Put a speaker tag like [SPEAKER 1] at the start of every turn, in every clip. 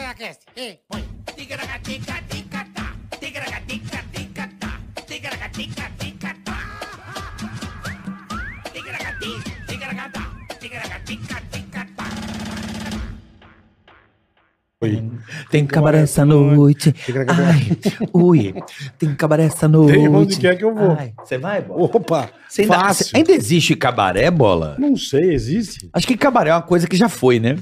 [SPEAKER 1] Tigracast. Ei, põe.
[SPEAKER 2] Tigragatica-tica-tá. Tigragatica-tica-tá. Tigragatica-tica-tá. Tigragati, tigragatá. Tigragatica-tica-tá.
[SPEAKER 3] Oi.
[SPEAKER 4] Tem
[SPEAKER 3] é
[SPEAKER 4] cabaré essa noite. Ai, ui. Tem cabaré essa noite.
[SPEAKER 3] Tem onde quer é que eu vou.
[SPEAKER 4] Ai, Você vai, bola?
[SPEAKER 3] Opa!
[SPEAKER 4] Você ainda,
[SPEAKER 3] fácil.
[SPEAKER 4] você- ainda existe cabaré, bola?
[SPEAKER 3] Não sei, existe.
[SPEAKER 4] Acho que cabaré é uma coisa que já foi, né?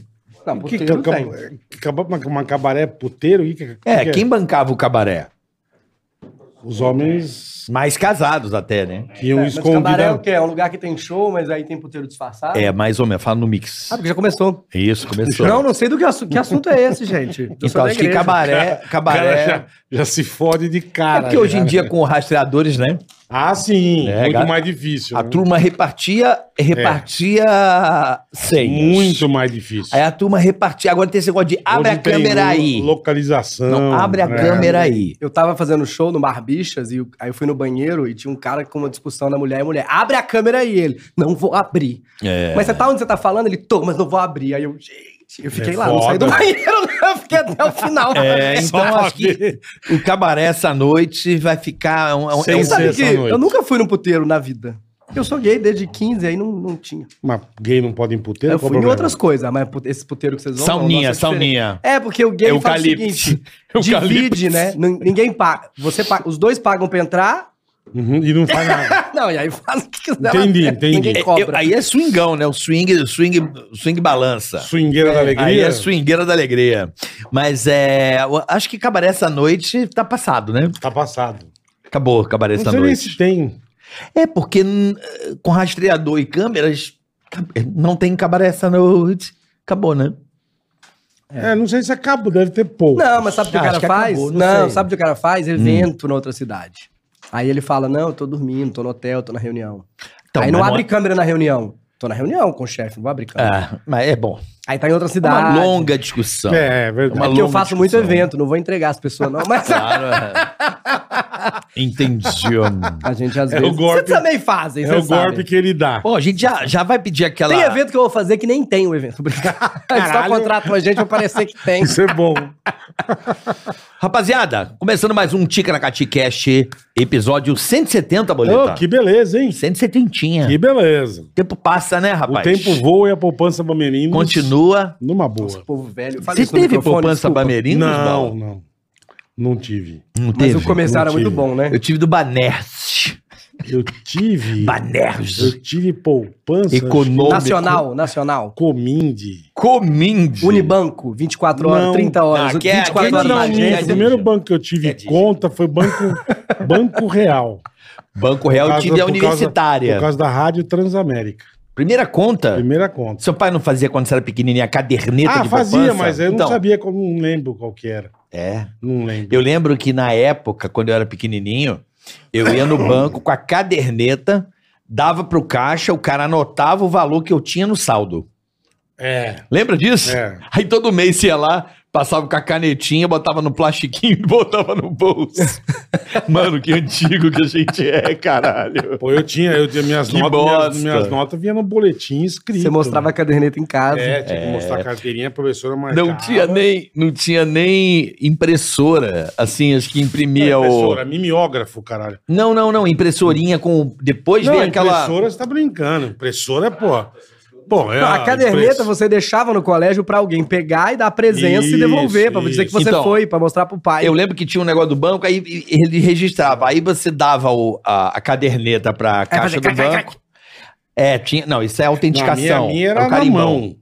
[SPEAKER 5] Não,
[SPEAKER 3] O que,
[SPEAKER 5] puteiro
[SPEAKER 3] ca-
[SPEAKER 5] tem. É,
[SPEAKER 3] ca- ca- uma, uma cabaré puteiro? O que que-
[SPEAKER 4] É,
[SPEAKER 3] que
[SPEAKER 4] quem bancava o cabaré?
[SPEAKER 3] Os homens
[SPEAKER 4] Mais casados até, né?
[SPEAKER 3] que iam
[SPEAKER 5] É, mas
[SPEAKER 3] escondido.
[SPEAKER 5] cabaré é o quê? É um lugar que tem show, mas aí tem puteiro disfarçado?
[SPEAKER 4] É, mais ou menos. Fala no mix.
[SPEAKER 5] Ah, porque já começou.
[SPEAKER 4] Isso, começou.
[SPEAKER 5] Não, não sei do que, assu- que assunto é esse, gente. Eu sou
[SPEAKER 4] então,
[SPEAKER 5] da
[SPEAKER 4] acho que
[SPEAKER 5] igreja.
[SPEAKER 4] cabaré...
[SPEAKER 3] O cara
[SPEAKER 4] cabaré...
[SPEAKER 3] já, já se fode de
[SPEAKER 4] É
[SPEAKER 3] cara.
[SPEAKER 4] porque hoje em
[SPEAKER 3] já,
[SPEAKER 4] dia,
[SPEAKER 3] né?
[SPEAKER 4] com rastreadores, né?
[SPEAKER 3] Ah, sim.
[SPEAKER 4] É,
[SPEAKER 3] muito
[SPEAKER 4] cara,
[SPEAKER 3] mais difícil.
[SPEAKER 4] A
[SPEAKER 3] né?
[SPEAKER 4] turma repartia, repartia senhas.
[SPEAKER 3] Muito mais difícil.
[SPEAKER 4] Aí a turma repartia. Agora tem esse negócio de abre
[SPEAKER 3] Hoje
[SPEAKER 4] a
[SPEAKER 3] tem
[SPEAKER 4] câmera
[SPEAKER 3] lo-
[SPEAKER 4] aí.
[SPEAKER 3] Localização.
[SPEAKER 4] Não, abre a
[SPEAKER 3] né?
[SPEAKER 4] câmera aí.
[SPEAKER 5] Eu tava fazendo show no Mar Bichas e eu- aí eu fui no banheiro e tinha um cara com uma discussão da mulher e a mulher, abre a câmera aí. Ele, não vou abrir.
[SPEAKER 4] É.
[SPEAKER 5] Mas você tá onde você tá falando? Ele, tô, mas não vou abrir. Aí eu, gente, eu fiquei
[SPEAKER 3] É
[SPEAKER 5] lá, não saí do
[SPEAKER 3] foda.
[SPEAKER 5] banheiro, não, eu fiquei até o final.
[SPEAKER 4] É,
[SPEAKER 3] Só
[SPEAKER 4] então
[SPEAKER 3] pra
[SPEAKER 4] acho que
[SPEAKER 3] ver.
[SPEAKER 4] o cabaré essa noite vai ficar. Um, é um-
[SPEAKER 3] Sem
[SPEAKER 4] é um-
[SPEAKER 3] ser-
[SPEAKER 5] Sabe
[SPEAKER 3] essa
[SPEAKER 5] que
[SPEAKER 3] noite.
[SPEAKER 5] eu nunca fui num puteiro na vida. Eu sou gay desde 15, aí não, não tinha.
[SPEAKER 3] Mas gay não pode ir em puteiro?
[SPEAKER 5] eu fui
[SPEAKER 3] qual o
[SPEAKER 5] em
[SPEAKER 3] problema?
[SPEAKER 5] outras coisas, mas pute- esse puteiro que vocês vão...
[SPEAKER 4] Sauninha,
[SPEAKER 5] nossa, é diferente.
[SPEAKER 4] sauninha.
[SPEAKER 5] É, porque o gay faz o
[SPEAKER 4] Eucalipto. É
[SPEAKER 5] seguinte,
[SPEAKER 4] Eucalipto.
[SPEAKER 5] divide, né? Nin- Ninguém paga. Você paga, os dois pagam pra entrar,
[SPEAKER 3] Uhum, e não faz nada.
[SPEAKER 5] Não, e aí faz o que quiser.
[SPEAKER 3] Entendi,
[SPEAKER 5] lá dentro.
[SPEAKER 3] entendi.
[SPEAKER 5] Ninguém
[SPEAKER 4] É,
[SPEAKER 5] cobra.
[SPEAKER 4] eu- aí é swingão, né? O swing, o swing, o swing balança.
[SPEAKER 3] Swingueira da
[SPEAKER 4] Aí
[SPEAKER 3] alegria.
[SPEAKER 4] é swingueira da alegria. Mas é. eu Acho que cabaré essa noite tá passado, né?
[SPEAKER 3] Tá passado.
[SPEAKER 4] Acabou cabaré
[SPEAKER 3] Não
[SPEAKER 4] essa
[SPEAKER 3] sei nem
[SPEAKER 4] noite.
[SPEAKER 3] se tem.
[SPEAKER 4] É, porque n- com rastreador e câmeras, cab- não tem cabaré essa noite. Acabou, né?
[SPEAKER 3] É. não sei se acabou, deve ter pouco.
[SPEAKER 5] Não, mas sabe o que
[SPEAKER 4] Ah,
[SPEAKER 5] o
[SPEAKER 4] acho
[SPEAKER 3] é
[SPEAKER 5] cara
[SPEAKER 4] que
[SPEAKER 5] faz?
[SPEAKER 4] acabou, não
[SPEAKER 5] não,
[SPEAKER 4] sei. Hum.
[SPEAKER 5] sabe o que o cara faz? Evento na outra cidade. Aí ele fala: não, eu tô dormindo, tô no hotel, tô na reunião.
[SPEAKER 4] Então,
[SPEAKER 5] aí não
[SPEAKER 4] mas
[SPEAKER 5] abre câmera na reunião. Tô na reunião com o chefe, não vou abrir câmera.
[SPEAKER 4] Ah, mas é bom.
[SPEAKER 5] Aí tá em outra
[SPEAKER 4] É uma
[SPEAKER 5] cidade.
[SPEAKER 4] longa discussão.
[SPEAKER 3] É, é verdade.
[SPEAKER 4] uma
[SPEAKER 5] É porque eu
[SPEAKER 4] longa
[SPEAKER 5] faço muito
[SPEAKER 4] discussão.
[SPEAKER 5] evento, não vou entregar as pessoas, não. Mas
[SPEAKER 4] Claro. é. Entendi. homem.
[SPEAKER 5] a gente às
[SPEAKER 3] É o
[SPEAKER 5] vezes.
[SPEAKER 3] golpe-
[SPEAKER 5] Vocês também fazem,
[SPEAKER 3] É o
[SPEAKER 5] vocês sabem.
[SPEAKER 3] golpe que ele dá.
[SPEAKER 4] Pô, a gente já, já vai pedir aquela.
[SPEAKER 5] Tem evento que eu vou fazer que nem tem o evento. Eles só
[SPEAKER 3] Caralho.
[SPEAKER 5] contratam a gente pra parecer que tem.
[SPEAKER 3] Isso é bom.
[SPEAKER 4] Rapaziada, começando mais um Ticaracati Cast, episódio 170, Boleta.
[SPEAKER 3] Ô, que beleza, hein?
[SPEAKER 4] 170.
[SPEAKER 3] Que beleza.
[SPEAKER 4] O tempo passa, né,
[SPEAKER 3] O
[SPEAKER 4] rapaz?
[SPEAKER 3] tempo voa e a poupança pra meninos.
[SPEAKER 4] continua.
[SPEAKER 3] Numa
[SPEAKER 5] Nossa,
[SPEAKER 3] boa.
[SPEAKER 5] povo velho. Fala
[SPEAKER 4] Você
[SPEAKER 5] isso no
[SPEAKER 4] teve
[SPEAKER 5] microfone,
[SPEAKER 4] poupança
[SPEAKER 5] desculpa.
[SPEAKER 4] Bamerindos?
[SPEAKER 3] não, não. Não tive.
[SPEAKER 4] Não
[SPEAKER 5] Mas
[SPEAKER 4] teve.
[SPEAKER 5] o comercial era
[SPEAKER 3] Não tive.
[SPEAKER 5] muito bom, né?
[SPEAKER 4] Eu tive do Banerj.
[SPEAKER 3] Eu tive.
[SPEAKER 4] Banerj.
[SPEAKER 3] eu tive poupança.
[SPEAKER 4] Econômico.
[SPEAKER 5] Nacional, nacional.
[SPEAKER 3] Cominde.
[SPEAKER 4] Cominde.
[SPEAKER 5] Unibanco, 24 horas,
[SPEAKER 3] Não.
[SPEAKER 5] 30 horas,
[SPEAKER 4] Ah, que é-
[SPEAKER 5] 24
[SPEAKER 4] que
[SPEAKER 5] horas
[SPEAKER 4] não,
[SPEAKER 5] na
[SPEAKER 3] Não,
[SPEAKER 4] Agência
[SPEAKER 3] o
[SPEAKER 5] agência.
[SPEAKER 4] de-
[SPEAKER 3] primeiro banco que eu tive
[SPEAKER 4] É de-
[SPEAKER 3] conta foi Banco, banco Real.
[SPEAKER 4] Banco Real, eu
[SPEAKER 3] Por
[SPEAKER 4] tive a
[SPEAKER 3] causa- por causa-
[SPEAKER 4] universitária.
[SPEAKER 3] Por causa da Rádio Transamérica.
[SPEAKER 4] Primeira conta.
[SPEAKER 3] Primeira conta.
[SPEAKER 4] Seu pai não fazia quando você era pequenininha a caderneta
[SPEAKER 3] Ah,
[SPEAKER 4] de
[SPEAKER 3] fazia,
[SPEAKER 4] poupança?
[SPEAKER 3] mas eu
[SPEAKER 4] Então,
[SPEAKER 3] não sabia, como- não lembro qual que era.
[SPEAKER 4] É.
[SPEAKER 3] Não lembro.
[SPEAKER 4] Eu lembro que na época, quando eu era pequenininho, eu ia no banco com a caderneta, dava pro caixa, o cara anotava o valor que eu tinha no saldo.
[SPEAKER 3] É.
[SPEAKER 4] Lembra disso?
[SPEAKER 3] É.
[SPEAKER 4] Aí todo mês você ia lá, passava com a canetinha, botava no plastiquinho e botava no bolso. Mano, que antigo que a gente é, caralho.
[SPEAKER 3] Pô, eu tinha, eu tinha minhas
[SPEAKER 4] Que
[SPEAKER 3] notas, minhas,
[SPEAKER 4] bosta.
[SPEAKER 3] minhas notas vinha no boletim escrito. né?
[SPEAKER 5] Você mostrava a caderneta em casa.
[SPEAKER 3] É, tinha que mostrar a carteirinha, a professora marcava.
[SPEAKER 4] Não tinha nem, não tinha nem impressora, assim, acho que imprimia o...
[SPEAKER 3] Professora, mimeógrafo, caralho.
[SPEAKER 4] Não, não, não, impressourinha com... Depois
[SPEAKER 3] Não,
[SPEAKER 4] veio aquela...
[SPEAKER 3] impressora, você tá brincando. Impressora, pô. Bom, é
[SPEAKER 5] Não, a caderneta
[SPEAKER 3] impress-
[SPEAKER 5] você deixava no colégio pra alguém pegar e dar presença
[SPEAKER 3] Isso,
[SPEAKER 5] e devolver, pra dizer que
[SPEAKER 3] isso.
[SPEAKER 5] você
[SPEAKER 4] Então,
[SPEAKER 5] foi, pra mostrar pro pai.
[SPEAKER 4] Eu lembro que tinha um negócio do banco, aí e- ele registrava. Aí você dava o- a, a caderneta pra caixa
[SPEAKER 5] fazia
[SPEAKER 4] do
[SPEAKER 5] crac, crac,
[SPEAKER 4] banco. É, tinha. Não, isso é
[SPEAKER 3] Não, a minha, a
[SPEAKER 4] autenticação.
[SPEAKER 3] minha
[SPEAKER 4] é
[SPEAKER 3] era
[SPEAKER 4] o
[SPEAKER 3] na
[SPEAKER 4] carimbão.
[SPEAKER 3] mão.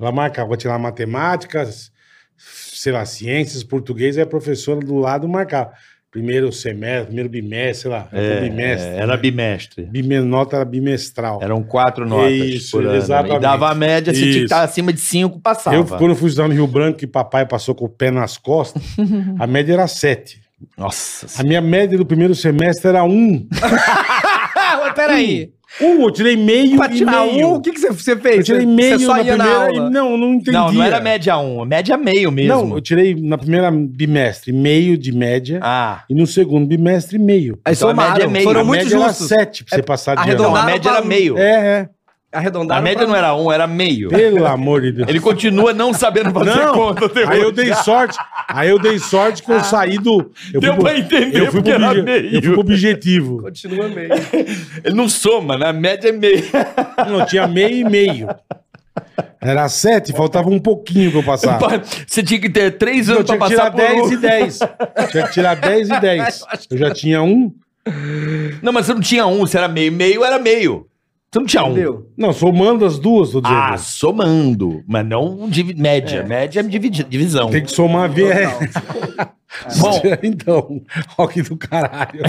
[SPEAKER 3] Ela marcava, vou tirar matemáticas, sei lá, ciências, português, aí a professora do lado marcava. Primeiro semestre, primeiro bimestre, sei lá,
[SPEAKER 4] É,
[SPEAKER 3] bimestre.
[SPEAKER 4] é, era bimestre.
[SPEAKER 3] Bime- nota era bimestral.
[SPEAKER 4] Eram quatro notas
[SPEAKER 3] Isso,
[SPEAKER 4] por ano.
[SPEAKER 3] exatamente.
[SPEAKER 4] E dava a média, se
[SPEAKER 3] Isso.
[SPEAKER 4] tinha que estar acima de cinco, passava.
[SPEAKER 3] Eu, quando eu fui estudar no Rio Branco e papai passou com o pé nas costas, a média era 7.
[SPEAKER 4] Nossa.
[SPEAKER 3] A minha média do primeiro semestre era 1.
[SPEAKER 5] Ah, mas peraí.
[SPEAKER 3] 1, eu tirei meio
[SPEAKER 5] Pra
[SPEAKER 3] e
[SPEAKER 5] tirar
[SPEAKER 3] meio.
[SPEAKER 5] um, o que, que você, você fez?
[SPEAKER 3] Eu tirei
[SPEAKER 5] Você-
[SPEAKER 3] meio
[SPEAKER 5] você
[SPEAKER 3] na
[SPEAKER 5] só ia na
[SPEAKER 3] primeira
[SPEAKER 4] Então,
[SPEAKER 5] aula.
[SPEAKER 3] e não, não entendi.
[SPEAKER 4] Não, não era média um, média meio mesmo.
[SPEAKER 3] Não, eu tirei na primeira bimestre meio de média
[SPEAKER 4] Ah.
[SPEAKER 3] e no segundo bimestre meio.
[SPEAKER 5] Aí
[SPEAKER 4] Então a média é
[SPEAKER 5] somaram,
[SPEAKER 4] meio.
[SPEAKER 5] foram
[SPEAKER 4] A
[SPEAKER 5] muito
[SPEAKER 3] média era
[SPEAKER 5] justos.
[SPEAKER 4] É
[SPEAKER 3] 7 pra você passar de ano.
[SPEAKER 4] Não, a
[SPEAKER 5] arredondado.
[SPEAKER 4] média
[SPEAKER 5] pra-
[SPEAKER 4] era meio.
[SPEAKER 3] É, é.
[SPEAKER 5] arredondaram.
[SPEAKER 4] A média
[SPEAKER 5] pra-
[SPEAKER 4] não era um, era meio.
[SPEAKER 3] Pelo amor de Deus.
[SPEAKER 4] Ele continua não sabendo fazer
[SPEAKER 3] Não,
[SPEAKER 4] conta. até
[SPEAKER 3] aí eu
[SPEAKER 4] hoje.
[SPEAKER 3] dei sorte. Aí eu dei sorte que eu saí do.
[SPEAKER 4] Ah,
[SPEAKER 3] Eu
[SPEAKER 4] Deu
[SPEAKER 3] fui pro-
[SPEAKER 4] pra entender
[SPEAKER 3] eu fui,
[SPEAKER 4] porque
[SPEAKER 3] pro
[SPEAKER 4] era
[SPEAKER 3] obje-
[SPEAKER 4] meio.
[SPEAKER 3] eu fui pro objetivo.
[SPEAKER 5] Continua meio.
[SPEAKER 4] Ele não soma, né? A média é meio.
[SPEAKER 3] Não, tinha meio e meio. Era sete, faltava um pouquinho pra eu passar.
[SPEAKER 4] Você tinha que ter três
[SPEAKER 3] Eu
[SPEAKER 4] anos
[SPEAKER 3] tinha
[SPEAKER 4] pra
[SPEAKER 3] que
[SPEAKER 4] passar
[SPEAKER 3] tirar
[SPEAKER 4] por 10
[SPEAKER 3] 10 e 10. Tinha que tirar 10 e 10. Eu já tinha um.
[SPEAKER 4] Não, mas você não tinha um, você era meio. Meio era meio. Você não tinha um.
[SPEAKER 5] Entendeu?
[SPEAKER 3] Não, somando as duas, tô dizendo.
[SPEAKER 4] Ah, somando. Mas não um divi- média. Média é dividi- divisão.
[SPEAKER 3] Tem que somar a ver.
[SPEAKER 5] É
[SPEAKER 3] é.
[SPEAKER 4] Bom,
[SPEAKER 3] então, rock do caralho.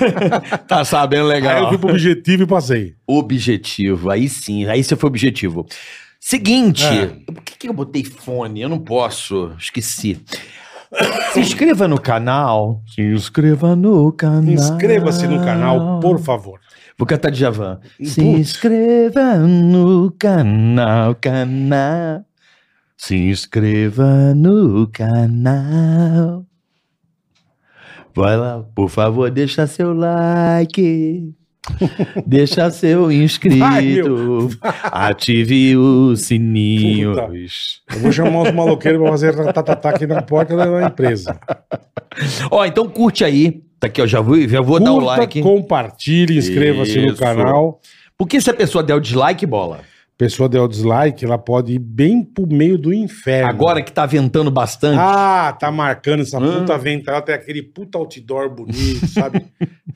[SPEAKER 4] tá sabendo
[SPEAKER 3] Aí eu
[SPEAKER 4] legal.
[SPEAKER 3] fui pro objetivo e passei.
[SPEAKER 4] Objetivo, aí sim, aí você foi objetivo. Seguinte,
[SPEAKER 3] É.
[SPEAKER 4] por que, que eu botei fone? Eu não posso, esqueci. Se inscreva no canal. Se inscreva no canal.
[SPEAKER 3] Inscreva-se no canal, por favor.
[SPEAKER 4] Vou cantar Djavan. Se
[SPEAKER 3] Putz.
[SPEAKER 4] inscreva no canal, canal. Se inscreva no canal. Vai lá, por favor, deixa seu like. Deixa seu inscrito.
[SPEAKER 3] Vai, meu.
[SPEAKER 4] ative o sininho.
[SPEAKER 3] Puta. Eu vou chamar os maloqueiros pra fazer tatatá aqui na porta da da empresa.
[SPEAKER 4] Ó, então curte aí. Tá aqui, ó. Já vou, já vou dar o like.
[SPEAKER 3] compartilhe, inscreva-se no
[SPEAKER 4] Isso.
[SPEAKER 3] canal.
[SPEAKER 4] Porque se a pessoa der o dislike, bola.
[SPEAKER 3] Pessoa der o dislike, ela pode ir bem pro meio do inferno.
[SPEAKER 4] Agora que tá ventando bastante.
[SPEAKER 3] Ah, tá marcando essa
[SPEAKER 4] Hum.
[SPEAKER 3] puta ventada, tem aquele puta outdoor bonito, sabe?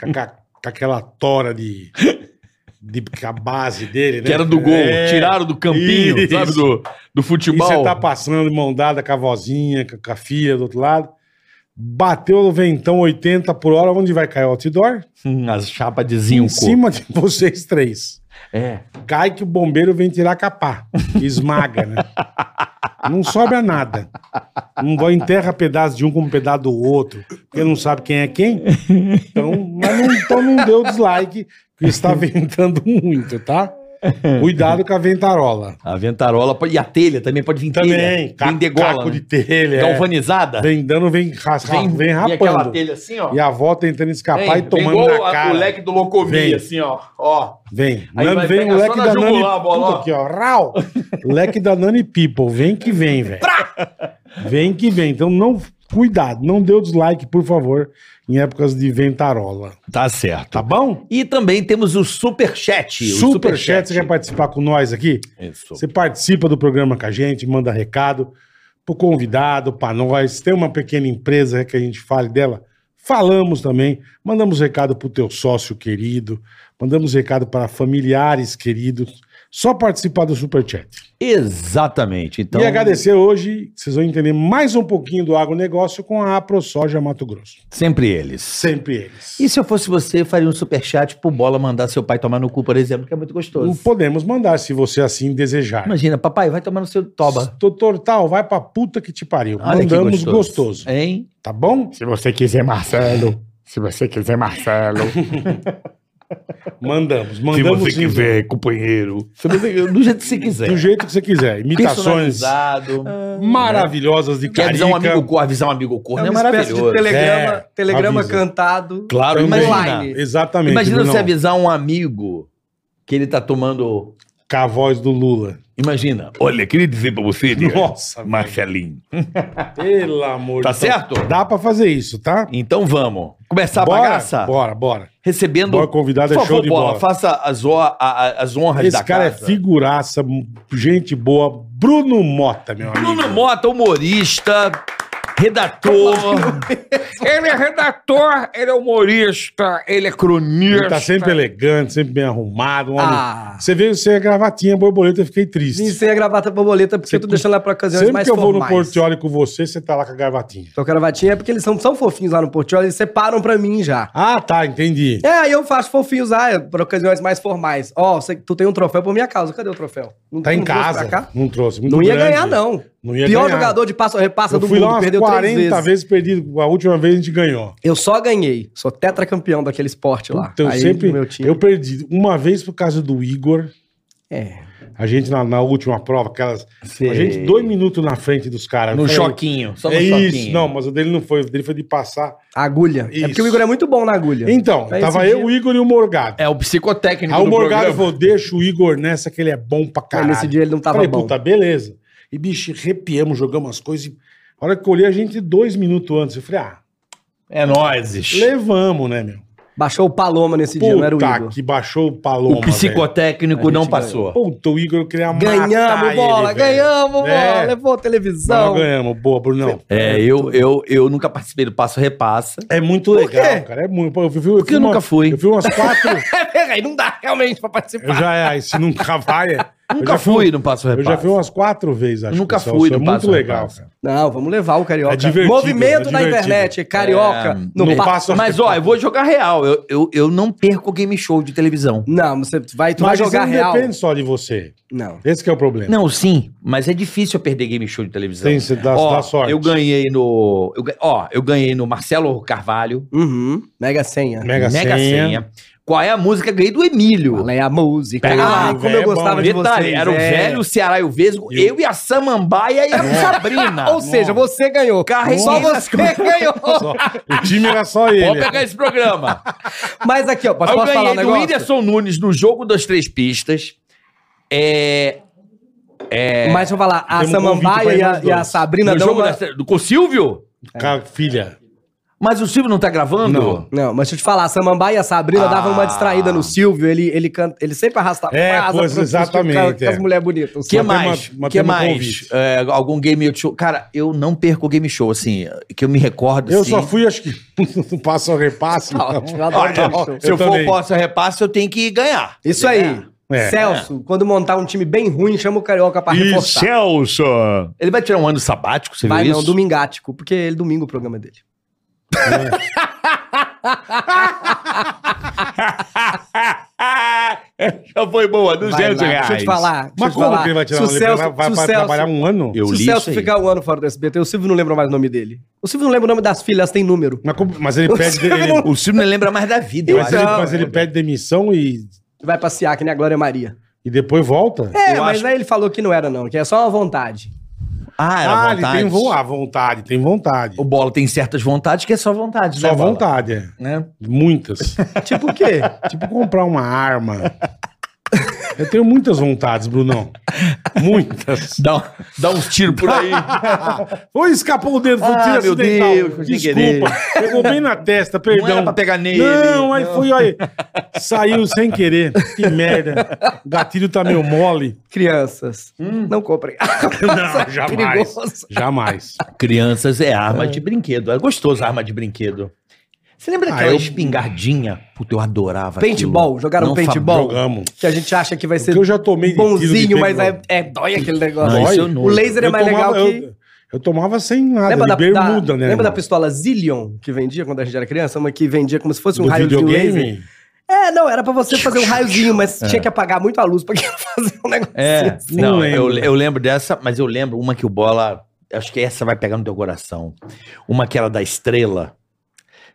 [SPEAKER 3] com, a- com aquela tora de, de. com a base dele, né?
[SPEAKER 4] Que era do gol.
[SPEAKER 3] É.
[SPEAKER 4] Tiraram do campinho,
[SPEAKER 3] Isso.
[SPEAKER 4] sabe? Do, do
[SPEAKER 3] E
[SPEAKER 4] futebol.
[SPEAKER 3] você tá passando de mão dada com a vozinha, com com a filha do outro lado. Bateu no ventão 80 por hora, onde vai cair o outdoor?
[SPEAKER 4] Hum, As chapas de zinco.
[SPEAKER 3] Em cima de vocês três.
[SPEAKER 4] É.
[SPEAKER 3] Cai que o bombeiro vem tirar a capá. Esmaga, né? Não sobra nada. Não vai enterra pedaço de um com um pedaço do outro, porque não sabe quem é quem. Então, mas não, então não deu dislike, que está ventando muito, tá? Cuidado com a ventarola.
[SPEAKER 4] A ventarola pode- e a telha também pode vir telha.
[SPEAKER 3] Também,
[SPEAKER 4] Vem
[SPEAKER 3] caco,
[SPEAKER 4] degola,
[SPEAKER 3] caco
[SPEAKER 4] né?
[SPEAKER 3] de telha. é.
[SPEAKER 4] Galvanizada.
[SPEAKER 3] Vem dando, vem, ras, ra- vem
[SPEAKER 4] aquela
[SPEAKER 3] rapando.
[SPEAKER 4] telha assim, ó.
[SPEAKER 3] E a avó tentando escapar e
[SPEAKER 4] vem
[SPEAKER 3] tomando
[SPEAKER 4] igual
[SPEAKER 3] na
[SPEAKER 4] a-
[SPEAKER 3] cara.
[SPEAKER 4] o leque do Locomia,
[SPEAKER 3] Vem.
[SPEAKER 4] assim, ó. ó.
[SPEAKER 3] Vem.
[SPEAKER 4] Aí
[SPEAKER 3] Nan-
[SPEAKER 4] vai
[SPEAKER 3] vem
[SPEAKER 4] pegar
[SPEAKER 3] o
[SPEAKER 4] só
[SPEAKER 3] leque
[SPEAKER 4] na
[SPEAKER 3] da Nani
[SPEAKER 4] jugular a bola,
[SPEAKER 3] Tudo
[SPEAKER 4] ó.
[SPEAKER 3] aqui, ó. Rau. leque da Nani People. Vem que vem, velho. Vem que vem. Então, não, cuidado. Não dê o dislike, por favor, em épocas de ventarola.
[SPEAKER 4] Tá certo.
[SPEAKER 3] Tá bom?
[SPEAKER 4] E também temos o superchat. o
[SPEAKER 3] Superchat, você quer participar com nós aqui?
[SPEAKER 4] Isso.
[SPEAKER 3] Você participa do programa com a gente, manda recado pro convidado, pra nós. Tem uma pequena empresa que a gente fale dela? Falamos também. Mandamos recado pro teu sócio querido. Mandamos recado para familiares queridos. Só participar do Superchat.
[SPEAKER 4] Exatamente. Então,
[SPEAKER 3] E agradecer hoje, vocês vão entender mais um pouquinho do agronegócio com a AproSoja Mato Grosso.
[SPEAKER 4] sempre eles.
[SPEAKER 3] Sempre eles.
[SPEAKER 4] E se eu fosse você, eu faria um superchat pro Bola mandar seu pai tomar no cu, por exemplo, que é muito
[SPEAKER 3] Não
[SPEAKER 4] gostoso.
[SPEAKER 3] podemos mandar, se você assim desejar.
[SPEAKER 4] Imagina, papai, vai tomar no seu toba.
[SPEAKER 3] Doutor Tal, vai pra puta que te pariu.
[SPEAKER 4] Olha que
[SPEAKER 3] Mandamos gostoso.
[SPEAKER 4] Hein?
[SPEAKER 3] Tá bom?
[SPEAKER 1] Se você quiser, Marcelo. Se você quiser, Marcelo.
[SPEAKER 3] Mandamos, mandamos
[SPEAKER 6] um
[SPEAKER 1] se você
[SPEAKER 3] sim.
[SPEAKER 1] quiser, companheiro.
[SPEAKER 4] Você não tem- Do jeito que você
[SPEAKER 3] do
[SPEAKER 4] quiser.
[SPEAKER 3] jeito que você quiser. Imitações
[SPEAKER 4] Personalizado.
[SPEAKER 3] maravilhosas de
[SPEAKER 4] Quer
[SPEAKER 3] Carica.
[SPEAKER 4] dizer um amigo cor, avisar um amigo
[SPEAKER 5] É
[SPEAKER 4] corno.
[SPEAKER 5] uma
[SPEAKER 4] É,
[SPEAKER 5] espécie de
[SPEAKER 4] maravilhoso.
[SPEAKER 5] telegrama,
[SPEAKER 3] É,
[SPEAKER 5] telegrama
[SPEAKER 3] avisa.
[SPEAKER 5] cantado.
[SPEAKER 4] Claro,
[SPEAKER 3] Também.
[SPEAKER 5] online.
[SPEAKER 4] imagina.
[SPEAKER 3] Exatamente.
[SPEAKER 4] Imagina
[SPEAKER 3] Brunão.
[SPEAKER 4] você avisar um amigo que ele tá tomando.
[SPEAKER 3] Com a voz do Lula.
[SPEAKER 4] Imagina.
[SPEAKER 1] Olha, queria dizer pra você,
[SPEAKER 4] É.
[SPEAKER 1] Diego,
[SPEAKER 3] Nossa,
[SPEAKER 1] Marcelinho.
[SPEAKER 3] pelo amor
[SPEAKER 4] Tá
[SPEAKER 3] de Deus.
[SPEAKER 4] certo?
[SPEAKER 3] Dá pra fazer isso, tá?
[SPEAKER 4] Então vamos. Começar
[SPEAKER 5] Tá
[SPEAKER 4] a
[SPEAKER 3] bora,
[SPEAKER 4] bagaça?
[SPEAKER 3] bora, bora.
[SPEAKER 4] Recebendo.
[SPEAKER 3] Bora, convidado é
[SPEAKER 4] Por
[SPEAKER 3] show
[SPEAKER 4] favor,
[SPEAKER 3] de
[SPEAKER 4] bola,
[SPEAKER 3] bola.
[SPEAKER 4] faça as, o- a- a- as honras
[SPEAKER 3] Esse
[SPEAKER 4] da
[SPEAKER 3] cara
[SPEAKER 4] casa.
[SPEAKER 3] é figuraça, gente boa. Bruno Mota, meu amigo.
[SPEAKER 4] Bruno Mota, humorista, redator.
[SPEAKER 1] Ele é redator, ele é humorista, ele é cronista.
[SPEAKER 3] Ele tá sempre elegante, sempre bem arrumado. um homem-
[SPEAKER 5] Ah.
[SPEAKER 3] Você veio sem a gravatinha, borboleta, eu fiquei triste.
[SPEAKER 5] Sim, sem a gravata borboleta, porque eu tô deixando ela pra ocasiões
[SPEAKER 3] Sempre
[SPEAKER 5] mais
[SPEAKER 3] que eu vou no
[SPEAKER 5] formais.
[SPEAKER 3] Portioli com você, você tá lá com a gravatinha.
[SPEAKER 5] Tô com a gravatinha, é porque eles são tão fofinhos lá no Portioli, eles separam pra mim já.
[SPEAKER 3] Ah, tá, entendi.
[SPEAKER 5] É, aí eu faço fofinho usar pra ocasiões mais formais. Ó, você- tu tem um troféu por minha causa. Cadê o troféu? Não,
[SPEAKER 3] Tá em
[SPEAKER 5] não trouxe
[SPEAKER 3] casa.
[SPEAKER 5] pra cá?
[SPEAKER 3] Não trouxe. muito
[SPEAKER 5] Não ia
[SPEAKER 3] grande.
[SPEAKER 5] ganhar, não.
[SPEAKER 3] Não ia
[SPEAKER 5] Pior
[SPEAKER 3] ganhar.
[SPEAKER 5] jogador de passa repassa
[SPEAKER 3] Eu
[SPEAKER 5] do
[SPEAKER 3] fui lá
[SPEAKER 5] mundo,
[SPEAKER 3] umas
[SPEAKER 5] perdeu
[SPEAKER 3] 40
[SPEAKER 5] três vezes.
[SPEAKER 3] vezes. perdido. A última vez a gente ganhou.
[SPEAKER 5] Eu só ganhei. Sou tetracampeão daquele esporte lá.
[SPEAKER 3] Então, eu
[SPEAKER 5] Ah, Aí,
[SPEAKER 3] sempre
[SPEAKER 5] meu time.
[SPEAKER 3] eu perdi uma vez por causa do Igor,
[SPEAKER 5] É.
[SPEAKER 3] A gente na, na última prova, aquelas.
[SPEAKER 4] Sei.
[SPEAKER 3] A gente dois minutos na frente dos caras.
[SPEAKER 4] No
[SPEAKER 3] Eu falei,
[SPEAKER 4] choquinho. Só no
[SPEAKER 3] é
[SPEAKER 4] choquinho.
[SPEAKER 3] isso, não, mas o dele não foi, o dele foi de passar.
[SPEAKER 5] Agulha.
[SPEAKER 3] Isso.
[SPEAKER 5] É porque o Igor é muito bom na agulha.
[SPEAKER 3] Então,
[SPEAKER 5] Aí
[SPEAKER 3] tava
[SPEAKER 5] esse
[SPEAKER 3] eu,
[SPEAKER 5] dia-
[SPEAKER 3] o Igor e o Morgado.
[SPEAKER 4] É o psicotécnico
[SPEAKER 3] Aí o
[SPEAKER 4] do
[SPEAKER 3] Morgado
[SPEAKER 4] programa.
[SPEAKER 3] falou: deixa o Igor nessa, que ele é bom pra
[SPEAKER 5] Mas
[SPEAKER 3] caralho.
[SPEAKER 5] nesse dia ele não tava
[SPEAKER 3] Falei,
[SPEAKER 5] bom.
[SPEAKER 3] puta, beleza. E, bicho, arrepiamos, jogamos as coisas. E... A hora que eu olhei, a gente dois minutos antes. Eu falei, ah,
[SPEAKER 4] É nós.
[SPEAKER 3] levamos, né, meu?
[SPEAKER 5] Baixou o Paloma nesse dia, não era o Igor.
[SPEAKER 3] que baixou o Paloma,
[SPEAKER 4] O
[SPEAKER 3] velho.
[SPEAKER 4] psicotécnico
[SPEAKER 5] A
[SPEAKER 4] não
[SPEAKER 5] gente
[SPEAKER 4] passou.
[SPEAKER 3] Puta, o Igor queria matar
[SPEAKER 5] Ganhamos
[SPEAKER 3] ele,
[SPEAKER 5] bola,
[SPEAKER 3] velho.
[SPEAKER 5] ganhamos
[SPEAKER 3] É.
[SPEAKER 5] bola, levou a
[SPEAKER 3] Não,
[SPEAKER 5] televisão.
[SPEAKER 3] ganhamos. Boa, Brunão.
[SPEAKER 4] É, eu, eu, eu nunca participei do Passo Repassa.
[SPEAKER 3] É muito
[SPEAKER 5] quê?
[SPEAKER 3] legal, cara. É muito. Eu, vi- eu,
[SPEAKER 4] Porque eu nunca fui.
[SPEAKER 3] Eu vi umas quatro.
[SPEAKER 5] Aí não dá realmente pra participar.
[SPEAKER 3] eu já, é, se nunca vai, é. Eu
[SPEAKER 4] Nunca
[SPEAKER 3] já um-
[SPEAKER 4] fui no Passo
[SPEAKER 3] Eu
[SPEAKER 4] Repassa.
[SPEAKER 3] já vi umas quatro vezes, acho.
[SPEAKER 4] Nunca
[SPEAKER 3] que são.
[SPEAKER 4] fui
[SPEAKER 3] Isso
[SPEAKER 4] no
[SPEAKER 3] É muito
[SPEAKER 4] Passo
[SPEAKER 3] legal,
[SPEAKER 4] Repassa.
[SPEAKER 3] cara.
[SPEAKER 5] Não, vamos levar o Carioca.
[SPEAKER 3] É divertido,
[SPEAKER 5] Movimento
[SPEAKER 3] é
[SPEAKER 5] na
[SPEAKER 3] divertido.
[SPEAKER 5] internet, Carioca.
[SPEAKER 4] É,
[SPEAKER 5] no
[SPEAKER 3] no
[SPEAKER 5] pa-
[SPEAKER 3] passo-
[SPEAKER 4] Mas, ó, eu vou jogar real. Eu, eu, eu não perco o game show de televisão.
[SPEAKER 5] Não, você vai, tu vai
[SPEAKER 3] Mas isso é
[SPEAKER 5] jogar
[SPEAKER 3] não
[SPEAKER 5] real.
[SPEAKER 3] depende só de você.
[SPEAKER 5] Não.
[SPEAKER 3] Esse que é o problema.
[SPEAKER 4] Não, sim, mas é difícil eu perder game show de televisão.
[SPEAKER 3] Tem, você dá,
[SPEAKER 4] ó,
[SPEAKER 3] dá sorte.
[SPEAKER 4] Eu ganhei no. eu ga- ó, eu ganhei no Marcelo Carvalho.
[SPEAKER 5] Uhum. Mega senha.
[SPEAKER 3] Mega, senha.
[SPEAKER 4] Qual é a música? Ganhei do Emílio.
[SPEAKER 5] Qual é a música?
[SPEAKER 4] Pega
[SPEAKER 5] ah,
[SPEAKER 4] lá,
[SPEAKER 5] como
[SPEAKER 3] velho,
[SPEAKER 5] eu gostava
[SPEAKER 3] é bom.
[SPEAKER 5] de
[SPEAKER 4] Detalhe,
[SPEAKER 5] vocês.
[SPEAKER 4] era o
[SPEAKER 5] é.
[SPEAKER 4] velho, o Ceará e o Vesgo, eu, e a Samambaia e a Sabrina.
[SPEAKER 5] Ou seja, você ganhou.
[SPEAKER 4] Carreguei
[SPEAKER 5] Só
[SPEAKER 4] nas
[SPEAKER 5] você ganhou.
[SPEAKER 3] Só- o time era só
[SPEAKER 4] Vamos
[SPEAKER 3] ele.
[SPEAKER 4] pegar esse programa.
[SPEAKER 5] Mas aqui, ó, posso,
[SPEAKER 4] eu
[SPEAKER 5] posso falar
[SPEAKER 4] ganhei do
[SPEAKER 5] um negócio?
[SPEAKER 4] Whindersson Nunes no jogo das três pistas. É,
[SPEAKER 5] É. Mas deixa eu falar, a
[SPEAKER 3] Temos um convite pra
[SPEAKER 5] Samambaia
[SPEAKER 3] ir
[SPEAKER 5] e a,
[SPEAKER 3] nós
[SPEAKER 5] e a
[SPEAKER 3] dois.
[SPEAKER 5] Sabrina
[SPEAKER 4] no
[SPEAKER 5] dão
[SPEAKER 4] jogo
[SPEAKER 5] uma...
[SPEAKER 4] das três- do, com o Silvio?
[SPEAKER 3] Cara, filha.
[SPEAKER 4] Mas o Silvio não tá gravando?
[SPEAKER 3] Não.
[SPEAKER 5] Não, mas deixa eu te falar, a Samambaia e a Sabrina
[SPEAKER 4] Ah.
[SPEAKER 5] davam uma distraída no Silvio, ele, ele, canta, ele sempre arrasta
[SPEAKER 3] É, pois, exatamente,
[SPEAKER 5] Com as
[SPEAKER 3] é.
[SPEAKER 5] mulheres bonitas.
[SPEAKER 4] O que
[SPEAKER 3] Mas tem
[SPEAKER 4] mais?
[SPEAKER 3] uma- mas
[SPEAKER 4] que
[SPEAKER 3] tem um
[SPEAKER 4] mais?
[SPEAKER 3] convite.
[SPEAKER 4] É, algum game show? Cara, eu não perco game show, assim, que eu me recordo.
[SPEAKER 3] Eu
[SPEAKER 4] assim.
[SPEAKER 3] só fui, acho que não passa o repasse.
[SPEAKER 5] Ótimo, eu
[SPEAKER 3] Não.
[SPEAKER 5] adoro
[SPEAKER 4] Olha,
[SPEAKER 5] game show.
[SPEAKER 4] se eu,
[SPEAKER 3] Eu
[SPEAKER 4] for
[SPEAKER 3] também.
[SPEAKER 4] posso repasse, eu tenho que ganhar.
[SPEAKER 5] Isso aí.
[SPEAKER 3] É.
[SPEAKER 5] Celso, quando montar um time bem ruim, chama o Carioca
[SPEAKER 1] Tá
[SPEAKER 5] pra
[SPEAKER 3] E
[SPEAKER 5] reforçar.
[SPEAKER 3] Celso.
[SPEAKER 4] Ele vai tirar um ano sabático, você
[SPEAKER 5] Vai
[SPEAKER 4] viu
[SPEAKER 5] não,
[SPEAKER 4] isso?
[SPEAKER 5] domingático, porque ele domingo o programa dele.
[SPEAKER 4] Já foi boa,
[SPEAKER 5] Vai lá, Deixa eu te falar. deixa eu
[SPEAKER 3] Mas
[SPEAKER 5] te
[SPEAKER 3] como
[SPEAKER 5] falar.
[SPEAKER 3] que ele vai tirar
[SPEAKER 5] Se
[SPEAKER 3] um
[SPEAKER 5] o Celso,
[SPEAKER 3] Vai,
[SPEAKER 5] se o
[SPEAKER 3] vai
[SPEAKER 5] Celso-
[SPEAKER 3] trabalhar um ano?
[SPEAKER 4] Eu
[SPEAKER 5] se o
[SPEAKER 4] li
[SPEAKER 5] Celso
[SPEAKER 4] isso aí.
[SPEAKER 5] ficar um ano fora do SBT, o Silvio não lembra mais o nome dele. O Silvio não lembra o nome das filhas, elas têm número.
[SPEAKER 3] Mas, como- mas ele pede.
[SPEAKER 5] Silvio
[SPEAKER 3] ele-
[SPEAKER 4] O Silvio não lembra mais da vida, eu
[SPEAKER 3] mas,
[SPEAKER 4] acho.
[SPEAKER 3] ele,
[SPEAKER 5] Então,
[SPEAKER 3] mas ele pede demissão e,
[SPEAKER 5] Vai passear, que nem a Glória Maria.
[SPEAKER 3] e depois volta?
[SPEAKER 5] É,
[SPEAKER 4] Eu
[SPEAKER 5] mas
[SPEAKER 4] acho-
[SPEAKER 5] aí ele falou que não era, não, que é só uma vontade.
[SPEAKER 4] Ah, era
[SPEAKER 3] ah,
[SPEAKER 4] vontade.
[SPEAKER 3] ele tem vo- ah, vontade, tem vontade.
[SPEAKER 4] O Bola tem certas vontades que é só vontade,
[SPEAKER 3] Só
[SPEAKER 4] né, Bola?
[SPEAKER 3] vontade, é.
[SPEAKER 4] Né?
[SPEAKER 3] Muitas.
[SPEAKER 5] Tipo o quê?
[SPEAKER 3] tipo comprar uma arma. Eu tenho muitas vontades, Brunão. Muitas.
[SPEAKER 4] Dá, um- dá uns tiros por aí.
[SPEAKER 3] Oi, escapou o dedo, foi um
[SPEAKER 4] Ah,
[SPEAKER 3] tiro
[SPEAKER 4] meu
[SPEAKER 3] acidental.
[SPEAKER 4] Deus, foi sem
[SPEAKER 3] Desculpa, pegou bem na testa, perdão.
[SPEAKER 4] era pra pegar nele,
[SPEAKER 3] um- Não, aí
[SPEAKER 4] não.
[SPEAKER 3] foi, olha. Saiu sem querer. Que merda. O gatilho tá meio mole.
[SPEAKER 5] Crianças, não comprem. Ah,
[SPEAKER 3] Não, Hum. jamais.
[SPEAKER 5] Perigoso.
[SPEAKER 3] Jamais.
[SPEAKER 4] Crianças é arma de brinquedo. É gostoso arma de brinquedo. Você lembra daquela
[SPEAKER 3] Ah, eu-
[SPEAKER 4] espingardinha? Puta, eu adorava
[SPEAKER 5] Paintball,
[SPEAKER 4] aquilo.
[SPEAKER 5] jogaram
[SPEAKER 4] Não
[SPEAKER 5] paintball?
[SPEAKER 3] Jogamos.
[SPEAKER 5] Que a gente acha que vai ser
[SPEAKER 3] Porque eu já tomei de tiro de
[SPEAKER 5] bonzinho, mas é,
[SPEAKER 3] paintball.
[SPEAKER 5] é dói aquele negócio.
[SPEAKER 4] Não,
[SPEAKER 3] Dói.
[SPEAKER 4] isso eu
[SPEAKER 5] o
[SPEAKER 4] não.
[SPEAKER 5] laser é
[SPEAKER 3] Eu
[SPEAKER 5] mais
[SPEAKER 3] tomava-
[SPEAKER 5] legal que...
[SPEAKER 3] Eu, eu tomava sem nada,
[SPEAKER 5] Lembra
[SPEAKER 3] de
[SPEAKER 5] da,
[SPEAKER 3] bermuda,
[SPEAKER 5] da-
[SPEAKER 3] né?
[SPEAKER 5] lembra da
[SPEAKER 3] irmão?
[SPEAKER 5] pistola Zillion que vendia quando a gente era criança? Uma que vendia como se fosse um
[SPEAKER 3] Do
[SPEAKER 5] raio de laser.
[SPEAKER 3] videogame? É.
[SPEAKER 5] É, não, era pra você fazer um raiozinho, mas tinha que apagar muito a luz pra quem fazer um negócio.
[SPEAKER 4] É,
[SPEAKER 5] assim.
[SPEAKER 3] Não
[SPEAKER 4] não, eu,
[SPEAKER 3] lembro.
[SPEAKER 4] eu lembro dessa, mas eu lembro uma que o Bola. Acho que essa vai pegar no teu coração. Uma que era da estrela,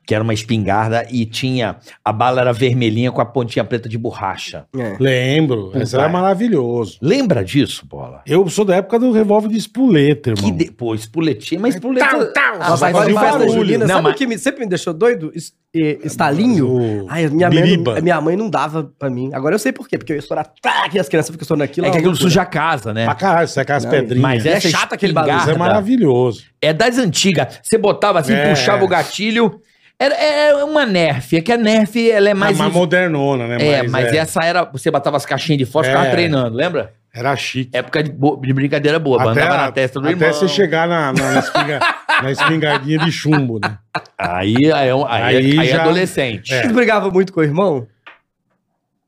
[SPEAKER 4] que era uma espingarda e tinha. A bala era vermelhinha com a pontinha preta de borracha.
[SPEAKER 5] É.
[SPEAKER 3] Lembro. Esse era
[SPEAKER 4] Puta.
[SPEAKER 3] maravilhoso.
[SPEAKER 4] Lembra disso, Bola?
[SPEAKER 3] Eu sou da época do revólver de espoleta, irmão.
[SPEAKER 4] Que depois, puletinha, mas
[SPEAKER 6] tá,
[SPEAKER 4] puleta.
[SPEAKER 2] Tal, tal.
[SPEAKER 4] Ah,
[SPEAKER 5] Nossa,
[SPEAKER 4] vai
[SPEAKER 5] agora
[SPEAKER 4] fazer
[SPEAKER 5] em
[SPEAKER 3] faz
[SPEAKER 5] festa
[SPEAKER 3] barulho.
[SPEAKER 5] junina,
[SPEAKER 4] Não,
[SPEAKER 5] sabe
[SPEAKER 4] mas-
[SPEAKER 5] o que me- sempre me deixou doido? Es- e- Estalinho?
[SPEAKER 3] O-
[SPEAKER 5] Ai, minha mãe,
[SPEAKER 3] Biriba.
[SPEAKER 5] não, minha mãe não dava pra mim. Agora eu sei por quê, porque eu ia estourar tac, e as crianças ficam estourando aquilo.
[SPEAKER 4] É que
[SPEAKER 5] uma
[SPEAKER 4] aquilo
[SPEAKER 5] loucura.
[SPEAKER 4] suja a casa, né?
[SPEAKER 3] Pra caralho, isso é aquelas
[SPEAKER 5] Não,
[SPEAKER 3] pedrinhas.
[SPEAKER 4] Mas
[SPEAKER 5] é
[SPEAKER 4] essa
[SPEAKER 5] chato aquele barulho.
[SPEAKER 3] Isso é
[SPEAKER 4] espingarda
[SPEAKER 3] maravilhoso.
[SPEAKER 4] É das antigas. Você botava assim,
[SPEAKER 3] É.
[SPEAKER 4] puxava o gatilho. Era, era uma Nerf. É que a Nerf ela é
[SPEAKER 3] Mas
[SPEAKER 4] mais.
[SPEAKER 3] mais modernona, né?
[SPEAKER 4] é, mas essa era. Você batava as caixinhas de fósforo,
[SPEAKER 3] É.
[SPEAKER 4] ficava treinando, lembra?
[SPEAKER 3] Era chique.
[SPEAKER 4] Época de, bo- de brincadeira boa. Bandava na testa do
[SPEAKER 3] até
[SPEAKER 4] irmão.
[SPEAKER 3] você chegar na, na, na espinga- na espingardinha de chumbo, né?
[SPEAKER 4] Aí, aí, é um- aí,
[SPEAKER 3] Aí
[SPEAKER 4] aí é
[SPEAKER 3] já-
[SPEAKER 4] adolescente.
[SPEAKER 3] É.
[SPEAKER 5] Você brigava muito com o irmão?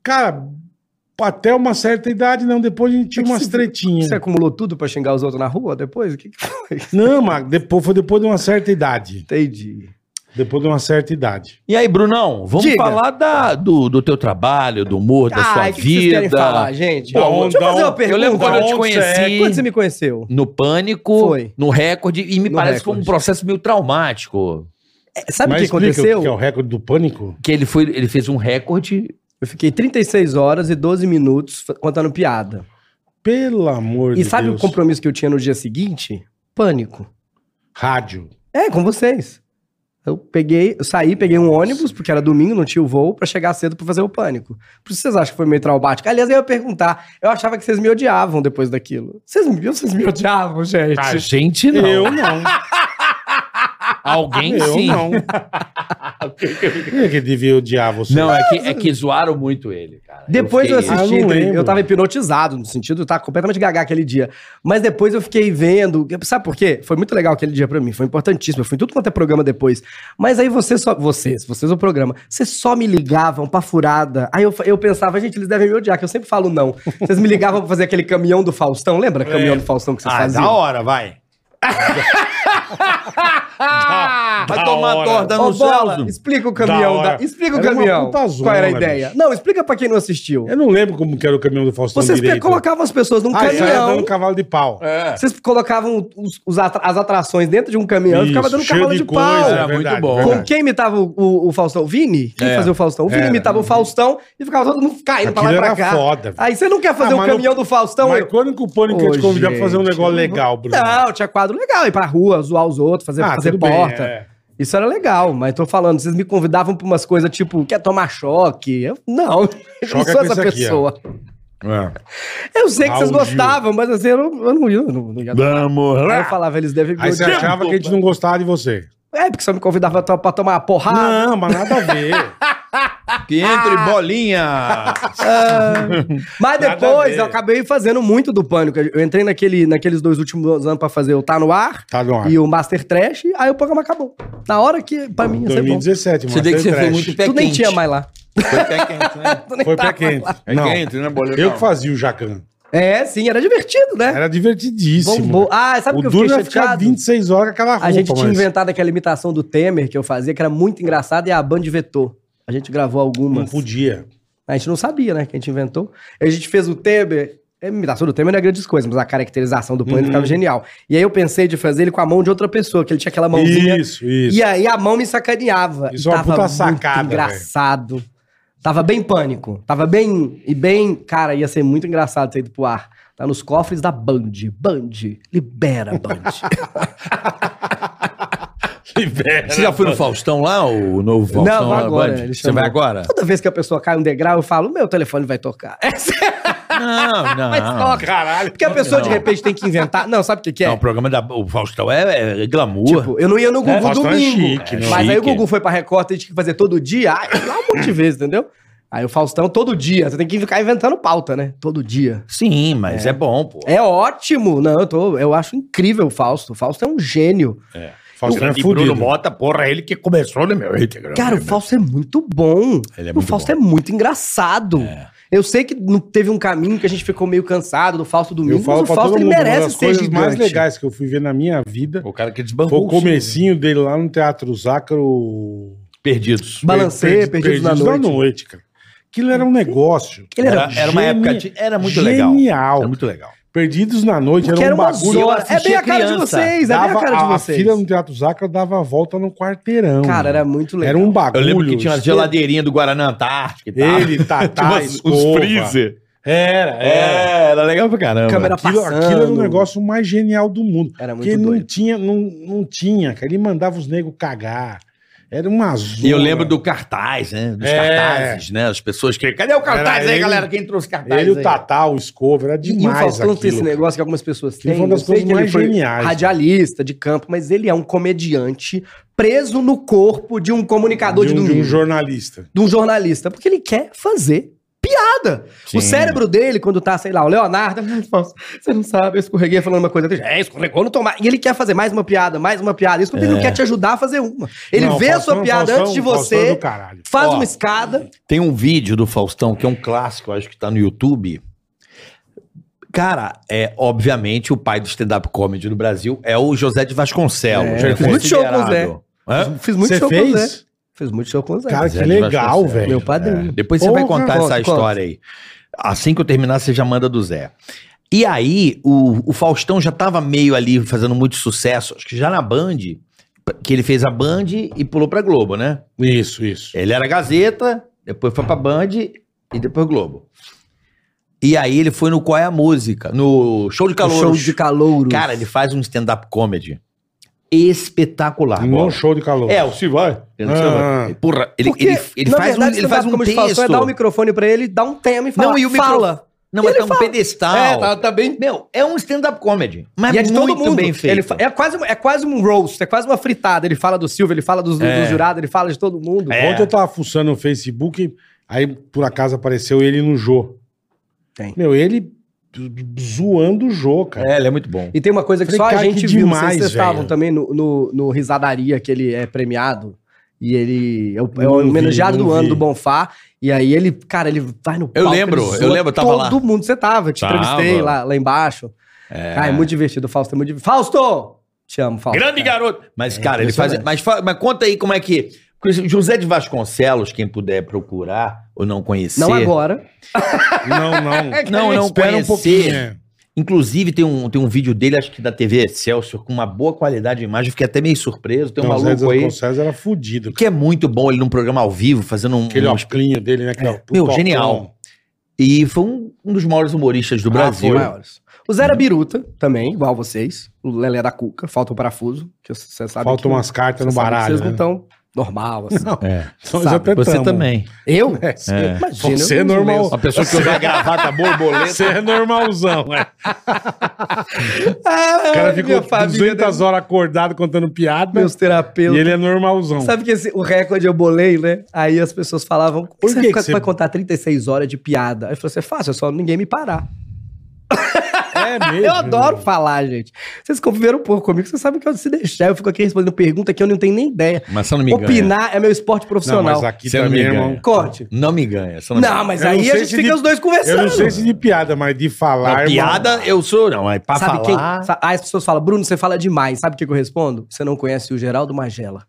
[SPEAKER 3] Cara, até uma certa idade, não. Depois a gente tinha
[SPEAKER 5] É que
[SPEAKER 3] umas
[SPEAKER 5] se-
[SPEAKER 3] tretinhas.
[SPEAKER 5] Você acumulou tudo pra xingar os outros na rua depois? O que, que foi?
[SPEAKER 3] Não, mas depois, foi depois de uma certa idade.
[SPEAKER 5] Entendi.
[SPEAKER 3] Depois de uma certa idade.
[SPEAKER 4] E aí, Brunão, vamos
[SPEAKER 5] Diga.
[SPEAKER 4] falar da- do, do teu trabalho, do humor, da sua
[SPEAKER 5] Ah, o que que vocês querem
[SPEAKER 4] vida.
[SPEAKER 5] falar, gente?
[SPEAKER 3] Da onde-
[SPEAKER 5] Deixa eu
[SPEAKER 3] da
[SPEAKER 5] fazer uma
[SPEAKER 3] onde-
[SPEAKER 5] pergunta.
[SPEAKER 4] eu lembro quando eu te
[SPEAKER 3] onde
[SPEAKER 4] conheci.
[SPEAKER 5] Quando você me conheceu?
[SPEAKER 4] No pânico,
[SPEAKER 5] Foi.
[SPEAKER 4] no recorde, e me
[SPEAKER 5] No
[SPEAKER 4] parece que foi um
[SPEAKER 5] Recorde.
[SPEAKER 4] processo meio traumático.
[SPEAKER 5] É, Sabe o
[SPEAKER 3] Mas
[SPEAKER 5] que
[SPEAKER 3] explica
[SPEAKER 5] aconteceu?
[SPEAKER 3] que é o recorde do pânico?
[SPEAKER 4] Que ele foi, ele fez um recorde.
[SPEAKER 5] Eu fiquei 36 horas e 12 minutos f- contando piada.
[SPEAKER 3] Pelo amor
[SPEAKER 5] E
[SPEAKER 3] de
[SPEAKER 5] sabe
[SPEAKER 3] Deus.
[SPEAKER 5] o compromisso que eu tinha no dia seguinte? Pânico.
[SPEAKER 3] Rádio.
[SPEAKER 5] É, com vocês. Eu peguei, eu saí, peguei um ônibus, porque era domingo, não tinha o voo, pra chegar cedo pra fazer o pânico. Por isso vocês acham que foi meio traumático? Aliás, eu ia perguntar. Eu achava que vocês me odiavam depois daquilo. Vocês me viram? Vocês me odiavam, gente.
[SPEAKER 4] A gente não.
[SPEAKER 3] Eu não.
[SPEAKER 4] Alguém
[SPEAKER 3] eu
[SPEAKER 4] sim.
[SPEAKER 3] não. Quem é que devia odiar você?
[SPEAKER 4] Não, é que, é que zoaram muito ele, cara.
[SPEAKER 5] Depois eu,
[SPEAKER 4] eu fiquei-
[SPEAKER 3] Ah,
[SPEAKER 5] assisti,
[SPEAKER 3] eu não
[SPEAKER 5] entre- eu,
[SPEAKER 3] lembro.
[SPEAKER 5] tava hipnotizado, no sentido, eu tava completamente gaga aquele dia. Mas depois eu fiquei vendo. Sabe por quê? Foi muito legal aquele dia pra mim, foi importantíssimo. Eu fui em tudo quanto é programa depois. Mas aí vocês só. Vocês, vocês o programa, vocês só me ligavam pra furada. Aí eu, fa- eu pensava, gente, eles devem me odiar, que eu sempre falo não. Vocês me ligavam pra fazer aquele caminhão do Faustão, lembra? Caminhão do Faustão que vocês
[SPEAKER 4] Ah,
[SPEAKER 5] faziam?
[SPEAKER 4] da hora, vai.
[SPEAKER 3] da
[SPEAKER 4] vai tomar
[SPEAKER 3] hora.
[SPEAKER 4] torta
[SPEAKER 5] Ah, Ô,
[SPEAKER 4] no
[SPEAKER 5] Bola,
[SPEAKER 4] Celso.
[SPEAKER 5] explica o caminhão.
[SPEAKER 3] Da
[SPEAKER 5] da-
[SPEAKER 3] hora.
[SPEAKER 5] explica o
[SPEAKER 3] Era uma
[SPEAKER 5] caminhão.
[SPEAKER 3] puta zona,
[SPEAKER 5] Qual era a ideia?
[SPEAKER 3] bicho.
[SPEAKER 5] Não, explica pra quem não assistiu.
[SPEAKER 3] Eu não lembro como que era o caminhão do Faustão
[SPEAKER 5] Vocês pe-
[SPEAKER 3] direito.
[SPEAKER 5] colocavam as pessoas num
[SPEAKER 3] Ah, isso aí era
[SPEAKER 5] caminhão.
[SPEAKER 3] dando cavalo de pau.
[SPEAKER 4] É.
[SPEAKER 5] Vocês colocavam os- os atra- as atrações dentro de um caminhão e
[SPEAKER 3] Isso,
[SPEAKER 5] ficava dando
[SPEAKER 3] cheio
[SPEAKER 5] cavalo de, pau.
[SPEAKER 4] Era
[SPEAKER 3] é
[SPEAKER 4] muito
[SPEAKER 3] verdade,
[SPEAKER 4] bom.
[SPEAKER 5] Com
[SPEAKER 3] verdade.
[SPEAKER 5] quem imitava o, o- o Faustão? O Vini? Quem
[SPEAKER 4] É.
[SPEAKER 5] fazia o Faustão? O Vini
[SPEAKER 3] Era.
[SPEAKER 5] imitava o Faustão e ficava todo mundo caindo pra lá e
[SPEAKER 3] Aquilo
[SPEAKER 5] pra
[SPEAKER 3] era
[SPEAKER 5] cá.
[SPEAKER 3] foda, velho.
[SPEAKER 5] Aí você não quer fazer
[SPEAKER 3] Ah,
[SPEAKER 5] o
[SPEAKER 3] mas não-
[SPEAKER 5] caminhão do Faustão?
[SPEAKER 3] Mas
[SPEAKER 5] eu-
[SPEAKER 3] quando que o Pânico ia te
[SPEAKER 5] Ô,
[SPEAKER 3] convidar pra fazer um
[SPEAKER 5] gente,
[SPEAKER 3] negócio
[SPEAKER 5] não-
[SPEAKER 3] legal, Bruno?
[SPEAKER 5] Não, tinha quadro legal, ir pra rua, zoar os outros, fazer,
[SPEAKER 3] Ah,
[SPEAKER 5] fazer
[SPEAKER 3] tudo bem,
[SPEAKER 5] porta.
[SPEAKER 3] é.
[SPEAKER 5] Isso era legal, mas tô falando, vocês me convidavam pra umas coisas tipo, quer tomar choque? Eu, não, eu não
[SPEAKER 3] Choque é
[SPEAKER 5] sou
[SPEAKER 3] com
[SPEAKER 5] essa
[SPEAKER 3] isso aqui,
[SPEAKER 5] pessoa. Eu sei que vocês
[SPEAKER 3] Raul Gil.
[SPEAKER 5] gostavam, mas assim, eu não, eu não, ia- eu não ia.
[SPEAKER 4] Vamos
[SPEAKER 5] Aí eu falava, eles devem me
[SPEAKER 3] Aí você
[SPEAKER 5] odiar.
[SPEAKER 3] achava que a gente não gostava de você.
[SPEAKER 5] É, porque você me convidava to- pra tomar uma porrada.
[SPEAKER 3] Não, mas nada a ver.
[SPEAKER 4] Que entre
[SPEAKER 5] Ah.
[SPEAKER 4] bolinha.
[SPEAKER 5] É. Mas
[SPEAKER 3] Nada a
[SPEAKER 5] depois
[SPEAKER 3] ver.
[SPEAKER 5] eu acabei fazendo muito do pânico. Eu entrei naquele, naqueles dois últimos anos pra fazer o Tá No Ar
[SPEAKER 3] Tá no ar.
[SPEAKER 5] e o Master Trash, aí o programa acabou. Na hora que, pra mim, ia ser bom.
[SPEAKER 3] 2017,
[SPEAKER 4] Você vê que você foi muito pé
[SPEAKER 5] Tu nem
[SPEAKER 4] quente.
[SPEAKER 5] tinha mais lá.
[SPEAKER 4] Foi pé quente, né?
[SPEAKER 5] Tu nem
[SPEAKER 3] Foi pé
[SPEAKER 5] tava
[SPEAKER 3] quente.
[SPEAKER 5] lá.
[SPEAKER 4] É
[SPEAKER 3] não,
[SPEAKER 4] quente, né, bolinha?
[SPEAKER 3] eu que fazia o Jacan.
[SPEAKER 5] É, sim, era divertido, né?
[SPEAKER 3] Era divertidíssimo.
[SPEAKER 5] Bombou. Ah, sabe o que
[SPEAKER 3] o
[SPEAKER 5] eu fiquei
[SPEAKER 3] duro era ficar
[SPEAKER 5] chateado?
[SPEAKER 3] 26 horas com aquela roupa,
[SPEAKER 5] A gente tinha
[SPEAKER 3] mas-
[SPEAKER 5] inventado aquela imitação do Temer que eu fazia, que era muito engraçada, e a Band vetou. A gente gravou
[SPEAKER 3] Não
[SPEAKER 5] algumas.
[SPEAKER 3] podia.
[SPEAKER 5] A gente não sabia, né? Que a gente inventou. A gente fez o Temer. A imitação do Temer não é grandes coisas, mas a caracterização do pânico
[SPEAKER 3] Uhum.
[SPEAKER 5] ficava genial. E aí eu pensei de fazer ele com a mão de outra pessoa, que ele tinha aquela mãozinha.
[SPEAKER 3] Isso, isso.
[SPEAKER 5] E aí a mão me sacaneava.
[SPEAKER 3] Isso
[SPEAKER 5] E
[SPEAKER 3] é uma
[SPEAKER 5] tava
[SPEAKER 3] puta
[SPEAKER 5] muito
[SPEAKER 3] sacada,
[SPEAKER 5] engraçado. Tava bem pânico. Tava bem. E bem. Cara, ia ser muito engraçado ter ido pro ar. Tá nos cofres da Band. Band, libera Band.
[SPEAKER 4] Você já foi no Faustão lá, o novo
[SPEAKER 5] Não,
[SPEAKER 4] Faustão?
[SPEAKER 5] vou
[SPEAKER 4] lá,
[SPEAKER 5] agora,
[SPEAKER 4] Band?
[SPEAKER 5] ele
[SPEAKER 4] Você vai
[SPEAKER 5] chamou.
[SPEAKER 4] agora?
[SPEAKER 5] Toda vez que a pessoa cai um degrau, eu falo: meu telefone vai tocar.
[SPEAKER 4] Não, não.
[SPEAKER 5] Mas toca.
[SPEAKER 3] Caralho.
[SPEAKER 5] Porque a pessoa
[SPEAKER 4] Não.
[SPEAKER 5] de repente tem que inventar. Não, sabe o que, que é?
[SPEAKER 4] Ah. Não, o programa da o Faustão é, é glamour.
[SPEAKER 5] Tipo, eu não ia no Gugu
[SPEAKER 3] Faustão é
[SPEAKER 5] domingo.
[SPEAKER 3] chique, né?
[SPEAKER 5] mas aí o
[SPEAKER 4] Chique.
[SPEAKER 5] Gugu foi pra Record, tem que fazer todo dia. Ah, lá um monte de vezes, entendeu? Aí o Faustão, todo dia. Você tem que ficar inventando pauta, né? Todo dia.
[SPEAKER 4] Sim, mas é, bom, pô.
[SPEAKER 5] É ótimo. Não, eu, tô, eu acho incrível o Fausto. O Fausto é um gênio.
[SPEAKER 3] Faustão é
[SPEAKER 4] E Bruno
[SPEAKER 3] fudido.
[SPEAKER 4] Mota, porra, ele que começou no meu Instagram.
[SPEAKER 5] Cara, o Fausto é muito bom.
[SPEAKER 4] Ele é
[SPEAKER 5] o
[SPEAKER 4] muito
[SPEAKER 5] Fausto
[SPEAKER 4] bom. É.
[SPEAKER 5] é muito engraçado. Eu sei que não teve um caminho que a gente ficou meio cansado do Fausto domingo,
[SPEAKER 3] Eu falo
[SPEAKER 5] mas o
[SPEAKER 3] pra
[SPEAKER 5] Fausto
[SPEAKER 3] todo
[SPEAKER 5] ele
[SPEAKER 3] mundo, uma
[SPEAKER 5] merece
[SPEAKER 3] das
[SPEAKER 5] ser
[SPEAKER 3] coisas
[SPEAKER 5] gigante. né?
[SPEAKER 3] mais legais que eu fui ver na minha vida
[SPEAKER 4] é O cara que
[SPEAKER 3] foi
[SPEAKER 4] desbancou.
[SPEAKER 3] o comecinho dele lá no Teatro Zácaro...
[SPEAKER 4] Perdidos.
[SPEAKER 5] Balancei, perdidos, na noite.
[SPEAKER 3] cara. Aquilo era um negócio.
[SPEAKER 5] Ele era
[SPEAKER 4] Era, era uma
[SPEAKER 3] geni-
[SPEAKER 4] época. de- era muito legal.
[SPEAKER 3] genial.
[SPEAKER 4] Era muito legal.
[SPEAKER 3] Perdidos na noite
[SPEAKER 5] Porque
[SPEAKER 3] era
[SPEAKER 5] era
[SPEAKER 3] um
[SPEAKER 5] uma
[SPEAKER 3] bagulho.
[SPEAKER 4] eu
[SPEAKER 5] zona. É bem
[SPEAKER 4] assistia
[SPEAKER 5] a cara de
[SPEAKER 4] criança.
[SPEAKER 5] vocês. É bem a
[SPEAKER 3] Dava,
[SPEAKER 5] cara de
[SPEAKER 3] a, a
[SPEAKER 5] vocês.
[SPEAKER 3] fila no Teatro Zácaro dava a volta no quarteirão.
[SPEAKER 5] Cara, era muito legal.
[SPEAKER 3] Era um bagulho.
[SPEAKER 4] Eu lembro que tinha a geladeirinha do Guaraná Antártica e tal.
[SPEAKER 3] Ele, Tatá,
[SPEAKER 4] Tinha os-
[SPEAKER 3] escova.
[SPEAKER 4] os freezer.
[SPEAKER 3] Era, era.
[SPEAKER 4] É, era legal pra caramba.
[SPEAKER 5] Câmera
[SPEAKER 3] Aquilo, aquilo era o
[SPEAKER 5] passando.
[SPEAKER 3] negócio mais genial do mundo.
[SPEAKER 5] Era muito
[SPEAKER 3] Porque não
[SPEAKER 5] doido.
[SPEAKER 3] tinha, não, não tinha, cara. Ele mandava os negros cagar. Era uma zona.
[SPEAKER 4] E eu lembro do cartaz, né? Dos
[SPEAKER 3] É.
[SPEAKER 4] cartazes, né? As pessoas que. Cadê o cartaz
[SPEAKER 3] Era
[SPEAKER 4] aí,
[SPEAKER 3] ele-
[SPEAKER 4] galera? Quem trouxe cartaz?
[SPEAKER 3] Ele, o
[SPEAKER 4] aí?
[SPEAKER 3] Tatá, o Escova, era
[SPEAKER 5] E o
[SPEAKER 3] demais
[SPEAKER 5] Faustão tem esse
[SPEAKER 3] aquilo.
[SPEAKER 5] negócio que algumas pessoas
[SPEAKER 3] Ele
[SPEAKER 5] têm.
[SPEAKER 3] foi uma das
[SPEAKER 5] eu sei
[SPEAKER 3] coisas
[SPEAKER 5] que ele
[SPEAKER 3] mais
[SPEAKER 5] foi
[SPEAKER 3] geniais.
[SPEAKER 5] Radialista de campo, mas ele é um comediante preso no corpo de um comunicador de,
[SPEAKER 3] de um, de um
[SPEAKER 5] domingo,
[SPEAKER 3] jornalista.
[SPEAKER 5] de um jornalista, porque ele quer fazer piada.
[SPEAKER 4] Sim.
[SPEAKER 5] O cérebro dele, quando tá, sei lá, o Leonardo, "Ai, Fausto, você não sabe, eu escorreguei falando uma coisa, é, escorregou no tomate. E ele quer fazer mais uma piada, mais uma piada. Isso porque
[SPEAKER 4] É.
[SPEAKER 5] ele não quer te ajudar a fazer uma. Ele
[SPEAKER 3] Não,
[SPEAKER 5] vê a
[SPEAKER 3] Faustão-
[SPEAKER 5] sua piada
[SPEAKER 3] Faustão-
[SPEAKER 5] antes de
[SPEAKER 3] Faustão é
[SPEAKER 5] você,
[SPEAKER 3] do caralho.
[SPEAKER 5] faz
[SPEAKER 4] Ó.
[SPEAKER 5] uma escada.
[SPEAKER 4] Tem um vídeo do Faustão, que é um clássico, eu acho que tá no YouTube. Cara, é obviamente o pai do stand-up comedy no Brasil é o José de Vasconcelos.
[SPEAKER 5] É,
[SPEAKER 4] né?
[SPEAKER 5] fiz muito show com o Zé.
[SPEAKER 4] Considerado. Hã?
[SPEAKER 5] Fiz muito
[SPEAKER 3] Você
[SPEAKER 5] show é. com o Zé.
[SPEAKER 3] fez?
[SPEAKER 5] Fiz muito show com o Zé.
[SPEAKER 3] Cara, que
[SPEAKER 4] Zé de
[SPEAKER 3] legal,
[SPEAKER 4] Vasconcelos.
[SPEAKER 3] velho.
[SPEAKER 5] Meu padrinho.
[SPEAKER 4] É. Depois você vai
[SPEAKER 3] Porra,
[SPEAKER 4] contar
[SPEAKER 5] conta,
[SPEAKER 4] essa
[SPEAKER 5] conta.
[SPEAKER 4] história aí. Assim que eu terminar, você já manda do Zé. E aí, o, o Faustão já tava meio ali fazendo muito sucesso, acho que já na Band, que ele fez a Band e pulou pra Globo, né?
[SPEAKER 3] Isso, isso.
[SPEAKER 4] Ele era Gazeta, depois foi pra Band e depois Globo. E aí ele foi no Qual é a Música, no Show de Calouros.
[SPEAKER 5] Show de calouro.
[SPEAKER 4] Cara, ele faz um stand-up comedy espetacular.
[SPEAKER 3] Não
[SPEAKER 4] Bola.
[SPEAKER 3] Um show de calor.
[SPEAKER 4] Tá É, o
[SPEAKER 3] se vai.
[SPEAKER 4] Ele chama-
[SPEAKER 3] Ah.
[SPEAKER 4] Porra, ele,
[SPEAKER 5] Porque,
[SPEAKER 4] ele, ele
[SPEAKER 5] na
[SPEAKER 4] faz
[SPEAKER 5] verdade,
[SPEAKER 4] um, ele faz um
[SPEAKER 5] como eles falam,
[SPEAKER 4] texto.
[SPEAKER 5] Só é dar o microfone pra ele, dar um tema e falar.
[SPEAKER 4] Não, e o micro-
[SPEAKER 5] fala.
[SPEAKER 4] Não, mas
[SPEAKER 5] Ele
[SPEAKER 4] tá um
[SPEAKER 5] fala.
[SPEAKER 4] pedestal.
[SPEAKER 5] É, tá-
[SPEAKER 4] bem... Meu, é um stand-up comedy. Mas
[SPEAKER 5] e é de
[SPEAKER 4] muito
[SPEAKER 5] todo mundo.
[SPEAKER 4] bem feito.
[SPEAKER 5] Ele fa- é, quase, é quase um roast, é quase uma fritada. Ele fala do Silvio, ele fala dos, dos jurados, ele fala de todo mundo.
[SPEAKER 4] É.
[SPEAKER 3] Ontem eu tava fuçando no Facebook, aí por acaso apareceu ele no Jô.
[SPEAKER 5] Tem.
[SPEAKER 3] Meu, ele zoando o Jô, cara.
[SPEAKER 4] É, ele é muito bom.
[SPEAKER 5] E tem uma coisa que
[SPEAKER 3] Falei,
[SPEAKER 5] só a
[SPEAKER 3] cara,
[SPEAKER 5] gente
[SPEAKER 3] que
[SPEAKER 5] viu,
[SPEAKER 3] demais,
[SPEAKER 5] vocês estavam
[SPEAKER 3] velho.
[SPEAKER 5] também no, no, no Risadaria, que ele é premiado. E ele é o, é
[SPEAKER 3] Não
[SPEAKER 5] o
[SPEAKER 3] vi,
[SPEAKER 5] homenageado
[SPEAKER 3] não
[SPEAKER 5] do ano
[SPEAKER 3] vi.
[SPEAKER 5] do Bonfá. E aí ele, cara, ele vai no
[SPEAKER 4] Eu
[SPEAKER 5] palco,
[SPEAKER 4] lembro,
[SPEAKER 5] ele zoa
[SPEAKER 4] eu lembro, eu tava
[SPEAKER 5] todo
[SPEAKER 4] lá.
[SPEAKER 5] Todo mundo, você tava, eu te
[SPEAKER 4] Tava.
[SPEAKER 5] entrevistei lá, lá embaixo.
[SPEAKER 4] É.
[SPEAKER 5] Cara, é muito divertido, o Fausto é muito divertido. Fausto! Te amo, Fausto.
[SPEAKER 4] Grande
[SPEAKER 5] cara.
[SPEAKER 4] garoto. Mas,
[SPEAKER 5] É
[SPEAKER 4] cara, ele faz. Mas, fa- mas conta aí como é que. porque José de Vasconcelos, quem puder procurar ou não conhecer.
[SPEAKER 5] Não agora. É.
[SPEAKER 3] Não, não.
[SPEAKER 4] Não, não
[SPEAKER 3] Espera um
[SPEAKER 4] conhecer.
[SPEAKER 3] pouquinho. é.
[SPEAKER 4] Inclusive, tem um, tem um vídeo dele, acho que da TV Excelsior, com uma boa qualidade de imagem. Eu Fiquei até meio surpreso. Tem um
[SPEAKER 3] Não, Zé
[SPEAKER 4] maluco aí.
[SPEAKER 3] Vasconcelos era fudido.
[SPEAKER 4] Que é muito bom ele num programa ao vivo, fazendo um.
[SPEAKER 3] Aquele
[SPEAKER 4] um-
[SPEAKER 3] óculos dele, né?
[SPEAKER 5] é.
[SPEAKER 3] Aquele
[SPEAKER 4] Meu,
[SPEAKER 3] óculos.
[SPEAKER 4] genial. E foi um, um dos maiores humoristas do Brasil.
[SPEAKER 5] Ah, foi maiores. O Zé era biruta também, igual vocês. O Lelé da Cuca, falta o parafuso, que você sabe que
[SPEAKER 3] Faltam umas cartas
[SPEAKER 5] você
[SPEAKER 3] no
[SPEAKER 5] sabe que
[SPEAKER 3] baralho.
[SPEAKER 5] Vocês não
[SPEAKER 3] né?
[SPEAKER 5] estão normal, assim.
[SPEAKER 4] É.
[SPEAKER 3] Nós
[SPEAKER 5] sabe,
[SPEAKER 3] até
[SPEAKER 4] Você
[SPEAKER 3] tamo.
[SPEAKER 4] também.
[SPEAKER 5] Eu?
[SPEAKER 3] É, você-
[SPEAKER 4] É.
[SPEAKER 5] Imagina.
[SPEAKER 3] Você
[SPEAKER 5] eu
[SPEAKER 3] é
[SPEAKER 5] não
[SPEAKER 3] normal.
[SPEAKER 5] lenço.
[SPEAKER 4] Uma pessoa que usa gravata borboleta.
[SPEAKER 3] Você é normalzão, é. Ah,
[SPEAKER 5] Ah,
[SPEAKER 3] O cara ficou 200 horas acordado contando piada
[SPEAKER 5] Meus
[SPEAKER 3] e
[SPEAKER 5] terapeutas.
[SPEAKER 3] ele é normalzão.
[SPEAKER 5] né?
[SPEAKER 4] um-
[SPEAKER 5] Sabe que esse- o recorde eu bolei, né? Aí as pessoas falavam, por que,
[SPEAKER 3] Por
[SPEAKER 5] você
[SPEAKER 3] que
[SPEAKER 5] fica-
[SPEAKER 3] que você-
[SPEAKER 5] vai contar 36 horas de piada? Aí eu falei assim, é fácil, é só ninguém me parar.
[SPEAKER 3] É mesmo.
[SPEAKER 5] Eu adoro falar, gente. Vocês conviveram um pouco comigo, vocês sabem que eu se deixar, eu fico aqui respondendo pergunta que eu não tenho nem ideia.
[SPEAKER 4] Mas você não me ganha.
[SPEAKER 5] Opinar é meu esporte
[SPEAKER 3] Não,
[SPEAKER 5] profissional.
[SPEAKER 3] mas aqui
[SPEAKER 4] Você não
[SPEAKER 3] também,
[SPEAKER 4] me é ganha.
[SPEAKER 5] né?
[SPEAKER 3] irmão.
[SPEAKER 5] Corte.
[SPEAKER 4] Não me ganha. você não me
[SPEAKER 5] Não, mas
[SPEAKER 3] Eu não
[SPEAKER 5] aí
[SPEAKER 3] sei
[SPEAKER 5] a gente
[SPEAKER 3] se
[SPEAKER 5] fica
[SPEAKER 3] de-
[SPEAKER 5] os dois
[SPEAKER 3] Eu
[SPEAKER 5] conversando.
[SPEAKER 3] não sei se de piada, mas de falar.
[SPEAKER 4] Não,
[SPEAKER 3] irmão.
[SPEAKER 4] piada eu sou, não. É pra
[SPEAKER 5] Sabe quem?
[SPEAKER 4] falar.
[SPEAKER 5] sa- Aí as pessoas falam, Bruno, você fala demais. Sabe o que que eu respondo? Você não conhece o Geraldo Magela.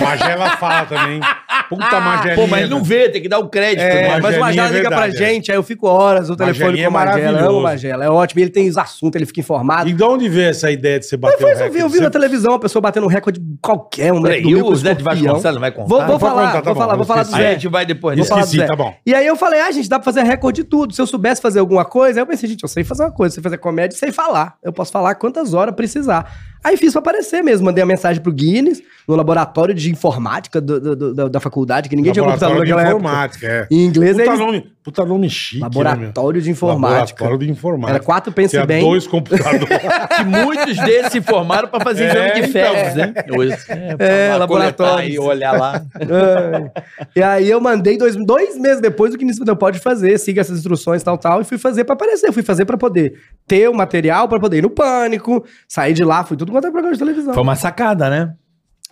[SPEAKER 3] Magela fala também.
[SPEAKER 5] Ah,
[SPEAKER 3] Puta Magela.
[SPEAKER 4] Ah, Pô, mas ele não vê, tem que dar o crédito.
[SPEAKER 5] É,
[SPEAKER 4] né?
[SPEAKER 5] mas
[SPEAKER 3] Magelinha
[SPEAKER 5] o Magela
[SPEAKER 3] é
[SPEAKER 5] liga pra
[SPEAKER 3] verdade, é.
[SPEAKER 5] gente, aí eu fico horas no telefone
[SPEAKER 3] Magelinha
[SPEAKER 5] com o
[SPEAKER 3] é
[SPEAKER 5] Magela. Eu amo
[SPEAKER 3] maravilhoso.
[SPEAKER 5] o Magela, é ótimo. Ele tem os assuntos, ele fica informado.
[SPEAKER 3] E de onde veio essa ideia de você bater
[SPEAKER 5] Mas foi, isso, eu
[SPEAKER 3] recorde?
[SPEAKER 5] vi, eu vi na
[SPEAKER 3] Você-
[SPEAKER 5] televisão a pessoa batendo um recorde qualquer, um
[SPEAKER 4] Peraí,
[SPEAKER 5] moleque do
[SPEAKER 4] e
[SPEAKER 5] Rio com
[SPEAKER 4] o Zé de
[SPEAKER 5] escorpião.
[SPEAKER 4] Vasconcelos vai contar?
[SPEAKER 5] Vou, vou
[SPEAKER 3] Vou
[SPEAKER 5] falar,
[SPEAKER 3] contar, tá
[SPEAKER 5] vou
[SPEAKER 3] bom,
[SPEAKER 5] falar,
[SPEAKER 3] eu
[SPEAKER 5] vou falar do
[SPEAKER 3] esqueci.
[SPEAKER 4] Aí a
[SPEAKER 5] Zé.
[SPEAKER 4] gente vai depois.
[SPEAKER 5] Vou falar do
[SPEAKER 3] Esqueci,
[SPEAKER 5] Zé.
[SPEAKER 3] tá bom.
[SPEAKER 5] E aí eu falei, ah, gente, dá pra fazer recorde de tudo. Se eu soubesse fazer alguma coisa, aí eu pensei, gente, eu sei fazer uma coisa, sei fazer comédia, sei falar. Eu posso falar quantas horas precisar. Aí fiz pra aparecer mesmo, mandei a mensagem pro Guinness, no laboratório de informática do- do- do- da- da faculdade, que ninguém tinha computador
[SPEAKER 3] Laboratório de
[SPEAKER 5] naquela época.
[SPEAKER 3] informática, é.
[SPEAKER 5] Em inglês
[SPEAKER 3] Puta,
[SPEAKER 5] eles
[SPEAKER 3] nome, puta nome chique, né, meu?
[SPEAKER 5] Laboratório de informática.
[SPEAKER 3] Laboratório de informática.
[SPEAKER 5] Era quatro pense
[SPEAKER 3] Tinha
[SPEAKER 5] bem.
[SPEAKER 3] dois computadores.
[SPEAKER 4] é Que muitos deles se formaram pra fazer
[SPEAKER 3] É,
[SPEAKER 4] exame de
[SPEAKER 3] então.
[SPEAKER 4] fezes, né? Hoje, é, pra
[SPEAKER 5] É,
[SPEAKER 4] lá
[SPEAKER 5] laboratório.
[SPEAKER 4] coletar E olhar lá.
[SPEAKER 5] Ai. É. e aí eu mandei dois, dois meses depois o que Nisso pode fazer, siga essas instruções, tal, tal, e fui fazer pra aparecer, fui fazer pra poder ter o material, pra poder ir no pânico, sair de lá, fui tudo quanto é programa de televisão.
[SPEAKER 4] Foi uma sacada, né?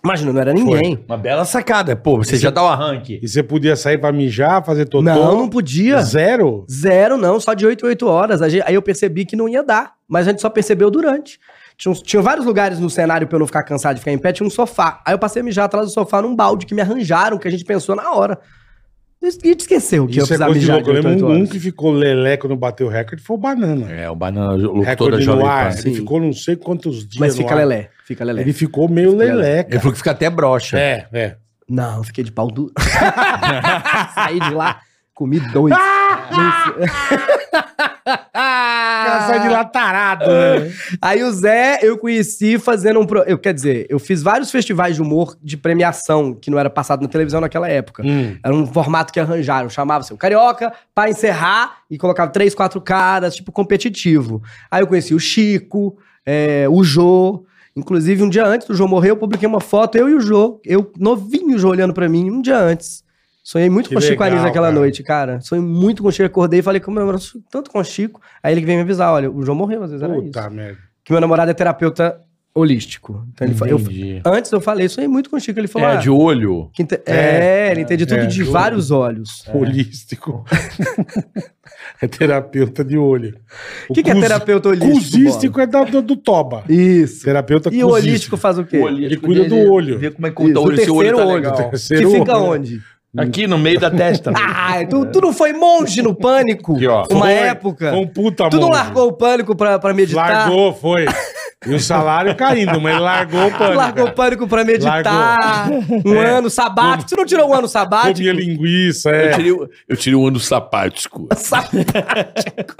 [SPEAKER 5] Imagina, não era ninguém.
[SPEAKER 4] Uma bela sacada. Pô, você já dá o arranque.
[SPEAKER 3] e você podia sair pra mijar, fazer totó?
[SPEAKER 5] Não, não podia.
[SPEAKER 3] Zero?
[SPEAKER 5] Zero não, só de 8 em 8 horas. A gente- Aí eu percebi que não ia dar, mas a gente só percebeu durante. Tinha, uns- tinha vários lugares no cenário pra eu não ficar cansado de ficar em pé, tinha um sofá. Aí eu passei a mijar atrás do sofá num balde que me arranjaram, que a gente pensou na hora. E e esqueceu que eu
[SPEAKER 3] Isso é
[SPEAKER 5] precisava
[SPEAKER 3] coisa de
[SPEAKER 5] mijar
[SPEAKER 3] louco.
[SPEAKER 5] de
[SPEAKER 3] Eu
[SPEAKER 5] 8 em 8
[SPEAKER 3] lembro um
[SPEAKER 5] horas.
[SPEAKER 3] que ficou lelé quando bateu o recorde foi o Banana.
[SPEAKER 4] É, o banana, o locutor da
[SPEAKER 3] recorde
[SPEAKER 4] Jovem
[SPEAKER 3] no
[SPEAKER 4] Pan.
[SPEAKER 3] ar.
[SPEAKER 5] Sim.
[SPEAKER 3] Ele ficou não sei quantos dias
[SPEAKER 5] Mas
[SPEAKER 3] no
[SPEAKER 5] fica
[SPEAKER 3] ar.
[SPEAKER 5] lelé, fica lelé.
[SPEAKER 3] Ele ficou meio lelé,
[SPEAKER 4] Ele
[SPEAKER 3] cara.
[SPEAKER 4] falou que fica até broxa.
[SPEAKER 3] É, é.
[SPEAKER 5] Não, eu fiquei de pau duro. Saí de lá, comi dois. Ah!
[SPEAKER 3] cara sai de lá tarado, né?
[SPEAKER 5] Ah! Aí o Zé eu conheci fazendo um. Pro... Eu, quer dizer, eu fiz vários festivais de humor de premiação que não era passado na televisão naquela época.
[SPEAKER 3] Hum.
[SPEAKER 5] Era um formato que arranjaram. Chamava assim, o Carioca pra encerrar e colocava três, quatro caras, tipo competitivo. Aí eu conheci o Chico, é, o Jô. Inclusive, um dia antes do Jô morrer, eu publiquei uma foto, eu e o Jô. Eu, novinho, o Jô olhando pra mim, um dia antes. Sonhei muito
[SPEAKER 3] Que
[SPEAKER 5] com o Chico
[SPEAKER 3] legal,
[SPEAKER 5] Anísio naquela
[SPEAKER 3] cara.
[SPEAKER 5] noite, cara. Sonhei muito com o Chico. Acordei e falei, como eu namoro tanto com o Chico. Aí ele que veio me avisar, olha, o Jô morreu, às vezes era isso.
[SPEAKER 3] Puta merda.
[SPEAKER 5] Que meu namorado é terapeuta holístico. Então ele fa- eu-
[SPEAKER 4] Entendi.
[SPEAKER 5] antes eu falei, sonhei muito com o Chico. Ele falou, ah,
[SPEAKER 4] É, de olho.
[SPEAKER 5] que inte- é, ele entende tudo
[SPEAKER 3] é,
[SPEAKER 5] de
[SPEAKER 3] juro.
[SPEAKER 5] vários olhos.
[SPEAKER 3] É. Holístico. é terapeuta de olho.
[SPEAKER 5] O que, que é
[SPEAKER 3] cus-
[SPEAKER 5] terapeuta holístico?
[SPEAKER 3] Cusístico é da, do, do toba.
[SPEAKER 5] Bola? Isso.
[SPEAKER 3] Terapeuta
[SPEAKER 5] E o holístico faz o quê?
[SPEAKER 3] Ele cuida do olho.
[SPEAKER 4] Vê como é que
[SPEAKER 5] Isso,
[SPEAKER 4] tá o olho, se o Tá olho tá legal.
[SPEAKER 5] que
[SPEAKER 3] Terceiro
[SPEAKER 5] fica
[SPEAKER 3] olho.
[SPEAKER 5] onde?
[SPEAKER 4] Aqui no meio da testa.
[SPEAKER 5] Ah, tu, tu não foi monge no pânico?
[SPEAKER 4] Aqui, ó.
[SPEAKER 5] Uma
[SPEAKER 3] Foi,
[SPEAKER 5] época.
[SPEAKER 3] Foi um puta
[SPEAKER 5] tu não
[SPEAKER 3] monge.
[SPEAKER 5] largou o pânico pra, pra meditar?
[SPEAKER 3] Largou, foi. E o salário caindo, mas ele largou o pânico.
[SPEAKER 5] Ah, Largou o pânico pra meditar. Um
[SPEAKER 3] É.
[SPEAKER 5] ano sabático. Você não tirou um ano sabático?
[SPEAKER 3] Comia linguiça, é.
[SPEAKER 6] Eu tirei, o- eu tirei um ano sapático.
[SPEAKER 5] Sabático.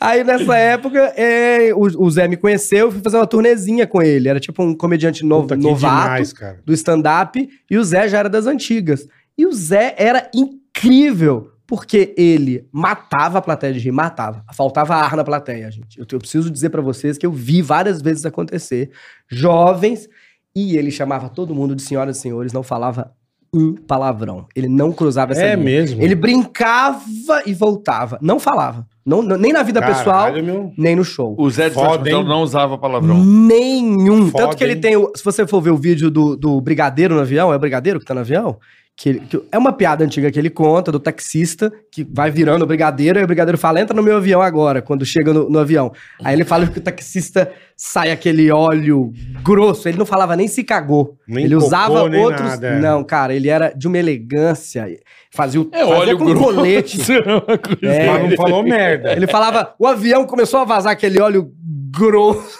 [SPEAKER 5] Aí nessa época, é, o, o Zé me conheceu, eu fui fazer uma turnezinha com ele. Era tipo um comediante novo,
[SPEAKER 3] Puta, que
[SPEAKER 5] novato
[SPEAKER 3] demais, cara.
[SPEAKER 5] do stand-up e o Zé já era das antigas. E o Zé era incrível, porque ele matava a plateia de rir, matava. Faltava ar na plateia, gente. Eu, te- eu preciso dizer pra vocês que eu vi várias vezes acontecer. Jovens, e ele chamava todo mundo de senhoras e senhores, não falava um palavrão. Ele não cruzava essa
[SPEAKER 3] É
[SPEAKER 5] linha.
[SPEAKER 3] mesmo.
[SPEAKER 5] Ele brincava e voltava. Não falava. Não, não- nem na vida
[SPEAKER 3] Caralho,
[SPEAKER 5] pessoal,
[SPEAKER 3] meu.
[SPEAKER 5] nem no show.
[SPEAKER 6] O Zé de
[SPEAKER 3] Foda,
[SPEAKER 6] Satisfação
[SPEAKER 3] hein?
[SPEAKER 6] não usava palavrão.
[SPEAKER 5] Nenhum.
[SPEAKER 3] Foda,
[SPEAKER 5] Tanto que ele
[SPEAKER 3] hein?
[SPEAKER 5] tem. o- Se você for ver o vídeo do, do Brigadeiro no avião, é o Brigadeiro que tá no avião? Que, ele- que é uma piada antiga que ele conta do taxista que vai virando o brigadeiro e o brigadeiro fala: entra no meu avião agora, quando chega no, no avião. Aí ele fala que o taxista sai aquele óleo grosso. Ele não falava nem se cagou.
[SPEAKER 3] Nem
[SPEAKER 5] ele
[SPEAKER 3] cocô,
[SPEAKER 5] usava
[SPEAKER 3] nem
[SPEAKER 5] outros.
[SPEAKER 3] nada, é.
[SPEAKER 5] Não, cara, ele era de uma elegância. Fazia o
[SPEAKER 6] É
[SPEAKER 5] fazia
[SPEAKER 6] óleo
[SPEAKER 5] com
[SPEAKER 6] grosso.
[SPEAKER 5] colete.
[SPEAKER 3] É, mas não falou merda.
[SPEAKER 5] Ele falava, o avião começou a vazar aquele óleo grosso.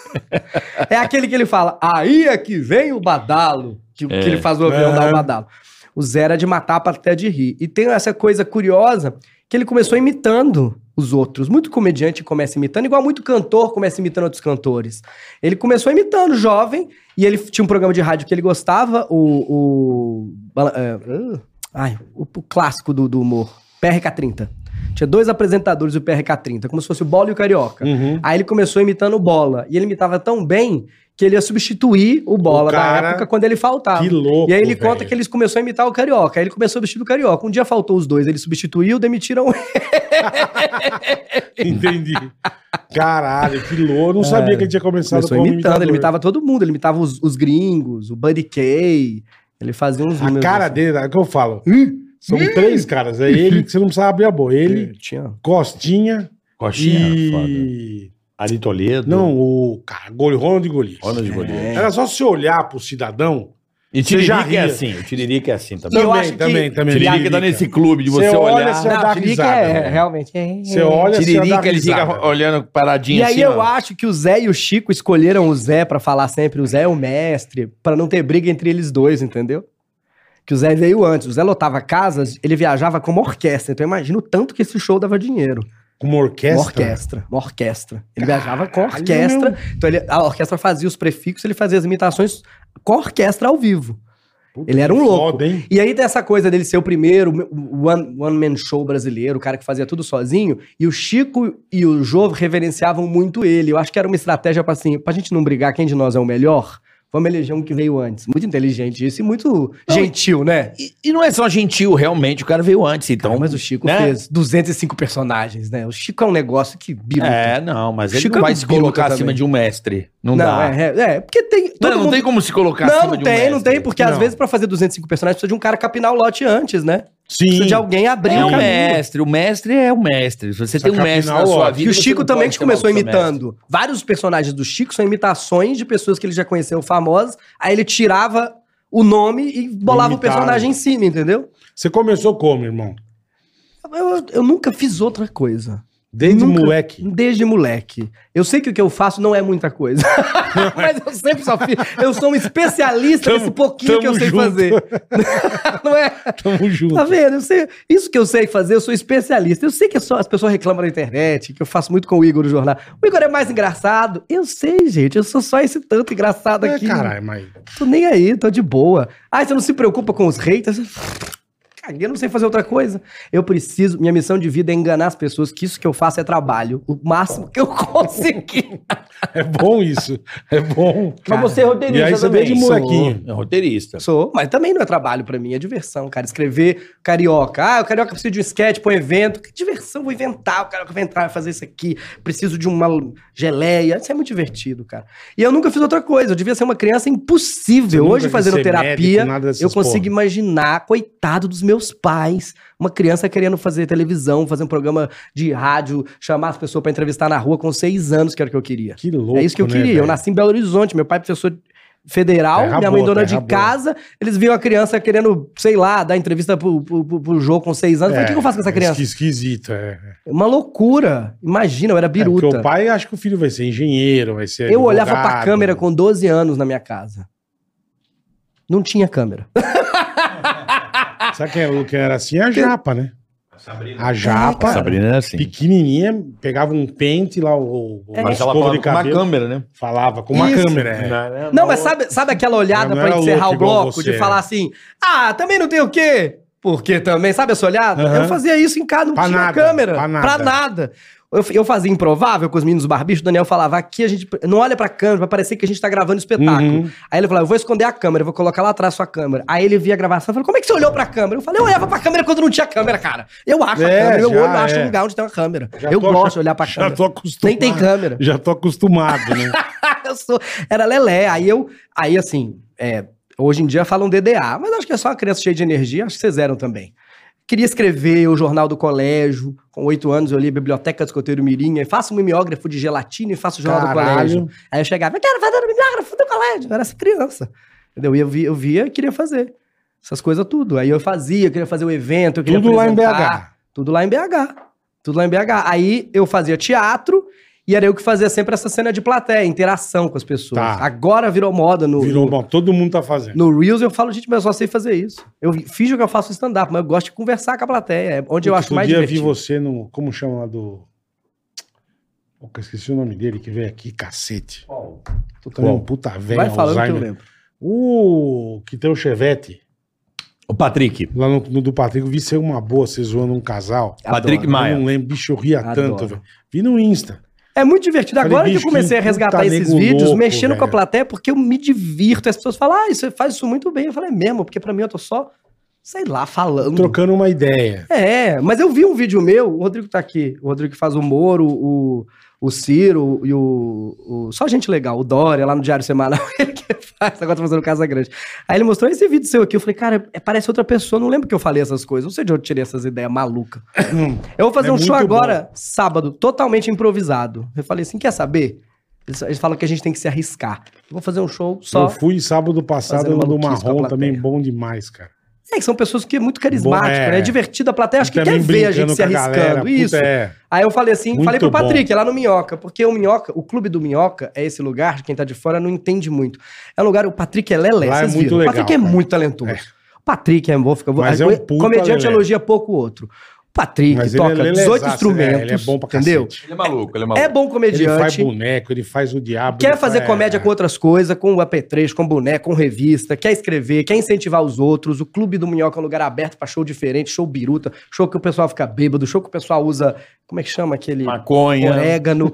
[SPEAKER 5] É aquele que ele fala, aí é que vem o badalo, que, que ele faz o avião
[SPEAKER 3] É.
[SPEAKER 5] dar o badalo. O Zé era de matar pra até de rir. E tem essa coisa curiosa que ele começou imitando os outros. Muito comediante começa imitando, igual muito cantor começa imitando outros cantores. Ele começou imitando, jovem, e ele tinha um programa de rádio que ele gostava, o. o bala- é, uh, ai, o, o clássico do, do humor, PRK30. Tinha dois apresentadores do PRK30, como se fosse o Bola e o Carioca.
[SPEAKER 3] Uhum.
[SPEAKER 5] Aí ele começou imitando o Bola. E ele imitava tão bem que ele ia substituir o
[SPEAKER 3] O
[SPEAKER 5] Bola
[SPEAKER 3] cara-
[SPEAKER 5] da época quando ele faltava.
[SPEAKER 3] Que louco,
[SPEAKER 5] Ah, E aí ele
[SPEAKER 3] velho.
[SPEAKER 5] conta que eles começou a imitar o Carioca. Aí ele começou a substituir o Carioca. Um dia faltou os dois, ele substituiu, demitiram ele.
[SPEAKER 3] Entendi. Caralho, que louco. Eu não sabia que ele tinha começado
[SPEAKER 5] Começou
[SPEAKER 3] como
[SPEAKER 5] imitando,
[SPEAKER 3] imitador.
[SPEAKER 5] ele imitava todo mundo. Ele imitava os, os gringos, o Buddy Kay. Ele fazia uns assim.
[SPEAKER 3] A cara dele, é o que eu falo. São três caras. É ele que você não precisa abrir a boca. Ele,
[SPEAKER 5] dele. Tinha.
[SPEAKER 3] Costinha
[SPEAKER 4] Coxinha, é foda.
[SPEAKER 3] e...
[SPEAKER 4] Ari Toledo. É.
[SPEAKER 3] Não, o... Cara, Goli, Ronald Goli.
[SPEAKER 4] Ronald Golias.
[SPEAKER 3] Era só se olhar pro cidadão.
[SPEAKER 4] E
[SPEAKER 3] Você já
[SPEAKER 4] Tiririca é
[SPEAKER 3] ria.
[SPEAKER 4] assim. O Tiririca é assim também.
[SPEAKER 5] eu
[SPEAKER 3] Também,
[SPEAKER 5] acho que-
[SPEAKER 3] também, também.
[SPEAKER 4] Tiririca tá nesse clube de você
[SPEAKER 3] Você olha,
[SPEAKER 4] olhar.
[SPEAKER 3] você Não, dá
[SPEAKER 5] Tiririca
[SPEAKER 3] risada,
[SPEAKER 5] é,
[SPEAKER 3] né?
[SPEAKER 5] realmente.
[SPEAKER 3] Você olha, você dá
[SPEAKER 4] Tiririca, ele
[SPEAKER 3] risada.
[SPEAKER 4] fica olhando paradinho
[SPEAKER 5] E aí
[SPEAKER 4] assim.
[SPEAKER 5] eu
[SPEAKER 4] ó.
[SPEAKER 5] acho que o Zé e o Chico escolheram o Zé pra falar sempre, o Zé é o mestre, pra não ter briga entre eles dois, entendeu? Que o Zé veio antes, o Zé lotava casas, ele viajava como orquestra, então imagina o tanto que esse show dava dinheiro.
[SPEAKER 3] Com uma orquestra.
[SPEAKER 5] Uma orquestra, uma orquestra. Ele viajava com orquestra, então ele- a orquestra fazia os prefixos, ele fazia as imitações com a orquestra ao vivo.
[SPEAKER 3] Puta,
[SPEAKER 5] ele era um
[SPEAKER 3] que
[SPEAKER 5] louco.
[SPEAKER 3] Foda, hein?
[SPEAKER 5] E aí tem essa coisa dele ser o primeiro o one, one man show brasileiro, o cara que fazia tudo sozinho, e o Chico e o Jô reverenciavam muito ele. Eu acho que era uma estratégia pra assim, pra gente não brigar quem de nós é o melhor, vamos eleger um que veio antes. Muito inteligente isso e muito gentil, né?
[SPEAKER 4] E, e não é só gentil, realmente. O cara veio antes, então.
[SPEAKER 5] Então, mas o Chico
[SPEAKER 4] né?
[SPEAKER 5] fez 205 personagens, né? O Chico é um negócio que biruta.
[SPEAKER 4] É, não, mas ele
[SPEAKER 5] Chico
[SPEAKER 4] não
[SPEAKER 5] é
[SPEAKER 4] vai
[SPEAKER 5] um
[SPEAKER 4] se colocar
[SPEAKER 5] biruta
[SPEAKER 4] acima
[SPEAKER 5] também.
[SPEAKER 4] de um mestre. Não,
[SPEAKER 5] não,
[SPEAKER 4] dá.
[SPEAKER 5] é, é, é, porque tem.
[SPEAKER 4] Não,
[SPEAKER 5] todo
[SPEAKER 4] não
[SPEAKER 5] mundo-
[SPEAKER 4] tem como se colocar
[SPEAKER 5] Não,
[SPEAKER 4] acima
[SPEAKER 5] não
[SPEAKER 4] de um
[SPEAKER 5] tem, não
[SPEAKER 4] mestre.
[SPEAKER 5] tem, porque às
[SPEAKER 3] Não.
[SPEAKER 5] vezes pra fazer 205 personagens precisa de um cara capinar o lote antes, né?
[SPEAKER 3] Sim.
[SPEAKER 5] Precisa de alguém abrir
[SPEAKER 4] É
[SPEAKER 5] o
[SPEAKER 4] o
[SPEAKER 5] caminho.
[SPEAKER 4] mestre, o mestre é o mestre. Se você
[SPEAKER 3] Só
[SPEAKER 4] tem um
[SPEAKER 3] que
[SPEAKER 4] mestre na
[SPEAKER 3] afinal, ó,
[SPEAKER 4] sua
[SPEAKER 3] que
[SPEAKER 4] vida.
[SPEAKER 5] Que o
[SPEAKER 4] você
[SPEAKER 5] Chico
[SPEAKER 4] não
[SPEAKER 5] também
[SPEAKER 4] pode
[SPEAKER 5] que
[SPEAKER 4] chamar
[SPEAKER 5] começou
[SPEAKER 4] o seu mestre.
[SPEAKER 5] imitando. Vários personagens do Chico são imitações de pessoas que ele já conheceu famosas. Aí ele tirava o nome e bolava o
[SPEAKER 3] Imitava.
[SPEAKER 5] personagem em cima, entendeu?
[SPEAKER 3] Você começou como, irmão?
[SPEAKER 5] Eu, eu nunca fiz outra coisa.
[SPEAKER 3] Desde
[SPEAKER 5] Nunca.
[SPEAKER 3] moleque.
[SPEAKER 5] Desde moleque. Eu sei que o que eu faço não é muita coisa. Mas eu sempre só fiz. Eu sou um especialista nesse pouquinho que eu
[SPEAKER 3] tamo
[SPEAKER 5] sei
[SPEAKER 3] junto.
[SPEAKER 5] fazer. não é?
[SPEAKER 3] Tamo junto.
[SPEAKER 5] Tá vendo? Eu sei- isso que eu sei fazer, eu sou especialista. Eu sei que é só- as pessoas reclamam na internet, que eu faço muito com o Igor no jornal. O Igor é mais engraçado. Eu sei, gente. Eu sou só esse tanto engraçado
[SPEAKER 3] É,
[SPEAKER 5] aqui.
[SPEAKER 3] caralho, mas...
[SPEAKER 5] Tô nem aí, tô de boa. Ah, você não se preocupa com os haters? Caguei, eu não sei fazer outra coisa. Eu preciso, minha missão de vida é enganar as pessoas que isso que eu faço é trabalho. O máximo que eu conseguir.
[SPEAKER 3] É bom isso. É bom.
[SPEAKER 4] Mas você é roteirista.
[SPEAKER 3] E aí você
[SPEAKER 4] também.
[SPEAKER 3] vem de molequinho.
[SPEAKER 4] Sou- É roteirista.
[SPEAKER 5] Sou, mas também não é trabalho pra mim, é diversão, cara. Escrever carioca. Ah, o carioca precisa de um sketch pra um evento. Que diversão, vou inventar. O carioca vai entrar, vai fazer isso aqui. Preciso de uma geleia. Isso é muito divertido, cara. E eu nunca fiz outra coisa. Eu devia ser uma criança impossível.
[SPEAKER 3] Nunca
[SPEAKER 5] Hoje,
[SPEAKER 3] quis
[SPEAKER 5] fazendo
[SPEAKER 3] ser
[SPEAKER 5] terapia,
[SPEAKER 3] médico, nada dessas
[SPEAKER 5] eu consigo
[SPEAKER 3] porra.
[SPEAKER 5] imaginar, coitado dos meus pais, uma criança querendo fazer televisão, fazer um programa de rádio, chamar as pessoas pra entrevistar na rua com seis anos, que era o que eu queria.
[SPEAKER 3] Que louco,
[SPEAKER 5] É isso que eu
[SPEAKER 3] né,
[SPEAKER 5] queria.
[SPEAKER 3] velho?
[SPEAKER 5] Eu nasci em Belo Horizonte, meu pai é professor federal,
[SPEAKER 3] Terra
[SPEAKER 5] minha mãe é
[SPEAKER 3] boa,
[SPEAKER 5] dona de
[SPEAKER 3] terra boa.
[SPEAKER 5] casa. Eles viam a criança querendo, sei lá, dar entrevista pro, pro, pro, pro jogo com seis anos. Eu falei, o que que eu faço com essa criança?
[SPEAKER 3] esqui- É, Esquisito, é.
[SPEAKER 5] Uma loucura. Imagina, eu era
[SPEAKER 3] É, porque
[SPEAKER 5] biruta.
[SPEAKER 3] o pai acha que o filho vai ser engenheiro, vai ser.
[SPEAKER 5] eu olhava pra
[SPEAKER 3] advogado.
[SPEAKER 5] câmera com 12 anos na minha casa. Não tinha câmera.
[SPEAKER 3] Sabe quem era, quem era assim? A japa, né? A japa,
[SPEAKER 4] Sabrina era assim.
[SPEAKER 3] pequenininha, pegava um pente lá, o, o
[SPEAKER 4] Mas ela
[SPEAKER 3] escova
[SPEAKER 4] falava com uma câmera, né?
[SPEAKER 3] Falava com uma
[SPEAKER 5] Isso.
[SPEAKER 3] câmera. é.
[SPEAKER 5] Não, mas sabe, sabe aquela olhada
[SPEAKER 3] Não
[SPEAKER 5] pra
[SPEAKER 3] era
[SPEAKER 5] encerrar
[SPEAKER 3] louco
[SPEAKER 5] o
[SPEAKER 3] igual
[SPEAKER 5] bloco
[SPEAKER 3] você.
[SPEAKER 5] de falar assim: ah, também não tem o quê? Porque também, sabe essa olhada?
[SPEAKER 3] Aham.
[SPEAKER 5] Eu fazia isso em casa, não
[SPEAKER 3] Pra
[SPEAKER 5] tinha
[SPEAKER 3] nada,
[SPEAKER 5] câmera.
[SPEAKER 3] pra
[SPEAKER 5] Pra
[SPEAKER 3] nada.
[SPEAKER 5] nada. Eu, eu fazia improvável com os meninos barbichos, o Daniel falava: aqui a gente não olha pra câmera, vai parecer que a gente tá gravando espetáculo.
[SPEAKER 3] Uhum.
[SPEAKER 5] Aí ele falava: eu vou esconder a câmera, eu vou colocar lá atrás sua câmera. Aí ele via a gravação e falou: como é que você olhou pra câmera? Eu falei: eu olhava pra câmera quando não tinha câmera, cara. Eu acho
[SPEAKER 3] É,
[SPEAKER 5] a câmera, meu
[SPEAKER 3] já
[SPEAKER 5] olho acha
[SPEAKER 3] é.
[SPEAKER 5] um lugar onde tem uma câmera.
[SPEAKER 3] Já
[SPEAKER 5] eu
[SPEAKER 3] tô-
[SPEAKER 5] gosto de
[SPEAKER 3] já-
[SPEAKER 5] olhar pra
[SPEAKER 3] já
[SPEAKER 5] câmera.
[SPEAKER 3] tô acostumado.
[SPEAKER 5] Nem tem câmera.
[SPEAKER 3] Já tô acostumado, né?
[SPEAKER 5] eu sou, era lelé. Aí eu, aí assim, é, hoje em dia falam DDA, mas acho que é só uma criança cheia de energia, acho que vocês eram também. Queria escrever o jornal do colégio. Com oito anos eu li Biblioteca do Escoteiro Mirim. Aí faço um mimeógrafo de gelatina e faço o jornal
[SPEAKER 3] Caralho.
[SPEAKER 5] do colégio. Aí eu chegava, eu quero fazer um mimeógrafo do colégio. Eu era essa criança. Entendeu? E eu via, eu via e queria fazer. Essas coisas tudo. Aí eu fazia, eu queria fazer o evento, eu queria
[SPEAKER 3] Tudo lá em
[SPEAKER 5] apresentar.
[SPEAKER 3] BH.
[SPEAKER 5] Tudo lá em BH. Tudo lá em BH. Aí eu fazia teatro e era eu que fazia sempre essa cena de plateia, interação com as pessoas.
[SPEAKER 3] Tá.
[SPEAKER 5] Agora virou um moda no,
[SPEAKER 3] Virou bom. Todo mundo tá fazendo.
[SPEAKER 5] no Reels. Eu falo, gente, mas eu só sei fazer isso. Eu finjo que eu faço stand-up, mas eu gosto de conversar com a plateia. É onde eu acho mais
[SPEAKER 3] dia
[SPEAKER 5] divertido.
[SPEAKER 3] vi você no. Como chama lá do. Pô, que eu esqueci o nome dele que veio aqui, cacete. Tô também
[SPEAKER 4] Qual?
[SPEAKER 3] um puta velho.
[SPEAKER 5] Vai falando que eu
[SPEAKER 3] Alzheimer.
[SPEAKER 5] lembro.
[SPEAKER 3] O que tem o Chevette.
[SPEAKER 4] O Patrick.
[SPEAKER 3] Lá no, no do Patrick, eu vi ser uma boa, vocês zoando um casal.
[SPEAKER 4] Patrick
[SPEAKER 5] Adoro.
[SPEAKER 4] Maia.
[SPEAKER 3] Eu não lembro, bicho, eu ria
[SPEAKER 5] Adoro.
[SPEAKER 3] tanto, velho. Vi no Insta.
[SPEAKER 5] É muito divertido.
[SPEAKER 3] Falei,
[SPEAKER 5] Agora
[SPEAKER 3] bicho,
[SPEAKER 5] que eu comecei a
[SPEAKER 3] que
[SPEAKER 5] resgatar
[SPEAKER 3] puta
[SPEAKER 5] esses
[SPEAKER 3] nego
[SPEAKER 5] vídeos,
[SPEAKER 3] louco,
[SPEAKER 5] mexendo com a
[SPEAKER 3] velho.
[SPEAKER 5] plateia, porque eu me divirto. As pessoas falam, ah, você faz isso muito bem. Eu falei, é mesmo, porque pra mim eu tô só, sei lá, falando.
[SPEAKER 3] Trocando uma ideia.
[SPEAKER 5] É, mas eu vi um vídeo meu, o Rodrigo tá aqui, o Rodrigo que faz o Moro, o, o Ciro e o, o- Só gente legal, o Dória lá no Diário Semanal, ele que faz, agora tá fazendo Casa Grande. Aí ele mostrou esse vídeo seu aqui, eu falei, cara, é- parece outra pessoa, não lembro que eu falei essas coisas, não sei de onde eu tirei essas ideias malucas. eu vou fazer
[SPEAKER 3] É
[SPEAKER 5] um show
[SPEAKER 3] muito bom.
[SPEAKER 5] agora, sábado, totalmente improvisado. Eu falei assim, quer saber? Eles, eles falam que a gente tem que se arriscar. Eu vou fazer um show só.
[SPEAKER 3] Eu fui sábado passado
[SPEAKER 5] Fazendo
[SPEAKER 3] no do
[SPEAKER 5] maluquice com a
[SPEAKER 3] Marrom,
[SPEAKER 5] plateia.
[SPEAKER 3] também bom demais, cara.
[SPEAKER 5] É que são pessoas que é muito carismáticas,
[SPEAKER 3] Bom, é.
[SPEAKER 5] né? É divertido a plateia, acho que quer
[SPEAKER 3] Também
[SPEAKER 5] ver a
[SPEAKER 3] brincando
[SPEAKER 5] gente se
[SPEAKER 3] com
[SPEAKER 5] arriscando.
[SPEAKER 3] galera, puta,
[SPEAKER 5] Isso.
[SPEAKER 3] é.
[SPEAKER 5] Aí eu falei assim,
[SPEAKER 3] Muito
[SPEAKER 5] falei pro
[SPEAKER 3] bom.
[SPEAKER 5] Patrick, lá no Minhoca, porque o Minhoca, o clube do Minhoca é esse lugar, quem tá de fora não entende muito. É um lugar, o Patrick é lelé,
[SPEAKER 3] Lá é
[SPEAKER 5] vocês
[SPEAKER 3] muito
[SPEAKER 5] viram.
[SPEAKER 3] legal,
[SPEAKER 5] o Patrick é
[SPEAKER 3] cara.
[SPEAKER 5] muito talentoso.
[SPEAKER 3] É.
[SPEAKER 5] O Patrick é bom, fica
[SPEAKER 3] Mas
[SPEAKER 5] o-
[SPEAKER 3] é um
[SPEAKER 5] o
[SPEAKER 3] puta
[SPEAKER 5] comediante
[SPEAKER 3] lelé.
[SPEAKER 5] elogia pouco o outro. O Patrick
[SPEAKER 3] Mas ele é
[SPEAKER 5] toca 18
[SPEAKER 3] lelezaço,
[SPEAKER 5] instrumentos,
[SPEAKER 3] né? Ele é bom pra
[SPEAKER 5] entendeu?
[SPEAKER 3] cacete.
[SPEAKER 6] Ele é maluco, ele é
[SPEAKER 5] É bom
[SPEAKER 3] Ele faz
[SPEAKER 5] comediante.
[SPEAKER 3] boneco, ele faz o diabo. é.
[SPEAKER 5] Quer
[SPEAKER 3] ele
[SPEAKER 5] fazer
[SPEAKER 3] faz-
[SPEAKER 5] comédia com outras coisas, com o AP3, com boneco, com revista, quer escrever, quer incentivar os outros. O Clube do Minhoca é um lugar aberto pra show diferente, show biruta, show que o pessoal fica bêbado, show que o pessoal usa. Como é que chama aquele?
[SPEAKER 6] Maconha.
[SPEAKER 5] orégano.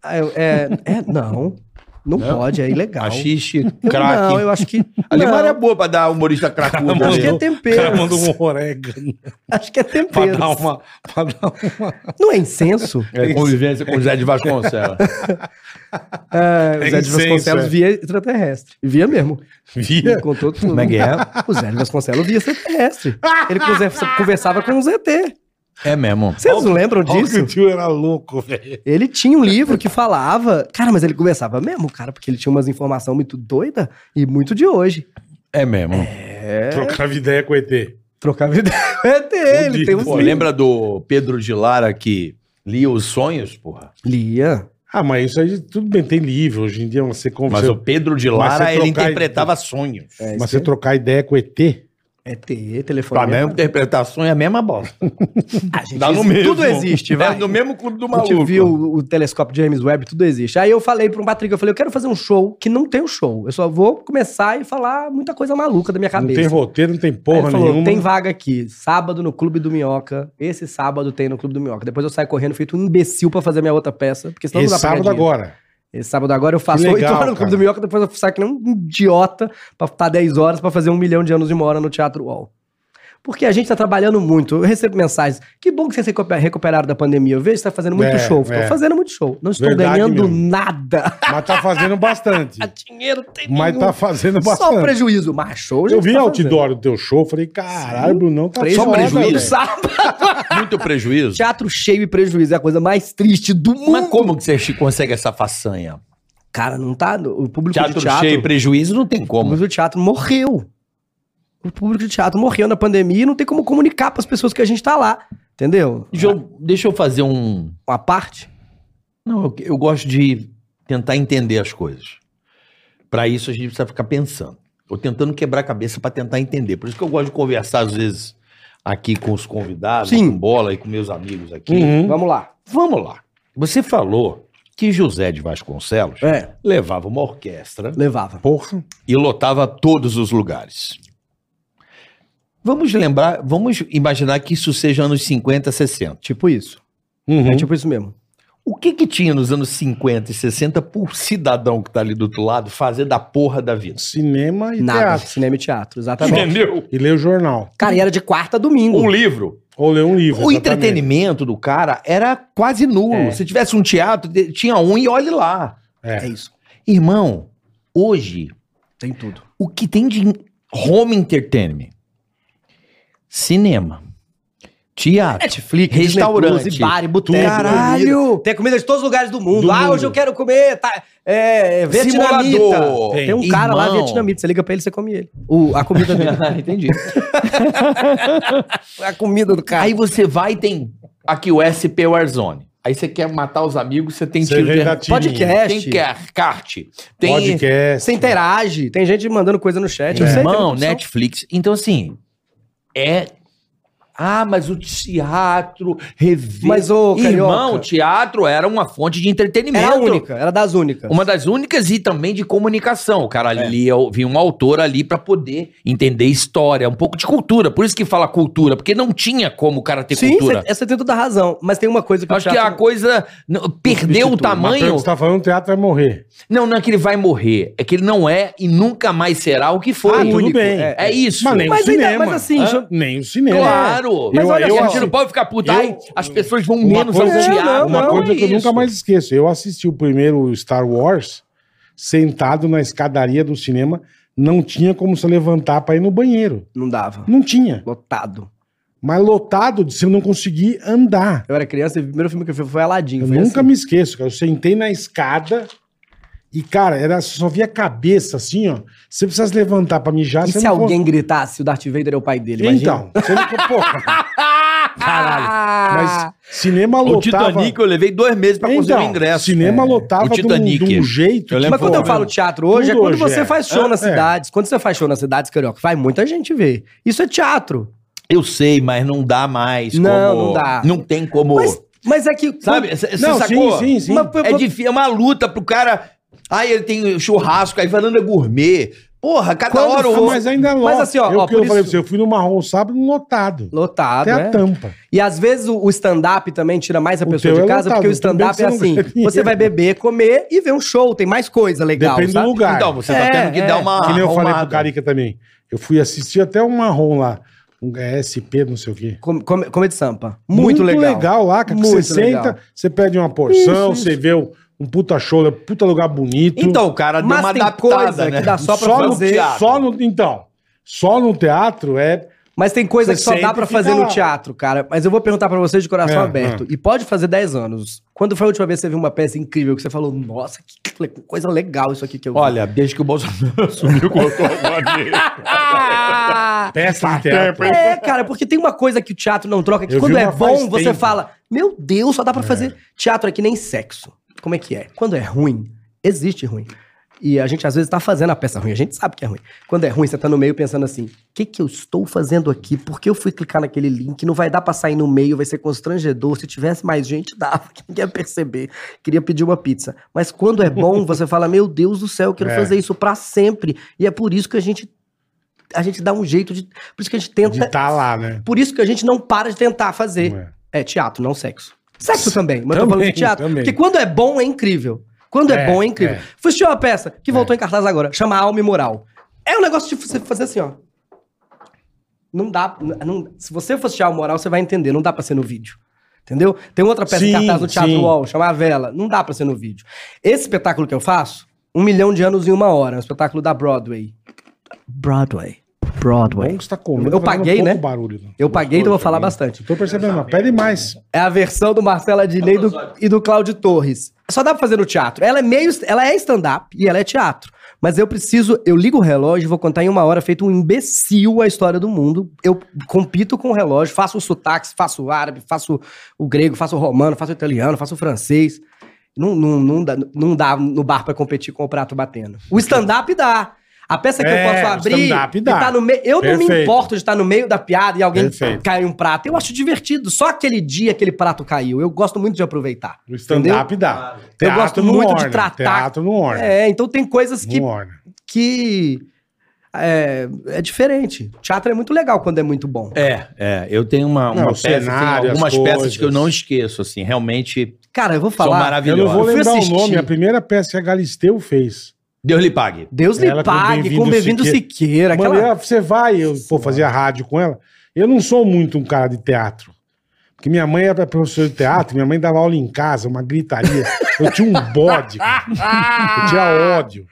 [SPEAKER 5] Ah, eu- é, é, não, não, pode, é ilegal.
[SPEAKER 4] Machiste,
[SPEAKER 5] Eu, não,
[SPEAKER 4] craque.
[SPEAKER 5] eu acho que. não,
[SPEAKER 4] Alemar é boa pra dar humorista cracudo.
[SPEAKER 5] acho que é
[SPEAKER 4] né?
[SPEAKER 3] O cara
[SPEAKER 5] tempero.
[SPEAKER 3] manda um orégano
[SPEAKER 5] Acho que é
[SPEAKER 3] pra
[SPEAKER 5] tempero.
[SPEAKER 3] dar uma. pra dar uma-
[SPEAKER 5] Não é incenso?
[SPEAKER 4] É convivência com o Zé de Vasconcelos.
[SPEAKER 5] É, o Zé de
[SPEAKER 3] incenso,
[SPEAKER 5] Vasconcelos
[SPEAKER 3] é.
[SPEAKER 5] via extraterrestre. Via mesmo.
[SPEAKER 3] Via.
[SPEAKER 5] Me contou tudo.
[SPEAKER 4] Como é que é?
[SPEAKER 5] O Zé de Vasconcelos via extraterrestre. Ele conversa- conversava com o ZT.
[SPEAKER 4] É mesmo.
[SPEAKER 5] Vocês não lembram
[SPEAKER 3] Olha que
[SPEAKER 5] disso?
[SPEAKER 3] o tio era louco, velho.
[SPEAKER 5] Ele tinha um livro que falava. Cara, mas ele conversava mesmo, cara, porque ele tinha umas informações muito doida e muito de hoje.
[SPEAKER 4] É mesmo.
[SPEAKER 3] Trocava ideia com o ET.
[SPEAKER 5] Trocava ideia com o ET, ele
[SPEAKER 3] Fudido,
[SPEAKER 5] tem uns
[SPEAKER 4] Pô,
[SPEAKER 5] livros.
[SPEAKER 4] lembra do Pedro de Lara que lia os sonhos, porra?
[SPEAKER 5] Lia.
[SPEAKER 3] Ah, mas isso aí tudo bem, tem livro. Hoje em dia você
[SPEAKER 4] Mas
[SPEAKER 3] conversa.
[SPEAKER 4] o Pedro de
[SPEAKER 3] mas
[SPEAKER 4] Lara,
[SPEAKER 3] você
[SPEAKER 4] ele
[SPEAKER 3] trocar-
[SPEAKER 4] interpretava sonhos.
[SPEAKER 5] É,
[SPEAKER 3] Mas você trocar ideia com o ET.
[SPEAKER 5] É
[SPEAKER 4] Pra
[SPEAKER 5] ter
[SPEAKER 4] mim,
[SPEAKER 5] telefone.
[SPEAKER 4] interpretar sonho é a mesma bosta. Dá no
[SPEAKER 5] existe-
[SPEAKER 4] mesmo.
[SPEAKER 5] tudo existe, vai.
[SPEAKER 4] É no mesmo clube do
[SPEAKER 5] A
[SPEAKER 4] maluco.
[SPEAKER 5] gente viu o, o telescópio James Webb, tudo existe. Aí eu falei pro Patrick, eu falei, eu quero fazer um show que não tem um show. Eu só vou começar e falar muita coisa maluca da minha
[SPEAKER 3] Não tem
[SPEAKER 5] cabeça.
[SPEAKER 3] roteiro, não tem
[SPEAKER 5] Aí ele
[SPEAKER 3] porra
[SPEAKER 5] falou,
[SPEAKER 3] nenhuma.
[SPEAKER 5] tem vaga aqui, sábado no Clube do Minhoca. Esse sábado tem no Clube do Minhoca. Depois eu saio correndo feito um imbecil pra fazer minha outra peça, porque senão
[SPEAKER 3] Esse
[SPEAKER 5] não dá pra ganhar
[SPEAKER 3] sábado
[SPEAKER 5] dinheiro.
[SPEAKER 3] agora.
[SPEAKER 5] Esse sábado agora eu faço
[SPEAKER 3] Que
[SPEAKER 5] 8
[SPEAKER 3] legal,
[SPEAKER 5] horas no
[SPEAKER 3] cara.
[SPEAKER 5] Clube do Minhoca, depois eu saio que nem um idiota pra estar 10 horas pra fazer um milhão de anos de uma hora no Teatro UOL. Porque a gente tá trabalhando muito. Eu recebo mensagens. Que bom que vocês se recuper- recuperaram da pandemia. Eu vejo que você tá fazendo muito
[SPEAKER 3] É,
[SPEAKER 5] show. Estou
[SPEAKER 3] é.
[SPEAKER 5] fazendo muito show. Não estou
[SPEAKER 3] Verdade
[SPEAKER 5] ganhando
[SPEAKER 3] mesmo.
[SPEAKER 5] nada.
[SPEAKER 3] Mas tá fazendo bastante.
[SPEAKER 5] Dinheiro tem
[SPEAKER 3] mas tá fazendo
[SPEAKER 5] Só
[SPEAKER 3] bastante.
[SPEAKER 5] prejuízo. Mas show, a gente
[SPEAKER 3] Eu vi
[SPEAKER 5] tá
[SPEAKER 3] outdoor do teu show, falei, caralho, Brunão tá
[SPEAKER 5] fazendo.
[SPEAKER 3] foda,
[SPEAKER 5] Prejuízo
[SPEAKER 3] velho.
[SPEAKER 5] no sábado.
[SPEAKER 4] Muito prejuízo.
[SPEAKER 5] Teatro cheio e prejuízo. É a coisa mais triste do mundo.
[SPEAKER 4] Mas como que você consegue essa façanha?
[SPEAKER 5] Cara, não tá. O público
[SPEAKER 4] Teatro,
[SPEAKER 5] de teatro.
[SPEAKER 4] cheio, prejuízo, não tem
[SPEAKER 5] O
[SPEAKER 4] como.
[SPEAKER 5] público do teatro morreu. O público do teatro morreu na pandemia e não tem como comunicar pras pessoas que a gente tá lá. Entendeu?
[SPEAKER 4] Deixa eu, deixa eu fazer um.
[SPEAKER 5] Uma parte.
[SPEAKER 4] Não, eu, eu gosto de tentar entender as coisas. Pra isso a gente precisa ficar pensando. Ou tentando quebrar a cabeça pra tentar entender. Por isso que eu gosto de conversar, às vezes, aqui com os convidados,
[SPEAKER 5] Sim.
[SPEAKER 4] com bola e com meus amigos aqui.
[SPEAKER 3] Uhum.
[SPEAKER 5] Vamos lá.
[SPEAKER 4] Vamos lá. Você falou que José de Vasconcelos
[SPEAKER 5] É,
[SPEAKER 4] levava uma orquestra
[SPEAKER 5] levava.
[SPEAKER 3] Porra.
[SPEAKER 4] e lotava todos os lugares. Vamos lembrar, vamos imaginar que isso seja anos 50, 60.
[SPEAKER 5] Tipo isso.
[SPEAKER 3] Uhum.
[SPEAKER 5] É tipo isso mesmo.
[SPEAKER 4] O que que tinha nos anos 50 e 60 por cidadão que tá ali do outro lado fazer da porra da vida?
[SPEAKER 3] Cinema e
[SPEAKER 5] Nada.
[SPEAKER 3] teatro.
[SPEAKER 5] Cinema e teatro, exatamente.
[SPEAKER 6] Entendeu?
[SPEAKER 3] E ler o jornal.
[SPEAKER 5] Cara, e era de quarta a domingo.
[SPEAKER 6] Um livro.
[SPEAKER 3] Ou ler um livro.
[SPEAKER 4] O
[SPEAKER 3] exatamente.
[SPEAKER 4] entretenimento do cara era quase nulo.
[SPEAKER 3] É.
[SPEAKER 4] Se tivesse um teatro, te- tinha um e olhe lá.
[SPEAKER 5] É
[SPEAKER 3] É.
[SPEAKER 5] isso.
[SPEAKER 4] Irmão, hoje
[SPEAKER 5] Tem tudo.
[SPEAKER 4] o que tem de in- home entertainment? Cinema, teatro,
[SPEAKER 5] Netflix,
[SPEAKER 4] Restaurante,
[SPEAKER 5] restaurante, bar, e
[SPEAKER 4] tudo.
[SPEAKER 5] boteco.
[SPEAKER 4] Caralho!
[SPEAKER 5] Tem comida de todos os lugares do mundo.
[SPEAKER 3] Do
[SPEAKER 5] ah,
[SPEAKER 3] mundo.
[SPEAKER 5] hoje eu quero comer tá, é, vietnamita.
[SPEAKER 4] simulador.
[SPEAKER 3] Tem.
[SPEAKER 5] Tem um cara lá
[SPEAKER 4] Irmão.
[SPEAKER 5] vietnamita. Você liga pra ele, você come ele. O- a comida dele.
[SPEAKER 4] Entendi.
[SPEAKER 5] a comida do cara.
[SPEAKER 4] Aí você vai e tem aqui o SP Warzone. Aí você quer matar os amigos, você tem tiro
[SPEAKER 3] Cerveja da
[SPEAKER 4] de...
[SPEAKER 3] Tininha.
[SPEAKER 5] podcast.
[SPEAKER 4] Tem que- kart, tem
[SPEAKER 3] Podcast.
[SPEAKER 5] Você interage. Tem gente mandando coisa no chat. eu sei, É. tem
[SPEAKER 4] irmão,
[SPEAKER 5] opção.
[SPEAKER 4] Netflix. Então assim, é... Ah, mas o teatro, rever...
[SPEAKER 5] Mas, ô,
[SPEAKER 4] Irmão,
[SPEAKER 5] Carioca.
[SPEAKER 4] o teatro era uma fonte de entretenimento.
[SPEAKER 5] Era a única. Era das únicas.
[SPEAKER 4] Uma das únicas e também de comunicação. O cara
[SPEAKER 5] É.
[SPEAKER 4] lia, vinha um autor ali pra poder entender história, um pouco de cultura. Por isso que fala cultura, porque não tinha como o cara ter
[SPEAKER 5] Sim,
[SPEAKER 4] cultura.
[SPEAKER 5] cê- essa tem toda a razão. Mas tem uma coisa que
[SPEAKER 4] Eu Acho que a coisa n- perdeu o
[SPEAKER 3] Substitui. Mas pelo
[SPEAKER 4] tamanho.
[SPEAKER 3] que Você tá falando, o teatro vai morrer.
[SPEAKER 4] Não, não é que ele vai morrer. É que ele não é e nunca mais será o que foi.
[SPEAKER 3] Ah, tudo
[SPEAKER 4] Único.
[SPEAKER 3] bem.
[SPEAKER 4] É, é isso.
[SPEAKER 3] Mas nem
[SPEAKER 5] Mas
[SPEAKER 3] o é.
[SPEAKER 5] ainda-
[SPEAKER 3] cinema.
[SPEAKER 5] mas assim,
[SPEAKER 3] Hã?
[SPEAKER 5] jo-
[SPEAKER 3] Nem o cinema.
[SPEAKER 4] Claro.
[SPEAKER 3] Mas olha
[SPEAKER 4] a
[SPEAKER 3] só.
[SPEAKER 4] gente não pode ficar puto.
[SPEAKER 3] Eu-
[SPEAKER 4] Ai, as pessoas vão
[SPEAKER 3] Uma
[SPEAKER 4] menos
[SPEAKER 3] coisa-
[SPEAKER 4] ao teatro.
[SPEAKER 3] Uma
[SPEAKER 4] Não,
[SPEAKER 3] coisa
[SPEAKER 4] é
[SPEAKER 3] que eu nunca
[SPEAKER 4] isso.
[SPEAKER 3] mais esqueço. Eu assisti o primeiro Star Wars sentado na escadaria do cinema. Não tinha como se levantar pra ir no banheiro.
[SPEAKER 5] Não dava.
[SPEAKER 3] Não tinha.
[SPEAKER 5] Lotado.
[SPEAKER 3] Mas lotado de cima, eu não consegui andar.
[SPEAKER 5] Eu era criança e o primeiro filme que eu vi foi Aladdin.
[SPEAKER 3] Eu
[SPEAKER 5] foi
[SPEAKER 3] nunca
[SPEAKER 5] assim.
[SPEAKER 3] me esqueço, cara. Eu sentei na escada e, cara, era, só via a cabeça assim, ó. Se você precisasse levantar pra mijar,
[SPEAKER 5] E
[SPEAKER 3] você
[SPEAKER 5] se
[SPEAKER 3] não
[SPEAKER 5] alguém gritasse, o Darth Vader é o pai dele,
[SPEAKER 3] consegue.
[SPEAKER 5] imagina?
[SPEAKER 3] Então, você não... Porra.
[SPEAKER 4] Ah,
[SPEAKER 5] Ah!
[SPEAKER 3] Caralho. Mas cinema
[SPEAKER 4] O
[SPEAKER 3] lotava...
[SPEAKER 4] Titanic, eu levei dois meses
[SPEAKER 5] tá
[SPEAKER 4] pra conseguir o
[SPEAKER 3] Então,
[SPEAKER 4] ingresso.
[SPEAKER 3] cinema
[SPEAKER 4] É.
[SPEAKER 3] lotava
[SPEAKER 4] O
[SPEAKER 3] de um,
[SPEAKER 4] Titanic.
[SPEAKER 3] de um jeito...
[SPEAKER 4] Eu
[SPEAKER 3] que,
[SPEAKER 4] lembro
[SPEAKER 5] Mas quando eu
[SPEAKER 4] Porra,
[SPEAKER 5] falo teatro hoje, é
[SPEAKER 3] Tudo
[SPEAKER 5] quando
[SPEAKER 3] hoje
[SPEAKER 5] você
[SPEAKER 3] é.
[SPEAKER 5] faz show
[SPEAKER 3] É,
[SPEAKER 5] nas
[SPEAKER 3] é.
[SPEAKER 5] cidades. Quando você faz show nas cidades, carioca, vai muita gente ver. Isso é teatro.
[SPEAKER 4] Eu sei, mas não dá mais.
[SPEAKER 5] Não,
[SPEAKER 4] como-
[SPEAKER 5] não dá.
[SPEAKER 4] Não tem como.
[SPEAKER 5] Mas, mas é que.
[SPEAKER 4] Sabe? Você
[SPEAKER 3] Não,
[SPEAKER 4] sacou?
[SPEAKER 3] sim, sim, sim.
[SPEAKER 5] Mas-
[SPEAKER 4] É difícil, é uma luta pro cara. Aí ele tem churrasco, aí varanda gourmet. Porra, cada
[SPEAKER 5] Quando
[SPEAKER 4] hora
[SPEAKER 3] Ah,
[SPEAKER 4] o
[SPEAKER 3] mas ainda é
[SPEAKER 5] Mas
[SPEAKER 3] lotado.
[SPEAKER 5] assim, ó,
[SPEAKER 3] eu,
[SPEAKER 5] ó,
[SPEAKER 3] que eu
[SPEAKER 5] por
[SPEAKER 3] falei
[SPEAKER 5] isso-
[SPEAKER 3] pra você, eu fui no Marrom Sábado lotado.
[SPEAKER 5] Lotado.
[SPEAKER 3] Até a
[SPEAKER 5] né?
[SPEAKER 3] tampa.
[SPEAKER 5] E às vezes o o stand-up também tira mais a
[SPEAKER 3] O
[SPEAKER 5] pessoa
[SPEAKER 3] teu
[SPEAKER 5] de
[SPEAKER 3] é
[SPEAKER 5] casa,
[SPEAKER 3] lotado,
[SPEAKER 5] porque o
[SPEAKER 3] tudo bem que
[SPEAKER 5] stand-up é
[SPEAKER 3] você não
[SPEAKER 5] assim.
[SPEAKER 3] ganha dinheiro.
[SPEAKER 5] Você vai beber, comer e ver um show. Tem mais coisa legal.
[SPEAKER 3] Depende
[SPEAKER 5] sabe?
[SPEAKER 3] do lugar.
[SPEAKER 4] Então, você
[SPEAKER 5] É,
[SPEAKER 4] tá tendo que
[SPEAKER 5] é.
[SPEAKER 4] dar uma.
[SPEAKER 3] que nem eu falei pro
[SPEAKER 4] arrumada.
[SPEAKER 3] Carica também. Eu fui assistir até um Marrom lá. Um SP, não sei o quê.
[SPEAKER 5] Com, com, Comedy Sampa. Muito, legal.
[SPEAKER 3] lá, cara. que
[SPEAKER 5] Muito
[SPEAKER 3] você senta,
[SPEAKER 5] legal.
[SPEAKER 3] você pede uma porção, você vê um, um puta show, um puta lugar bonito.
[SPEAKER 4] Então, o cara deu
[SPEAKER 5] Mas
[SPEAKER 4] uma
[SPEAKER 5] tem
[SPEAKER 4] adaptada,
[SPEAKER 5] coisa
[SPEAKER 4] né?
[SPEAKER 5] que dá só pra
[SPEAKER 3] só no,
[SPEAKER 5] fazer.
[SPEAKER 4] teatro.
[SPEAKER 3] só no Então, só no teatro é.
[SPEAKER 5] Mas tem coisa
[SPEAKER 3] Você
[SPEAKER 5] que só dá
[SPEAKER 3] sempre
[SPEAKER 5] pra
[SPEAKER 3] fica
[SPEAKER 5] fazer no
[SPEAKER 3] lá.
[SPEAKER 5] teatro, cara. Mas eu vou perguntar pra vocês de coração
[SPEAKER 3] É,
[SPEAKER 5] aberto. E pode fazer 10 anos. Quando foi a última vez que você viu uma peça incrível que você falou, nossa, que le- coisa legal isso aqui que eu vi?
[SPEAKER 4] Olha, desde que o Bolsonaro sumiu.
[SPEAKER 6] Eu contou agora.
[SPEAKER 4] Tá
[SPEAKER 3] Peça de teatro.
[SPEAKER 5] Ah! É, cara, porque tem uma coisa que o teatro não troca, que
[SPEAKER 3] Eu
[SPEAKER 5] quando
[SPEAKER 3] vi
[SPEAKER 5] é
[SPEAKER 3] uma faz
[SPEAKER 5] bom, você
[SPEAKER 3] tempo.
[SPEAKER 5] fala, meu Deus, só dá pra fazer. Teatro é que nem sexo. Como é que é? Quando é ruim, existe ruim. E a gente às vezes tá fazendo a peça ruim, a gente sabe que é ruim. Quando é ruim, você tá no meio pensando assim: o que, que eu estou fazendo aqui? Por que eu fui clicar naquele link? Não vai dar pra sair no meio, vai ser constrangedor. Se tivesse mais gente, dava, ninguém ia perceber. Queria pedir uma pizza. Mas quando é bom, você fala: meu Deus do céu, eu quero
[SPEAKER 3] É.
[SPEAKER 5] fazer isso pra sempre. E é por isso que a gente. A gente dá um jeito de. Por isso que a gente tenta
[SPEAKER 3] De estar tá lá, né?
[SPEAKER 5] por isso que a gente não para de tentar fazer.
[SPEAKER 3] É.
[SPEAKER 5] É teatro, não sexo. Sexo também, mas eu tô
[SPEAKER 3] Também,
[SPEAKER 5] falando de teatro.
[SPEAKER 3] também.
[SPEAKER 5] Porque quando é bom, é incrível. Quando é,
[SPEAKER 3] É,
[SPEAKER 5] bom, é incrível.
[SPEAKER 3] é.
[SPEAKER 5] Fui assistir uma peça que voltou em cartaz agora, chama Alma e Moral. É um negócio de você fazer assim, ó. Não dá. não- se você for assistir Alma e Moral, você vai entender. Não dá pra ser no vídeo. Entendeu? Tem outra peça em
[SPEAKER 3] Sim,
[SPEAKER 5] cartaz no Teatro
[SPEAKER 3] sim.
[SPEAKER 5] UOL, chama A Vela. Não dá pra ser no vídeo. Esse espetáculo que eu faço, Um Milhão de Anos em Uma Hora, é um espetáculo da Broadway. Broadway. Broadway.
[SPEAKER 3] Bom que você tá comendo.
[SPEAKER 5] Eu
[SPEAKER 3] tá fazendo
[SPEAKER 5] paguei,
[SPEAKER 3] pouco
[SPEAKER 5] né?
[SPEAKER 3] barulho. né?
[SPEAKER 5] Eu paguei, então eu vou falar
[SPEAKER 3] também.
[SPEAKER 5] bastante.
[SPEAKER 3] Tô percebendo, mas pede mais. Tá
[SPEAKER 5] É a versão do Marcelo Adnet e do, e do Cláudio Torres. Só dá pra fazer no teatro. Ela é meio. Ela é stand-up e ela é teatro. Mas eu preciso. Eu ligo o relógio, vou contar em uma hora, feito um imbecil a história do mundo. Eu compito com o relógio, faço o sotaque, faço o árabe, faço o grego, faço o romano, faço o italiano, faço o francês. Não, não, não, dá, não dá no bar pra competir com o prato batendo. O stand-up dá. A peça que
[SPEAKER 3] É,
[SPEAKER 5] eu
[SPEAKER 3] o
[SPEAKER 5] posso abrir.
[SPEAKER 3] stand-up
[SPEAKER 5] e
[SPEAKER 3] dá.
[SPEAKER 5] tá no meio. Eu não me
[SPEAKER 3] Perfeito.
[SPEAKER 5] importo de estar tá no meio da piada e alguém
[SPEAKER 3] Perfeito.
[SPEAKER 5] cai um prato. Eu acho divertido. Só aquele dia aquele prato caiu. Eu gosto muito de aproveitar.
[SPEAKER 3] O stand-up dá.
[SPEAKER 5] Eu gosto
[SPEAKER 3] não
[SPEAKER 5] muito de
[SPEAKER 3] orna,
[SPEAKER 5] tratar-
[SPEAKER 3] Teatro não orna.
[SPEAKER 5] É, então tem coisas que.
[SPEAKER 3] Não orna.
[SPEAKER 5] que é, é diferente. Teatro é muito legal quando é muito bom.
[SPEAKER 4] É, é. Eu tenho uma, uma
[SPEAKER 3] Não, o
[SPEAKER 4] peça, assim,
[SPEAKER 3] cenário, as
[SPEAKER 4] algumas peças
[SPEAKER 3] coisas.
[SPEAKER 4] que eu não esqueço, assim, realmente
[SPEAKER 5] Cara, eu vou
[SPEAKER 4] são
[SPEAKER 5] falar.
[SPEAKER 3] Eu não
[SPEAKER 4] maravilhosas.
[SPEAKER 3] vou
[SPEAKER 5] Eu fui
[SPEAKER 3] lembrar o
[SPEAKER 5] assistir.
[SPEAKER 3] nome, a primeira peça que a Galisteu fez.
[SPEAKER 4] Deus lhe pague.
[SPEAKER 5] Deus lhe
[SPEAKER 3] Ela com
[SPEAKER 5] pague
[SPEAKER 3] Bem-vindo
[SPEAKER 5] com Bem-vindo
[SPEAKER 3] Siqueira.
[SPEAKER 5] Siqueira.
[SPEAKER 3] Mano,
[SPEAKER 5] aquela-
[SPEAKER 3] ela- você vai, eu pô, fazia rádio com ela. Eu não sou muito um cara de teatro. Porque minha mãe era professora de teatro, minha mãe dava aula em casa, uma gritaria. Eu tinha um bode, cara. Eu tinha ódio.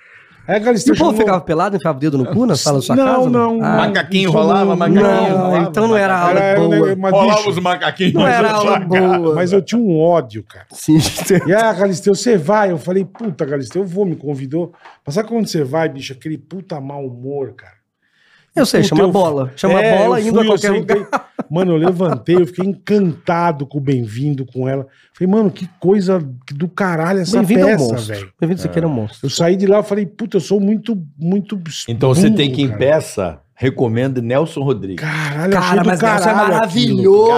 [SPEAKER 3] Aí a
[SPEAKER 5] E
[SPEAKER 3] Galisteu
[SPEAKER 5] o povo
[SPEAKER 3] chamou-
[SPEAKER 5] ficava pelado, enfiava o dedo no cu na sala da sua
[SPEAKER 3] Não,
[SPEAKER 5] casa?
[SPEAKER 3] não.
[SPEAKER 5] Ah,
[SPEAKER 3] Maca-
[SPEAKER 4] Macaquinho
[SPEAKER 3] isso não-
[SPEAKER 4] rolava, macaquinho
[SPEAKER 5] não,
[SPEAKER 4] rolava.
[SPEAKER 5] então não era
[SPEAKER 4] macaquinho.
[SPEAKER 5] aula
[SPEAKER 3] era, era um
[SPEAKER 5] boa.
[SPEAKER 3] ne- mas,
[SPEAKER 6] Rolava
[SPEAKER 3] bicho,
[SPEAKER 6] os macaquinhos.
[SPEAKER 5] não
[SPEAKER 6] mas
[SPEAKER 5] era
[SPEAKER 6] eu
[SPEAKER 5] aula
[SPEAKER 6] tinha-
[SPEAKER 5] boa.
[SPEAKER 3] mas eu tinha um ódio, cara.
[SPEAKER 5] Sim,
[SPEAKER 3] E aí, a Galisteu, você vai? Eu falei, puta, Galisteu, eu vou, me convidou. Mas sabe quando você vai, bicho? Aquele puta mau humor, cara.
[SPEAKER 5] eu sei,
[SPEAKER 3] Puta,
[SPEAKER 5] chama
[SPEAKER 3] eu-
[SPEAKER 5] a bola. Chama
[SPEAKER 3] É,
[SPEAKER 5] a bola
[SPEAKER 3] eu
[SPEAKER 5] indo
[SPEAKER 3] fui,
[SPEAKER 5] a
[SPEAKER 3] eu
[SPEAKER 5] qualquer
[SPEAKER 3] sentei.
[SPEAKER 5] lugar.
[SPEAKER 3] Mano, eu levantei, eu fiquei encantado com o Bem-vindo, com ela. Falei, mano, que coisa do caralho essa
[SPEAKER 5] Bem-vindo ao
[SPEAKER 3] peça,
[SPEAKER 5] monstro.
[SPEAKER 3] velho.
[SPEAKER 5] Bem-vindo
[SPEAKER 4] É.
[SPEAKER 5] Siqueira ao monstro.
[SPEAKER 3] Eu saí de lá, eu falei, puta, eu sou muito, muito
[SPEAKER 4] Então você
[SPEAKER 3] burro,
[SPEAKER 4] tem que ir em
[SPEAKER 3] cara.
[SPEAKER 4] peça, recomendo Nelson Rodrigues.
[SPEAKER 3] Caralho, eu achei
[SPEAKER 5] Cara,
[SPEAKER 3] do
[SPEAKER 5] mas Nelson é
[SPEAKER 3] caralho aquilo.
[SPEAKER 4] Cara, a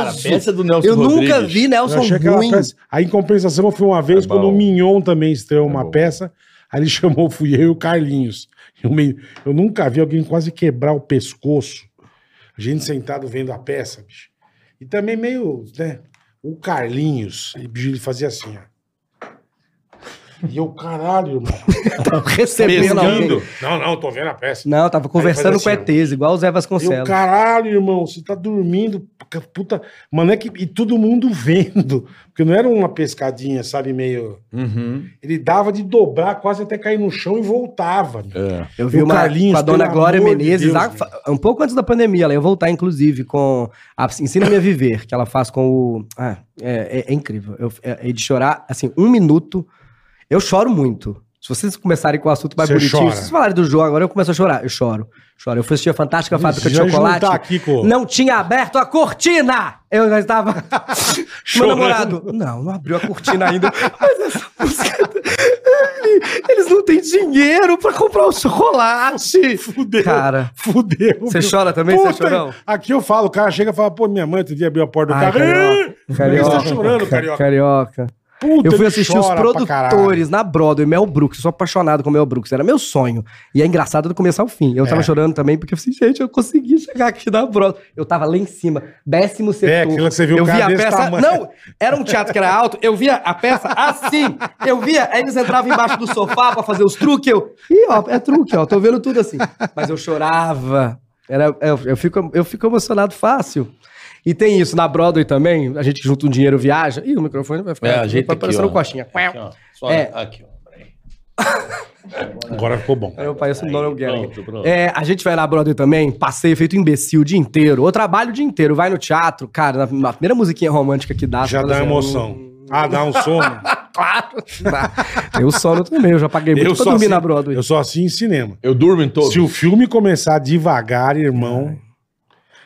[SPEAKER 5] maravilhoso.
[SPEAKER 4] peça do Nelson
[SPEAKER 5] eu
[SPEAKER 4] Rodrigues.
[SPEAKER 5] nunca vi
[SPEAKER 3] Eu
[SPEAKER 5] Nelson
[SPEAKER 3] achei aquela
[SPEAKER 5] ruim.
[SPEAKER 3] peça. Aí, em compensação, eu fui uma vez,
[SPEAKER 4] É
[SPEAKER 3] quando
[SPEAKER 4] bom.
[SPEAKER 3] o Mignon também estreou uma
[SPEAKER 4] bom.
[SPEAKER 3] peça. Aí ele chamou, fui eu e o Carlinhos. Eu, me- eu nunca vi alguém quase quebrar o pescoço. A gente sentado vendo a peça, bicho. E também meio, né? O Carlinhos, ele, bicho, ele fazia assim, ó. E eu, caralho, irmão.
[SPEAKER 5] Recebendo alguém.
[SPEAKER 4] Pescando.
[SPEAKER 3] Não, não, tô vendo a peça.
[SPEAKER 5] Não, tava conversando
[SPEAKER 3] faz
[SPEAKER 5] com o
[SPEAKER 3] assim, ó.
[SPEAKER 5] ETs, igual o Zé
[SPEAKER 3] Eu,
[SPEAKER 5] Vasconcelos.
[SPEAKER 3] caralho, irmão, você tá dormindo. Puta. Mano, é que. E todo mundo vendo. Porque não era uma pescadinha, sabe, meio.
[SPEAKER 4] Uhum.
[SPEAKER 3] Ele dava de dobrar quase até cair no chão e voltava. meu.
[SPEAKER 6] É.
[SPEAKER 5] Eu vi
[SPEAKER 3] E o
[SPEAKER 5] uma
[SPEAKER 3] Carlinhos,
[SPEAKER 5] com a dona
[SPEAKER 3] pelo
[SPEAKER 5] Glória
[SPEAKER 3] amor de
[SPEAKER 5] Menezes,
[SPEAKER 3] Deus,
[SPEAKER 5] lá, fa- um pouco antes da pandemia, ela ia voltar, inclusive, com a Ensina-me a Viver, que ela faz com o... Ah, é, é- é incrível. Eu, é, é de chorar, assim, um minuto, eu choro muito. Se vocês começarem com o assunto mais
[SPEAKER 3] Você
[SPEAKER 5] bonitinho,
[SPEAKER 3] chora.
[SPEAKER 5] se vocês falarem do jogo, agora eu começo a chorar. Eu choro, choro. Eu fui assistir a Fantástica Fábrica de
[SPEAKER 3] Já
[SPEAKER 5] Chocolate.
[SPEAKER 3] juntar aqui com-
[SPEAKER 5] Não tinha aberto a cortina! Eu já estava... Meu namorado. Não, não abriu a cortina ainda. Mas essa música... Ele- Eles não têm dinheiro pra comprar o chocolate.
[SPEAKER 3] Fudeu.
[SPEAKER 5] Cara.
[SPEAKER 3] Fudeu.
[SPEAKER 5] Você
[SPEAKER 3] meu.
[SPEAKER 5] chora também, você é
[SPEAKER 3] Puta,
[SPEAKER 5] chorão?
[SPEAKER 3] Aqui eu falo, o cara chega e fala, pô, minha mãe outro dia abriu a porta do
[SPEAKER 5] Ai,
[SPEAKER 3] carro.
[SPEAKER 5] carioca.
[SPEAKER 3] Ih,
[SPEAKER 5] Carioca.
[SPEAKER 3] Você tá chorando, carioca.
[SPEAKER 5] Carioca.
[SPEAKER 3] Puta,
[SPEAKER 5] Eu fui
[SPEAKER 3] ele
[SPEAKER 5] assistir
[SPEAKER 3] chora
[SPEAKER 5] os
[SPEAKER 3] pra caralho.
[SPEAKER 5] produtores na Broadway, Mel Brooks. Eu sou apaixonado com Mel Brooks. Era meu sonho. E é engraçado do começo ao fim. Eu tava
[SPEAKER 3] É.
[SPEAKER 5] chorando também, porque eu falei, gente, eu consegui chegar aqui na Broadway. Eu tava lá em cima, décimo setor.
[SPEAKER 3] É, aquilo que você viu
[SPEAKER 5] eu
[SPEAKER 3] o cara
[SPEAKER 5] via a
[SPEAKER 3] desse
[SPEAKER 5] peça.
[SPEAKER 3] tamanho.
[SPEAKER 5] Não, era um teatro que era alto. Eu via a peça assim. Eu via, aí eles entravam embaixo do sofá pra fazer os truques. Eu. Ih, ó, é truque, ó. Tô vendo tudo assim. Mas eu chorava. Era, eu, eu fico, eu fico emocionado fácil. E tem isso, na Broadway também, a gente junta um dinheiro, viaja. Ih, o microfone vai ficar.
[SPEAKER 4] É,
[SPEAKER 5] aqui,
[SPEAKER 4] ajeita
[SPEAKER 5] vai
[SPEAKER 4] aqui,
[SPEAKER 5] parecendo
[SPEAKER 4] ó.
[SPEAKER 5] um coxinha.
[SPEAKER 4] Aqui, ó. Só
[SPEAKER 5] É.
[SPEAKER 4] aqui, ó. Peraí.
[SPEAKER 3] Agora ficou bom.
[SPEAKER 5] Eu pareço um Donald Gallagher.
[SPEAKER 4] pronto, pronto.
[SPEAKER 5] É, a gente vai na Broadway também, passeio feito imbecil o dia inteiro, ou trabalho o dia inteiro, vai no teatro, cara, na, na primeira musiquinha romântica que dá. você
[SPEAKER 3] Já
[SPEAKER 5] fala
[SPEAKER 3] dá
[SPEAKER 5] assim,
[SPEAKER 3] emoção. Ah, dá um sono.
[SPEAKER 5] Claro. que dá. Eu sono também, eu já paguei muito pra
[SPEAKER 3] sou
[SPEAKER 5] dormir
[SPEAKER 3] assim,
[SPEAKER 5] na Broadway.
[SPEAKER 3] Eu sou assim em cinema.
[SPEAKER 6] Eu durmo em todos.
[SPEAKER 3] Se o filme começar devagar, irmão.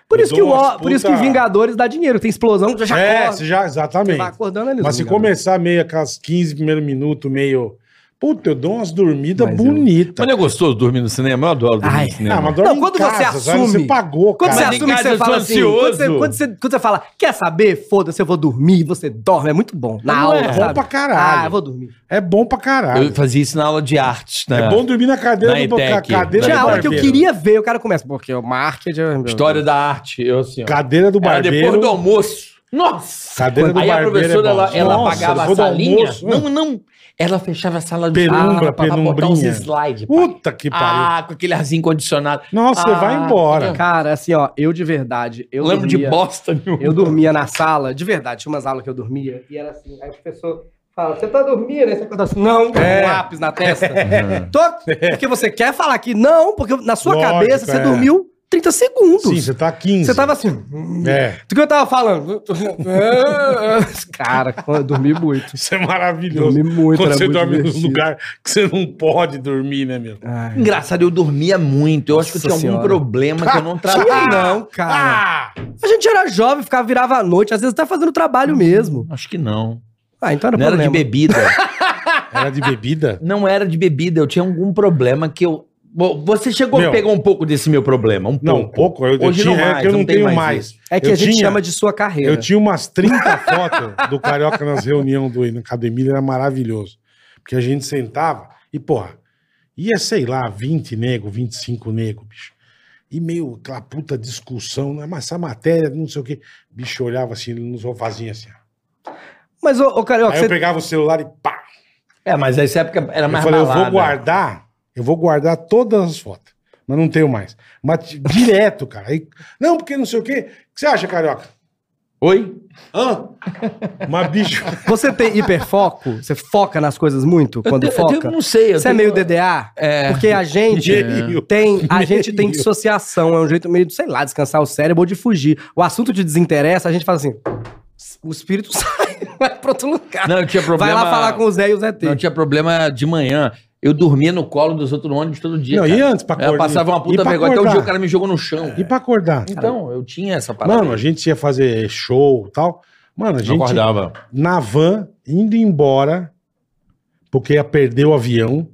[SPEAKER 5] Por
[SPEAKER 3] eu
[SPEAKER 5] isso,
[SPEAKER 3] dou
[SPEAKER 5] que o,
[SPEAKER 3] umas
[SPEAKER 5] por isso que
[SPEAKER 3] puta-
[SPEAKER 5] Vingadores dá dinheiro, tem explosão, já
[SPEAKER 3] é,
[SPEAKER 5] acorda.
[SPEAKER 3] você já, exatamente.
[SPEAKER 5] Vai acordando ali, tá
[SPEAKER 3] Mas se
[SPEAKER 5] Vingadores.
[SPEAKER 3] começar meio aquelas 15 primeiros minutos, meio. Puta, eu dou umas dormidas
[SPEAKER 5] Mas eu-
[SPEAKER 3] bonitas.
[SPEAKER 4] Mas não é gostoso dormir no cinema? Eu adoro dormir
[SPEAKER 5] Ai.
[SPEAKER 4] no cinema.
[SPEAKER 3] mas dorme
[SPEAKER 5] Não, quando
[SPEAKER 3] em
[SPEAKER 5] você
[SPEAKER 3] sabe?
[SPEAKER 5] assume-
[SPEAKER 3] Você pagou,
[SPEAKER 5] Quando
[SPEAKER 3] cara.
[SPEAKER 5] você
[SPEAKER 4] Mas em
[SPEAKER 5] assume que
[SPEAKER 4] casa
[SPEAKER 5] você
[SPEAKER 4] eu sou
[SPEAKER 5] fala assim, quando você,
[SPEAKER 4] ansioso.
[SPEAKER 5] quando, você, quando você fala, quer saber? Foda-se, eu vou dormir, você dorme, é muito bom. Na
[SPEAKER 3] Não
[SPEAKER 5] aula,
[SPEAKER 3] é bom
[SPEAKER 5] sabe?
[SPEAKER 3] pra caralho.
[SPEAKER 5] Ah, eu vou dormir.
[SPEAKER 3] É bom pra caralho.
[SPEAKER 4] Eu fazia isso na aula de artes, né?
[SPEAKER 3] É bom dormir na cadeira
[SPEAKER 4] Na
[SPEAKER 3] do bo-
[SPEAKER 4] ETEC.
[SPEAKER 3] cadeira
[SPEAKER 5] Tinha
[SPEAKER 3] do
[SPEAKER 5] aula que eu
[SPEAKER 3] barbeiro.
[SPEAKER 5] queria ver, o cara começa, porque o marketing...
[SPEAKER 4] História da arte, eu assim, ó.
[SPEAKER 3] Cadeira do
[SPEAKER 4] Era depois
[SPEAKER 3] barbeiro.
[SPEAKER 4] do almoço. Nossa!
[SPEAKER 3] Cadeira do
[SPEAKER 4] Aí a
[SPEAKER 3] barbeiro
[SPEAKER 4] professora,
[SPEAKER 3] é bom.
[SPEAKER 4] ela, ela
[SPEAKER 3] Nossa,
[SPEAKER 4] apagava a
[SPEAKER 3] depois do
[SPEAKER 4] salinha.
[SPEAKER 3] almoço, é.
[SPEAKER 4] não, não. Ela fechava a sala de
[SPEAKER 3] Penumbra,
[SPEAKER 4] aula pra- pra botar uns
[SPEAKER 3] penumbrinha.
[SPEAKER 4] slides. pá.
[SPEAKER 3] Puta que pariu.
[SPEAKER 4] Ah, com aquele arzinho condicionado.
[SPEAKER 3] Nossa, você
[SPEAKER 4] Ah,
[SPEAKER 3] vai embora.
[SPEAKER 5] Cara, assim, ó, eu de verdade, eu
[SPEAKER 4] Eu lembro de
[SPEAKER 5] dormia-
[SPEAKER 4] bosta, meu.
[SPEAKER 5] Eu dormia na sala, de verdade, tinha umas aulas que eu dormia, e era assim, aí o professor fala, você tá dormindo? Aí você acorda assim, não, com
[SPEAKER 3] É.
[SPEAKER 5] um lápis na testa. Tô- porque você quer falar que não, porque na sua
[SPEAKER 3] Uhum. Lógico,
[SPEAKER 5] cabeça você
[SPEAKER 3] é.
[SPEAKER 5] dormiu 30 segundos.
[SPEAKER 3] Sim, você tá 15.
[SPEAKER 5] Você tava assim.
[SPEAKER 3] É.
[SPEAKER 5] Do que eu tava falando? Cara, eu dormi muito.
[SPEAKER 3] Isso é maravilhoso.
[SPEAKER 5] Dormi muito,
[SPEAKER 3] Quando
[SPEAKER 5] era
[SPEAKER 3] você
[SPEAKER 5] muito
[SPEAKER 3] dorme num
[SPEAKER 5] divertido.
[SPEAKER 3] lugar que você não pode dormir, né, meu?
[SPEAKER 5] Ai.
[SPEAKER 4] Engraçado, eu dormia muito. Eu acho que eu
[SPEAKER 5] Nossa
[SPEAKER 4] tinha algum
[SPEAKER 5] Senhora.
[SPEAKER 4] problema que eu não
[SPEAKER 5] Tinha
[SPEAKER 4] tratava.
[SPEAKER 5] não, cara.
[SPEAKER 3] Ah!
[SPEAKER 5] A gente era jovem, ficava, virava à noite, às vezes até fazendo trabalho mesmo.
[SPEAKER 4] Acho que não.
[SPEAKER 5] Ah, então era
[SPEAKER 4] Não era de
[SPEAKER 5] problema.
[SPEAKER 4] bebida.
[SPEAKER 3] Era de bebida?
[SPEAKER 4] não era de bebida. Eu tinha algum problema que eu. Bom, você chegou
[SPEAKER 3] Meu.
[SPEAKER 4] a pegar um pouco desse meu problema. Um
[SPEAKER 3] Não, um
[SPEAKER 4] pouco.
[SPEAKER 3] pouco. Eu, eu
[SPEAKER 4] Hoje
[SPEAKER 3] tinha,
[SPEAKER 4] não
[SPEAKER 3] é
[SPEAKER 4] mais,
[SPEAKER 3] que eu não,
[SPEAKER 4] não tem
[SPEAKER 3] tenho
[SPEAKER 4] mais
[SPEAKER 3] mais.
[SPEAKER 4] isso.
[SPEAKER 5] É que
[SPEAKER 3] Eu
[SPEAKER 5] a gente
[SPEAKER 3] tinha-
[SPEAKER 5] chama de sua carreira.
[SPEAKER 3] Eu tinha umas 30 fotos do Carioca nas reuniões do na academia, era maravilhoso. Porque a gente sentava e, porra, ia, sei lá, 20 nego, 25 nego, bicho. E meio aquela puta discussão, né? mas essa matéria, não sei o quê. Bicho eu olhava assim, no sofazinho assim. ó.
[SPEAKER 5] Mas, ô, ô Carioca,
[SPEAKER 3] Aí
[SPEAKER 5] você...
[SPEAKER 3] eu pegava o celular e pá.
[SPEAKER 4] É, mas essa época era
[SPEAKER 3] Eu
[SPEAKER 4] mais
[SPEAKER 3] falei, eu
[SPEAKER 4] balada.
[SPEAKER 3] vou guardar, eu vou guardar todas as fotos. Mas não tenho mais. Mas di- direto, cara. Aí, não, porque não sei o quê. O que você acha, Carioca?
[SPEAKER 4] Oi?
[SPEAKER 3] Hã? Mas bicho...
[SPEAKER 5] você tem hiperfoco? Você foca nas coisas muito quando
[SPEAKER 4] eu, te- eu
[SPEAKER 5] foca?
[SPEAKER 4] te- não sei. eu
[SPEAKER 5] Você é
[SPEAKER 4] tenho-
[SPEAKER 5] meio DDA?
[SPEAKER 4] É.
[SPEAKER 5] Porque a gente
[SPEAKER 3] Meio.
[SPEAKER 5] tem, a gente tem
[SPEAKER 3] Meio.
[SPEAKER 5] dissociação, é um jeito meio, de, sei lá, descansar o cérebro ou de fugir. O assunto te desinteressa, a gente fala assim, o espírito sai, vai pra outro lugar.
[SPEAKER 4] Não, eu tinha
[SPEAKER 5] vai
[SPEAKER 4] problema.
[SPEAKER 5] lá falar com o Zé e o Zé T.
[SPEAKER 4] Não, eu tinha problema de manhã. Eu dormia no colo dos outros no ônibus todo dia.
[SPEAKER 3] Não,
[SPEAKER 4] cara.
[SPEAKER 3] e antes pra acordar?
[SPEAKER 4] Eu passava uma
[SPEAKER 3] E
[SPEAKER 4] puta
[SPEAKER 3] pra
[SPEAKER 4] vergonha. Até um
[SPEAKER 3] acordar?
[SPEAKER 4] dia o cara me jogou no chão.
[SPEAKER 3] E pra acordar?
[SPEAKER 4] Então, eu tinha essa parada.
[SPEAKER 3] Mano, a gente ia fazer show e tal. Mano, a
[SPEAKER 4] não
[SPEAKER 3] gente
[SPEAKER 4] acordava.
[SPEAKER 3] na van, indo embora, porque ia perder o avião,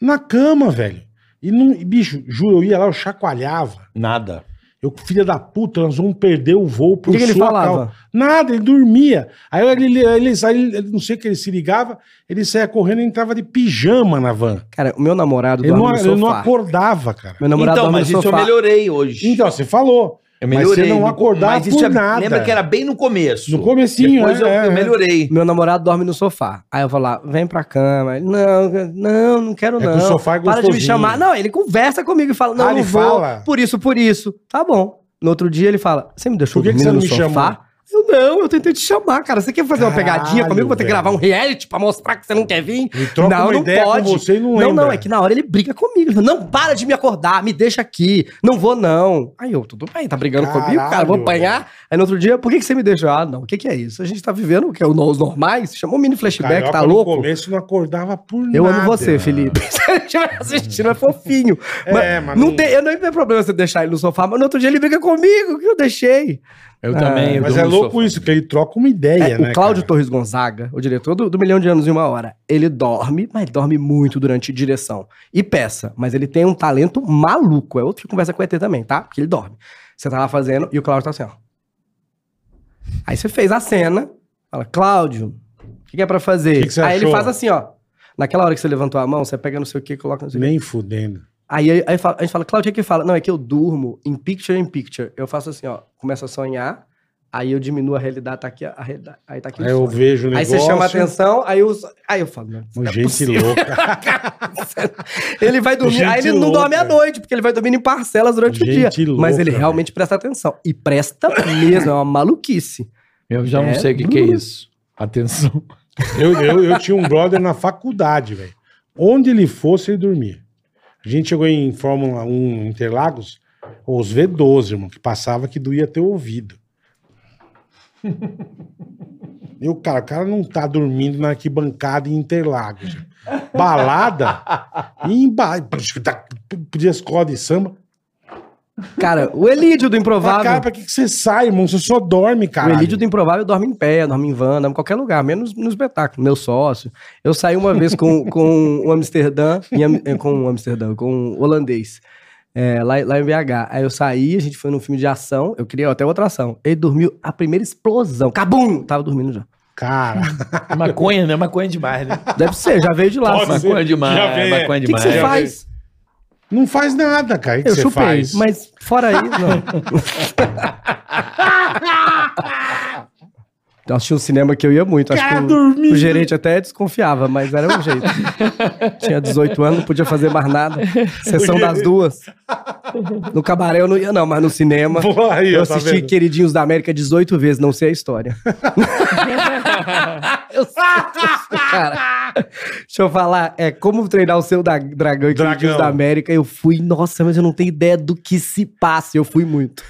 [SPEAKER 3] na cama, velho. E, não, e, bicho, juro, eu ia lá, eu chacoalhava.
[SPEAKER 4] Nada.
[SPEAKER 3] Eu, filha da puta, nós vamos perder o voo pro
[SPEAKER 5] O que que ele
[SPEAKER 3] sua
[SPEAKER 5] falava?
[SPEAKER 3] causa. Nada, ele dormia. Aí ele, ele, ele, ele- ele- não sei o que ele se ligava, ele saía correndo e entrava de pijama na van.
[SPEAKER 5] Cara, o meu namorado
[SPEAKER 3] Ele
[SPEAKER 5] dorme
[SPEAKER 3] não, é-
[SPEAKER 5] no
[SPEAKER 3] ele não
[SPEAKER 5] sofá.
[SPEAKER 3] acordava, cara.
[SPEAKER 5] Meu namorado
[SPEAKER 4] então,
[SPEAKER 5] dorme
[SPEAKER 4] mas
[SPEAKER 5] no
[SPEAKER 4] isso eu
[SPEAKER 5] sofá.
[SPEAKER 4] melhorei hoje.
[SPEAKER 3] Então, você falou.
[SPEAKER 4] eu
[SPEAKER 3] mas
[SPEAKER 4] melhorei.
[SPEAKER 3] você não
[SPEAKER 4] no-
[SPEAKER 3] acordava
[SPEAKER 4] mas isso
[SPEAKER 3] por
[SPEAKER 4] é-
[SPEAKER 3] nada.
[SPEAKER 4] Lembra que era bem no começo.
[SPEAKER 3] No comecinho,
[SPEAKER 4] Depois
[SPEAKER 3] é,
[SPEAKER 4] eu,
[SPEAKER 3] é,
[SPEAKER 4] eu
[SPEAKER 3] é.
[SPEAKER 4] melhorei.
[SPEAKER 5] Meu namorado dorme no sofá. Aí eu vou lá, vem pra cama. Ele, não, não, não quero
[SPEAKER 3] É que
[SPEAKER 5] não.
[SPEAKER 3] o sofá é
[SPEAKER 5] Para de me
[SPEAKER 3] gostosinho.
[SPEAKER 5] chamar. Não, ele conversa comigo e fala, não,
[SPEAKER 3] Ah,
[SPEAKER 5] não
[SPEAKER 3] ele
[SPEAKER 5] vou.
[SPEAKER 3] fala?
[SPEAKER 5] Por isso, por isso. Tá bom. No outro dia ele fala, você me deixou
[SPEAKER 3] Por que que
[SPEAKER 5] dormindo no
[SPEAKER 3] você não me
[SPEAKER 5] sofá? Eu não, eu tentei te chamar, cara. Você quer fazer uma
[SPEAKER 3] Caralho,
[SPEAKER 5] pegadinha comigo? Vou ter que
[SPEAKER 3] velho.
[SPEAKER 5] gravar um reality pra mostrar que você não quer vir?
[SPEAKER 3] Ele troca
[SPEAKER 5] não,
[SPEAKER 3] uma
[SPEAKER 5] não
[SPEAKER 3] ideia com
[SPEAKER 5] pode.
[SPEAKER 3] você e não
[SPEAKER 5] não,
[SPEAKER 3] lembra.
[SPEAKER 5] não, é que na hora ele briga comigo. Ele fala, Não, para de me acordar, me deixa aqui. Não vou, não. Aí eu, tudo bem, tá brigando comigo, cara? Vou
[SPEAKER 3] Caralho,
[SPEAKER 5] apanhar. Aí no outro dia, por que, que você me deixou? Ah, não, o que, que é isso? A gente tá vivendo o que é o- os normais? Chamou um mini flashback,
[SPEAKER 3] Carioca
[SPEAKER 5] tá
[SPEAKER 3] no
[SPEAKER 5] louco?
[SPEAKER 3] começo não acordava por nada.
[SPEAKER 5] Eu amo você, Felipe. Se ele estiver assistindo, é fofinho.
[SPEAKER 3] É,
[SPEAKER 5] mas
[SPEAKER 3] mas
[SPEAKER 5] não
[SPEAKER 3] não-
[SPEAKER 5] tem, eu não tenho problema você deixar ele no sofá, mas no outro dia ele briga comigo, que eu deixei.
[SPEAKER 4] Eu também.
[SPEAKER 3] Mas é louco isso, que ele troca uma ideia,
[SPEAKER 5] É,
[SPEAKER 3] né?
[SPEAKER 5] o Cláudio
[SPEAKER 3] cara?
[SPEAKER 5] Torres Gonzaga, o diretor do, do Milhão de Anos em Uma Hora, ele dorme, mas dorme muito durante direção e peça. Mas ele tem um talento maluco. É outro que conversa com o ET também, tá? Porque ele dorme. Você tá lá fazendo e o Cláudio tá assim, ó. Aí você fez a cena, fala, Cláudio, o que, que é pra fazer?
[SPEAKER 3] Que que você
[SPEAKER 5] Aí ele
[SPEAKER 3] achou?
[SPEAKER 5] faz assim, ó. Naquela hora que você levantou a mão, você pega não sei o que, coloca não sei o que.
[SPEAKER 3] Nem fudendo.
[SPEAKER 5] Aí, aí, aí fala- a gente fala, Cláudio, o que que fala? Não, é que eu durmo em picture in picture. Eu faço assim, ó, começo a sonhar, aí eu diminuo a realidade, tá aqui a a realidade, aí tá aqui o
[SPEAKER 3] Aí eu
[SPEAKER 5] sonho.
[SPEAKER 3] vejo o
[SPEAKER 5] Aí
[SPEAKER 3] negócio. um
[SPEAKER 5] você chama a atenção, É aí eu, aí eu falo, não.
[SPEAKER 3] Ô, gente louca.
[SPEAKER 5] Ele vai dormir,
[SPEAKER 3] Gente
[SPEAKER 5] aí ele não
[SPEAKER 3] louca.
[SPEAKER 5] dorme à noite, porque ele vai dormindo em parcelas durante o
[SPEAKER 3] Gente
[SPEAKER 5] dia.
[SPEAKER 3] louca,
[SPEAKER 5] Mas ele
[SPEAKER 3] velho.
[SPEAKER 5] realmente presta atenção. E presta mesmo, é uma maluquice.
[SPEAKER 7] Eu já
[SPEAKER 5] É.
[SPEAKER 7] não sei o que, que é isso. Atenção.
[SPEAKER 3] Eu, eu, eu tinha um brother na faculdade, velho. Onde ele fosse, ele dormia. A gente chegou em Fórmula 1 Interlagos, os V12, irmão, que passava que doía teu ouvido. E o cara, o cara não tá dormindo na arquibancada em Interlagos. irmão. Balada, e em ba... podia escola de samba.
[SPEAKER 5] Cara, o Elídio do
[SPEAKER 3] Fala, cara,
[SPEAKER 5] Improvável.
[SPEAKER 3] pra que, que você sai, irmão? Você só dorme, cara.
[SPEAKER 5] O Elídio do Improvável dorme em pé, dorme em van, dorme em qualquer lugar, menos no espetáculo. Meu sócio. Eu saí uma vez com, com um Amsterdã, em Am- eh, com um Amsterdã, com um holandês, é, lá, lá em BH. Aí eu saí, a gente foi num filme de ação, eu queria até outra ação. Ele dormiu a primeira explosão, cabum! Tava dormindo já.
[SPEAKER 3] Cara,
[SPEAKER 7] Maconha, né? Maconha demais, né?
[SPEAKER 5] Deve ser, já veio de lá.
[SPEAKER 3] Pode
[SPEAKER 5] assim.
[SPEAKER 3] ser.
[SPEAKER 7] Maconha demais.
[SPEAKER 3] Já vem, é.
[SPEAKER 7] maconha
[SPEAKER 5] O que, que
[SPEAKER 7] demais.
[SPEAKER 5] você
[SPEAKER 3] Já
[SPEAKER 5] faz?
[SPEAKER 3] não faz nada, cara. O que
[SPEAKER 5] Eu
[SPEAKER 3] você
[SPEAKER 5] chupei,
[SPEAKER 3] faz?
[SPEAKER 5] mas fora isso, não. Eu assisti um cinema que eu ia muito. Acho que o, o gerente até desconfiava, mas era um jeito. Tinha 18 anos, não podia fazer mais nada. Sessão das duas. No cabaré eu não ia, não, mas no cinema.
[SPEAKER 3] Pô, aí,
[SPEAKER 5] eu
[SPEAKER 3] ó, tá
[SPEAKER 5] assisti
[SPEAKER 3] vendo?
[SPEAKER 5] Queridinhos da América 18 vezes, não sei a história. eu sei, cara. Deixa eu falar, é como treinar o seu da- dragão e Queridinhos
[SPEAKER 3] Dragão.
[SPEAKER 5] da América. Eu fui, nossa, mas eu não tenho ideia do que se passa. Eu fui muito.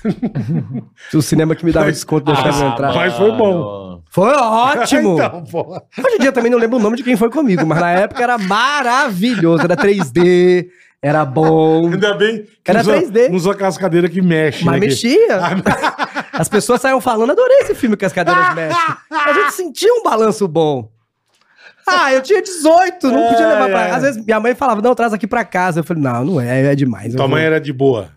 [SPEAKER 5] o cinema que me dava desconto deixava eu entrar.
[SPEAKER 3] mas foi bom.
[SPEAKER 5] Foi ótimo!
[SPEAKER 3] Ah, Então, pô.
[SPEAKER 5] Hoje em dia também não lembro o nome de quem foi comigo, mas na época era maravilhoso. Era 3D, era bom.
[SPEAKER 3] Ainda bem que
[SPEAKER 5] Era
[SPEAKER 3] não usa-
[SPEAKER 5] 3D.
[SPEAKER 3] Não usa aquelas cadeiras que mexe.
[SPEAKER 5] Mas
[SPEAKER 3] né, que-
[SPEAKER 5] mexia.
[SPEAKER 3] Ah,
[SPEAKER 5] As pessoas saíam falando, adorei esse filme que as cadeiras mexem. A gente sentia um balanço bom. Ah, eu tinha 18, não podia levar pra
[SPEAKER 3] É, é.
[SPEAKER 5] casa. Às vezes minha mãe falava, não, traz aqui pra casa. Eu falei, não, não é, é demais. eu
[SPEAKER 3] Tua
[SPEAKER 5] vou-
[SPEAKER 3] mãe era de boa.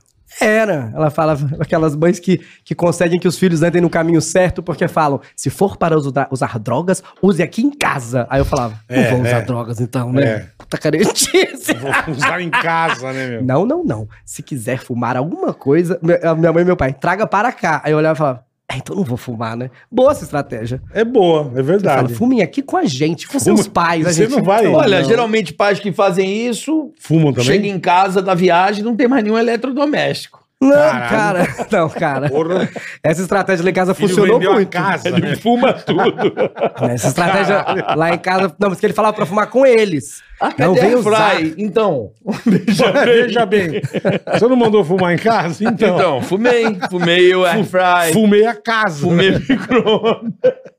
[SPEAKER 5] Era. Ela fala aquelas mães que, que conseguem que os filhos andem no caminho certo porque falam, se for para usar, usar drogas, use aqui em casa. Aí eu falava, não
[SPEAKER 3] É,
[SPEAKER 5] vou usar
[SPEAKER 3] é.
[SPEAKER 5] drogas então, né?
[SPEAKER 3] É.
[SPEAKER 5] Puta carentice.
[SPEAKER 3] Vou usar em casa, né, meu?
[SPEAKER 5] Não, não, não. Se quiser fumar alguma coisa, mi- a minha mãe e meu pai, traga para cá. Aí eu olhava e falava, é, então não vou fumar, né? Boa essa estratégia.
[SPEAKER 3] É boa, é
[SPEAKER 5] Você fala,
[SPEAKER 3] verdade.
[SPEAKER 5] fumem aqui com a gente, com
[SPEAKER 3] Fuma.
[SPEAKER 5] seus pais. A
[SPEAKER 3] Você
[SPEAKER 5] gente
[SPEAKER 3] não vai.
[SPEAKER 4] Olha,
[SPEAKER 5] não.
[SPEAKER 4] geralmente pais que fazem isso
[SPEAKER 3] Fumam também?
[SPEAKER 4] chegam em casa da viagem não tem mais nenhum eletrodoméstico.
[SPEAKER 5] Não,
[SPEAKER 3] Caralho.
[SPEAKER 5] cara. Não, cara.
[SPEAKER 3] Porra.
[SPEAKER 5] Essa estratégia lá em casa
[SPEAKER 3] Filho
[SPEAKER 5] funcionou
[SPEAKER 3] vendeu a
[SPEAKER 5] muito.
[SPEAKER 3] casa, né?
[SPEAKER 6] Fuma tudo.
[SPEAKER 5] Essa estratégia lá em casa. Não, mas que ele falava pra fumar com eles.
[SPEAKER 4] Ah,
[SPEAKER 5] não vem usar.
[SPEAKER 4] Então,
[SPEAKER 3] Veja bem. Você não mandou fumar em casa? Então.
[SPEAKER 6] Então, fumei. Fumei o air fry.
[SPEAKER 3] Fumei a casa.
[SPEAKER 6] Fumei o micro-ondas.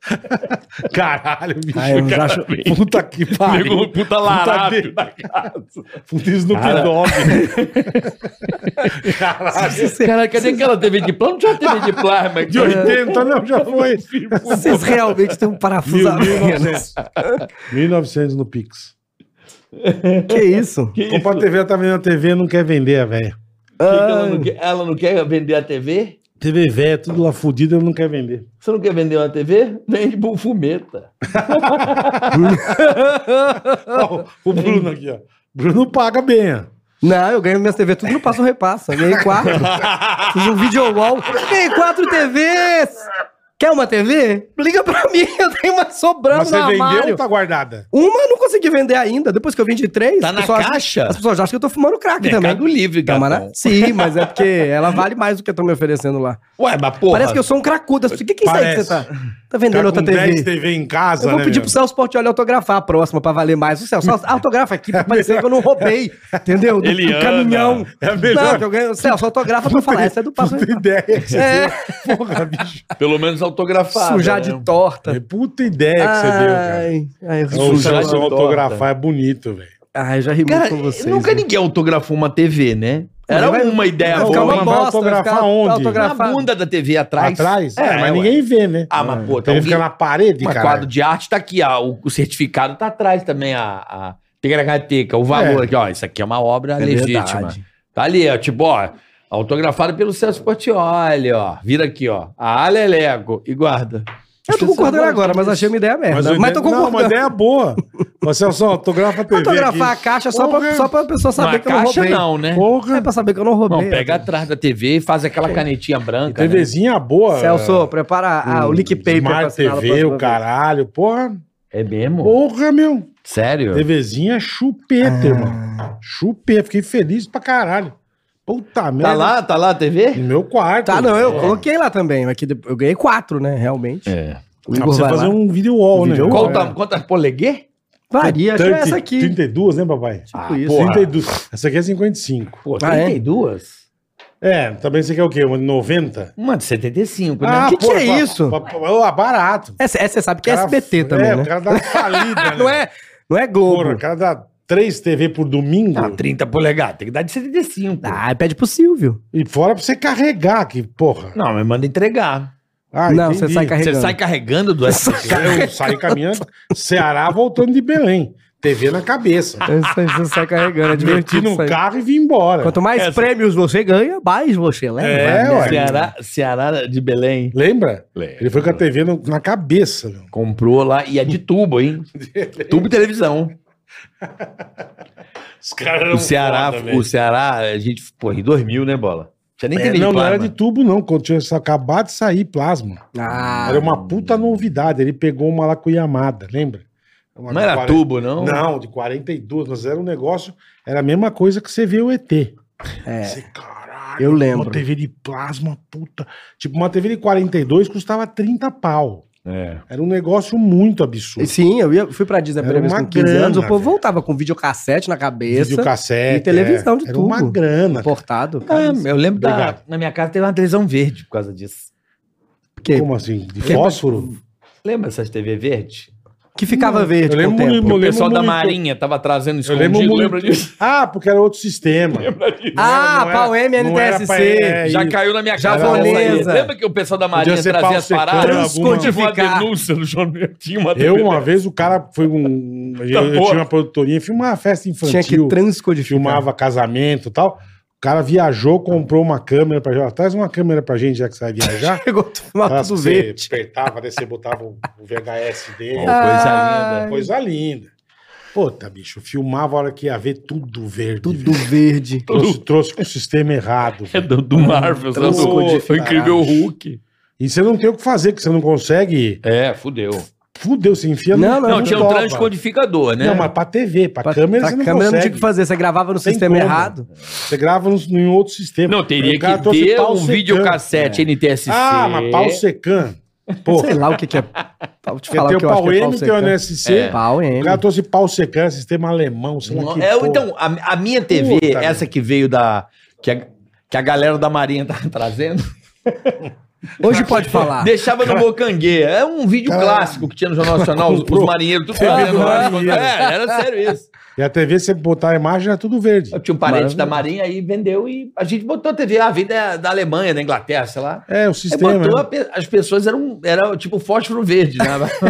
[SPEAKER 3] Caralho, bicho.
[SPEAKER 5] Ah, eu já acho-
[SPEAKER 3] Puta que pariu.
[SPEAKER 4] tá
[SPEAKER 6] Pegou um puta larápio.
[SPEAKER 3] da casa. Puta Snoop Dogg. Caralho.
[SPEAKER 4] cara, cadê aquela TV de plano? Não tinha uma TV de plasma.
[SPEAKER 3] De 80, não, já foi.
[SPEAKER 5] Vocês realmente têm um parafuso a
[SPEAKER 3] Mil- 1900.
[SPEAKER 5] menos.
[SPEAKER 3] 1900 no Pix.
[SPEAKER 5] Que isso?
[SPEAKER 3] Comprar a TV, ela tá vendendo a TV, não quer vender a velha.
[SPEAKER 4] ela, não quer, ela não quer vender a TV?
[SPEAKER 3] TV velha, tudo lá fudida, ela não quer vender.
[SPEAKER 4] Você não quer vender uma TV? Vende bufumeta.
[SPEAKER 3] Ó, o Bruno aqui, ó. Bruno paga bem, ó.
[SPEAKER 5] Não, eu ganho minhas TV tudo no Passo Repassa. Ganhei quatro. Fiz um video wall. Ganhei quatro TVs. Quer uma TV? Liga pra mim, eu tenho uma sobrando
[SPEAKER 3] Mas você
[SPEAKER 5] no
[SPEAKER 3] vendeu
[SPEAKER 5] armário.
[SPEAKER 3] ou tá guardada?
[SPEAKER 5] Uma eu não consegui vender ainda. Depois que eu vendi três,
[SPEAKER 4] Tá
[SPEAKER 5] as
[SPEAKER 4] na
[SPEAKER 5] pessoas acham-
[SPEAKER 4] caixa?
[SPEAKER 5] as pessoas acham que eu tô fumando crack
[SPEAKER 4] Mercado
[SPEAKER 5] também.
[SPEAKER 4] Livre,
[SPEAKER 5] Não, mas
[SPEAKER 4] cara.
[SPEAKER 5] na- Sim, mas é porque ela vale mais do que estão me oferecendo lá.
[SPEAKER 4] Ué, mas porra.
[SPEAKER 5] Parece que eu sou um cracudo. O que, que é isso aí que você tá?
[SPEAKER 3] Parece.
[SPEAKER 5] Tá vendendo
[SPEAKER 3] Tá
[SPEAKER 5] outra
[SPEAKER 3] com
[SPEAKER 5] TV?
[SPEAKER 3] 10 TV em casa,
[SPEAKER 5] Eu vou
[SPEAKER 3] né,
[SPEAKER 5] pedir
[SPEAKER 3] meu?
[SPEAKER 5] pro Celso Portioli autografar a próxima pra valer mais. O Celso, Celso, autografa aqui pra parecer que eu não roubei, entendeu? Do,
[SPEAKER 6] Ele
[SPEAKER 5] do
[SPEAKER 6] anda.
[SPEAKER 5] caminhão.
[SPEAKER 3] É a melhor.
[SPEAKER 5] Não, que eu ganho. Celso, autografa pra falar. Essa é do passo.
[SPEAKER 3] Puta ideia que você
[SPEAKER 5] É,
[SPEAKER 3] deu. Porra, bicho.
[SPEAKER 6] Pelo menos autografado.
[SPEAKER 5] sujar
[SPEAKER 4] né?
[SPEAKER 5] de torta.
[SPEAKER 3] É puta ideia que você deu, cara.
[SPEAKER 5] Ai, ai, eu
[SPEAKER 3] O
[SPEAKER 5] sujar de
[SPEAKER 3] Celso
[SPEAKER 5] torta.
[SPEAKER 3] autografar é bonito, velho.
[SPEAKER 5] Ai, já rimei
[SPEAKER 4] Cara,
[SPEAKER 5] com vocês.
[SPEAKER 4] nunca
[SPEAKER 5] né?
[SPEAKER 4] ninguém autografou uma TV, né? Era
[SPEAKER 5] Vai-
[SPEAKER 4] uma ideia
[SPEAKER 5] vai
[SPEAKER 3] Não,
[SPEAKER 5] ficar
[SPEAKER 4] boa.
[SPEAKER 3] calma,
[SPEAKER 5] uma
[SPEAKER 3] Vai
[SPEAKER 5] bosta. vai
[SPEAKER 3] autografar
[SPEAKER 5] ficar
[SPEAKER 3] onde?
[SPEAKER 4] Na
[SPEAKER 5] Autografado.
[SPEAKER 4] bunda da TV atrás.
[SPEAKER 3] Atrás? É, mas
[SPEAKER 4] ué.
[SPEAKER 3] ninguém vê, né?
[SPEAKER 4] Ah, mas pô,
[SPEAKER 3] Então ele fica na parede,
[SPEAKER 4] Mas
[SPEAKER 3] cara.
[SPEAKER 4] quadro de arte tá aqui, ó, o, o certificado tá atrás também, a, a Ticaracateca, o valor
[SPEAKER 3] É.
[SPEAKER 4] aqui, ó, isso aqui é uma obra
[SPEAKER 5] É
[SPEAKER 4] legítima.
[SPEAKER 5] verdade.
[SPEAKER 4] Tá ali, ó, tipo, ó, autografado pelo Celso Portioli, ó, vira aqui, ó, a Aleleco e guarda.
[SPEAKER 5] Eu tô concordando agora, mas achei uma ideia
[SPEAKER 3] Mas,
[SPEAKER 5] merda.
[SPEAKER 3] eu
[SPEAKER 5] Mas, tô
[SPEAKER 3] ideia... Não, uma
[SPEAKER 5] concordando.
[SPEAKER 3] ideia é boa. Ô, Celso, autografa a TV
[SPEAKER 5] Autografar a
[SPEAKER 3] aqui.
[SPEAKER 5] caixa só pra,
[SPEAKER 3] Porra.
[SPEAKER 5] só pra pessoa
[SPEAKER 4] Na
[SPEAKER 5] saber que eu não
[SPEAKER 4] é caixa
[SPEAKER 5] roubei.
[SPEAKER 4] não, né?
[SPEAKER 5] É
[SPEAKER 3] Porra,
[SPEAKER 5] pra saber que eu não roubei.
[SPEAKER 4] Não, pega atrás da TV e faz aquela canetinha branca. né?
[SPEAKER 3] TVzinha é boa.
[SPEAKER 5] Celso, prepara ah, o leak paper. pra
[SPEAKER 3] Hum, Smart
[SPEAKER 5] assinar na
[SPEAKER 3] TV,
[SPEAKER 5] próxima
[SPEAKER 3] o
[SPEAKER 5] vez.
[SPEAKER 3] caralho. Porra,
[SPEAKER 4] É mesmo?
[SPEAKER 3] porra, meu.
[SPEAKER 4] Sério?
[SPEAKER 3] TVzinha chupeta, irmão. Chupeta. Fiquei feliz pra caralho. Puta merda.
[SPEAKER 4] Tá lá, tá lá a TV?
[SPEAKER 3] No meu quarto. É.
[SPEAKER 5] Tá, não, eu
[SPEAKER 3] Porra.
[SPEAKER 5] coloquei lá também. Mas que depois- eu ganhei quatro, né? Realmente.
[SPEAKER 4] É.
[SPEAKER 5] O
[SPEAKER 3] Dá pra você fazer um video wall, né?
[SPEAKER 5] Video
[SPEAKER 4] Qual
[SPEAKER 5] É.
[SPEAKER 4] o tamanho? Quantas poleguê?
[SPEAKER 5] Varia, acho que é
[SPEAKER 3] 30,
[SPEAKER 5] essa aqui.
[SPEAKER 3] 32, né, papai?
[SPEAKER 5] Tipo isso.
[SPEAKER 3] Porra. 32. Essa aqui é 55.
[SPEAKER 4] Pô,
[SPEAKER 5] Ah, é?
[SPEAKER 4] 32?
[SPEAKER 3] É, também você quer o quê? Uma de 90?
[SPEAKER 4] Uma de 75, né?
[SPEAKER 5] que que é isso?
[SPEAKER 3] Pra, pra, pra- ah, barato.
[SPEAKER 5] Essa, essa você sabe que é
[SPEAKER 3] Cara,
[SPEAKER 5] SBT também,
[SPEAKER 3] é,
[SPEAKER 5] né?
[SPEAKER 3] o cara dá falida, né?
[SPEAKER 5] Não é, não é Globo.
[SPEAKER 3] Porra, o cara dá 3 TV por domingo
[SPEAKER 5] Tá,
[SPEAKER 4] Ah, 30 polegadas, tem que dar de 75.
[SPEAKER 5] Ah, pede pro Silvio.
[SPEAKER 3] e fora pra você carregar, que porra.
[SPEAKER 4] Não, mas manda entregar.
[SPEAKER 3] Ah,
[SPEAKER 5] não,
[SPEAKER 3] entendi.
[SPEAKER 5] você sai carregando.
[SPEAKER 4] Você sai carregando do SBT?
[SPEAKER 3] Eu saí caminhando, Ceará voltando de Belém. TV na cabeça.
[SPEAKER 5] Isso aí, Você sai carregando, é
[SPEAKER 3] Meti
[SPEAKER 5] divertido.
[SPEAKER 3] no
[SPEAKER 5] isso aí.
[SPEAKER 3] carro e vim embora.
[SPEAKER 5] Quanto mais prêmios você ganha, mais você leva.
[SPEAKER 3] É,
[SPEAKER 5] né?
[SPEAKER 3] ué.
[SPEAKER 4] Ceará, Ceará de Belém.
[SPEAKER 3] Lembra? Ele foi com a TV no- na cabeça, meu.
[SPEAKER 4] Comprou lá, e é de tubo, hein? tubo e televisão.
[SPEAKER 3] Os caras
[SPEAKER 6] um
[SPEAKER 4] O Ceará, o Ceará, a gente, pô, em 2000, né, Bola? Tinha nem
[SPEAKER 3] É,
[SPEAKER 4] TV
[SPEAKER 3] não,
[SPEAKER 4] de
[SPEAKER 3] não era
[SPEAKER 4] plasma.
[SPEAKER 3] de tubo, não. Quando tinha só acabado de sair plasma.
[SPEAKER 5] Ah,
[SPEAKER 3] Era uma puta novidade. Ele pegou uma lá com Yamada, lembra? Uma
[SPEAKER 4] Não era
[SPEAKER 3] quarenta-
[SPEAKER 4] tubo, não?
[SPEAKER 3] Não, de 42, mas era um negócio. Era a mesma coisa que você vê o ET.
[SPEAKER 5] é.
[SPEAKER 3] Você, caralho.
[SPEAKER 5] Eu lembro.
[SPEAKER 3] Uma TV de plasma, puta. Tipo, uma TV de 42 custava 30 pau.
[SPEAKER 7] É.
[SPEAKER 3] Era um negócio muito absurdo.
[SPEAKER 5] E Sim, eu ia, fui pra Disney a
[SPEAKER 3] Era
[SPEAKER 5] primeira vez
[SPEAKER 3] uma
[SPEAKER 5] com 15 anos, o
[SPEAKER 3] grana,
[SPEAKER 5] povo
[SPEAKER 3] velho.
[SPEAKER 5] voltava com videocassete na cabeça,
[SPEAKER 3] Videocassete.
[SPEAKER 5] e televisão de
[SPEAKER 3] é. Era uma
[SPEAKER 5] tubo.
[SPEAKER 3] grana.
[SPEAKER 5] portado.
[SPEAKER 4] Ah, eu lembro da,
[SPEAKER 3] Obrigado.
[SPEAKER 4] na minha casa teve uma televisão verde por causa disso.
[SPEAKER 5] que,
[SPEAKER 3] Como assim? De fósforo?
[SPEAKER 4] Lembra essas TV verde? um
[SPEAKER 5] que ficava verde
[SPEAKER 3] Eu
[SPEAKER 5] com o
[SPEAKER 3] lembro
[SPEAKER 5] tempo.
[SPEAKER 3] muito-
[SPEAKER 6] O pessoal
[SPEAKER 3] lembro
[SPEAKER 6] da
[SPEAKER 3] muito-
[SPEAKER 6] Marinha tava trazendo
[SPEAKER 3] Eu
[SPEAKER 6] escondido,
[SPEAKER 3] lembro muito.
[SPEAKER 6] lembra disso?
[SPEAKER 3] Ah, porque era outro sistema.
[SPEAKER 5] Ah, pau M,
[SPEAKER 3] não era pra-
[SPEAKER 5] NTSC.
[SPEAKER 3] é,
[SPEAKER 6] Já
[SPEAKER 3] isso.
[SPEAKER 6] caiu na minha
[SPEAKER 5] Já
[SPEAKER 6] casa. essa aí.
[SPEAKER 5] poleza.
[SPEAKER 6] Lembra que o pessoal da Marinha
[SPEAKER 3] Podia ser
[SPEAKER 6] trazia
[SPEAKER 3] pau
[SPEAKER 6] as paradas?
[SPEAKER 3] secando, alguma-
[SPEAKER 6] Teve uma
[SPEAKER 5] Transcodificar.
[SPEAKER 6] denúncia no jornal. Tinha uma
[SPEAKER 3] Eu,
[SPEAKER 6] TV
[SPEAKER 3] uma vez, o cara foi um. Eu, eu
[SPEAKER 6] Tá boa.
[SPEAKER 3] tinha uma produtoria, filmava uma festa infantil.
[SPEAKER 5] Tinha que transcodificar.
[SPEAKER 3] filmava casamento e tal. O cara viajou, comprou uma câmera pra gente. Traz uma câmera pra gente, já que você vai viajar.
[SPEAKER 5] Pegou tomar
[SPEAKER 3] Aquelas
[SPEAKER 5] tudo
[SPEAKER 3] que você
[SPEAKER 5] verde.
[SPEAKER 3] apertava, daí você botava o o VHS dele.
[SPEAKER 5] Ah,
[SPEAKER 3] Coisa linda. Puta, bicho, filmava a hora que ia ver tudo verde.
[SPEAKER 5] Tudo
[SPEAKER 3] velho.
[SPEAKER 5] verde.
[SPEAKER 3] Trouxe, trouxe com o sistema errado.
[SPEAKER 6] É
[SPEAKER 3] velho.
[SPEAKER 6] do, do Marvel, sabe?
[SPEAKER 3] Transcodificar.
[SPEAKER 6] O, o incrível Hulk.
[SPEAKER 3] E você não tem o que fazer, que você não consegue.
[SPEAKER 6] É, fudeu.
[SPEAKER 3] Fudeu, você enfia
[SPEAKER 5] Não,
[SPEAKER 6] Não, tinha um
[SPEAKER 3] toba.
[SPEAKER 6] transcodificador, né?
[SPEAKER 3] Não, mas pra TV, pra,
[SPEAKER 5] Pra,
[SPEAKER 3] câmera
[SPEAKER 5] pra
[SPEAKER 3] você não
[SPEAKER 5] câmera não
[SPEAKER 3] consegue.
[SPEAKER 5] tinha o que fazer, você gravava no
[SPEAKER 3] Tem
[SPEAKER 5] sistema
[SPEAKER 3] como.
[SPEAKER 5] errado.
[SPEAKER 3] Você grava num- em outro sistema.
[SPEAKER 6] Não, teria
[SPEAKER 3] O cara
[SPEAKER 6] que
[SPEAKER 3] trouxe
[SPEAKER 6] ter
[SPEAKER 3] pau
[SPEAKER 6] um
[SPEAKER 3] secando.
[SPEAKER 6] videocassete NTSC.
[SPEAKER 3] Ah, mas pau secando. Pô,
[SPEAKER 5] Sei lá o que, que é. Vou te
[SPEAKER 3] Porque tem o
[SPEAKER 5] que
[SPEAKER 3] pau
[SPEAKER 5] eu acho que é pau
[SPEAKER 3] M, tem o
[SPEAKER 5] secando.
[SPEAKER 3] NSC.
[SPEAKER 6] É.
[SPEAKER 5] Pau
[SPEAKER 3] O
[SPEAKER 5] M.
[SPEAKER 3] cara trouxe pau secando, é sistema alemão, sei lá que
[SPEAKER 4] É,
[SPEAKER 3] porra.
[SPEAKER 4] então, a, a minha TV,
[SPEAKER 3] Puta,
[SPEAKER 4] essa que veio da. Que a, que a galera da Marinha tá trazendo,
[SPEAKER 5] Hoje pode falar.
[SPEAKER 4] Ah. deixava no Bocangue. É um vídeo
[SPEAKER 3] Cara,
[SPEAKER 4] clássico que tinha no Jornal Nacional, os, os
[SPEAKER 3] comprou.
[SPEAKER 4] marinheiros, tudo
[SPEAKER 3] Ah,
[SPEAKER 4] vendo lá.
[SPEAKER 3] marinheiro.
[SPEAKER 4] É, era sério isso.
[SPEAKER 3] E a TV, você botar a imagem, era tudo verde.
[SPEAKER 4] Eu tinha um parente da Marinha aí vendeu e a gente botou a TV, a vida da Alemanha, da Inglaterra, sei lá.
[SPEAKER 3] É, o
[SPEAKER 4] Aí
[SPEAKER 3] sistema.
[SPEAKER 4] botou, a
[SPEAKER 3] né?
[SPEAKER 4] pe- as pessoas eram, era tipo fósforo verde, né?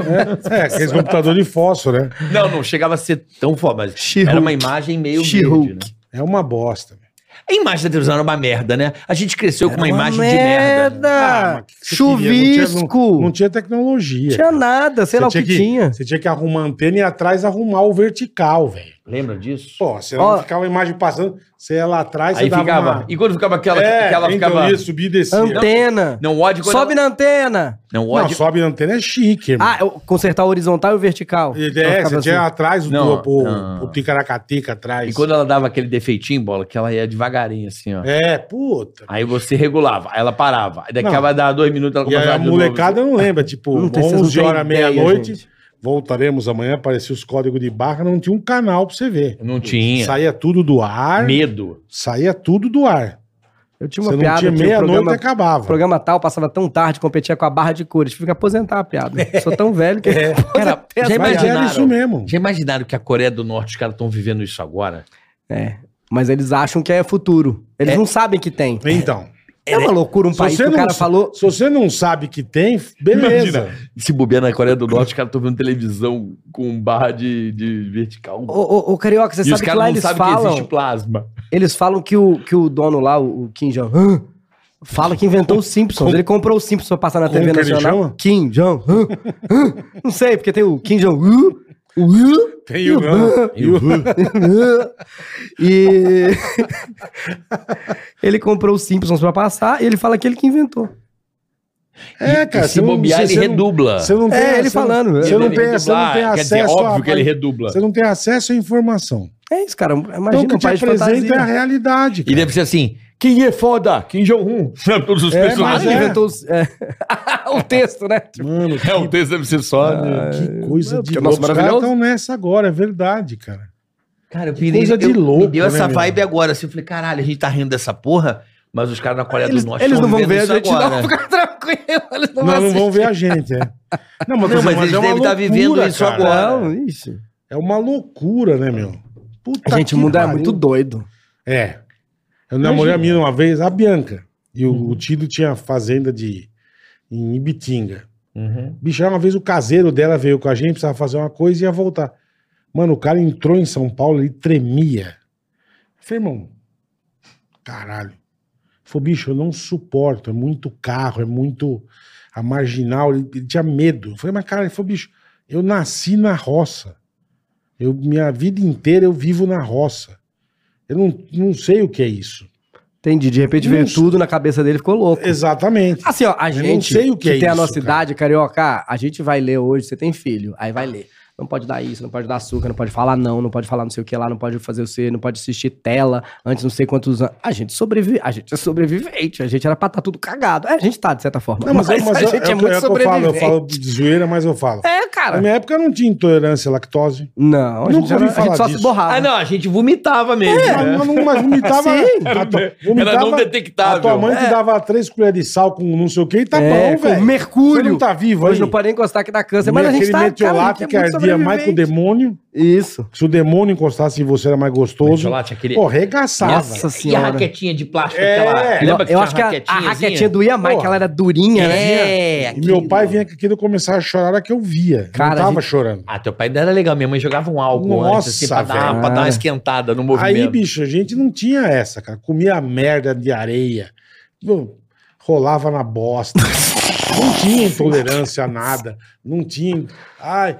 [SPEAKER 3] É, aqueles computadores de fósforo, né?
[SPEAKER 4] Não, não chegava a ser tão foda, mas
[SPEAKER 5] She-Hulk.
[SPEAKER 4] era uma imagem meio
[SPEAKER 5] She-Hulk.
[SPEAKER 4] verde, né?
[SPEAKER 3] É uma bosta. velho.
[SPEAKER 4] A imagem da televisão era uma merda, né? A gente cresceu com uma, imagem de merda. né?
[SPEAKER 3] Ah, mas o que você queria? Não tinha-
[SPEAKER 5] Chuvisco. Não tinha,
[SPEAKER 3] Não tinha tecnologia.
[SPEAKER 5] nada, sei lá o que, tinha.
[SPEAKER 3] Você tinha que arrumar a antena e ir atrás arrumar o vertical, velho.
[SPEAKER 4] Lembra disso?
[SPEAKER 3] Pô, se
[SPEAKER 5] Ó.
[SPEAKER 3] não ficava a imagem passando, você ia lá atrás,
[SPEAKER 4] Aí
[SPEAKER 3] você
[SPEAKER 4] ficava.
[SPEAKER 3] uma...
[SPEAKER 4] E quando ficava aquela.
[SPEAKER 3] É,
[SPEAKER 4] aquela
[SPEAKER 3] então
[SPEAKER 4] ficava.
[SPEAKER 3] ia subir e descer.
[SPEAKER 5] Antena.
[SPEAKER 4] Não, ódio quando.
[SPEAKER 5] Sobe na antena.
[SPEAKER 4] Não,
[SPEAKER 3] Não,
[SPEAKER 4] ódio.
[SPEAKER 3] sobe na antena é chique, irmão.
[SPEAKER 5] Ah, eu- consertar o horizontal e o vertical.
[SPEAKER 3] E,
[SPEAKER 5] Então
[SPEAKER 3] é,
[SPEAKER 5] ficava
[SPEAKER 3] você tinha
[SPEAKER 5] assim.
[SPEAKER 3] atrás o,
[SPEAKER 4] Não,
[SPEAKER 3] o,
[SPEAKER 4] não.
[SPEAKER 3] o ticaracateca atrás.
[SPEAKER 4] E quando ela dava aquele defeitinho, bola, que ela ia devagarinho, assim, ó.
[SPEAKER 3] É, puta.
[SPEAKER 4] Aí você regulava, aí ela parava. Aí daqui
[SPEAKER 3] Não.
[SPEAKER 4] a vai dar dois minutos, ela
[SPEAKER 3] E aí
[SPEAKER 4] começava
[SPEAKER 3] a
[SPEAKER 4] de novo,
[SPEAKER 3] molecada não lembra, tipo,
[SPEAKER 5] Não tem- vocês não
[SPEAKER 3] 11
[SPEAKER 5] têm
[SPEAKER 3] horas,
[SPEAKER 5] ideia,
[SPEAKER 3] meia-noite,
[SPEAKER 5] gente.
[SPEAKER 3] voltaremos amanhã, aparecia os códigos de barra, não tinha um canal pra você ver.
[SPEAKER 4] assim. Não tinha.
[SPEAKER 3] Saía tudo do ar,
[SPEAKER 4] Medo.
[SPEAKER 3] saía tudo do ar.
[SPEAKER 5] Eu tinha uma
[SPEAKER 3] Você não
[SPEAKER 5] piada
[SPEAKER 3] tinha
[SPEAKER 5] que o
[SPEAKER 3] meia-noite
[SPEAKER 5] programa,
[SPEAKER 3] acabava.
[SPEAKER 5] programa tal passava tão tarde, competia com a barra de cores. Fica aposentar a piada.
[SPEAKER 3] É.
[SPEAKER 5] Sou tão velho que.
[SPEAKER 4] Cara, já
[SPEAKER 3] Mas era
[SPEAKER 4] imaginaram?
[SPEAKER 3] isso mesmo.
[SPEAKER 4] Já imaginaram que a Coreia do Norte, os caras estão vivendo isso agora?
[SPEAKER 5] É. Mas eles acham que é futuro. Eles não sabem que tem.
[SPEAKER 3] Então,
[SPEAKER 5] É uma loucura um
[SPEAKER 3] se
[SPEAKER 5] país
[SPEAKER 3] você
[SPEAKER 5] que o
[SPEAKER 3] não-
[SPEAKER 5] cara falou.
[SPEAKER 3] se você não sabe que tem, beleza.
[SPEAKER 4] Se bobear na Coreia do Norte, os caras estão vendo televisão com barra de, de vertical.
[SPEAKER 5] Ô, ô, ô, Carioca, você
[SPEAKER 4] e os
[SPEAKER 5] sabe que
[SPEAKER 4] caras
[SPEAKER 5] lá
[SPEAKER 4] não
[SPEAKER 5] eles
[SPEAKER 4] sabem que
[SPEAKER 5] falam.
[SPEAKER 4] existe plasma.
[SPEAKER 3] É,
[SPEAKER 5] Eles falam que o, que o dono lá, o, o Kim Jong-un, fala que inventou os Simpsons. Ele comprou os Simpsons pra passar na
[SPEAKER 3] Como
[SPEAKER 5] TV
[SPEAKER 3] que ele
[SPEAKER 5] nacional.
[SPEAKER 3] chama?
[SPEAKER 5] Kim Jong-un. Hã? Não sei, porque tem o Kim Jong-un. O U,
[SPEAKER 3] Tem o não.
[SPEAKER 5] e o E ele comprou os Simpsons pra passar e ele fala que ele que inventou.
[SPEAKER 3] É, cara,
[SPEAKER 4] e se bobear, ele redubla.
[SPEAKER 3] Você não tem,
[SPEAKER 5] É, ele
[SPEAKER 3] você não-
[SPEAKER 5] falando,
[SPEAKER 3] Você
[SPEAKER 5] ele
[SPEAKER 3] não
[SPEAKER 4] deve
[SPEAKER 3] tem, você não
[SPEAKER 4] redublar.
[SPEAKER 3] tem
[SPEAKER 4] Quer dizer, é
[SPEAKER 3] acesso
[SPEAKER 4] óbvio
[SPEAKER 3] a-
[SPEAKER 4] que ele redubla.
[SPEAKER 3] Você não tem acesso à informação.
[SPEAKER 5] É isso, cara.
[SPEAKER 3] Então,
[SPEAKER 5] Imagina
[SPEAKER 3] o que
[SPEAKER 5] um
[SPEAKER 3] te
[SPEAKER 5] país de
[SPEAKER 3] apresenta é a
[SPEAKER 5] fantasia.
[SPEAKER 3] realidade.
[SPEAKER 4] E
[SPEAKER 3] cara.
[SPEAKER 4] deve ser assim, quem é foda? Kim Jong-un. Sabe, Todos os
[SPEAKER 3] É,
[SPEAKER 5] Ah,
[SPEAKER 3] mas
[SPEAKER 5] ele
[SPEAKER 4] personagens.
[SPEAKER 5] inventou os, é, o texto, né? Tipo,
[SPEAKER 3] Mano,
[SPEAKER 6] É, o texto deve ser só.
[SPEAKER 4] Ah,
[SPEAKER 6] né?
[SPEAKER 4] é.
[SPEAKER 3] que coisa de
[SPEAKER 5] porque
[SPEAKER 3] louco.
[SPEAKER 5] o nosso
[SPEAKER 3] Os caras
[SPEAKER 5] maravilhoso-
[SPEAKER 3] estão nessa agora, é verdade, cara.
[SPEAKER 4] Cara, eu
[SPEAKER 3] coisa
[SPEAKER 4] eu-
[SPEAKER 3] de louco,
[SPEAKER 4] Me deu
[SPEAKER 3] né,
[SPEAKER 4] essa
[SPEAKER 3] meu?
[SPEAKER 4] vibe agora. Assim, eu falei, caralho, a gente tá rindo dessa porra, mas os caras na Coreia
[SPEAKER 5] eles,
[SPEAKER 4] do Norte
[SPEAKER 5] eles
[SPEAKER 4] tão
[SPEAKER 5] não vão ver
[SPEAKER 4] vivendo
[SPEAKER 5] a
[SPEAKER 4] isso
[SPEAKER 5] gente, não.
[SPEAKER 4] agora. né?"
[SPEAKER 5] Fica tranquilo. Eles não,
[SPEAKER 3] Não, não vão ver a gente, é. Não,
[SPEAKER 4] Não,
[SPEAKER 3] tô dizendo,
[SPEAKER 4] mas eles
[SPEAKER 3] é uma
[SPEAKER 4] devem estar vivendo isso
[SPEAKER 3] cara.
[SPEAKER 4] agora.
[SPEAKER 5] Não, ixi.
[SPEAKER 3] É uma loucura, né, meu? Puta
[SPEAKER 5] Gente,
[SPEAKER 3] que
[SPEAKER 5] o mundo é
[SPEAKER 3] pariu.
[SPEAKER 5] muito doido.
[SPEAKER 3] É. Eu namorei a menina uma vez, a Bianca. E o, o Tito tinha fazenda de em Ibitinga. Bicho, aí uma vez o caseiro dela veio com a gente, precisava fazer uma coisa e ia voltar. Mano, o cara entrou em São Paulo, ele tremia. Eu falei, irmão, caralho. Ele Falou, bicho, eu não suporto, é muito carro, é muito a marginal, ele, ele tinha medo. Eu falei, mas cara, ele falou, bicho, eu nasci na roça. Eu, minha vida inteira eu vivo na roça. Eu não, não sei o que é isso.
[SPEAKER 5] Entendi. De repente veio
[SPEAKER 3] Não sei.
[SPEAKER 5] tudo na cabeça dele e ficou louco.
[SPEAKER 3] Exatamente.
[SPEAKER 5] Assim, ó, a
[SPEAKER 3] Eu não
[SPEAKER 5] gente
[SPEAKER 3] sei o que é
[SPEAKER 5] tem a
[SPEAKER 3] isso,
[SPEAKER 5] nossa
[SPEAKER 3] cara.
[SPEAKER 5] idade, carioca, a gente vai ler hoje, você tem filho, aí vai ler. Não pode dar isso, não pode dar açúcar, não pode falar não, não pode falar não sei o que lá, não pode fazer o C, não pode assistir tela antes não sei quantos anos. A gente sobrevive, a gente é sobrevivente, a gente era pra estar tudo cagado. É, a gente tá, de certa forma.
[SPEAKER 3] Não, mas, é- mas
[SPEAKER 5] a
[SPEAKER 3] é-
[SPEAKER 5] gente é,
[SPEAKER 3] é, o que-
[SPEAKER 5] muito
[SPEAKER 3] é o que eu falo, eu
[SPEAKER 5] sobrevivente.
[SPEAKER 3] falo de zoeira, mas eu falo.
[SPEAKER 5] É, cara.
[SPEAKER 3] Na minha época não tinha intolerância à lactose.
[SPEAKER 5] Não, a
[SPEAKER 3] Nunca
[SPEAKER 5] gente,
[SPEAKER 3] ouvi
[SPEAKER 5] era- a gente
[SPEAKER 3] falar
[SPEAKER 5] só
[SPEAKER 3] disso.
[SPEAKER 5] se borrava.
[SPEAKER 4] Ah, não, a gente vomitava mesmo.
[SPEAKER 5] É,
[SPEAKER 4] né?
[SPEAKER 3] Mas, não- mas vomitava. a tua-
[SPEAKER 6] Era não
[SPEAKER 3] vomitava-
[SPEAKER 6] detectável.
[SPEAKER 3] A tua mãe te dava três colheres de sal com não sei o que e tá
[SPEAKER 5] É,
[SPEAKER 3] bom,
[SPEAKER 5] com
[SPEAKER 3] velho.
[SPEAKER 5] mercúrio.
[SPEAKER 3] Você não tá vivo
[SPEAKER 5] Hoje
[SPEAKER 3] aí?
[SPEAKER 5] não pode nem encostar que dá câncer, mas a gente
[SPEAKER 3] Aquele
[SPEAKER 5] tá.
[SPEAKER 3] meteolato
[SPEAKER 5] cara, a gente
[SPEAKER 3] que
[SPEAKER 5] é muito
[SPEAKER 3] ardia mais com o
[SPEAKER 5] sobrevivente.
[SPEAKER 3] demônio.
[SPEAKER 5] Isso.
[SPEAKER 3] Se o demônio encostasse em você era mais gostoso.
[SPEAKER 4] Chocolate, aquele...
[SPEAKER 3] Pô, regaçava.
[SPEAKER 4] E
[SPEAKER 5] Nossa
[SPEAKER 4] a
[SPEAKER 5] senhora.
[SPEAKER 4] raquetinha de plástico,
[SPEAKER 3] É.
[SPEAKER 4] aquela...
[SPEAKER 3] Lembra
[SPEAKER 5] eu acho que a, a raquetinha doía mais,
[SPEAKER 3] Porra.
[SPEAKER 5] que ela era durinha, né?
[SPEAKER 4] É,
[SPEAKER 3] E meu
[SPEAKER 4] aquilo.
[SPEAKER 3] pai vinha com aquilo e começava a chorar, era que eu via.
[SPEAKER 5] Cara,
[SPEAKER 3] não
[SPEAKER 5] a
[SPEAKER 3] tava
[SPEAKER 5] gente-
[SPEAKER 3] chorando.
[SPEAKER 4] Ah, teu pai ainda era legal. Minha mãe jogava um álcool
[SPEAKER 3] Nossa,
[SPEAKER 4] antes, assim, pra dar,
[SPEAKER 3] velho.
[SPEAKER 4] pra dar uma esquentada no movimento.
[SPEAKER 3] Aí, bicho, a gente não tinha essa, cara. Comia merda de areia. Pô, Rolava na bosta. não tinha intolerância a nada. Não tinha. Ai,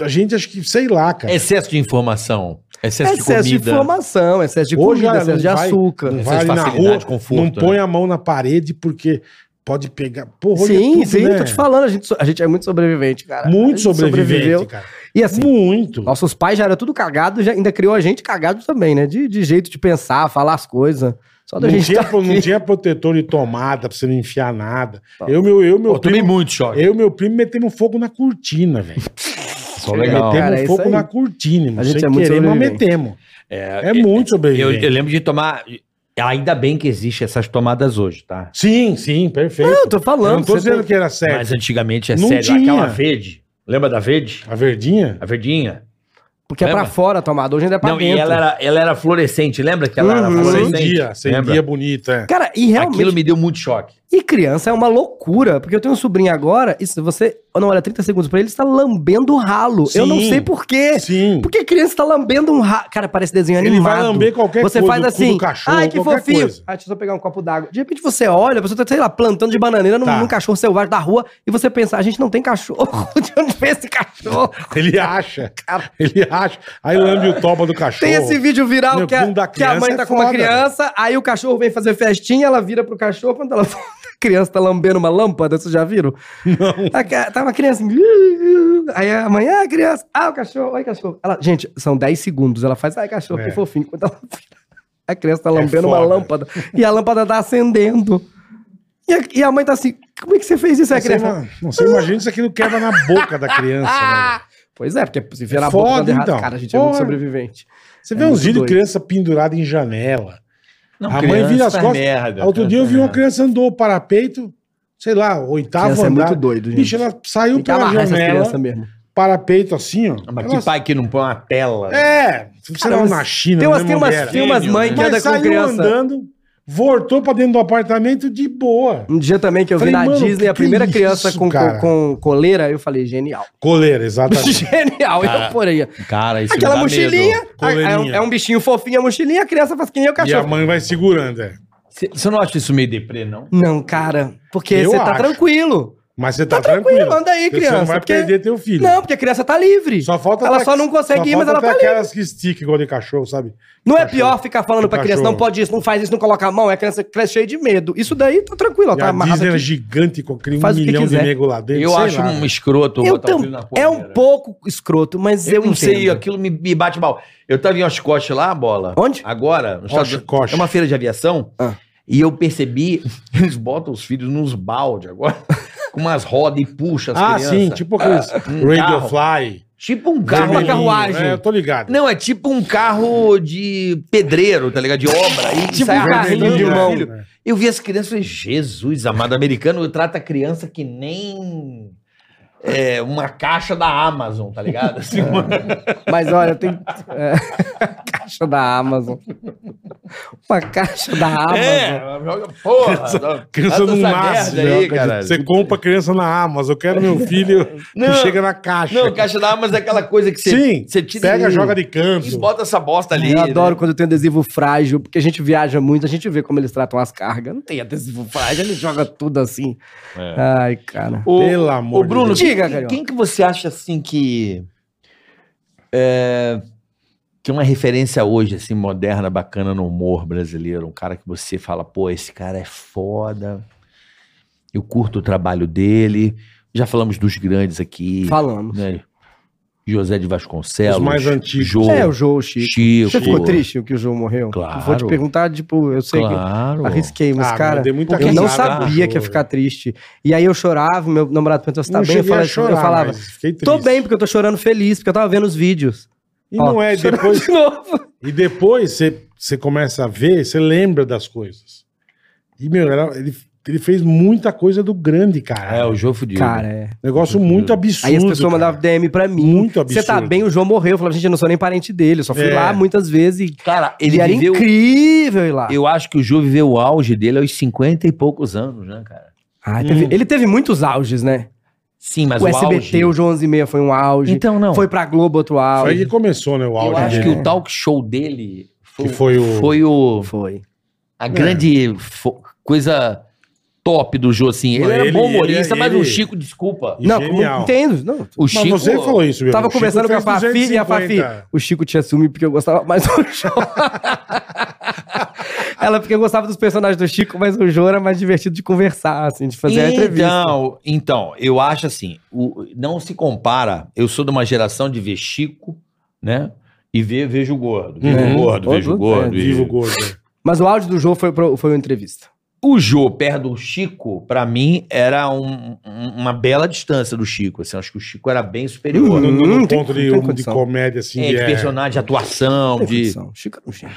[SPEAKER 3] a gente acho que, sei lá, cara.
[SPEAKER 4] Excesso de informação. Excesso,
[SPEAKER 5] Excesso
[SPEAKER 4] de
[SPEAKER 5] de,
[SPEAKER 4] comida.
[SPEAKER 5] formação, excesso de
[SPEAKER 3] Hoje,
[SPEAKER 5] comida,
[SPEAKER 3] olha,
[SPEAKER 5] excesso de
[SPEAKER 3] não vai-
[SPEAKER 5] açúcar.
[SPEAKER 3] Não
[SPEAKER 4] Essas
[SPEAKER 3] vai ali na
[SPEAKER 4] facilidades,
[SPEAKER 3] rua,
[SPEAKER 4] conforto,
[SPEAKER 3] não
[SPEAKER 4] né?
[SPEAKER 3] põe a mão na parede porque pode pegar. Porra, olha
[SPEAKER 5] Sim,
[SPEAKER 3] tudo,
[SPEAKER 5] sim,
[SPEAKER 3] né?
[SPEAKER 5] tô te falando, a gente, so- a gente é muito sobrevivente, cara. A
[SPEAKER 3] Muito
[SPEAKER 5] gente
[SPEAKER 3] sobrevivente,
[SPEAKER 5] sobreviveu.
[SPEAKER 3] cara.
[SPEAKER 5] E assim,
[SPEAKER 3] Muito.
[SPEAKER 5] nossos pais já eram tudo cagado, já ainda criou a gente cagado também, né? De, de jeito de pensar, falar as coisas. Só da
[SPEAKER 3] Não
[SPEAKER 5] gente
[SPEAKER 3] tinha,
[SPEAKER 5] tá
[SPEAKER 3] pro- não
[SPEAKER 5] aqui. Tá.
[SPEAKER 3] tinha protetor de tomada pra você não enfiar nada. Eu, meu, eu, meu
[SPEAKER 4] Pô, tomei
[SPEAKER 3] primo.
[SPEAKER 4] muito choque.
[SPEAKER 3] Eu e meu primo metemos fogo na cortina, velho.
[SPEAKER 4] Só
[SPEAKER 5] legal.
[SPEAKER 3] Metemos
[SPEAKER 5] Cara, é isso
[SPEAKER 3] um fogo
[SPEAKER 5] aí.
[SPEAKER 3] na cortina, irmão.
[SPEAKER 5] A gente
[SPEAKER 3] Sem
[SPEAKER 5] é muito
[SPEAKER 3] querer, mas
[SPEAKER 5] sobrevivente.
[SPEAKER 3] metemos. É, muito
[SPEAKER 4] Eu,
[SPEAKER 3] sobrevivente.
[SPEAKER 4] eu lembro de tomar... Ainda bem que existem essas tomadas hoje, tá?
[SPEAKER 3] Sim, sim, perfeito.
[SPEAKER 5] Não, eu tô falando.
[SPEAKER 3] Eu não tô
[SPEAKER 5] você
[SPEAKER 3] dizendo
[SPEAKER 5] tem-
[SPEAKER 3] que era sério.
[SPEAKER 4] Mas antigamente é
[SPEAKER 3] Não
[SPEAKER 4] sério.
[SPEAKER 3] tinha.
[SPEAKER 4] Aquela verde. Lembra da verde?
[SPEAKER 3] A verdinha?
[SPEAKER 4] A verdinha?
[SPEAKER 5] Porque é pra
[SPEAKER 4] Lembra?
[SPEAKER 5] fora a tomada, hoje ainda é pra
[SPEAKER 4] Não,
[SPEAKER 5] dentro.
[SPEAKER 4] e ela era, ela era fluorescente. Lembra que ela era
[SPEAKER 5] Uhum.
[SPEAKER 4] fluorescente?
[SPEAKER 3] Acendia, acendia
[SPEAKER 4] Lembra?
[SPEAKER 3] bonita. é.
[SPEAKER 5] Cara, e realmente...
[SPEAKER 4] Aquilo me deu muito choque.
[SPEAKER 5] E criança é uma loucura, porque eu tenho um sobrinho agora, e se você não olha 30 segundos pra ele, ele está lambendo o ralo. eu não
[SPEAKER 3] Sim.
[SPEAKER 5] sei por quê.
[SPEAKER 3] Sim.
[SPEAKER 5] Por que criança tá lambendo um ralo? Cara, parece desenho
[SPEAKER 3] Ele
[SPEAKER 5] animado.
[SPEAKER 3] vai lamber qualquer coisa,
[SPEAKER 5] você Você
[SPEAKER 3] o
[SPEAKER 5] faz
[SPEAKER 3] cu do
[SPEAKER 5] assim,
[SPEAKER 3] cachorro,
[SPEAKER 5] ai que
[SPEAKER 3] qualquer
[SPEAKER 5] fofinho.
[SPEAKER 3] coisa.
[SPEAKER 5] Ah, deixa eu só pegar um copo d'água. De repente você olha, a pessoa tá, sei lá, plantando de bananeira num,
[SPEAKER 3] Tá.
[SPEAKER 5] num cachorro selvagem da rua, e você pensa, a gente não tem cachorro. De onde veio esse cachorro?
[SPEAKER 3] Ele acha. Ele acha. Aí lambe o toba do cachorro.
[SPEAKER 5] Tem esse vídeo viral
[SPEAKER 3] Meu,
[SPEAKER 5] que, a,
[SPEAKER 3] com da
[SPEAKER 5] que a mãe
[SPEAKER 3] criança
[SPEAKER 5] tá
[SPEAKER 3] é
[SPEAKER 5] com uma
[SPEAKER 3] foda,
[SPEAKER 5] criança, aí o cachorro vem fazer festinha, ela vira pro cachorro, quando ela volta, a criança tá lambendo uma lâmpada, vocês já viram? Não. tá uma criança assim, aí a mãe, ah, criança, ah, o cachorro, oi, cachorro. Ela, gente, são 10 segundos, ela faz, ai, cachorro,
[SPEAKER 3] É.
[SPEAKER 5] que fofinho. Quando ela vira, a criança tá lambendo uma
[SPEAKER 3] foda.
[SPEAKER 5] lâmpada, e a lâmpada tá acendendo. E a, e a mãe tá assim, como é que você fez isso? Aí a
[SPEAKER 3] Você,
[SPEAKER 5] criança...
[SPEAKER 3] ima- não, você imagina isso aquilo quebra na boca da
[SPEAKER 5] Ah,
[SPEAKER 3] criança, né? velho?
[SPEAKER 5] Pois é, porque se virar
[SPEAKER 3] É
[SPEAKER 5] a boca
[SPEAKER 3] foda,
[SPEAKER 5] dando errado,
[SPEAKER 3] então.
[SPEAKER 5] cara, a gente é muito
[SPEAKER 3] Porra.
[SPEAKER 5] sobrevivente.
[SPEAKER 3] Você
[SPEAKER 5] É
[SPEAKER 3] vê uns
[SPEAKER 5] muito
[SPEAKER 3] vídeos de
[SPEAKER 5] doido.
[SPEAKER 3] criança pendurada em janela.
[SPEAKER 4] Não,
[SPEAKER 3] a mãe
[SPEAKER 4] criança
[SPEAKER 3] vira as
[SPEAKER 4] faz
[SPEAKER 3] costas.
[SPEAKER 4] merda,
[SPEAKER 3] Outro
[SPEAKER 4] criança
[SPEAKER 3] dia eu vi
[SPEAKER 4] faz
[SPEAKER 3] uma
[SPEAKER 4] merda.
[SPEAKER 3] criança andou para peito, sei lá, oitavo
[SPEAKER 5] Criança é
[SPEAKER 3] andar.
[SPEAKER 5] muito doido, gente.
[SPEAKER 3] Tá Bicho, ela saiu
[SPEAKER 5] Tem que
[SPEAKER 3] pela
[SPEAKER 5] amarrar essas crianças
[SPEAKER 3] janela,
[SPEAKER 5] mesmo.
[SPEAKER 3] para peito assim, ó.
[SPEAKER 4] Ah, Mas
[SPEAKER 3] Ela-
[SPEAKER 4] que pai que não põe uma tela?
[SPEAKER 3] É, sei
[SPEAKER 5] Cara,
[SPEAKER 3] lá,
[SPEAKER 5] mas
[SPEAKER 3] na China,
[SPEAKER 5] Tem umas,
[SPEAKER 3] né,
[SPEAKER 5] tem umas,
[SPEAKER 3] mulher?
[SPEAKER 5] tem umas mães que
[SPEAKER 3] Mas
[SPEAKER 5] andam com
[SPEAKER 3] saiu
[SPEAKER 5] criança.
[SPEAKER 3] andando, voltou pra dentro do apartamento de boa.
[SPEAKER 5] Um dia também que eu
[SPEAKER 3] Falei,
[SPEAKER 5] vi na
[SPEAKER 3] mano,
[SPEAKER 5] Disney a
[SPEAKER 3] que que é
[SPEAKER 5] primeira
[SPEAKER 3] isso,
[SPEAKER 5] criança com,
[SPEAKER 3] cara? Ah, tá
[SPEAKER 5] com, com coleira, eu falei, genial.
[SPEAKER 3] Coleira, exatamente.
[SPEAKER 5] genial, então,
[SPEAKER 4] Ah.
[SPEAKER 5] eu porém.
[SPEAKER 4] Cara, isso
[SPEAKER 5] Aquela
[SPEAKER 4] me dá medo.
[SPEAKER 5] mochilinha, a- é, um,
[SPEAKER 3] Coleirinha.
[SPEAKER 5] é um bichinho fofinho, a mochilinha, a criança faz que nem o
[SPEAKER 3] e a
[SPEAKER 5] cachorro.
[SPEAKER 3] mãe vai segurando, é.
[SPEAKER 4] Cê- Você não acha isso meio deprê, não?
[SPEAKER 5] Não, cara, porque
[SPEAKER 3] Eu
[SPEAKER 5] você tá
[SPEAKER 3] acho.
[SPEAKER 5] tranquilo.
[SPEAKER 3] Mas você
[SPEAKER 5] Tá,
[SPEAKER 3] tá,
[SPEAKER 5] tranquilo,
[SPEAKER 3] tranquilo.
[SPEAKER 5] anda aí,
[SPEAKER 3] Porque
[SPEAKER 5] criança.
[SPEAKER 3] Você não vai
[SPEAKER 5] porque-
[SPEAKER 3] perder teu filho.
[SPEAKER 5] Não, porque a criança tá livre.
[SPEAKER 3] Só falta
[SPEAKER 5] ela
[SPEAKER 3] até-
[SPEAKER 5] só não consegue ir, mas
[SPEAKER 3] falta
[SPEAKER 5] ela tá
[SPEAKER 3] até
[SPEAKER 5] livre.
[SPEAKER 3] aquelas que esticam igual de cachorro, sabe?
[SPEAKER 5] Não é
[SPEAKER 3] Cachorro.
[SPEAKER 5] pior ficar falando
[SPEAKER 3] Do
[SPEAKER 5] pra criança, não
[SPEAKER 3] cachorro.
[SPEAKER 5] pode isso, não faz isso, não coloca a mão. É a criança cresce cheia de medo. Isso daí tá tranquilo, ela
[SPEAKER 3] E
[SPEAKER 5] tá
[SPEAKER 3] a
[SPEAKER 5] amarrada
[SPEAKER 3] Disney era
[SPEAKER 5] aqui.
[SPEAKER 3] gigante, com aquele um
[SPEAKER 5] Faz o que
[SPEAKER 3] milhão de
[SPEAKER 5] quiser.
[SPEAKER 3] nego lá dentro.
[SPEAKER 4] Eu
[SPEAKER 3] sei
[SPEAKER 4] acho
[SPEAKER 3] lá,
[SPEAKER 4] um
[SPEAKER 3] velho.
[SPEAKER 4] escroto
[SPEAKER 5] Eu
[SPEAKER 4] botar o filho
[SPEAKER 5] tam-
[SPEAKER 4] na
[SPEAKER 5] É um
[SPEAKER 4] porteira.
[SPEAKER 5] pouco escroto, mas eu,
[SPEAKER 4] Eu, não sei,
[SPEAKER 5] entendo.
[SPEAKER 4] aquilo me, me bate mal. Eu tava em Oshkosh lá, bola.
[SPEAKER 5] Onde?
[SPEAKER 4] Agora, nos
[SPEAKER 3] Oshkosh.
[SPEAKER 4] Estados Unidos. É uma feira de aviação.
[SPEAKER 5] Ah.
[SPEAKER 4] E eu percebi, eles botam os filhos nos balde agora, com umas rodas e puxa as
[SPEAKER 3] Ah,
[SPEAKER 4] crianças.
[SPEAKER 3] sim, tipo aqueles
[SPEAKER 4] um
[SPEAKER 3] Radio Fly.
[SPEAKER 4] Tipo um carro.
[SPEAKER 5] Vermelhinho. né?
[SPEAKER 4] uma carruagem.
[SPEAKER 3] É, eu tô ligado.
[SPEAKER 4] Não, é tipo um carro de pedreiro, tá ligado? De obra. E
[SPEAKER 5] Tipo
[SPEAKER 4] sai
[SPEAKER 5] um carrinho
[SPEAKER 4] arrastando
[SPEAKER 5] de
[SPEAKER 4] o
[SPEAKER 5] mão.
[SPEAKER 4] filho.
[SPEAKER 3] né?
[SPEAKER 4] Eu vi as crianças e falei, Jesus, amado americano, trata a criança que nem é, uma caixa da Amazon, tá ligado? Assim, uma-
[SPEAKER 5] É. Mas olha, tem. é, caixa da Amazon. Uma caixa da Amazon.
[SPEAKER 4] É, porra,
[SPEAKER 3] Criança não
[SPEAKER 4] essa
[SPEAKER 3] nasce,
[SPEAKER 4] merda aí,
[SPEAKER 3] né?
[SPEAKER 4] cara.
[SPEAKER 3] Você compra a criança na Amazon, eu quero meu filho
[SPEAKER 4] Não.
[SPEAKER 3] que chega na caixa.
[SPEAKER 4] Não, caixa da Amazon é aquela coisa que você, um
[SPEAKER 3] Sim,
[SPEAKER 4] você tira
[SPEAKER 3] pega,
[SPEAKER 4] e-
[SPEAKER 3] joga de canto.
[SPEAKER 4] e bota essa bosta ali.
[SPEAKER 5] eu adoro
[SPEAKER 4] né?
[SPEAKER 5] quando tem adesivo frágil, porque a gente viaja muito, a gente vê como eles tratam as cargas. Não tem adesivo frágil, eles jogam tudo assim.
[SPEAKER 4] É.
[SPEAKER 5] Ai, cara.
[SPEAKER 4] O,
[SPEAKER 3] Pelo amor
[SPEAKER 4] o Bruno,
[SPEAKER 5] de Deus.
[SPEAKER 4] quem-
[SPEAKER 5] Diga,
[SPEAKER 4] quem,
[SPEAKER 5] Carioca.
[SPEAKER 4] quem que você acha assim que é, que é uma referência hoje assim moderna, bacana no humor brasileiro, um cara que você fala, pô, esse cara é foda. Eu curto o trabalho dele. Já falamos dos grandes aqui.
[SPEAKER 5] Falamos.
[SPEAKER 4] né? José de Vasconcelos.
[SPEAKER 3] Os mais antigos.
[SPEAKER 4] Jô,
[SPEAKER 5] É, o João, o Chico.
[SPEAKER 4] Chico.
[SPEAKER 5] Você ficou triste que o João morreu?
[SPEAKER 4] Claro.
[SPEAKER 5] Vou te perguntar, tipo, eu sei
[SPEAKER 4] Claro.
[SPEAKER 5] que arrisquei, mas,
[SPEAKER 3] Ah,
[SPEAKER 5] cara,
[SPEAKER 3] mas dei muita
[SPEAKER 5] eu não
[SPEAKER 3] risada,
[SPEAKER 5] sabia que ia
[SPEAKER 3] João.
[SPEAKER 5] ficar triste. E aí eu chorava, meu namorado perguntou, você tá
[SPEAKER 3] Não
[SPEAKER 5] bem?
[SPEAKER 3] cheguei
[SPEAKER 5] Eu falava,
[SPEAKER 3] a chorar,
[SPEAKER 5] eu falava,
[SPEAKER 3] mas fiquei
[SPEAKER 5] tô
[SPEAKER 3] triste.
[SPEAKER 5] bem, porque eu tô chorando feliz, porque eu tava vendo os vídeos.
[SPEAKER 3] E
[SPEAKER 5] Ó,
[SPEAKER 3] não é,
[SPEAKER 5] chorando
[SPEAKER 3] depois,
[SPEAKER 5] de novo.
[SPEAKER 3] e depois você, você começa a ver, você lembra das coisas. E, meu, era- ele, ele fez muita coisa do grande, cara.
[SPEAKER 4] É, o Jô Fudido.
[SPEAKER 5] Cara, é.
[SPEAKER 3] Negócio muito absurdo.
[SPEAKER 5] Aí as pessoas
[SPEAKER 3] cara.
[SPEAKER 5] mandavam DM pra mim.
[SPEAKER 3] Muito
[SPEAKER 5] Você tá
[SPEAKER 3] absurdo.
[SPEAKER 5] bem, o João morreu. Eu falava, gente, eu não sou nem parente dele. Eu só fui
[SPEAKER 3] É.
[SPEAKER 5] lá muitas vezes e
[SPEAKER 4] Cara,
[SPEAKER 5] ele
[SPEAKER 4] ele
[SPEAKER 5] era
[SPEAKER 4] viveu...
[SPEAKER 5] incrível ir lá.
[SPEAKER 4] Eu acho que o Jô viveu o auge dele aos 50 e poucos anos, né, cara?
[SPEAKER 5] Ah,
[SPEAKER 3] Hum.
[SPEAKER 5] teve- Ele teve muitos auges, né?
[SPEAKER 4] Sim, mas
[SPEAKER 5] o
[SPEAKER 4] o,
[SPEAKER 5] SBT, o
[SPEAKER 4] auge...
[SPEAKER 5] João 11 e meia foi um auge.
[SPEAKER 4] Então, não.
[SPEAKER 5] Foi pra Globo outro
[SPEAKER 3] Foi aí
[SPEAKER 5] auge.
[SPEAKER 3] que começou, né, o
[SPEAKER 4] Eu
[SPEAKER 3] áudio
[SPEAKER 4] acho
[SPEAKER 3] dele.
[SPEAKER 4] que o talk show dele foi,
[SPEAKER 3] Que foi o- É.
[SPEAKER 4] foi o-
[SPEAKER 5] Foi.
[SPEAKER 4] a grande fo- coisa top do Jô, assim. Ele
[SPEAKER 3] Mas
[SPEAKER 4] era
[SPEAKER 3] ele-
[SPEAKER 4] bom humorista,
[SPEAKER 3] ele-
[SPEAKER 4] mas
[SPEAKER 3] ele-
[SPEAKER 4] o Chico, desculpa.
[SPEAKER 3] E
[SPEAKER 5] não,
[SPEAKER 3] genial.
[SPEAKER 5] entendo. Não.
[SPEAKER 4] O
[SPEAKER 3] Mas
[SPEAKER 4] Chico...
[SPEAKER 3] você falou isso, meu.
[SPEAKER 5] Tava
[SPEAKER 3] O Chico
[SPEAKER 5] conversando com a
[SPEAKER 3] fez
[SPEAKER 5] Fafi e a Fafi.
[SPEAKER 3] 250.
[SPEAKER 5] O Chico tinha ciúme porque eu gostava mais do Jô. Ela porque eu gostava dos personagens do Chico, mas o Jô era mais divertido de conversar, assim, de fazer a entrevista.
[SPEAKER 4] Então, então, eu acho assim, o- não se compara. Eu sou de uma geração de ver Chico, né? E ver, vejo o gordo. Vejo
[SPEAKER 3] Uhum.
[SPEAKER 4] o gordo, vejo o
[SPEAKER 5] Outro-
[SPEAKER 4] gordo. e-
[SPEAKER 3] Vivo gordo.
[SPEAKER 5] Mas o áudio do Jô foi, pro- foi uma entrevista.
[SPEAKER 4] O Jô perto do Chico, pra mim, era um- um- uma bela distância do Chico. Assim, acho que o Chico era bem superior.
[SPEAKER 3] No, no- no
[SPEAKER 5] Hum, tem-
[SPEAKER 3] ponto
[SPEAKER 5] tem
[SPEAKER 3] de, um, de
[SPEAKER 5] condição.
[SPEAKER 3] comédia, assim,
[SPEAKER 4] É,
[SPEAKER 3] de,
[SPEAKER 4] de
[SPEAKER 3] Uhum. é,
[SPEAKER 4] personagem, de atuação, de.
[SPEAKER 5] Condição. Chico era um gênio.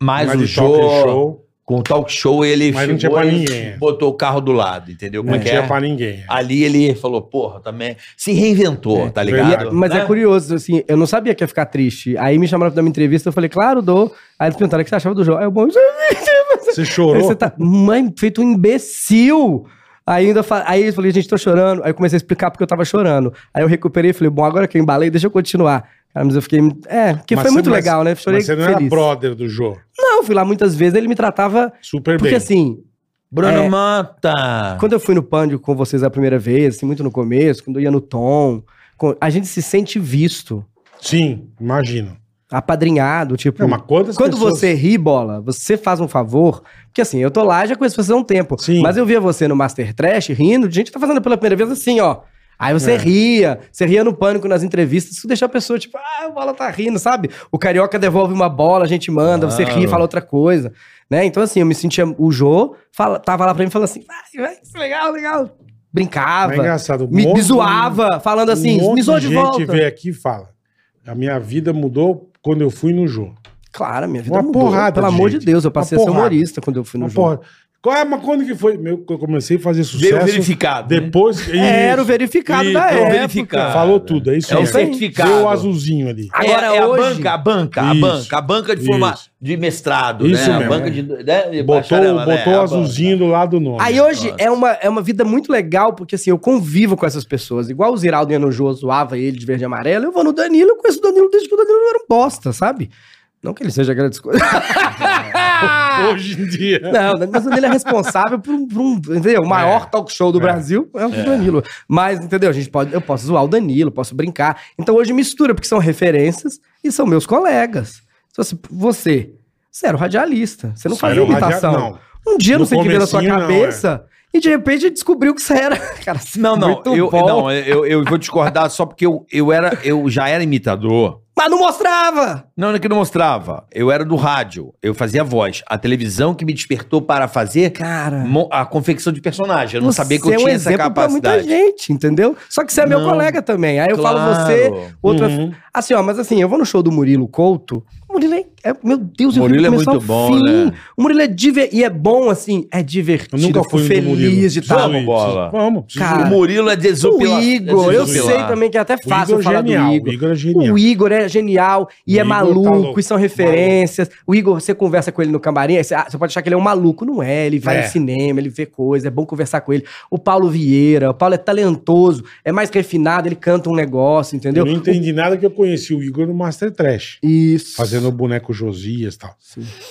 [SPEAKER 4] Mas,
[SPEAKER 3] mais
[SPEAKER 4] o
[SPEAKER 3] de talk
[SPEAKER 4] Jô,
[SPEAKER 3] show,
[SPEAKER 4] com o talk show, ele
[SPEAKER 3] Mas não tinha pra
[SPEAKER 4] ele
[SPEAKER 5] é.
[SPEAKER 3] ninguém.
[SPEAKER 4] botou o carro do lado, entendeu? Como
[SPEAKER 3] não
[SPEAKER 4] é que
[SPEAKER 3] tinha
[SPEAKER 4] é?
[SPEAKER 3] pra ninguém.
[SPEAKER 4] Ali ele falou, porra, também. Se reinventou, tá
[SPEAKER 3] verdade.
[SPEAKER 4] ligado?
[SPEAKER 5] Mas
[SPEAKER 4] Né?
[SPEAKER 5] é curioso, assim, eu não sabia que ia ficar triste. Aí me chamaram pra dar uma entrevista, eu falei, claro, dou. Aí eles perguntaram o que você achava do Jô. Aí eu, bom,
[SPEAKER 3] Você
[SPEAKER 5] Aí
[SPEAKER 3] chorou?
[SPEAKER 5] você tá, mãe, feito um imbecil. Aí, ainda fa- aí eu falei, gente, tô chorando. Aí eu comecei a explicar porque eu tava chorando. Aí eu recuperei e falei, bom, agora que eu embalei, deixa eu continuar. Cara, mas eu fiquei. É, porque
[SPEAKER 3] Mas
[SPEAKER 5] foi
[SPEAKER 3] você-
[SPEAKER 5] muito
[SPEAKER 3] mas-
[SPEAKER 5] legal, né? Chorei
[SPEAKER 3] Mas você não é era
[SPEAKER 5] feliz.
[SPEAKER 3] brother do Jô.
[SPEAKER 5] Não, fui lá muitas vezes, ele me tratava.
[SPEAKER 3] Super
[SPEAKER 5] Porque
[SPEAKER 3] bem.
[SPEAKER 5] assim,
[SPEAKER 4] Bruno
[SPEAKER 5] É.
[SPEAKER 4] Mata!
[SPEAKER 5] quando eu fui no pânico com vocês a primeira vez, assim, muito no começo, quando eu ia no tom, com- a gente se sente visto,
[SPEAKER 3] Sim, imagino.
[SPEAKER 5] apadrinhado, tipo.
[SPEAKER 3] Não, mas é quantas
[SPEAKER 5] Quando
[SPEAKER 3] pessoas-
[SPEAKER 5] você ri, bola, você faz um favor. Porque assim, eu tô lá já conheço você há um tempo.
[SPEAKER 3] Sim.
[SPEAKER 5] Mas eu via você no Master Trash rindo, de gente que tá fazendo pela primeira vez assim, ó. Aí você
[SPEAKER 3] É.
[SPEAKER 5] ria, você ria no pânico nas entrevistas, isso deixa a pessoa tipo, ah, a bola tá rindo, sabe? O carioca devolve uma bola, a gente manda, você ri, fala outra coisa, né? Então assim, eu me sentia o Jô, fala- tava lá pra mim falando assim, vai, vai, isso é legal, legal. Brincava,
[SPEAKER 3] Mas é engraçado. um
[SPEAKER 5] me, me
[SPEAKER 3] monte-
[SPEAKER 5] zoava, falando assim,
[SPEAKER 3] um monte
[SPEAKER 5] me zoou de
[SPEAKER 3] gente
[SPEAKER 5] volta.
[SPEAKER 3] vem aqui e fala, a minha vida mudou quando eu fui no Jô.
[SPEAKER 5] Claro, minha vida
[SPEAKER 3] Uma
[SPEAKER 5] mudou,
[SPEAKER 3] porrada
[SPEAKER 5] pelo
[SPEAKER 3] de
[SPEAKER 5] amor
[SPEAKER 3] gente.
[SPEAKER 5] de Deus, eu
[SPEAKER 3] Uma
[SPEAKER 5] passei a ser
[SPEAKER 3] porrada.
[SPEAKER 5] humorista quando eu fui no
[SPEAKER 3] Mas,
[SPEAKER 5] Jô.
[SPEAKER 3] porra, qual é, mas quando que foi? Meu, eu comecei a fazer
[SPEAKER 4] Veio
[SPEAKER 3] sucesso.
[SPEAKER 4] verificado. né?
[SPEAKER 3] Depois.
[SPEAKER 5] É, Era o
[SPEAKER 3] Isso,
[SPEAKER 5] verificado
[SPEAKER 3] isso,
[SPEAKER 5] da
[SPEAKER 3] é o
[SPEAKER 5] época.
[SPEAKER 4] verificado.
[SPEAKER 3] Falou tudo, é isso
[SPEAKER 4] É o
[SPEAKER 3] mesmo.
[SPEAKER 4] certificado.
[SPEAKER 3] Veio o azulzinho ali.
[SPEAKER 5] Agora
[SPEAKER 4] é, é
[SPEAKER 5] hoje-
[SPEAKER 4] a banca, a banca,
[SPEAKER 3] Isso.
[SPEAKER 4] a banca, a banca de forma
[SPEAKER 3] Isso.
[SPEAKER 4] de mestrado,
[SPEAKER 3] Isso
[SPEAKER 4] né?
[SPEAKER 3] mesmo,
[SPEAKER 4] a banca
[SPEAKER 3] é.
[SPEAKER 4] de, né? de
[SPEAKER 3] Botou,
[SPEAKER 4] bacharela, né?
[SPEAKER 3] botou
[SPEAKER 4] A
[SPEAKER 3] o azulzinho do lado do nome.
[SPEAKER 5] Aí hoje
[SPEAKER 4] Nossa.
[SPEAKER 5] é uma, é uma vida muito legal, porque assim, eu convivo com essas pessoas. Igual o Ziraldo ia no Jô, zoava ele de verde e amarelo, eu vou no Danilo, eu conheço o Danilo desde que o Danilo era um bosta, sabe? Não que ele seja grande coisa.
[SPEAKER 3] Hoje em dia.
[SPEAKER 5] Não, mas o Danilo é responsável por um, por um, entendeu? O maior talk show do Brasil é o do Danilo. Mas, entendeu? A gente pode, eu posso zoar o Danilo, posso brincar. Então hoje mistura, porque são referências e são meus colegas. Se você, você, você era o radialista, você não
[SPEAKER 3] Era
[SPEAKER 5] fazia
[SPEAKER 3] o radia-
[SPEAKER 5] imitação.
[SPEAKER 3] não.
[SPEAKER 5] Um dia
[SPEAKER 3] No
[SPEAKER 5] não sei o que veio na sua
[SPEAKER 3] comecinho, não, é.
[SPEAKER 5] cabeça e de repente descobriu que você era. Cara, você é
[SPEAKER 4] Não, não,
[SPEAKER 5] muito
[SPEAKER 4] eu,
[SPEAKER 5] bom,
[SPEAKER 4] não eu, eu vou discordar só porque eu, eu, era, eu já era imitador.
[SPEAKER 5] Mas não mostrava!
[SPEAKER 4] Não, não é que não mostrava. Eu era do rádio, eu fazia voz. A televisão que me despertou para fazer
[SPEAKER 5] Cara.
[SPEAKER 4] mo- a confecção de personagem. Eu não sabia que eu
[SPEAKER 5] Você é
[SPEAKER 4] tinha essa
[SPEAKER 5] exemplo pra
[SPEAKER 4] capacidade.
[SPEAKER 5] muita gente, entendeu? Só que você é meu
[SPEAKER 4] Não.
[SPEAKER 5] colega também. Aí eu falo
[SPEAKER 4] Claro.
[SPEAKER 5] você, o outro
[SPEAKER 3] Uhum.
[SPEAKER 5] Assim, ó, mas assim, eu vou no show do Murilo Couto. O Murilo é. é- meu Deus, eu
[SPEAKER 4] Murilo
[SPEAKER 5] vi do
[SPEAKER 4] é
[SPEAKER 5] começo ao
[SPEAKER 4] muito bom, né?
[SPEAKER 5] O Murilo é divertido. E é bom, assim, é divertido.
[SPEAKER 3] Eu nunca fui um
[SPEAKER 5] fico
[SPEAKER 3] no do Murilo.
[SPEAKER 5] feliz de estar.
[SPEAKER 4] Vamos, bola.
[SPEAKER 3] Vamos. preciso-
[SPEAKER 5] Cara,
[SPEAKER 4] O Murilo é
[SPEAKER 5] O
[SPEAKER 3] um
[SPEAKER 4] desopilado.
[SPEAKER 5] Igor, eu
[SPEAKER 3] Zupilar.
[SPEAKER 5] sei também que é até
[SPEAKER 3] O Igor
[SPEAKER 5] fácil
[SPEAKER 3] é
[SPEAKER 5] falar
[SPEAKER 3] genial,
[SPEAKER 5] do
[SPEAKER 3] o
[SPEAKER 5] Igor.
[SPEAKER 3] Igor é genial.
[SPEAKER 5] O Igor é genial e
[SPEAKER 3] O Igor
[SPEAKER 5] é
[SPEAKER 3] tá
[SPEAKER 5] maluco,
[SPEAKER 3] louco,
[SPEAKER 5] e são referências. O Igor, você conversa com ele no camarim, aí você, ah, você pode achar que ele é um maluco. Não é, ele vai
[SPEAKER 3] É.
[SPEAKER 5] no cinema, ele vê coisa, é bom conversar com ele. O Paulo Vieira, o Paulo é talentoso, é mais refinado, ele canta um negócio, entendeu?
[SPEAKER 3] Eu não entendi nada que eu conheci o Igor no Master Trash.
[SPEAKER 5] Isso.
[SPEAKER 3] Fazendo o boneco Josias e tal.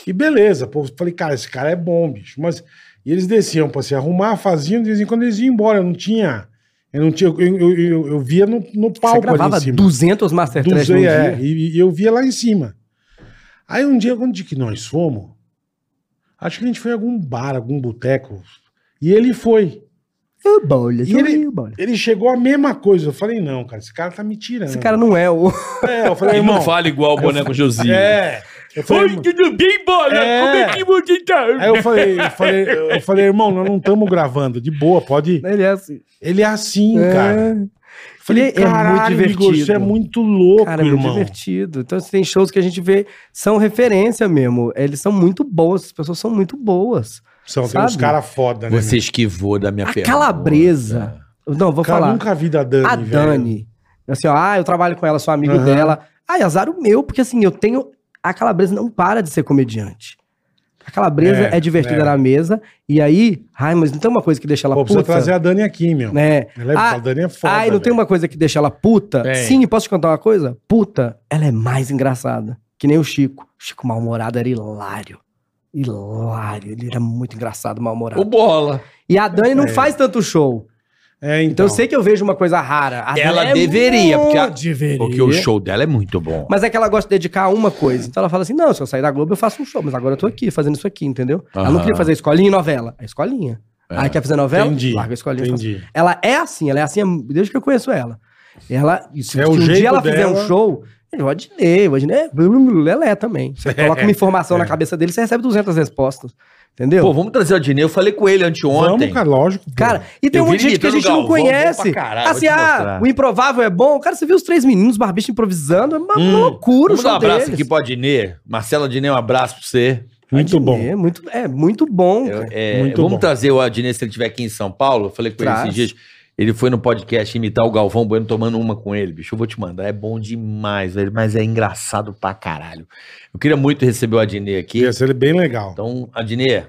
[SPEAKER 3] E beleza, pô, falei, cara, esse cara é bom, bicho. Mas e eles desciam pra se arrumar, faziam, de vez em quando eles iam embora. Eu não tinha. Eu não tinha. Eu, eu, eu- eu via no, no
[SPEAKER 5] Você
[SPEAKER 3] palco ali
[SPEAKER 5] gravava
[SPEAKER 3] em cima.
[SPEAKER 5] 200 Master Trash
[SPEAKER 3] Duzentos,
[SPEAKER 5] no
[SPEAKER 3] é,
[SPEAKER 5] dia?
[SPEAKER 3] e, e eu via lá em cima. Aí um dia, onde que nós fomos? Acho que a gente foi em algum bar, algum boteco. E ele foi.
[SPEAKER 5] Eu bolha,
[SPEAKER 3] E ele-
[SPEAKER 5] eu bolha.
[SPEAKER 3] Ele chegou a mesma coisa. Eu falei, não, cara, esse cara tá me tirando.
[SPEAKER 5] Esse cara não é o.
[SPEAKER 3] É, eu falei,
[SPEAKER 6] Ele
[SPEAKER 3] irmão.
[SPEAKER 6] não fala igual o boneco Josinho.
[SPEAKER 3] É. Eu falei, irmão-
[SPEAKER 6] tudo bem, bola?
[SPEAKER 3] É.
[SPEAKER 6] você tá?
[SPEAKER 3] Aí eu falei, eu falei, eu falei, irmão, nós não estamos gravando, de boa, pode ir.
[SPEAKER 5] Ele é assim.
[SPEAKER 3] Ele é assim, cara.
[SPEAKER 5] É.
[SPEAKER 3] Eu Falei,
[SPEAKER 5] Ele é muito
[SPEAKER 3] caralho, Igor,
[SPEAKER 5] divertido.
[SPEAKER 3] você é muito louco,
[SPEAKER 5] Cara, é muito
[SPEAKER 3] irmão.
[SPEAKER 5] divertido. Então, assim, tem shows que a gente vê, são referência mesmo. Eles são muito boas, as pessoas são muito boas.
[SPEAKER 3] São tem
[SPEAKER 5] sabe?
[SPEAKER 3] uns caras foda, né?
[SPEAKER 4] Você esquivou da minha
[SPEAKER 5] A
[SPEAKER 4] pergunta.
[SPEAKER 5] calabresa. Não, vou
[SPEAKER 3] meu? Cara,
[SPEAKER 5] falar.
[SPEAKER 3] nunca vi da Dani,
[SPEAKER 5] a
[SPEAKER 3] velho.
[SPEAKER 5] Dani. Assim, ó, ah, eu trabalho com ela, sou amigo
[SPEAKER 3] Aham.
[SPEAKER 5] dela. Ah, e azar o meu, porque assim, eu tenho. A calabresa não para de ser comediante. A calabresa
[SPEAKER 3] É,
[SPEAKER 5] é, divertida
[SPEAKER 3] é.
[SPEAKER 5] na mesa. E aí, ai, mas não tem uma coisa que deixa ela
[SPEAKER 3] Pô, precisa
[SPEAKER 5] puta.
[SPEAKER 3] trazer a Dani aqui, meu.
[SPEAKER 5] Né?
[SPEAKER 3] Ela é,
[SPEAKER 5] Ah,
[SPEAKER 3] a Dani é foda.
[SPEAKER 5] ai, não tem
[SPEAKER 3] velho.
[SPEAKER 5] uma coisa que deixa ela puta?
[SPEAKER 6] Tem.
[SPEAKER 5] Sim, posso te contar uma coisa? Puta, ela é mais engraçada. Que nem o Chico. O Chico mal-humorado era hilário. Hilário. Ele era muito engraçado, mal-humorado.
[SPEAKER 6] O bola.
[SPEAKER 5] E a Dani não faz tanto show.
[SPEAKER 3] É,
[SPEAKER 5] Então
[SPEAKER 3] então,
[SPEAKER 5] eu sei que eu vejo uma coisa rara. A
[SPEAKER 4] Ela
[SPEAKER 5] Dani é
[SPEAKER 4] deveria, porque a-
[SPEAKER 5] muito deveria.
[SPEAKER 4] Porque o show dela é muito bom.
[SPEAKER 5] Mas é que ela gosta de dedicar a uma coisa. Então ela fala assim: não, se eu sair da Globo, eu faço um show, mas agora eu tô aqui fazendo isso aqui, entendeu? Ela não queria fazer escolinha e novela. É escolinha. Aí quer fazer novela?
[SPEAKER 3] Entendi,
[SPEAKER 5] Larga a escolinha. e faz
[SPEAKER 3] entendi.
[SPEAKER 5] ela é assim, ela é assim desde que eu conheço ela. Ela, e se,
[SPEAKER 3] É
[SPEAKER 5] se
[SPEAKER 3] o
[SPEAKER 5] um
[SPEAKER 3] jeito
[SPEAKER 5] dia ela fizer
[SPEAKER 3] dela.
[SPEAKER 5] um show, ele vai Adnei, o Adnei, blu, blu, blu, ela é também. Você coloca uma informação na cabeça dele, você recebe 200 respostas, entendeu?
[SPEAKER 4] Pô, vamos trazer o Adnei. Eu falei com ele anteontem.
[SPEAKER 3] Vamos, cara, lógico. pô.
[SPEAKER 5] cara, e tem
[SPEAKER 4] eu
[SPEAKER 5] um monte
[SPEAKER 4] vi
[SPEAKER 5] de gente que a
[SPEAKER 4] imitando
[SPEAKER 5] gente não
[SPEAKER 4] Galvão, bom pra
[SPEAKER 5] conhece.
[SPEAKER 4] caralho, vou
[SPEAKER 5] assim,
[SPEAKER 4] te
[SPEAKER 5] ah,
[SPEAKER 4] mostrar.
[SPEAKER 5] o improvável é bom. Cara, você viu os três meninos, barbicha improvisando, é uma loucura
[SPEAKER 4] Vamos
[SPEAKER 5] o show
[SPEAKER 4] dar um abraço
[SPEAKER 5] deles.
[SPEAKER 4] aqui pro Adnê. Marcelo Adnê, um abraço pra você.
[SPEAKER 3] muito bom.
[SPEAKER 5] É muito, é muito bom.
[SPEAKER 4] Eu-
[SPEAKER 5] cara.
[SPEAKER 4] é,
[SPEAKER 3] Muito
[SPEAKER 4] vamos
[SPEAKER 3] bom.
[SPEAKER 4] trazer o Adnê se ele estiver aqui em São Paulo. Eu falei com ele
[SPEAKER 5] Traz.
[SPEAKER 4] esses dias. Ele foi no podcast imitar o Galvão Bueno tomando uma com ele, bicho. Eu vou te mandar. É bom demais, velho. Mas é engraçado pra caralho. Eu queria muito receber o Adnê aqui.
[SPEAKER 3] Ia ser bem legal.
[SPEAKER 4] Então, Adnê,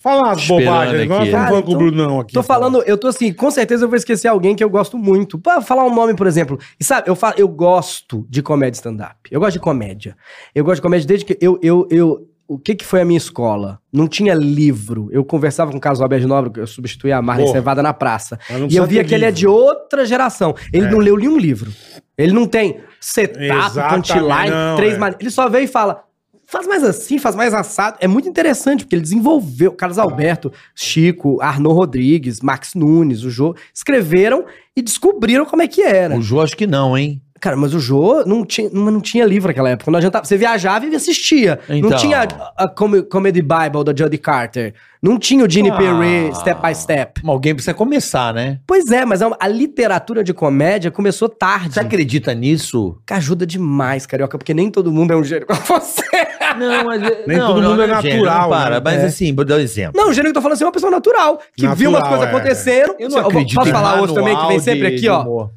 [SPEAKER 3] Fala as
[SPEAKER 4] Esperando
[SPEAKER 3] bobagens, agora
[SPEAKER 4] aqui.
[SPEAKER 3] estamos
[SPEAKER 5] Cara,
[SPEAKER 3] falando com o
[SPEAKER 5] tô-
[SPEAKER 3] Brunão aqui.
[SPEAKER 5] Tô
[SPEAKER 3] pô.
[SPEAKER 5] falando, eu tô assim, com certeza eu vou esquecer alguém que eu gosto muito. Pra falar um nome, por exemplo. E sabe, eu, falo, eu gosto de comédia stand-up. Eu gosto de comédia. Eu gosto de comédia desde que eu. eu, eu o que, que foi a minha escola? Não tinha livro. Eu conversava com o Carlos Alberto de Nobre, que eu substituía a Marlene
[SPEAKER 3] Porra.
[SPEAKER 5] Cevada na praça.
[SPEAKER 3] Mas não
[SPEAKER 5] E eu
[SPEAKER 3] precisa
[SPEAKER 5] via
[SPEAKER 3] ter
[SPEAKER 5] que ele é
[SPEAKER 3] livro. É.
[SPEAKER 5] de outra geração. Ele não leu nenhum livro. Ele não tem setup,
[SPEAKER 3] Exatamente,
[SPEAKER 5] punchline,
[SPEAKER 3] não,
[SPEAKER 5] três
[SPEAKER 3] é.
[SPEAKER 5] maneiras. Ele só veio e fala. Faz mais assim, faz mais assado. É muito interessante, porque ele desenvolveu. Carlos Alberto, Chico, Arnaud Rodrigues, Max Nunes, o Jô, escreveram e descobriram como é que era.
[SPEAKER 4] o Jô acho que não, hein?
[SPEAKER 5] Cara, mas o Jô não tinha, não, não tinha livro naquela época. Não adiantava. Você viajava e assistia. Não
[SPEAKER 4] Então.
[SPEAKER 5] tinha a, a Com- Comedy Bible da Jodie Carter. Não tinha o Gene
[SPEAKER 4] Ah.
[SPEAKER 5] Perret, Step by Step.
[SPEAKER 4] Mas alguém precisa começar, né?
[SPEAKER 5] Pois é, mas a, a literatura de comédia começou tarde.
[SPEAKER 4] Você acredita nisso?
[SPEAKER 5] Que ajuda demais, carioca, porque nem todo mundo é um gênio como você.
[SPEAKER 4] Não, mas.
[SPEAKER 3] Nem todo mundo é
[SPEAKER 4] gênio,
[SPEAKER 3] natural,
[SPEAKER 4] não para,
[SPEAKER 3] né?
[SPEAKER 4] mas
[SPEAKER 5] É.
[SPEAKER 4] assim, vou dar um exemplo.
[SPEAKER 5] Não, o gênio que eu tô falando assim é uma pessoa natural, que
[SPEAKER 3] Natural,
[SPEAKER 5] viu umas coisas
[SPEAKER 3] é.
[SPEAKER 5] acontecendo.
[SPEAKER 4] Eu não
[SPEAKER 5] Só-
[SPEAKER 4] acredito
[SPEAKER 5] Posso
[SPEAKER 4] em
[SPEAKER 5] falar outro também que
[SPEAKER 4] manual
[SPEAKER 5] vem sempre
[SPEAKER 4] de-
[SPEAKER 5] aqui,
[SPEAKER 4] de
[SPEAKER 5] ó?
[SPEAKER 4] humor.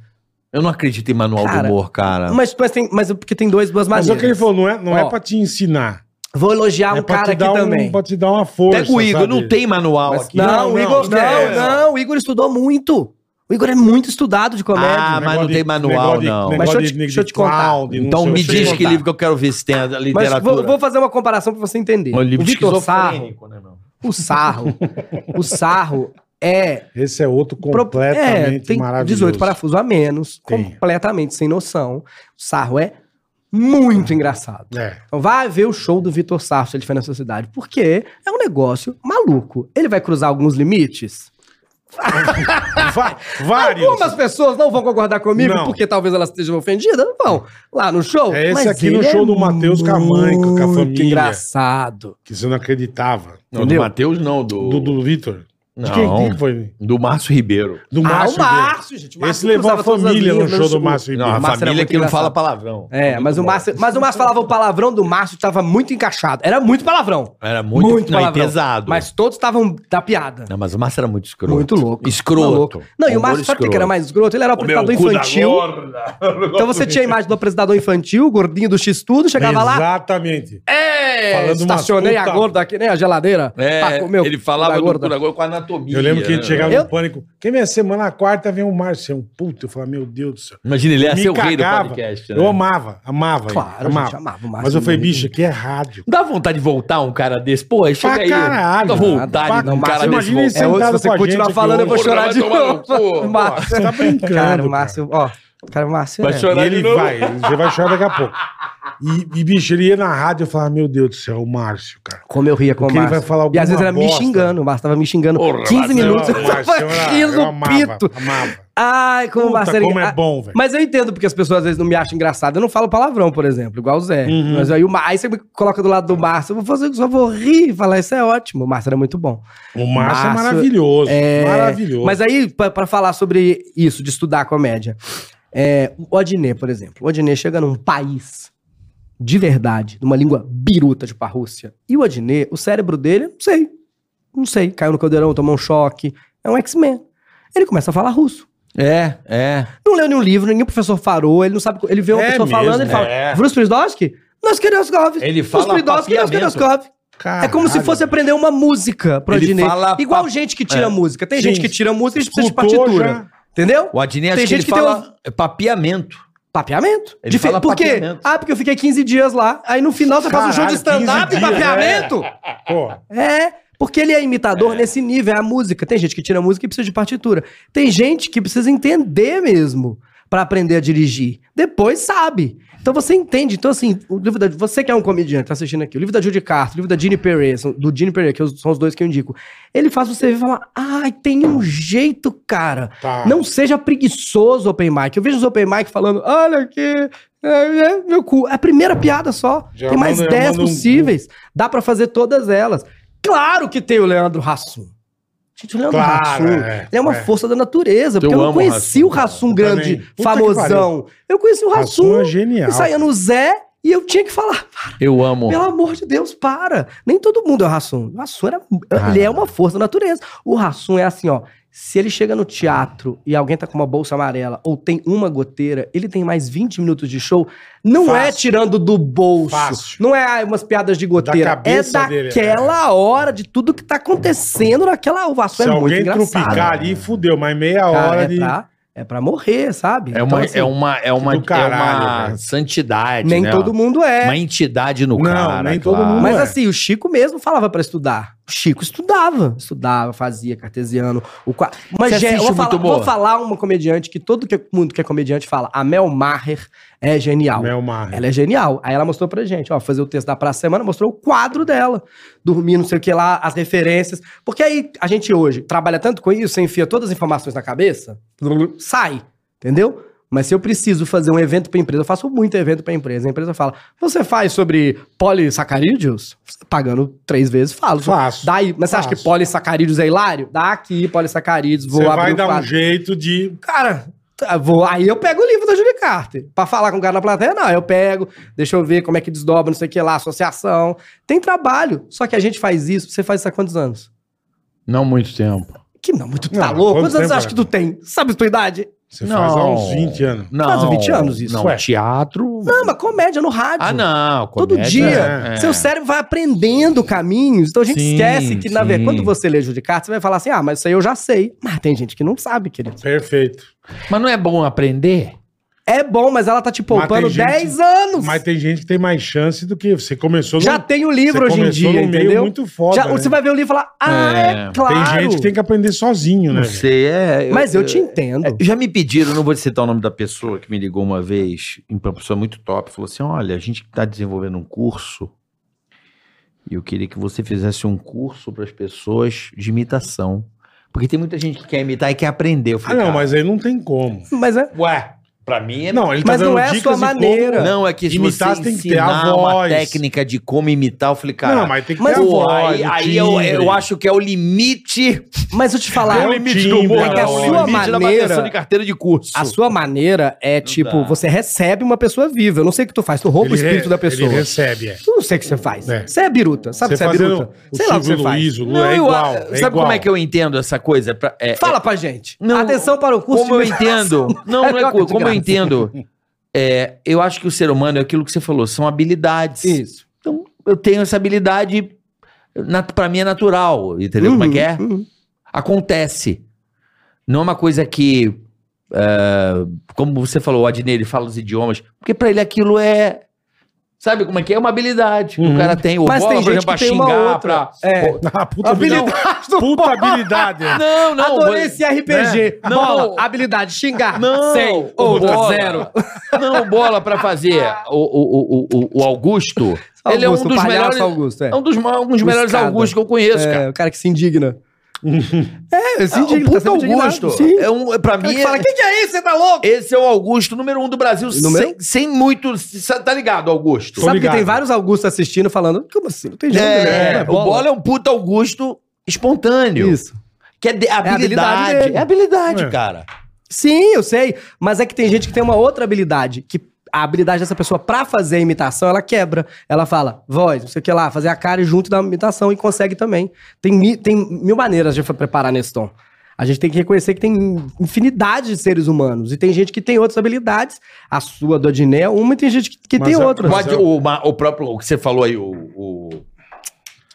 [SPEAKER 4] Eu não acredito em manual
[SPEAKER 5] Cara,
[SPEAKER 4] do humor, cara.
[SPEAKER 5] Mas, mas, tem, mas é porque tem dois, duas
[SPEAKER 3] Mas
[SPEAKER 5] maneiras.
[SPEAKER 3] é o que ele falou, não é, não é
[SPEAKER 5] Ó.
[SPEAKER 3] pra te ensinar.
[SPEAKER 5] Vou elogiar
[SPEAKER 3] é
[SPEAKER 5] um
[SPEAKER 3] pra te
[SPEAKER 5] cara aqui
[SPEAKER 3] dar um-
[SPEAKER 5] também.
[SPEAKER 3] Pra te dar uma força.
[SPEAKER 4] Pega o Igor,
[SPEAKER 3] sabe?
[SPEAKER 4] não tem manual
[SPEAKER 5] Mas-
[SPEAKER 4] aqui.
[SPEAKER 5] não,
[SPEAKER 3] Não,
[SPEAKER 5] o
[SPEAKER 3] não,
[SPEAKER 5] Igor não,
[SPEAKER 3] esquece.
[SPEAKER 5] não, o Igor estudou muito. O Igor é muito estudado de
[SPEAKER 4] Ah,
[SPEAKER 5] comédia.
[SPEAKER 4] mas não
[SPEAKER 3] Negócio de-
[SPEAKER 4] tem manual,
[SPEAKER 3] negócio de-
[SPEAKER 4] não.
[SPEAKER 3] negócio
[SPEAKER 5] Mas deixa eu te-
[SPEAKER 3] de-
[SPEAKER 5] deixa eu
[SPEAKER 3] de
[SPEAKER 5] te contar.
[SPEAKER 3] cloud, não
[SPEAKER 4] Então
[SPEAKER 3] sei o
[SPEAKER 4] me
[SPEAKER 3] sei
[SPEAKER 4] diz
[SPEAKER 3] contar.
[SPEAKER 4] que livro que eu quero ver se tem a
[SPEAKER 5] mas
[SPEAKER 4] literatura.
[SPEAKER 5] vou, vou fazer uma comparação pra você entender.
[SPEAKER 4] Um livro
[SPEAKER 5] o Vitor Sarro,
[SPEAKER 4] esquizofrênico, né, meu?
[SPEAKER 5] o Sarro, o Sarro é
[SPEAKER 3] Esse é outro
[SPEAKER 5] Pro-
[SPEAKER 3] completamente
[SPEAKER 5] é, tem
[SPEAKER 3] maravilhoso.
[SPEAKER 5] 18 parafusos a menos,
[SPEAKER 3] Tem.
[SPEAKER 5] completamente sem noção. O Sarro é muito engraçado.
[SPEAKER 3] É.
[SPEAKER 5] Então vai ver o show do Vitor Sarro se ele estiver na sua cidade, porque é um negócio maluco. Ele vai cruzar alguns limites?
[SPEAKER 3] Va- vários.
[SPEAKER 5] Algumas pessoas não vão concordar comigo,
[SPEAKER 3] Não.
[SPEAKER 5] porque talvez elas estejam ofendidas, não vão. Lá no show.
[SPEAKER 3] É esse
[SPEAKER 5] mas
[SPEAKER 3] aqui no
[SPEAKER 5] ele
[SPEAKER 3] show do Matheus com a mãe, com a
[SPEAKER 5] muito
[SPEAKER 3] família. é.
[SPEAKER 5] engraçado.
[SPEAKER 3] Que você não acreditava.
[SPEAKER 4] Não, do
[SPEAKER 5] Entendeu?
[SPEAKER 4] Matheus, não. Do,
[SPEAKER 3] Do, do Vitor. De quem,
[SPEAKER 4] não,
[SPEAKER 3] quem foi?
[SPEAKER 4] do Márcio Ribeiro.
[SPEAKER 3] Do
[SPEAKER 5] Ah, o
[SPEAKER 3] Márcio. Ribeiro.
[SPEAKER 5] Márcio, gente. o Márcio
[SPEAKER 3] Esse levou a
[SPEAKER 5] cruzava todas as
[SPEAKER 3] família no
[SPEAKER 5] linhas,
[SPEAKER 3] show do
[SPEAKER 5] segundo.
[SPEAKER 3] Márcio
[SPEAKER 4] Não,
[SPEAKER 3] Ribeiro.
[SPEAKER 4] a
[SPEAKER 5] Márcio era
[SPEAKER 4] família
[SPEAKER 5] muito
[SPEAKER 4] que não
[SPEAKER 5] engraçado.
[SPEAKER 4] fala palavrão.
[SPEAKER 5] É, mas o, Márcio, mas o Márcio falava o palavrão do Márcio, tava muito encaixado. Era muito palavrão.
[SPEAKER 4] Era muito, não, e
[SPEAKER 5] palavrão.
[SPEAKER 4] pesado.
[SPEAKER 5] Mas todos estavam da piada.
[SPEAKER 4] Não, mas o Márcio era muito escroto.
[SPEAKER 5] Muito louco.
[SPEAKER 4] Escroto.
[SPEAKER 5] Maluco. Não, e o
[SPEAKER 4] Humor
[SPEAKER 5] Márcio, sabe o que que
[SPEAKER 4] escroto.
[SPEAKER 5] era mais escroto? Ele era o apresentador infantil. Então você tinha a imagem do apresentador infantil, gordinho do X-Tudo, chegava lá.
[SPEAKER 3] Exatamente.
[SPEAKER 5] É,
[SPEAKER 3] Falando umas
[SPEAKER 5] estacionei a
[SPEAKER 3] puta-
[SPEAKER 5] gorda aqui, nem a geladeira. pra
[SPEAKER 4] É,
[SPEAKER 5] comer o
[SPEAKER 4] ele
[SPEAKER 5] da
[SPEAKER 4] falava do
[SPEAKER 5] gorda.
[SPEAKER 4] Curagol com anatomia.
[SPEAKER 3] Eu lembro que a
[SPEAKER 4] né?
[SPEAKER 3] gente chegava
[SPEAKER 5] Eu-
[SPEAKER 3] no pânico. Quem vem a semana, a quarta vem o Márcio. Você é um puto. Eu falava, meu Deus do céu.
[SPEAKER 4] Imagina, ele ia
[SPEAKER 3] Me
[SPEAKER 4] ser o É rei do
[SPEAKER 3] cagava.
[SPEAKER 4] podcast. né?
[SPEAKER 3] Eu amava, amava. ele,
[SPEAKER 5] Claro, a
[SPEAKER 3] amava.
[SPEAKER 5] gente amava o Márcio.
[SPEAKER 3] Mas eu falei,
[SPEAKER 5] muito.
[SPEAKER 3] bicho, aqui é rádio.
[SPEAKER 4] Dá vontade de voltar um cara desse? Pô, aí chega
[SPEAKER 3] Pra
[SPEAKER 4] aí.
[SPEAKER 3] caralho.
[SPEAKER 4] Dá
[SPEAKER 3] Pra-
[SPEAKER 4] vontade de um cara
[SPEAKER 3] Imagina
[SPEAKER 4] desse.
[SPEAKER 3] ele
[SPEAKER 4] voltar.
[SPEAKER 5] É, hoje,
[SPEAKER 3] sentado
[SPEAKER 5] se você
[SPEAKER 3] com a gente
[SPEAKER 5] continuar
[SPEAKER 3] aqui
[SPEAKER 5] falando, eu vou
[SPEAKER 3] hoje.
[SPEAKER 5] chorar de
[SPEAKER 6] Vai tomar no
[SPEAKER 5] novo.
[SPEAKER 6] cu, pô.
[SPEAKER 5] Márcio.
[SPEAKER 3] Você tá brincando,
[SPEAKER 5] Cara,
[SPEAKER 3] cara.
[SPEAKER 5] o Márcio, ó. Cara, o Márcio.
[SPEAKER 4] Vai
[SPEAKER 5] é-
[SPEAKER 4] chorar
[SPEAKER 3] E
[SPEAKER 4] de
[SPEAKER 3] ele
[SPEAKER 4] novo.
[SPEAKER 3] vai, ele já vai chorar daqui a pouco. E, e, bicho, ele ia na rádio e eu falava, meu Deus do céu, o Márcio, cara.
[SPEAKER 5] Como eu ria com o
[SPEAKER 3] Porque ele
[SPEAKER 5] Márcio.
[SPEAKER 3] vai falar
[SPEAKER 5] e
[SPEAKER 3] alguma
[SPEAKER 5] às vezes era me
[SPEAKER 3] bosta.
[SPEAKER 5] xingando, o Márcio tava me xingando.
[SPEAKER 1] Porra,
[SPEAKER 5] 15 minutos
[SPEAKER 3] Eu,
[SPEAKER 5] eu tava
[SPEAKER 3] Márcio, eu- eu
[SPEAKER 5] rindo
[SPEAKER 3] amava,
[SPEAKER 5] pito.
[SPEAKER 3] amava.
[SPEAKER 5] Ai, como o
[SPEAKER 3] Puta,
[SPEAKER 5] Márcio era
[SPEAKER 3] como é
[SPEAKER 5] engra-
[SPEAKER 3] bom, velho.
[SPEAKER 5] Mas eu entendo porque as pessoas às vezes não me acham engraçado. Eu não falo palavrão, por exemplo, igual o Zé.
[SPEAKER 3] Uhum.
[SPEAKER 5] Mas aí, o Mar- aí você me coloca do lado do Márcio, eu vou fazer, só vou rir e falar, isso é ótimo. O Márcio era muito bom.
[SPEAKER 3] O Márcio é
[SPEAKER 5] Márcio
[SPEAKER 3] maravilhoso.
[SPEAKER 5] É,
[SPEAKER 3] Maravilhoso.
[SPEAKER 5] Mas aí, pra pra falar sobre isso, de estudar comédia, é, o Odinê, por exemplo. O Odinê chega num país de verdade, numa língua biruta, tipo a Rússia. E o Odinê, o cérebro dele, não sei. Não sei. Caiu no caldeirão, tomou um choque. É um X-Men. Ele começa a falar russo.
[SPEAKER 4] É, é.
[SPEAKER 5] Não leu nenhum livro, nenhum professor farou, ele não sabe. Ele vê uma
[SPEAKER 3] É
[SPEAKER 5] pessoa
[SPEAKER 3] mesmo,
[SPEAKER 5] falando, ele fala.
[SPEAKER 4] é.
[SPEAKER 5] Vrusprizdowski? Nós queremos Gov.
[SPEAKER 4] Ele fala
[SPEAKER 5] Vrusprizdowski, nós queremos Gov. É como se fosse aprender uma mútica pro
[SPEAKER 4] Ele
[SPEAKER 5] Adnet.
[SPEAKER 4] fala
[SPEAKER 5] Igual
[SPEAKER 4] pa-
[SPEAKER 5] gente que tira
[SPEAKER 4] é.
[SPEAKER 5] música. Tem
[SPEAKER 3] Sim.
[SPEAKER 5] gente que tira música e precisa de
[SPEAKER 3] Escutou,
[SPEAKER 5] partitura.
[SPEAKER 3] já-
[SPEAKER 5] Entendeu?
[SPEAKER 4] O Adnet,
[SPEAKER 5] Tem
[SPEAKER 4] acho que
[SPEAKER 5] gente
[SPEAKER 4] ele
[SPEAKER 5] que
[SPEAKER 4] fala é papiamento.
[SPEAKER 5] Papeamento.
[SPEAKER 4] Ele
[SPEAKER 5] Dife-
[SPEAKER 4] fala
[SPEAKER 5] Por quê?
[SPEAKER 4] papeamento.
[SPEAKER 5] Ah, porque eu fiquei 15 dias lá. Aí no final você faz um show de
[SPEAKER 3] Caralho, 15
[SPEAKER 5] stand-up e
[SPEAKER 3] dias,
[SPEAKER 5] papeamento.
[SPEAKER 3] Pô,
[SPEAKER 5] É, porque ele é imitador nesse nível, é a música. Tem gente que tira música e precisa de partitura. Tem gente que precisa entender mesmo pra aprender a dirigir. Depois sabe. Então você entende. Então, assim, o livro da, você que é um comediante, tá assistindo aqui, o livro da Judy Carter, o livro da Gene Perez, do Gene Perez, que são os dois que eu indico. Ele faz você ver e falar: ai, tem um jeito, cara.
[SPEAKER 3] tá.
[SPEAKER 5] Não seja preguiçoso, open mic. Eu vejo os open mic falando, olha aqui, é, é, meu cu. É a primeira piada só.
[SPEAKER 3] Já
[SPEAKER 5] tem mais
[SPEAKER 3] manda-
[SPEAKER 5] 10
[SPEAKER 3] manda um
[SPEAKER 5] possíveis. Dá pra fazer todas elas. Claro que tem o Leandro Hassum. Gente, o Leandro
[SPEAKER 3] Claro,
[SPEAKER 5] Hassum,
[SPEAKER 3] é,
[SPEAKER 5] ele é uma
[SPEAKER 3] é.
[SPEAKER 5] força da natureza. Porque eu, não
[SPEAKER 7] amo o
[SPEAKER 5] conheci o Hassum grande,
[SPEAKER 3] também. Puta que
[SPEAKER 5] famosão. Eu conheci o
[SPEAKER 3] Hassum
[SPEAKER 5] Hassum,
[SPEAKER 3] é genial.
[SPEAKER 5] e saía no Zé, e eu tinha que falar,
[SPEAKER 7] Eu amo.
[SPEAKER 5] pelo amor de Deus, para. Nem todo mundo é o Rassum. O Rassum era,
[SPEAKER 3] Ah,
[SPEAKER 5] ele é uma força da natureza. O Rassum é assim, ó. Se ele chega no teatro e alguém tá com uma bolsa amarela ou tem uma goteira, ele tem mais 20 minutos de show. Não é
[SPEAKER 3] Fácil.
[SPEAKER 5] tirando do bolso.
[SPEAKER 3] Fácil.
[SPEAKER 5] Não é ah, umas piadas de goteira. é
[SPEAKER 3] cabeça dele, né?
[SPEAKER 5] daquela hora de tudo que tá acontecendo naquela. O
[SPEAKER 3] Se
[SPEAKER 5] Rassum é muito
[SPEAKER 3] alguém
[SPEAKER 5] engraçado.
[SPEAKER 3] trupicar ali, fudeu. Mas meia
[SPEAKER 5] Cara,
[SPEAKER 3] hora
[SPEAKER 5] é,
[SPEAKER 3] de...
[SPEAKER 5] pra, é pra morrer, sabe?
[SPEAKER 4] É
[SPEAKER 5] Então,
[SPEAKER 4] uma,
[SPEAKER 5] assim,
[SPEAKER 4] é uma, é uma,
[SPEAKER 3] do caralho,
[SPEAKER 4] é uma
[SPEAKER 3] velho.
[SPEAKER 4] santidade,
[SPEAKER 5] nem
[SPEAKER 4] né?
[SPEAKER 5] todo mundo é.
[SPEAKER 4] Uma entidade no
[SPEAKER 3] Não,
[SPEAKER 4] cara,
[SPEAKER 3] nem todo mundo.
[SPEAKER 5] Mas
[SPEAKER 3] Ué.
[SPEAKER 5] assim, o Chico mesmo falava pra estudar. O Chico estudava, estudava, fazia cartesiano. O qua... Mas
[SPEAKER 4] Você
[SPEAKER 5] gente, eu vou
[SPEAKER 4] assiste
[SPEAKER 5] falar,
[SPEAKER 4] muito boa?
[SPEAKER 5] vou falar uma comediante que todo que- mundo que é comediante fala. A Mel Maher é genial.
[SPEAKER 3] Mel Maher.
[SPEAKER 5] Ela é genial. Aí ela mostrou pra gente, ó, fazer o texto da Praça Semana, mostrou o quadro dela. Dormir, não sei o que lá, as referências. Porque aí a gente hoje trabalha tanto com isso, você enfia todas as informações na cabeça, sai, entendeu? Mas se eu preciso fazer um evento pra empresa, eu faço muito evento pra empresa. A empresa fala, você faz sobre polissacarídeos? Pagando três vezes, falo.
[SPEAKER 3] Faço.
[SPEAKER 5] Daí, mas você acha que
[SPEAKER 3] Faço.
[SPEAKER 5] polissacarídeos é hilário? Dá aqui, polissacarídeos, vou
[SPEAKER 3] Você
[SPEAKER 5] abrir
[SPEAKER 3] vai
[SPEAKER 5] o
[SPEAKER 3] dar um
[SPEAKER 5] quadro.
[SPEAKER 3] jeito de...
[SPEAKER 5] Cara, tá, vou, aí eu pego o livro da Julie Carter. Pra falar com o cara na plateia, não. Eu pego, deixa eu ver como é que desdobra, não sei o que lá, associação. Tem trabalho. Só que a gente faz isso. Você faz isso há quantos anos?
[SPEAKER 7] Não muito tempo.
[SPEAKER 5] Que não, muito tá
[SPEAKER 3] Não,
[SPEAKER 5] louco.
[SPEAKER 3] quanto
[SPEAKER 5] Quantos anos
[SPEAKER 3] tempo, é?
[SPEAKER 5] você acha que tu tem? Sabe a tua idade?
[SPEAKER 3] Você faz há uns 20 anos.
[SPEAKER 4] Não,
[SPEAKER 5] Faz 20 anos isso,
[SPEAKER 4] Não,
[SPEAKER 3] ué.
[SPEAKER 4] teatro.
[SPEAKER 5] Não, mas comédia no rádio.
[SPEAKER 4] Ah, não.
[SPEAKER 5] Todo
[SPEAKER 4] comédia,
[SPEAKER 5] dia,
[SPEAKER 4] é.
[SPEAKER 5] seu cérebro vai aprendendo caminhos. Então a gente
[SPEAKER 4] Sim,
[SPEAKER 5] esquece que, na
[SPEAKER 4] sim.
[SPEAKER 5] verdade, quando você lê Julie Carter, você vai falar assim: ah, mas isso aí eu já sei. Mas tem gente que não sabe, querido.
[SPEAKER 3] Perfeito.
[SPEAKER 4] Mas não é bom aprender?
[SPEAKER 5] É bom, mas ela tá te poupando
[SPEAKER 3] Mas tem gente-
[SPEAKER 5] 10 anos.
[SPEAKER 3] Mas tem gente que tem mais chance do que você começou
[SPEAKER 5] Já
[SPEAKER 3] num-
[SPEAKER 5] tem o livro
[SPEAKER 3] você
[SPEAKER 5] hoje em
[SPEAKER 3] começou
[SPEAKER 5] dia,
[SPEAKER 3] num meio
[SPEAKER 5] entendeu?
[SPEAKER 3] muito foda,
[SPEAKER 5] Já-
[SPEAKER 3] né?
[SPEAKER 5] Você vai ver o livro e falar, ah, é,
[SPEAKER 7] É,
[SPEAKER 5] claro.
[SPEAKER 3] Tem gente que tem que aprender sozinho, né?
[SPEAKER 4] Não sei, é.
[SPEAKER 5] Mas eu te entendo.
[SPEAKER 4] É, Já me pediram, não vou citar o nome da pessoa que me ligou uma vez, uma pessoa muito top, falou assim: olha, a gente está desenvolvendo um curso e eu queria que você fizesse um curso para as pessoas de imitação. Porque tem muita gente que quer imitar e quer aprender. Eu
[SPEAKER 3] Ah,
[SPEAKER 4] falei,
[SPEAKER 3] não,
[SPEAKER 4] cara,
[SPEAKER 3] mas aí não tem como.
[SPEAKER 5] Mas é,
[SPEAKER 4] Ué, pra mim é.
[SPEAKER 3] Não, ele tá
[SPEAKER 5] Mas não é a sua
[SPEAKER 3] de como- né?
[SPEAKER 5] maneira.
[SPEAKER 4] Não, é que se
[SPEAKER 3] Imitar,
[SPEAKER 4] você
[SPEAKER 3] tem que ter a
[SPEAKER 4] ensinar uma
[SPEAKER 3] voz.
[SPEAKER 4] técnica de como imitar, eu falei, cara.
[SPEAKER 3] não, mas tem que
[SPEAKER 5] Mas
[SPEAKER 3] ter a
[SPEAKER 5] o-
[SPEAKER 4] pô,
[SPEAKER 3] voz,
[SPEAKER 4] aí
[SPEAKER 3] o
[SPEAKER 4] aí eu,
[SPEAKER 3] timbre.
[SPEAKER 5] um
[SPEAKER 4] eu acho que é o limite.
[SPEAKER 5] mas eu te falar,
[SPEAKER 3] É o limite do humor,
[SPEAKER 5] é que
[SPEAKER 3] né?
[SPEAKER 5] a
[SPEAKER 3] O
[SPEAKER 5] sua
[SPEAKER 3] limite
[SPEAKER 4] da
[SPEAKER 5] maneira,
[SPEAKER 4] avaliação de carteira de curso.
[SPEAKER 5] a sua maneira é tipo,
[SPEAKER 4] dá.
[SPEAKER 5] você recebe uma pessoa viva. Eu não sei o que tu faz, tu rouba
[SPEAKER 3] Ele
[SPEAKER 5] o espírito
[SPEAKER 3] re-
[SPEAKER 5] da pessoa.
[SPEAKER 3] Ele recebe, é.
[SPEAKER 5] Eu não sei o que você faz.
[SPEAKER 3] É.
[SPEAKER 5] Você é biruta, sabe que você é
[SPEAKER 3] fazendo
[SPEAKER 5] biruta?
[SPEAKER 3] o
[SPEAKER 5] Sei lá o que você
[SPEAKER 3] Silvio
[SPEAKER 5] faz.
[SPEAKER 3] Luiz, o Lu- é
[SPEAKER 4] eu-
[SPEAKER 3] igual, é
[SPEAKER 4] sabe
[SPEAKER 3] igual.
[SPEAKER 4] como é que eu entendo essa coisa? Pra- é-
[SPEAKER 5] Fala pra gente.
[SPEAKER 4] Não,
[SPEAKER 5] Atenção para o
[SPEAKER 4] é-
[SPEAKER 5] curso
[SPEAKER 4] como eu
[SPEAKER 5] de imitação.
[SPEAKER 4] entendo? Não, não
[SPEAKER 5] É
[SPEAKER 4] é
[SPEAKER 5] troca
[SPEAKER 4] co-
[SPEAKER 5] de
[SPEAKER 4] como eu
[SPEAKER 5] graça.
[SPEAKER 4] entendo. É, eu acho que o ser humano é aquilo que você falou, são habilidades.
[SPEAKER 5] Isso.
[SPEAKER 4] Então, eu tenho essa habilidade, na, pra mim é natural, entendeu como é que é?
[SPEAKER 5] Uhum.
[SPEAKER 4] Acontece. Não é uma coisa que, é, como você falou, o Adnei, ele fala os idiomas, porque pra ele aquilo é... Sabe como é que é? É uma habilidade que o cara tem. O
[SPEAKER 5] Uhum. Mas
[SPEAKER 4] bola,
[SPEAKER 5] tem
[SPEAKER 4] por
[SPEAKER 5] gente
[SPEAKER 4] exemplo,
[SPEAKER 5] que tem uma
[SPEAKER 4] xingar,
[SPEAKER 5] outra.
[SPEAKER 4] pra-
[SPEAKER 5] É.
[SPEAKER 3] Ah, puta habilidade.
[SPEAKER 5] Habilidade do
[SPEAKER 3] Puta habilidade.
[SPEAKER 4] Não, não.
[SPEAKER 5] Adorei
[SPEAKER 4] mas-
[SPEAKER 5] esse RPG.
[SPEAKER 4] Né?
[SPEAKER 5] Bola,
[SPEAKER 4] Não.
[SPEAKER 5] habilidade, xingar.
[SPEAKER 4] Não,
[SPEAKER 5] 100,
[SPEAKER 4] o
[SPEAKER 5] outra,
[SPEAKER 4] bola. Ah.
[SPEAKER 5] zero.
[SPEAKER 4] Não, bola pra fazer. O, o, o, o, o Augusto, ele é um
[SPEAKER 5] Augusto,
[SPEAKER 4] dos
[SPEAKER 5] palhaço
[SPEAKER 4] melhores.
[SPEAKER 5] Augusto, é.
[SPEAKER 4] é. um dos, ma- um dos melhores
[SPEAKER 5] Buscada.
[SPEAKER 4] Augustos que eu conheço, cara.
[SPEAKER 5] É, o cara que se indigna. é, se
[SPEAKER 4] Ah, o
[SPEAKER 5] indigna.
[SPEAKER 4] puta
[SPEAKER 5] sempre indignado.
[SPEAKER 4] Augusto.
[SPEAKER 5] Sim.
[SPEAKER 4] É um, é, pra
[SPEAKER 5] Cara
[SPEAKER 4] mim,
[SPEAKER 5] que fala,
[SPEAKER 4] é-
[SPEAKER 5] "Que que é isso? Você tá louco?
[SPEAKER 4] esse é o Augusto número um do Brasil,
[SPEAKER 5] Número
[SPEAKER 4] sem, sem muito. sa- Tá ligado, Augusto?
[SPEAKER 3] Tô
[SPEAKER 5] Sabe
[SPEAKER 3] ligado.
[SPEAKER 5] que tem vários Augustos assistindo falando, como assim? Não tem jeito.
[SPEAKER 4] É,
[SPEAKER 5] né?
[SPEAKER 4] o bola é um puta Augusto espontâneo.
[SPEAKER 5] Isso.
[SPEAKER 4] Que é de-
[SPEAKER 5] habilidade
[SPEAKER 4] habilidade.
[SPEAKER 5] dele.
[SPEAKER 4] É habilidade,
[SPEAKER 3] É.
[SPEAKER 4] cara.
[SPEAKER 5] Sim, eu sei. Mas é que tem gente que tem uma outra habilidade, que a habilidade dessa pessoa pra fazer a imitação, ela quebra. Ela fala, voz, não sei o que lá, fazer a cara junto da imitação e consegue também. Tem, mi- tem mil maneiras de fa- preparar nesse tom. A gente tem que reconhecer que tem infinidade de seres humanos. E tem gente que tem outras habilidades. A sua, do Adnet, é uma, e tem gente que, que
[SPEAKER 3] Mas
[SPEAKER 5] tem
[SPEAKER 3] a-
[SPEAKER 5] outras.
[SPEAKER 4] Pode, o, ma- o próprio, o que você falou aí, o, o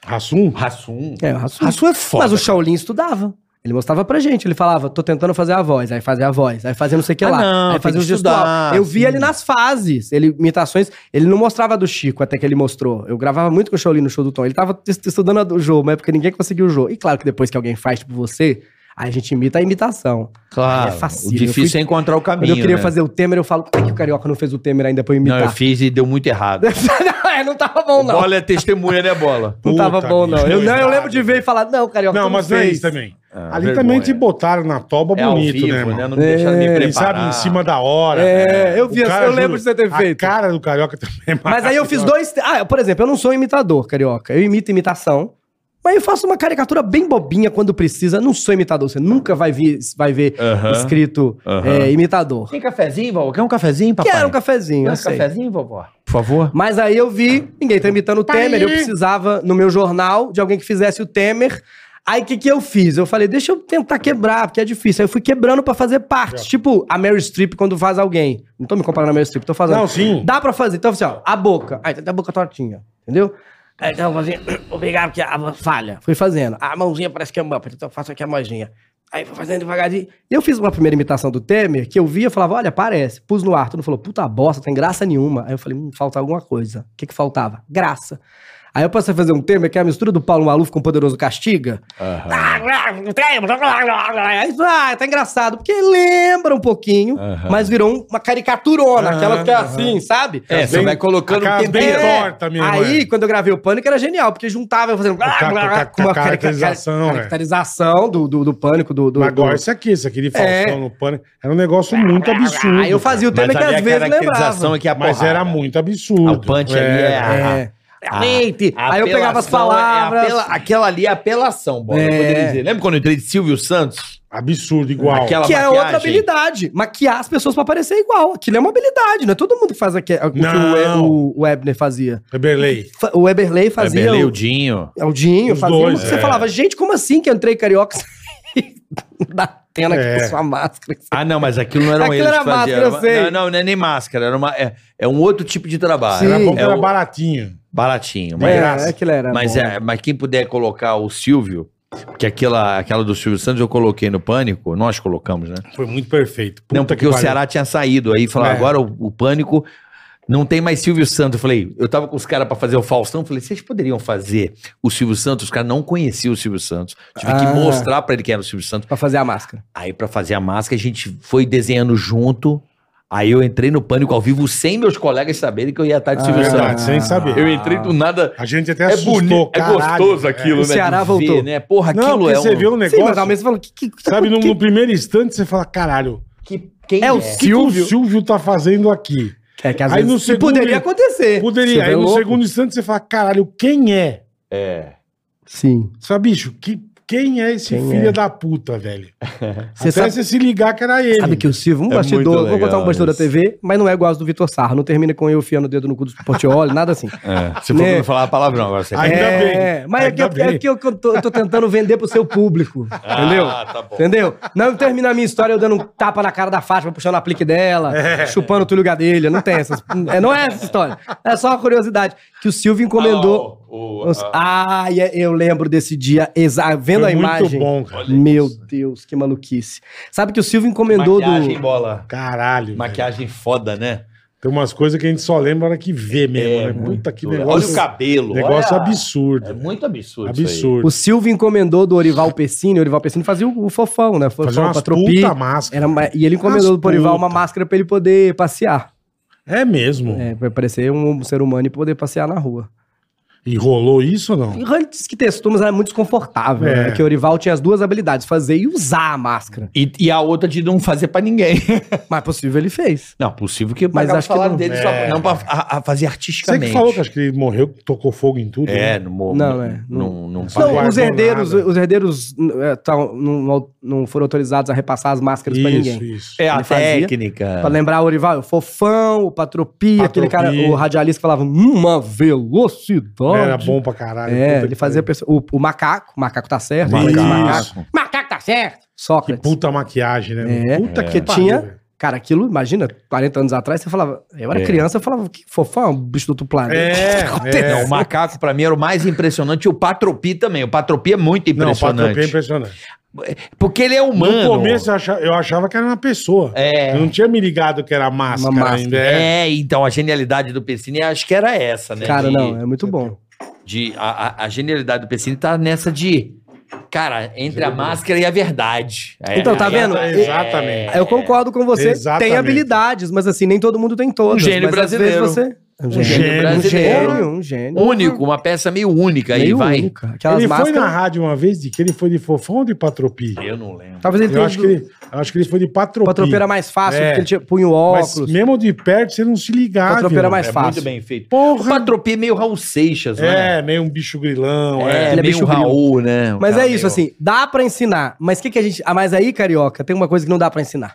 [SPEAKER 3] Rassum?
[SPEAKER 4] Rassum.
[SPEAKER 5] É, o Rassum.
[SPEAKER 4] é foda.
[SPEAKER 5] Mas o Shaolin estudava. Ele mostrava pra gente, ele falava, tô tentando fazer a voz, aí fazer a voz, aí fazer não sei o que
[SPEAKER 4] Ah,
[SPEAKER 5] lá,
[SPEAKER 4] não,
[SPEAKER 5] aí
[SPEAKER 4] tem
[SPEAKER 5] fazer
[SPEAKER 4] que
[SPEAKER 5] o gestual.
[SPEAKER 4] estudar, Uhum.
[SPEAKER 5] Eu vi
[SPEAKER 4] sim.
[SPEAKER 5] ele nas fases, ele imitações, ele não mostrava a do Chico até que ele mostrou. Eu gravava muito com o Shaolin no show do Tom, ele tava est- estudando a do Jô, mas é porque ninguém conseguiu o Jô. E claro que depois que alguém faz tipo você, aí a gente imita a imitação.
[SPEAKER 4] Claro,
[SPEAKER 5] É fácil,
[SPEAKER 4] o difícil
[SPEAKER 5] eu fui-
[SPEAKER 4] é encontrar o
[SPEAKER 5] Quando
[SPEAKER 4] caminho.
[SPEAKER 5] eu queria
[SPEAKER 4] né?
[SPEAKER 5] fazer o Temer, eu falo, por que o Carioca não fez o Temer ainda pra eu
[SPEAKER 4] Não, eu
[SPEAKER 5] imitar?
[SPEAKER 4] fiz e deu muito errado.
[SPEAKER 5] Não, é, não tava bom não.
[SPEAKER 4] Bola tá é testemunha, né, bola?
[SPEAKER 5] Não tava
[SPEAKER 3] Puta,
[SPEAKER 5] bom não.
[SPEAKER 3] bicho,
[SPEAKER 5] Eu, não, eu
[SPEAKER 3] coitado.
[SPEAKER 5] lembro de ver e falar, não, Carioca,
[SPEAKER 3] Não,
[SPEAKER 5] tu
[SPEAKER 3] mas não é
[SPEAKER 5] fez.
[SPEAKER 3] isso também. Ali
[SPEAKER 4] Ah, vergonha.
[SPEAKER 3] também te botaram na toba
[SPEAKER 4] É ao
[SPEAKER 3] bonito,
[SPEAKER 4] vivo, né?
[SPEAKER 3] né, mano?
[SPEAKER 4] Não me deixaram me
[SPEAKER 3] Ele
[SPEAKER 4] preparar.
[SPEAKER 3] sabe, em cima da hora. né?
[SPEAKER 5] É, eu vi,
[SPEAKER 3] O
[SPEAKER 5] eu lembro de você ter feito.
[SPEAKER 3] A cara do Carioca também é
[SPEAKER 5] Mas aí eu fiz dois. te- Ah, por exemplo, eu não sou imitador carioca. Eu imito imitação. Mas eu faço uma caricatura bem bobinha quando precisa. Não sou imitador. Você nunca vai, vir, vai ver
[SPEAKER 4] Aham.
[SPEAKER 5] escrito
[SPEAKER 4] Aham.
[SPEAKER 5] é, imitador.
[SPEAKER 4] Tem cafezinho, vovó? Quer um cafezinho, papai?
[SPEAKER 5] Quero um cafezinho,
[SPEAKER 4] Quer
[SPEAKER 5] eu
[SPEAKER 4] um
[SPEAKER 5] sei.
[SPEAKER 4] cafezinho, vovó? Por favor.
[SPEAKER 5] Mas aí eu vi, ninguém tá imitando o Temer. Eu precisava, no meu jornal, de alguém que fizesse o Temer. Aí o que, que eu fiz? Eu falei, deixa eu tentar quebrar, porque é difícil. Aí eu fui quebrando pra fazer parte. Tipo, a Mary Streep quando faz alguém. Não tô me comparando a Mary Streep, tô fazendo.
[SPEAKER 3] Não, sim.
[SPEAKER 5] Dá pra fazer. Então, assim, ó, a boca. Aí, tem a boca tortinha, entendeu? Aí, Então, eu vou fazer, obrigado, porque a mão falha. Fui fazendo. A mãozinha parece que é mão, então eu faço aqui a mãozinha. Aí, fui fazendo devagarinho. E eu fiz uma primeira imitação do Temer, que eu via, eu falava, olha, parece. Pus no ar, todo mundo falou, puta bosta, tem graça nenhuma. Aí eu falei, hum, falta alguma coisa. O que que faltava? Graça. Aí eu passei a fazer um Temer, que é a mistura do Paulo Maluf com o Poderoso Castiga. Ah, Aí, Ah, tá engraçado, porque lembra um pouquinho, mas virou um- uma caricaturona, aquela que é assim, sabe?
[SPEAKER 4] É, você
[SPEAKER 3] Bem-
[SPEAKER 4] vai colocando
[SPEAKER 3] a
[SPEAKER 4] um
[SPEAKER 3] cara bem
[SPEAKER 4] tempero.
[SPEAKER 3] torta mesmo.
[SPEAKER 5] Aí,
[SPEAKER 3] é.
[SPEAKER 5] quando eu gravei o Pânico, era genial, porque juntava eu fazendo.
[SPEAKER 3] ca- ca-
[SPEAKER 5] com uma
[SPEAKER 3] ca- caracterização,
[SPEAKER 5] carica-
[SPEAKER 3] é.
[SPEAKER 5] caracterização do, do, do Pânico, do. do
[SPEAKER 3] Mas Agora
[SPEAKER 5] do-
[SPEAKER 3] isso aqui, isso aqui de Faustão
[SPEAKER 5] É.
[SPEAKER 3] no pânico, era um negócio muito absurdo.
[SPEAKER 5] Aí eu fazia o
[SPEAKER 4] Mas
[SPEAKER 5] tema que
[SPEAKER 4] ali
[SPEAKER 5] às
[SPEAKER 4] a
[SPEAKER 5] vezes
[SPEAKER 4] caracterização
[SPEAKER 5] lembrava.
[SPEAKER 4] é que é a
[SPEAKER 3] cara. Mas
[SPEAKER 4] porrada.
[SPEAKER 3] era muito absurdo.
[SPEAKER 4] Ah, O punch ali é... a-
[SPEAKER 5] É.
[SPEAKER 4] a-
[SPEAKER 5] Leite.
[SPEAKER 4] a
[SPEAKER 5] Aí eu pegava as
[SPEAKER 4] apelação, é
[SPEAKER 5] palavras.
[SPEAKER 4] apela- aquela ali é apelação, bola.
[SPEAKER 5] É.
[SPEAKER 4] eu poderia dizer. Lembra quando eu entrei de Silvio Santos?
[SPEAKER 3] Absurdo igual.
[SPEAKER 4] Aquela
[SPEAKER 5] Que é
[SPEAKER 4] maquiagem.
[SPEAKER 5] outra habilidade. Maquiar as pessoas pra parecer igual. Aquilo é uma habilidade, não é todo mundo que faz aque- o que o, E-
[SPEAKER 3] Não.
[SPEAKER 5] o, o Ebner fazia.
[SPEAKER 3] Rebelei.
[SPEAKER 5] Fa- O Eberley fazia.
[SPEAKER 4] Eberlei,
[SPEAKER 5] o-
[SPEAKER 4] o Dinho.
[SPEAKER 5] É o Dinho,
[SPEAKER 3] Os
[SPEAKER 5] fazia
[SPEAKER 3] dois,
[SPEAKER 5] muito. Você
[SPEAKER 3] é.
[SPEAKER 5] falava, gente, como assim que eu entrei carioca da tela aqui
[SPEAKER 3] É.
[SPEAKER 5] com sua máscara?
[SPEAKER 4] Ah, não, mas aquilo não eram
[SPEAKER 5] Aquilo
[SPEAKER 4] eles
[SPEAKER 5] era
[SPEAKER 4] que faziam.
[SPEAKER 5] máscara, eu sei.
[SPEAKER 4] Não, não, não é nem máscara. Era uma, é, é um outro tipo de trabalho.
[SPEAKER 5] Sim.
[SPEAKER 3] Era bom que
[SPEAKER 4] é
[SPEAKER 3] era
[SPEAKER 4] o-
[SPEAKER 3] baratinho.
[SPEAKER 4] baratinho.
[SPEAKER 3] É,
[SPEAKER 4] Mas,
[SPEAKER 3] graça.
[SPEAKER 5] aquilo era.
[SPEAKER 4] mas,
[SPEAKER 5] bom.
[SPEAKER 4] é, mas quem puder colocar o Silvio, porque aquela, aquela do Silvio Santos eu coloquei no Pânico, nós colocamos, né?
[SPEAKER 3] Foi muito perfeito.
[SPEAKER 4] não,
[SPEAKER 3] Puta
[SPEAKER 4] porque
[SPEAKER 3] que
[SPEAKER 4] o
[SPEAKER 3] pariu.
[SPEAKER 4] Ceará tinha saído. Aí falaram,
[SPEAKER 3] É.
[SPEAKER 4] agora o, o Pânico não tem mais Silvio Santos. Eu falei, eu tava com os caras pra fazer o Faustão, eu falei, vocês poderiam fazer o Silvio Santos? Os caras não conheciam o Silvio Santos. Tive que
[SPEAKER 5] Ah.
[SPEAKER 4] mostrar pra ele quem era o Silvio Santos.
[SPEAKER 5] Pra fazer a máscara.
[SPEAKER 4] Aí pra fazer a máscara a gente foi desenhando junto. Aí eu entrei no pânico ao vivo sem meus colegas saberem que eu ia estar de Silvio
[SPEAKER 3] Ah, é Verdade, Ah.
[SPEAKER 4] Santos.
[SPEAKER 3] sem saber.
[SPEAKER 4] Eu entrei do nada.
[SPEAKER 3] A gente até
[SPEAKER 4] É
[SPEAKER 3] assustou,
[SPEAKER 4] bonito, é
[SPEAKER 3] caralho.
[SPEAKER 4] gostoso aquilo,
[SPEAKER 5] O
[SPEAKER 4] né?
[SPEAKER 5] Ceará
[SPEAKER 4] de
[SPEAKER 5] voltou.
[SPEAKER 4] né? Porra,
[SPEAKER 3] Não,
[SPEAKER 4] aquilo
[SPEAKER 3] porque
[SPEAKER 4] é
[SPEAKER 3] você
[SPEAKER 4] um...
[SPEAKER 3] viu um
[SPEAKER 5] Sim, mas
[SPEAKER 3] negócio,
[SPEAKER 5] ao mesmo falou, que, que, que tá
[SPEAKER 3] sabe, no,
[SPEAKER 5] acontecendo?
[SPEAKER 3] no primeiro instante você fala, caralho,
[SPEAKER 4] Que, quem
[SPEAKER 5] É o
[SPEAKER 3] o que, que o Silvio tá fazendo aqui?
[SPEAKER 5] É que às
[SPEAKER 3] Aí
[SPEAKER 5] vezes
[SPEAKER 3] no segundo-
[SPEAKER 5] poderia acontecer.
[SPEAKER 3] Poderia.
[SPEAKER 5] Você
[SPEAKER 3] Aí
[SPEAKER 5] é
[SPEAKER 3] no
[SPEAKER 5] louco?
[SPEAKER 3] segundo instante você fala, caralho, quem é?
[SPEAKER 5] Sim.
[SPEAKER 3] Você Fala, bicho, que, quem é esse
[SPEAKER 5] Quem
[SPEAKER 3] filho
[SPEAKER 5] é?
[SPEAKER 3] da puta, velho?
[SPEAKER 5] Você
[SPEAKER 3] Até
[SPEAKER 5] sabe,
[SPEAKER 3] você se ligar que era ele.
[SPEAKER 5] sabe que o Silvio, um
[SPEAKER 4] É
[SPEAKER 5] bastidor,
[SPEAKER 4] muito
[SPEAKER 5] vou botar
[SPEAKER 4] legal
[SPEAKER 5] um bastidor
[SPEAKER 4] isso.
[SPEAKER 5] da TV, mas não é igual as do Vitor Sarra. Não termina com eu fiando o dedo no cu do Portioli, nada assim.
[SPEAKER 4] É, você falou pra não falar a palavra não, agora você
[SPEAKER 3] Ainda
[SPEAKER 5] é,
[SPEAKER 3] bem.
[SPEAKER 5] mas é
[SPEAKER 3] Ainda
[SPEAKER 5] que, eu-
[SPEAKER 3] bem.
[SPEAKER 5] é que eu, que eu tô, eu tô tentando vender pro seu público.
[SPEAKER 6] Ah,
[SPEAKER 5] entendeu?
[SPEAKER 4] tá bom.
[SPEAKER 5] Entendeu? Não termina a minha história eu dando um tapa na cara da Fátima, puxando a aplique dela,
[SPEAKER 3] É.
[SPEAKER 5] chupando o Túlio Gadelha. Não tem essas. É, não é essa história. É só uma curiosidade. Que o Silvio
[SPEAKER 6] Tá
[SPEAKER 5] encomendou. Nossa, Ah, e é- eu lembro desse dia, exa- vendo
[SPEAKER 3] Foi
[SPEAKER 5] a
[SPEAKER 3] muito
[SPEAKER 5] imagem.
[SPEAKER 3] bom, cara.
[SPEAKER 5] Meu Deus, que maluquice. Sabe que o Silvio encomendou
[SPEAKER 4] Maquiagem
[SPEAKER 5] do.
[SPEAKER 4] bola.
[SPEAKER 3] Caralho.
[SPEAKER 4] Maquiagem foda, né?
[SPEAKER 3] velho. Tem umas coisas que a gente só lembra na hora que vê mesmo, né? Puta que
[SPEAKER 4] É Olha
[SPEAKER 3] negócio.
[SPEAKER 4] o cabelo.
[SPEAKER 3] Negócio
[SPEAKER 4] olha-
[SPEAKER 3] absurdo.
[SPEAKER 4] É muito absurdo. isso aí.
[SPEAKER 3] absurdo.
[SPEAKER 5] O Silvio encomendou do Orival Pessini, o Orival Pessini fazia o, o fofão, né? Fofão
[SPEAKER 3] Fazer umas
[SPEAKER 5] pra
[SPEAKER 3] puta
[SPEAKER 5] Tropi.
[SPEAKER 3] máscara.
[SPEAKER 5] Era uma- e ele encomendou
[SPEAKER 3] Umas
[SPEAKER 5] do Orival
[SPEAKER 3] puta.
[SPEAKER 5] uma máscara pra ele poder passear.
[SPEAKER 3] É mesmo.
[SPEAKER 5] É, pra parecer um ser humano e poder passear na rua.
[SPEAKER 3] E rolou isso ou não?
[SPEAKER 5] E Rony disse que testou, mas era muito desconfortável,
[SPEAKER 3] É.
[SPEAKER 5] né? Que o Orival tinha as duas habilidades, fazer e usar a máscara.
[SPEAKER 4] E, e a outra de não fazer pra ninguém.
[SPEAKER 5] Mas possível ele fez.
[SPEAKER 4] Não, possível que
[SPEAKER 5] Mas
[SPEAKER 4] pagava
[SPEAKER 5] acho
[SPEAKER 4] o salário
[SPEAKER 5] que não.
[SPEAKER 4] dele só não pra a- a fazer
[SPEAKER 3] É. Você
[SPEAKER 4] artisticamente.
[SPEAKER 3] que falou que acho que ele morreu, tocou fogo em tudo.
[SPEAKER 4] É,
[SPEAKER 3] né?
[SPEAKER 4] no morro.
[SPEAKER 5] Não, é,
[SPEAKER 4] Não,
[SPEAKER 5] não-
[SPEAKER 4] não,
[SPEAKER 3] Não,
[SPEAKER 5] Não, os
[SPEAKER 3] guardou
[SPEAKER 5] herdeiros,
[SPEAKER 3] nada.
[SPEAKER 5] os herdeiros é, tão- não, não foram autorizados a repassar as máscaras pra
[SPEAKER 3] Isso,
[SPEAKER 5] ninguém.
[SPEAKER 3] isso.
[SPEAKER 4] É a
[SPEAKER 5] ele fazia.
[SPEAKER 4] técnica.
[SPEAKER 5] Pra lembrar o Orival, o Fofão, o Patropi, aquele cara,
[SPEAKER 3] Patropi.
[SPEAKER 5] o radialista que falava uma velocidade.
[SPEAKER 3] Era bom pra caralho.
[SPEAKER 5] É,
[SPEAKER 3] puta
[SPEAKER 5] ele
[SPEAKER 3] que
[SPEAKER 5] fazia pessoa- o, o macaco, o macaco tá certo,
[SPEAKER 3] pariu.
[SPEAKER 5] o
[SPEAKER 3] Isso.
[SPEAKER 5] macaco, macaco tá certo,
[SPEAKER 3] Que
[SPEAKER 5] Sócrates.
[SPEAKER 3] puta maquiagem, né?
[SPEAKER 5] É.
[SPEAKER 3] Puta
[SPEAKER 5] Que
[SPEAKER 3] pariu,
[SPEAKER 5] tinha-
[SPEAKER 3] velho.
[SPEAKER 5] Cara, aquilo, imagina, 40 anos atrás, você falava, eu era
[SPEAKER 4] É.
[SPEAKER 5] criança, eu falava, que fofão, bicho do outro planeta.
[SPEAKER 3] É,
[SPEAKER 5] Que que
[SPEAKER 3] é.
[SPEAKER 4] Não, o macaco, pra mim, era o mais impressionante. E o patropi também. O patropi é muito
[SPEAKER 3] Não, o
[SPEAKER 4] impressionante.
[SPEAKER 3] Patropi é impressionante.
[SPEAKER 4] Porque ele é humano.
[SPEAKER 3] No começo eu achava, eu achava que era uma pessoa.
[SPEAKER 4] É.
[SPEAKER 3] Eu não tinha me ligado que era máscara,
[SPEAKER 5] Uma máscara.
[SPEAKER 3] ainda. É.
[SPEAKER 4] É, então a genialidade do Pessini, acho que era essa, né?
[SPEAKER 5] Cara,
[SPEAKER 4] de,
[SPEAKER 5] não, é muito bom.
[SPEAKER 4] de- a, a- a genialidade do Pessini tá nessa de. Cara, entre a máscara e a verdade. É,
[SPEAKER 5] Então, tá
[SPEAKER 4] é,
[SPEAKER 5] vendo?
[SPEAKER 4] é,
[SPEAKER 3] Exatamente.
[SPEAKER 5] Eu concordo com você,
[SPEAKER 3] Exatamente.
[SPEAKER 5] tem habilidades, mas assim, nem todo mundo tem todas.
[SPEAKER 4] Um gênio
[SPEAKER 5] mas às vezes
[SPEAKER 4] brasileiro.
[SPEAKER 5] Você... Um
[SPEAKER 4] Um
[SPEAKER 5] gênio,
[SPEAKER 4] gênio
[SPEAKER 3] É gênio,
[SPEAKER 4] brasileiro.
[SPEAKER 5] um gênio.
[SPEAKER 4] Único, uma peça meio única. Aí
[SPEAKER 5] Meio
[SPEAKER 4] vai.
[SPEAKER 5] único. Aquelas
[SPEAKER 3] ele
[SPEAKER 5] máscaras...
[SPEAKER 3] foi na rádio uma vez de que ele foi de fofão ou de patropi?
[SPEAKER 4] Eu não lembro.
[SPEAKER 5] Talvez ele
[SPEAKER 3] Eu
[SPEAKER 5] tenha
[SPEAKER 3] acho, que ele, eu acho que ele foi de patropi.
[SPEAKER 5] Patropeira era mais fácil,
[SPEAKER 3] É.
[SPEAKER 5] porque ele tinha, punha o
[SPEAKER 3] Mas
[SPEAKER 5] óculos.
[SPEAKER 3] mesmo de perto você não se ligava.
[SPEAKER 5] Patropi era mais
[SPEAKER 4] É
[SPEAKER 5] fácil.
[SPEAKER 4] muito bem feito. O
[SPEAKER 3] Porra!
[SPEAKER 4] patropi é meio Raul Seixas, né?
[SPEAKER 3] É, meio um bicho grilão. É.
[SPEAKER 4] É,
[SPEAKER 5] ele é
[SPEAKER 4] meio
[SPEAKER 5] bicho grilo.
[SPEAKER 4] Raul, né? O
[SPEAKER 5] Mas é
[SPEAKER 4] cara
[SPEAKER 5] isso,
[SPEAKER 4] meio-
[SPEAKER 5] assim, dá pra ensinar. Mas que que a gente. Ah, mas aí, carioca, tem uma coisa que não dá pra ensinar.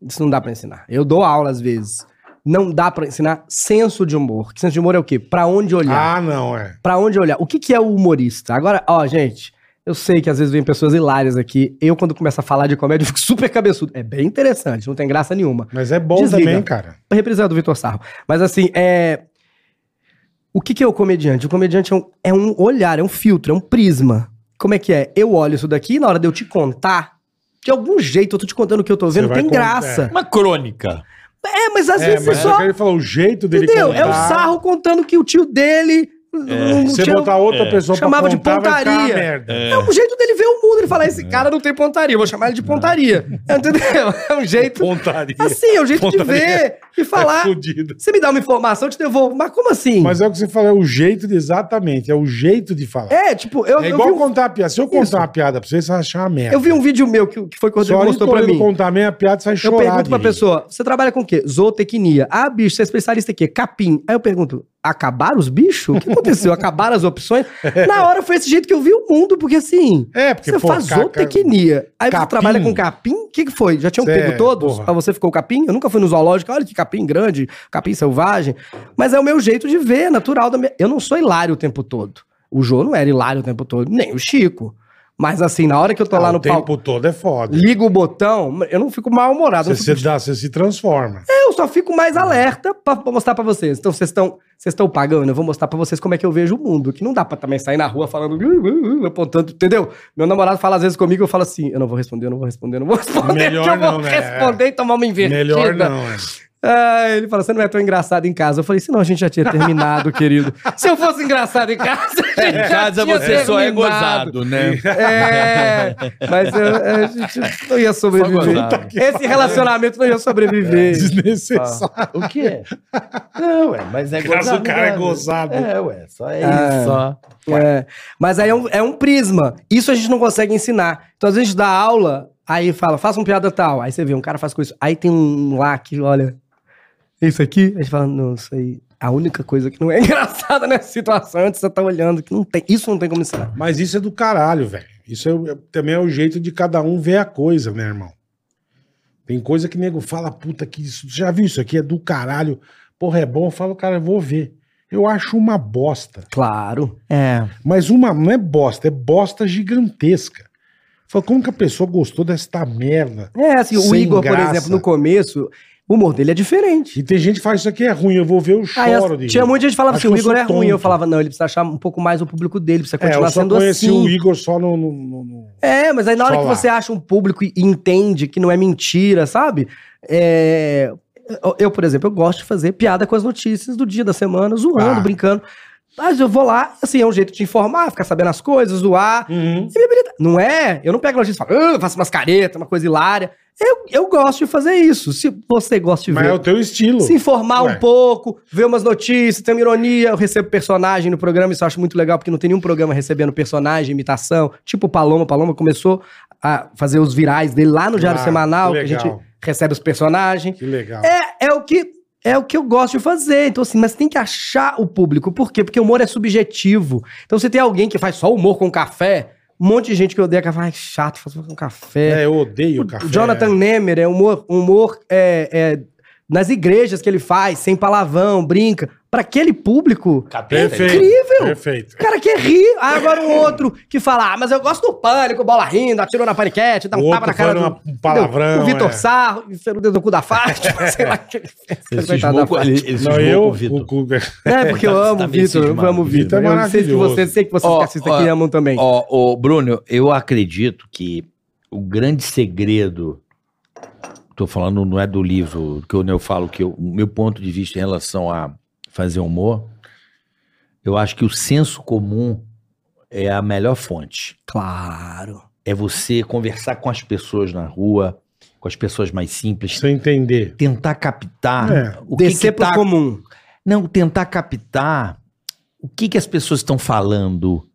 [SPEAKER 5] Isso não dá pra ensinar. Eu dou aula às vezes. Não dá pra ensinar senso de humor. Que senso de humor é o quê? Pra onde olhar?
[SPEAKER 3] Ah, não, é.
[SPEAKER 5] Pra onde olhar? O que que é o humorista? Agora, ó, gente, eu sei que às vezes vem pessoas hilárias aqui. Eu quando começo a falar de comédia, eu fico super cabeçudo. É bem interessante, não tem graça nenhuma
[SPEAKER 3] Mas é bom
[SPEAKER 5] Desliga.
[SPEAKER 3] também, cara.
[SPEAKER 5] representado do Vitor Sarro. Mas assim, é. O que, que é o comediante? O comediante é um, é um olhar, é um filtro, é um prisma. Como é que é? Eu olho isso daqui e na hora de eu te contar, de algum jeito eu tô te contando o que eu tô
[SPEAKER 3] Você
[SPEAKER 5] vendo,
[SPEAKER 3] vai
[SPEAKER 5] tem
[SPEAKER 3] contar.
[SPEAKER 5] graça.
[SPEAKER 4] Uma crônica.
[SPEAKER 5] É, mas às
[SPEAKER 3] é,
[SPEAKER 5] vezes
[SPEAKER 3] mas
[SPEAKER 5] você
[SPEAKER 3] é que
[SPEAKER 5] só.
[SPEAKER 3] ele falou o jeito dele
[SPEAKER 5] Entendeu?
[SPEAKER 3] contar. É,
[SPEAKER 5] É o sarro contando que o tio dele. não
[SPEAKER 3] Você
[SPEAKER 5] tinha-
[SPEAKER 3] botar outra pessoa
[SPEAKER 5] é. Chamava de
[SPEAKER 3] vai ficar uma
[SPEAKER 5] pontaria.
[SPEAKER 3] merda.
[SPEAKER 5] É um jeito dele ver o mundo. Ele fala,
[SPEAKER 3] É.
[SPEAKER 5] esse cara não tem pontaria, eu vou chamar ele de pontaria. Entendeu? É um jeito.
[SPEAKER 3] Pontaria.
[SPEAKER 5] Assim, é um jeito de
[SPEAKER 3] Pontaria.
[SPEAKER 5] ver e
[SPEAKER 3] É
[SPEAKER 6] Tá
[SPEAKER 5] falar.
[SPEAKER 3] fudido.
[SPEAKER 5] Você me dá uma informação, eu te devolvo. Mas como assim?
[SPEAKER 3] Mas é o que você falou, é o jeito de exatamente, é o jeito de falar. É,
[SPEAKER 5] É, tipo, eu, eu,
[SPEAKER 3] igual
[SPEAKER 5] vi, um,
[SPEAKER 3] contar a piada. Se eu contar
[SPEAKER 5] Isso.
[SPEAKER 3] uma piada pra você, você vai achar uma merda.
[SPEAKER 5] eu vi um vídeo meu que, que foi que o
[SPEAKER 3] Se o
[SPEAKER 5] Rodrigo
[SPEAKER 3] Ari
[SPEAKER 5] mostrou pra
[SPEAKER 3] Toledo
[SPEAKER 5] mim.
[SPEAKER 3] contar a minha piada, você vai
[SPEAKER 5] Eu
[SPEAKER 3] chorar.
[SPEAKER 5] pergunto pra
[SPEAKER 3] de rir.
[SPEAKER 5] pessoa, você trabalha com o quê? Zootecnia. Ah, bicho, você é especialista em quê? Capim. Aí eu pergunto, acabaram os bichos? O que aconteceu? Acabaram as opções? Na hora foi esse jeito que eu vi o mundo, porque assim...
[SPEAKER 3] É, porque,
[SPEAKER 5] você
[SPEAKER 3] pô,
[SPEAKER 5] faz
[SPEAKER 3] caca-
[SPEAKER 5] zootecnia. Aí você
[SPEAKER 3] capim.
[SPEAKER 5] trabalha com capim? O que, que foi? Já tinham
[SPEAKER 3] Cê é,
[SPEAKER 5] pego todos?
[SPEAKER 3] porra.
[SPEAKER 5] Pra você ficou o capim? Eu nunca fui no zoológico. Olha que capim grande, capim selvagem. Mas é o meu jeito de ver, natural. Da minha... Eu não sou hilário o tempo todo. O Jô não era hilário o tempo todo, nem o Chico. Mas assim, na hora que eu tô
[SPEAKER 3] Ah,
[SPEAKER 5] lá
[SPEAKER 3] o
[SPEAKER 5] no
[SPEAKER 3] tempo
[SPEAKER 5] palco,
[SPEAKER 3] todo é foda.
[SPEAKER 5] ligo o botão, eu não fico mal-humorado. eu
[SPEAKER 3] Você,
[SPEAKER 5] não
[SPEAKER 3] se dá, você se transforma.
[SPEAKER 5] eu só fico mais
[SPEAKER 6] Hum.
[SPEAKER 5] alerta pra pra mostrar pra vocês. Então vocês estão vocês estão pagando, eu vou mostrar pra vocês como é que eu vejo o mundo, que não dá pra também sair na rua falando "Uh, uh, uh", apontando, entendeu? Meu namorado fala às vezes comigo, eu falo assim, eu não vou responder, eu não vou responder, eu não vou responder,
[SPEAKER 3] Melhor
[SPEAKER 5] porque eu vou
[SPEAKER 3] não, né?
[SPEAKER 5] responder e tomar uma invertida.
[SPEAKER 3] Melhor não, é.
[SPEAKER 5] Ah, ele fala, você não é tão engraçado em casa. Eu falei, senão a gente já tinha terminado, querido. Se eu fosse engraçado em casa, a gente
[SPEAKER 6] Em
[SPEAKER 5] já
[SPEAKER 6] casa
[SPEAKER 5] tinha
[SPEAKER 6] você só é
[SPEAKER 5] terminado.
[SPEAKER 6] gozado, né?
[SPEAKER 5] É, mas eu- a gente não ia sobreviver.
[SPEAKER 6] Só gozado. Tá
[SPEAKER 5] Esse relacionamento não ia sobreviver.
[SPEAKER 3] Desnecessário.
[SPEAKER 4] O quê? Não, ué, mas é
[SPEAKER 3] Graças
[SPEAKER 4] gozado,
[SPEAKER 3] o cara é
[SPEAKER 4] né?
[SPEAKER 3] gozado.
[SPEAKER 4] É, ué, só é
[SPEAKER 5] Ah.
[SPEAKER 4] isso. Só.
[SPEAKER 5] É, mas aí é um, é um prisma. Isso a gente não consegue ensinar. Então, às vezes, a gente dá aula, aí fala, faça um piada tal. Aí você vê, um cara faz com isso. Aí tem um lá que, olha, isso aqui. A gente fala, não, isso aí. A única coisa que não é engraçada nessa situação é que você tá olhando, que não tem. Isso não tem como ensinar.
[SPEAKER 3] Mas isso é do caralho, velho. Isso é- é- também é o jeito de cada um ver a coisa, né, irmão? Tem coisa que nego fala, puta, que isso. Já viu isso aqui? É do caralho. Porra, é bom. Eu falo, cara, eu vou ver. Eu acho uma bosta.
[SPEAKER 5] Claro.
[SPEAKER 3] Mas uma não é bosta, é bosta gigantesca. Fala, como que a pessoa gostou desta merda?
[SPEAKER 5] É, assim, o
[SPEAKER 3] Sem
[SPEAKER 5] Igor, por
[SPEAKER 3] graça.
[SPEAKER 5] exemplo, no começo, o humor dele é diferente.
[SPEAKER 3] E tem gente que fala, isso aqui é ruim, eu vou ver, eu
[SPEAKER 5] Aí
[SPEAKER 3] choro.
[SPEAKER 5] as-
[SPEAKER 3] de
[SPEAKER 5] Ah, tinha
[SPEAKER 3] rir.
[SPEAKER 5] muita gente que falava
[SPEAKER 3] Acho
[SPEAKER 5] assim, o
[SPEAKER 3] que eu
[SPEAKER 5] Igor é
[SPEAKER 3] sou
[SPEAKER 5] ruim. Eu
[SPEAKER 3] tonto.
[SPEAKER 5] falava, não, ele precisa achar um pouco mais o público dele, precisa
[SPEAKER 3] É,
[SPEAKER 5] continuar
[SPEAKER 3] eu só
[SPEAKER 5] sendo
[SPEAKER 3] conheci
[SPEAKER 5] assim.
[SPEAKER 3] o Igor só no... no- no- no-
[SPEAKER 5] É, mas aí na hora
[SPEAKER 3] Só
[SPEAKER 5] que
[SPEAKER 3] lá.
[SPEAKER 5] você acha um público e entende que não é mentira, sabe? É, eu, por exemplo, eu gosto de fazer piada com as notícias do dia, da semana,
[SPEAKER 3] Ah.
[SPEAKER 5] zoando, brincando. Mas eu vou lá, assim, é um jeito de informar, ficar sabendo as coisas, zoar.
[SPEAKER 3] Uhum.
[SPEAKER 5] E me habilita- Não é? Eu não pego notícia e falo, "Ah, eu faço umas caretas, uma coisa hilária. Eu, eu gosto de fazer isso. Se você gosta de
[SPEAKER 3] Mas é o
[SPEAKER 5] ver,
[SPEAKER 3] teu estilo.
[SPEAKER 5] se informar
[SPEAKER 3] Ué.
[SPEAKER 5] um pouco, ver umas notícias, ter uma ironia. Eu recebo personagem no programa, isso eu acho muito legal, porque não tem nenhum programa recebendo personagem, imitação. Tipo o Paloma. Paloma começou a fazer os virais dele lá no Diário
[SPEAKER 3] Ah,
[SPEAKER 5] Semanal,
[SPEAKER 3] que
[SPEAKER 5] que a gente
[SPEAKER 3] legal.
[SPEAKER 5] recebe os personagens.
[SPEAKER 3] Que legal.
[SPEAKER 5] É, é o que é o que eu gosto de fazer. Então, assim, mas tem que achar o público. Por quê? Porque o humor é subjetivo. Então, você tem alguém que faz só humor com café, um monte de gente que odeia café. Ai, chato, faz humor com café.
[SPEAKER 3] É, eu odeio café.
[SPEAKER 5] o Jonathan Nemer é humor, humor é, é, nas igrejas que ele faz, sem palavrão, brinca. Pra aquele público,
[SPEAKER 4] Capeta.
[SPEAKER 3] Perfeito.
[SPEAKER 5] É Incrível!
[SPEAKER 3] Perfeito.
[SPEAKER 5] o cara quer rir. Ah, agora um outro que fala, ah, mas eu gosto do pânico, bola rindo, atirou na paniquete, dá
[SPEAKER 3] O
[SPEAKER 5] um
[SPEAKER 3] outro
[SPEAKER 5] tapa na cara
[SPEAKER 3] fala
[SPEAKER 5] do...
[SPEAKER 3] uma- um palavrão,
[SPEAKER 5] entendeu? O Vitor
[SPEAKER 3] é.
[SPEAKER 5] Sarro, enfiou o dedo no cu da Fátima, sei lá o que ele
[SPEAKER 4] Ele
[SPEAKER 5] fez. Coitado da
[SPEAKER 4] cismou com-
[SPEAKER 5] Fátima.
[SPEAKER 4] ele- ele
[SPEAKER 3] Não,
[SPEAKER 4] cismou
[SPEAKER 3] eu,
[SPEAKER 4] com o
[SPEAKER 3] o
[SPEAKER 4] Vitor.
[SPEAKER 3] Guga.
[SPEAKER 5] É, porque eu
[SPEAKER 4] Tá-
[SPEAKER 5] amo
[SPEAKER 4] tá
[SPEAKER 5] o
[SPEAKER 4] meio
[SPEAKER 5] Vitor, eu
[SPEAKER 4] cismado,
[SPEAKER 5] amo o
[SPEAKER 3] Vitor é
[SPEAKER 5] Vitor. Eu sei que
[SPEAKER 3] maravilhoso.
[SPEAKER 5] vocês, sei que vocês
[SPEAKER 4] Ó,
[SPEAKER 5] que assistem
[SPEAKER 4] ó,
[SPEAKER 5] aqui amam também.
[SPEAKER 4] Ó, ô, Bruno, eu acredito que o grande segredo. Tô falando, não é do livro, que eu, eu falo que eu- o meu ponto de vista em relação a fazer humor, eu acho que o senso comum é a melhor fonte.
[SPEAKER 5] Claro.
[SPEAKER 4] É você conversar com as pessoas na rua, com as pessoas mais simples,
[SPEAKER 3] Sem entender.
[SPEAKER 4] tentar captar
[SPEAKER 3] É.
[SPEAKER 4] o que, que
[SPEAKER 5] Descer pro
[SPEAKER 4] tá
[SPEAKER 5] comum.
[SPEAKER 4] não, tentar captar o que, que as pessoas estão falando.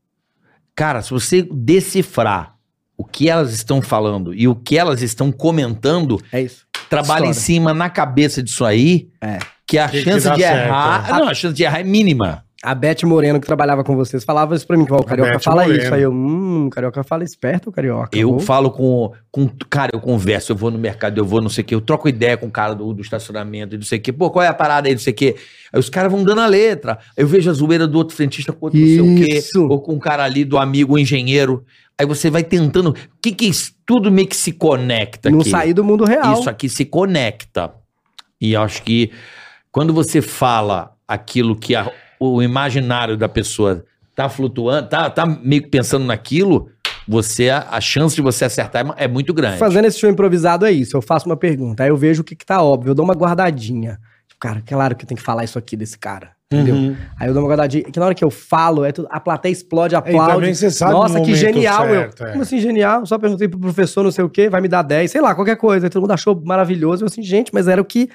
[SPEAKER 4] Cara, se você decifrar o que elas estão falando e o que elas estão comentando,
[SPEAKER 5] É isso.
[SPEAKER 4] trabalha em
[SPEAKER 5] Estoura.
[SPEAKER 4] cima na cabeça disso aí,
[SPEAKER 5] É.
[SPEAKER 4] que a
[SPEAKER 3] Que que
[SPEAKER 4] chance
[SPEAKER 3] dá
[SPEAKER 4] de
[SPEAKER 3] certo,
[SPEAKER 4] errar.
[SPEAKER 5] é.
[SPEAKER 4] Não, a chance de errar é mínima.
[SPEAKER 5] A Beth Moreno, que trabalhava com vocês, falava isso pra mim. Que, ó, o Carioca
[SPEAKER 3] Beth
[SPEAKER 5] fala
[SPEAKER 3] Moreno.
[SPEAKER 5] isso. Aí eu, hum, o Carioca fala esperto, o Carioca.
[SPEAKER 4] Eu
[SPEAKER 5] Vou-
[SPEAKER 4] falo com, com. Cara, eu converso, eu vou no mercado, eu vou não sei o quê, eu troco ideia com o cara do, do estacionamento e não sei o quê. Pô, qual é a parada aí, não sei o quê. Aí os caras vão dando a letra. Eu vejo a zoeira do outro frentista com outro não sei o quê.
[SPEAKER 5] Isso.
[SPEAKER 4] ou com um cara ali do amigo, um engenheiro. Aí você vai tentando. O que que isso? Tudo meio que se conecta
[SPEAKER 5] Não
[SPEAKER 4] aqui.
[SPEAKER 5] sair do mundo real.
[SPEAKER 4] Isso aqui se conecta. E eu acho que quando você fala aquilo que a- o imaginário da pessoa tá flutuando, tá, tá meio que pensando naquilo, você a chance de você acertar é ma- é, muito grande.
[SPEAKER 5] Fazendo esse show improvisado é isso. Eu faço uma pergunta, aí eu vejo o que, que tá óbvio, eu dou uma guardadinha. Tipo, cara, claro que eu tenho que falar isso aqui desse cara. Entendeu?
[SPEAKER 3] Uhum.
[SPEAKER 5] Aí eu dou uma guardadinha. Que na hora que eu falo, é tudo- a plateia explode,
[SPEAKER 3] É, e
[SPEAKER 5] aplaude.
[SPEAKER 3] também você sabe
[SPEAKER 5] Nossa,
[SPEAKER 3] o
[SPEAKER 5] que
[SPEAKER 3] momento
[SPEAKER 5] genial.
[SPEAKER 3] certo,
[SPEAKER 5] eu,
[SPEAKER 3] é.
[SPEAKER 5] Como assim, genial? Só perguntei pro professor não sei o quê, vai me dar 10, sei lá, qualquer coisa. Aí todo mundo achou maravilhoso. Eu assim, gente, mas era o que.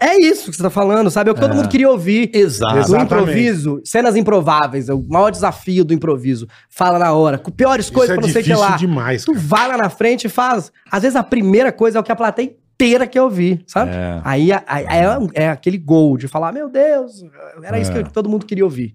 [SPEAKER 5] É isso que você tá falando, sabe? É o que todo mundo queria ouvir.
[SPEAKER 4] Exato.
[SPEAKER 5] O
[SPEAKER 3] Exatamente.
[SPEAKER 5] improviso, cenas improváveis, é o maior desafio do improviso. Fala na hora, com piores
[SPEAKER 3] Isso
[SPEAKER 5] coisas
[SPEAKER 3] é
[SPEAKER 5] pra não sei o que
[SPEAKER 3] difícil
[SPEAKER 5] lá.
[SPEAKER 3] demais,
[SPEAKER 5] Tu
[SPEAKER 3] cara.
[SPEAKER 5] vai lá na frente e faz. Às vezes a primeira coisa é o que a plateia inteira quer ouvir, sabe?
[SPEAKER 4] É.
[SPEAKER 5] Aí, a- a- é, um- é aquele gol de falar: meu Deus, era isso que todo mundo queria ouvir.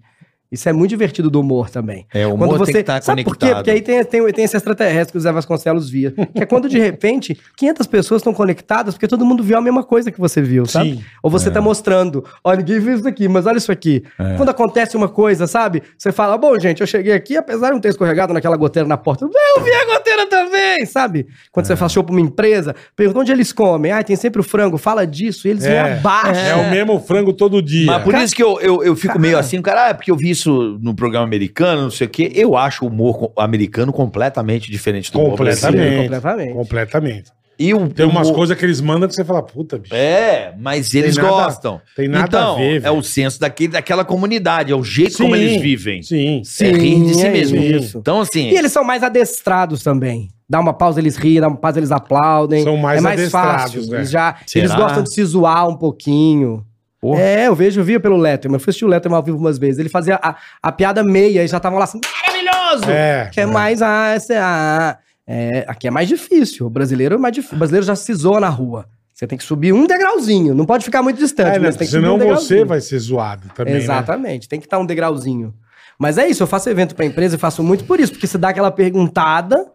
[SPEAKER 5] Isso é muito divertido do humor também.
[SPEAKER 4] É, o
[SPEAKER 5] Quando
[SPEAKER 4] humor tem
[SPEAKER 5] você...
[SPEAKER 4] que estar
[SPEAKER 5] Sabe por
[SPEAKER 4] conectado.
[SPEAKER 5] quê? Porque aí tem, tem, tem esse extraterrestre que o Zé Vasconcelos via. Que é quando, de repente, 500 pessoas estão conectadas porque todo mundo viu a mesma coisa que você viu, sabe?
[SPEAKER 3] Sim.
[SPEAKER 5] Ou
[SPEAKER 4] É.
[SPEAKER 5] você tá mostrando, ó, ninguém viu isso aqui, mas olha isso aqui. Quando acontece uma coisa, sabe? Você fala, bom, gente, eu cheguei aqui, apesar de não ter escorregado naquela goteira na porta, eu vi a goteira também, sabe? Quando
[SPEAKER 4] É.
[SPEAKER 5] você faz show pra uma empresa, pergunta onde eles comem. Ah, tem sempre o frango, fala disso, e eles vêm
[SPEAKER 3] É,
[SPEAKER 5] abaixo.
[SPEAKER 3] é o mesmo frango todo dia.
[SPEAKER 4] Mas por
[SPEAKER 5] Cara-
[SPEAKER 4] isso que eu, eu, eu fico meio assim, cara, ah, porque eu vi isso no programa americano, não sei o quê. Eu acho o humor co- americano completamente diferente do humor brasileiro.
[SPEAKER 3] completamente,
[SPEAKER 5] Completamente.
[SPEAKER 3] completamente.
[SPEAKER 4] E o,
[SPEAKER 3] Tem umas
[SPEAKER 4] o-
[SPEAKER 3] coisas que eles mandam que você fala, puta, bicho.
[SPEAKER 4] É, mas eles
[SPEAKER 3] nada-
[SPEAKER 4] gostam.
[SPEAKER 3] tem nada
[SPEAKER 4] então,
[SPEAKER 3] a ver,
[SPEAKER 4] É
[SPEAKER 3] velho.
[SPEAKER 4] o senso daquele, daquela comunidade, é o jeito como
[SPEAKER 3] Sim,
[SPEAKER 4] eles vivem.
[SPEAKER 3] Sim.
[SPEAKER 4] é rir de si
[SPEAKER 5] é
[SPEAKER 4] mesmo.
[SPEAKER 5] isso.
[SPEAKER 4] Então, assim,
[SPEAKER 5] E eles são mais adestrados também. Dá uma pausa, eles riem, dá uma pausa, eles aplaudem.
[SPEAKER 3] São mais
[SPEAKER 5] é mais
[SPEAKER 3] adestrados,
[SPEAKER 5] fácil.
[SPEAKER 3] né?
[SPEAKER 5] Eles, já,
[SPEAKER 4] Será?
[SPEAKER 5] eles gostam de se zoar um pouquinho.
[SPEAKER 4] Porra.
[SPEAKER 5] É, eu vejo, eu via pelo Letterman. Eu fui assistir o Letterman ao vivo umas vezes. Ele fazia a, a piada meia e já estavam lá assim, maravilhoso!
[SPEAKER 3] É.
[SPEAKER 5] Que é mais a. essa é a- é, aqui é mais difícil. O brasileiro é mais difícil. O brasileiro já se zoa na rua. Você tem que subir um degrauzinho. Não pode ficar muito distante.
[SPEAKER 3] É, né?
[SPEAKER 5] mas tem que subir
[SPEAKER 3] Senão
[SPEAKER 5] um
[SPEAKER 3] você
[SPEAKER 5] degrauzinho.
[SPEAKER 3] vai ser zoado também. né?
[SPEAKER 5] Exatamente, tem que estar um degrauzinho. Mas é isso, eu faço evento pra empresa e faço muito por isso, porque você dá aquela perguntada,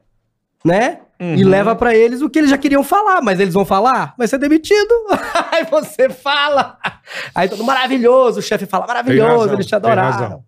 [SPEAKER 5] né?
[SPEAKER 3] Uhum.
[SPEAKER 5] E leva pra eles o que eles já queriam falar, mas eles vão falar, vai ser demitido. Aí você fala. Aí todo maravilhoso, o chefe fala, maravilhoso,
[SPEAKER 3] razão,
[SPEAKER 5] eles te
[SPEAKER 3] tem
[SPEAKER 5] adoraram.
[SPEAKER 3] razão.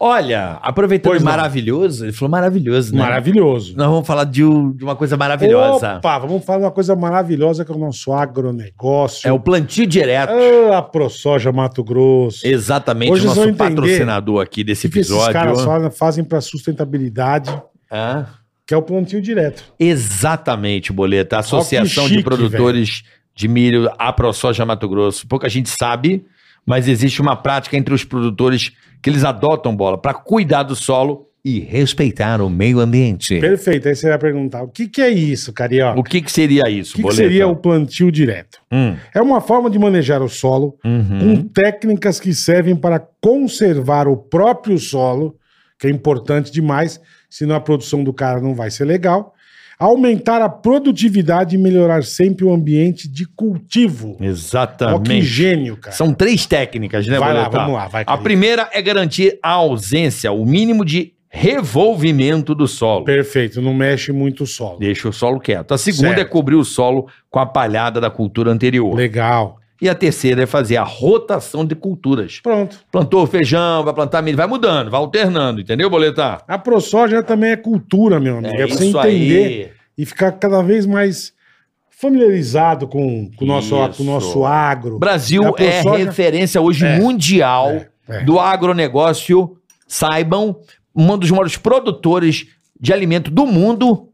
[SPEAKER 4] olha, aproveitando
[SPEAKER 3] Pois não.
[SPEAKER 4] maravilhoso, ele falou maravilhoso, né?
[SPEAKER 3] Maravilhoso.
[SPEAKER 4] Nós vamos falar de, um- de uma coisa maravilhosa.
[SPEAKER 3] Opa, vamos falar de uma coisa maravilhosa que é o nosso agronegócio.
[SPEAKER 4] É o plantio direto.
[SPEAKER 3] Ah, a ProSoja Mato Grosso.
[SPEAKER 4] Exatamente,
[SPEAKER 3] Hoje
[SPEAKER 4] o
[SPEAKER 3] vocês
[SPEAKER 4] nosso
[SPEAKER 3] vão entender
[SPEAKER 4] patrocinador aqui desse
[SPEAKER 3] O que esses
[SPEAKER 4] episódio.
[SPEAKER 3] caras fa- fazem para sustentabilidade,
[SPEAKER 4] Hã?
[SPEAKER 3] que é o plantio direto.
[SPEAKER 4] Exatamente, Boleta. A Associação
[SPEAKER 3] chique,
[SPEAKER 4] de Produtores de milho à ProSoja Mato Grosso. Pouca gente sabe, mas existe uma prática entre os produtores que eles adotam bola para cuidar do solo e respeitar o meio ambiente.
[SPEAKER 3] Perfeito. Aí você vai perguntar: o que, que é isso, Carioca?
[SPEAKER 4] É. O que, que seria
[SPEAKER 3] O
[SPEAKER 4] isso,
[SPEAKER 3] que, que
[SPEAKER 4] Boleta?
[SPEAKER 3] seria o plantio direto?
[SPEAKER 4] Hum. uhum.
[SPEAKER 3] É uma forma de manejar o solo com técnicas que servem para conservar o próprio solo, que é importante demais, senão a produção do cara não vai ser legal. Aumentar a produtividade e melhorar sempre o ambiente de cultivo. Ó, que
[SPEAKER 4] Exatamente.
[SPEAKER 3] gênio, cara.
[SPEAKER 4] São três técnicas, né,
[SPEAKER 3] Vai lá,
[SPEAKER 4] Boletar?
[SPEAKER 3] vamos lá, vai,
[SPEAKER 4] A
[SPEAKER 3] Carioca.
[SPEAKER 4] primeira é garantir a ausência, o mínimo de revolvimento do solo.
[SPEAKER 3] Perfeito, não mexe muito o solo.
[SPEAKER 4] Deixa o solo quieto. A segunda
[SPEAKER 3] Certo.
[SPEAKER 4] é cobrir o solo com a palhada da cultura anterior.
[SPEAKER 3] Legal.
[SPEAKER 4] E a terceira é fazer a rotação de culturas.
[SPEAKER 3] Pronto.
[SPEAKER 4] Plantou feijão, vai plantar milho, vai mudando, vai alternando, entendeu, Boletar?
[SPEAKER 3] A ProSoja também é cultura, meu amigo. É, pra você entender e ficar cada vez mais familiarizado com, com o nosso,
[SPEAKER 4] Isso.
[SPEAKER 3] com o nosso agro.
[SPEAKER 4] O Brasil
[SPEAKER 3] Da
[SPEAKER 4] é
[SPEAKER 3] ProSoja.
[SPEAKER 4] referência hoje
[SPEAKER 3] né? É,
[SPEAKER 4] mundial
[SPEAKER 3] é, é.
[SPEAKER 4] do agronegócio. Saibam, um dos maiores produtores de alimento do mundo,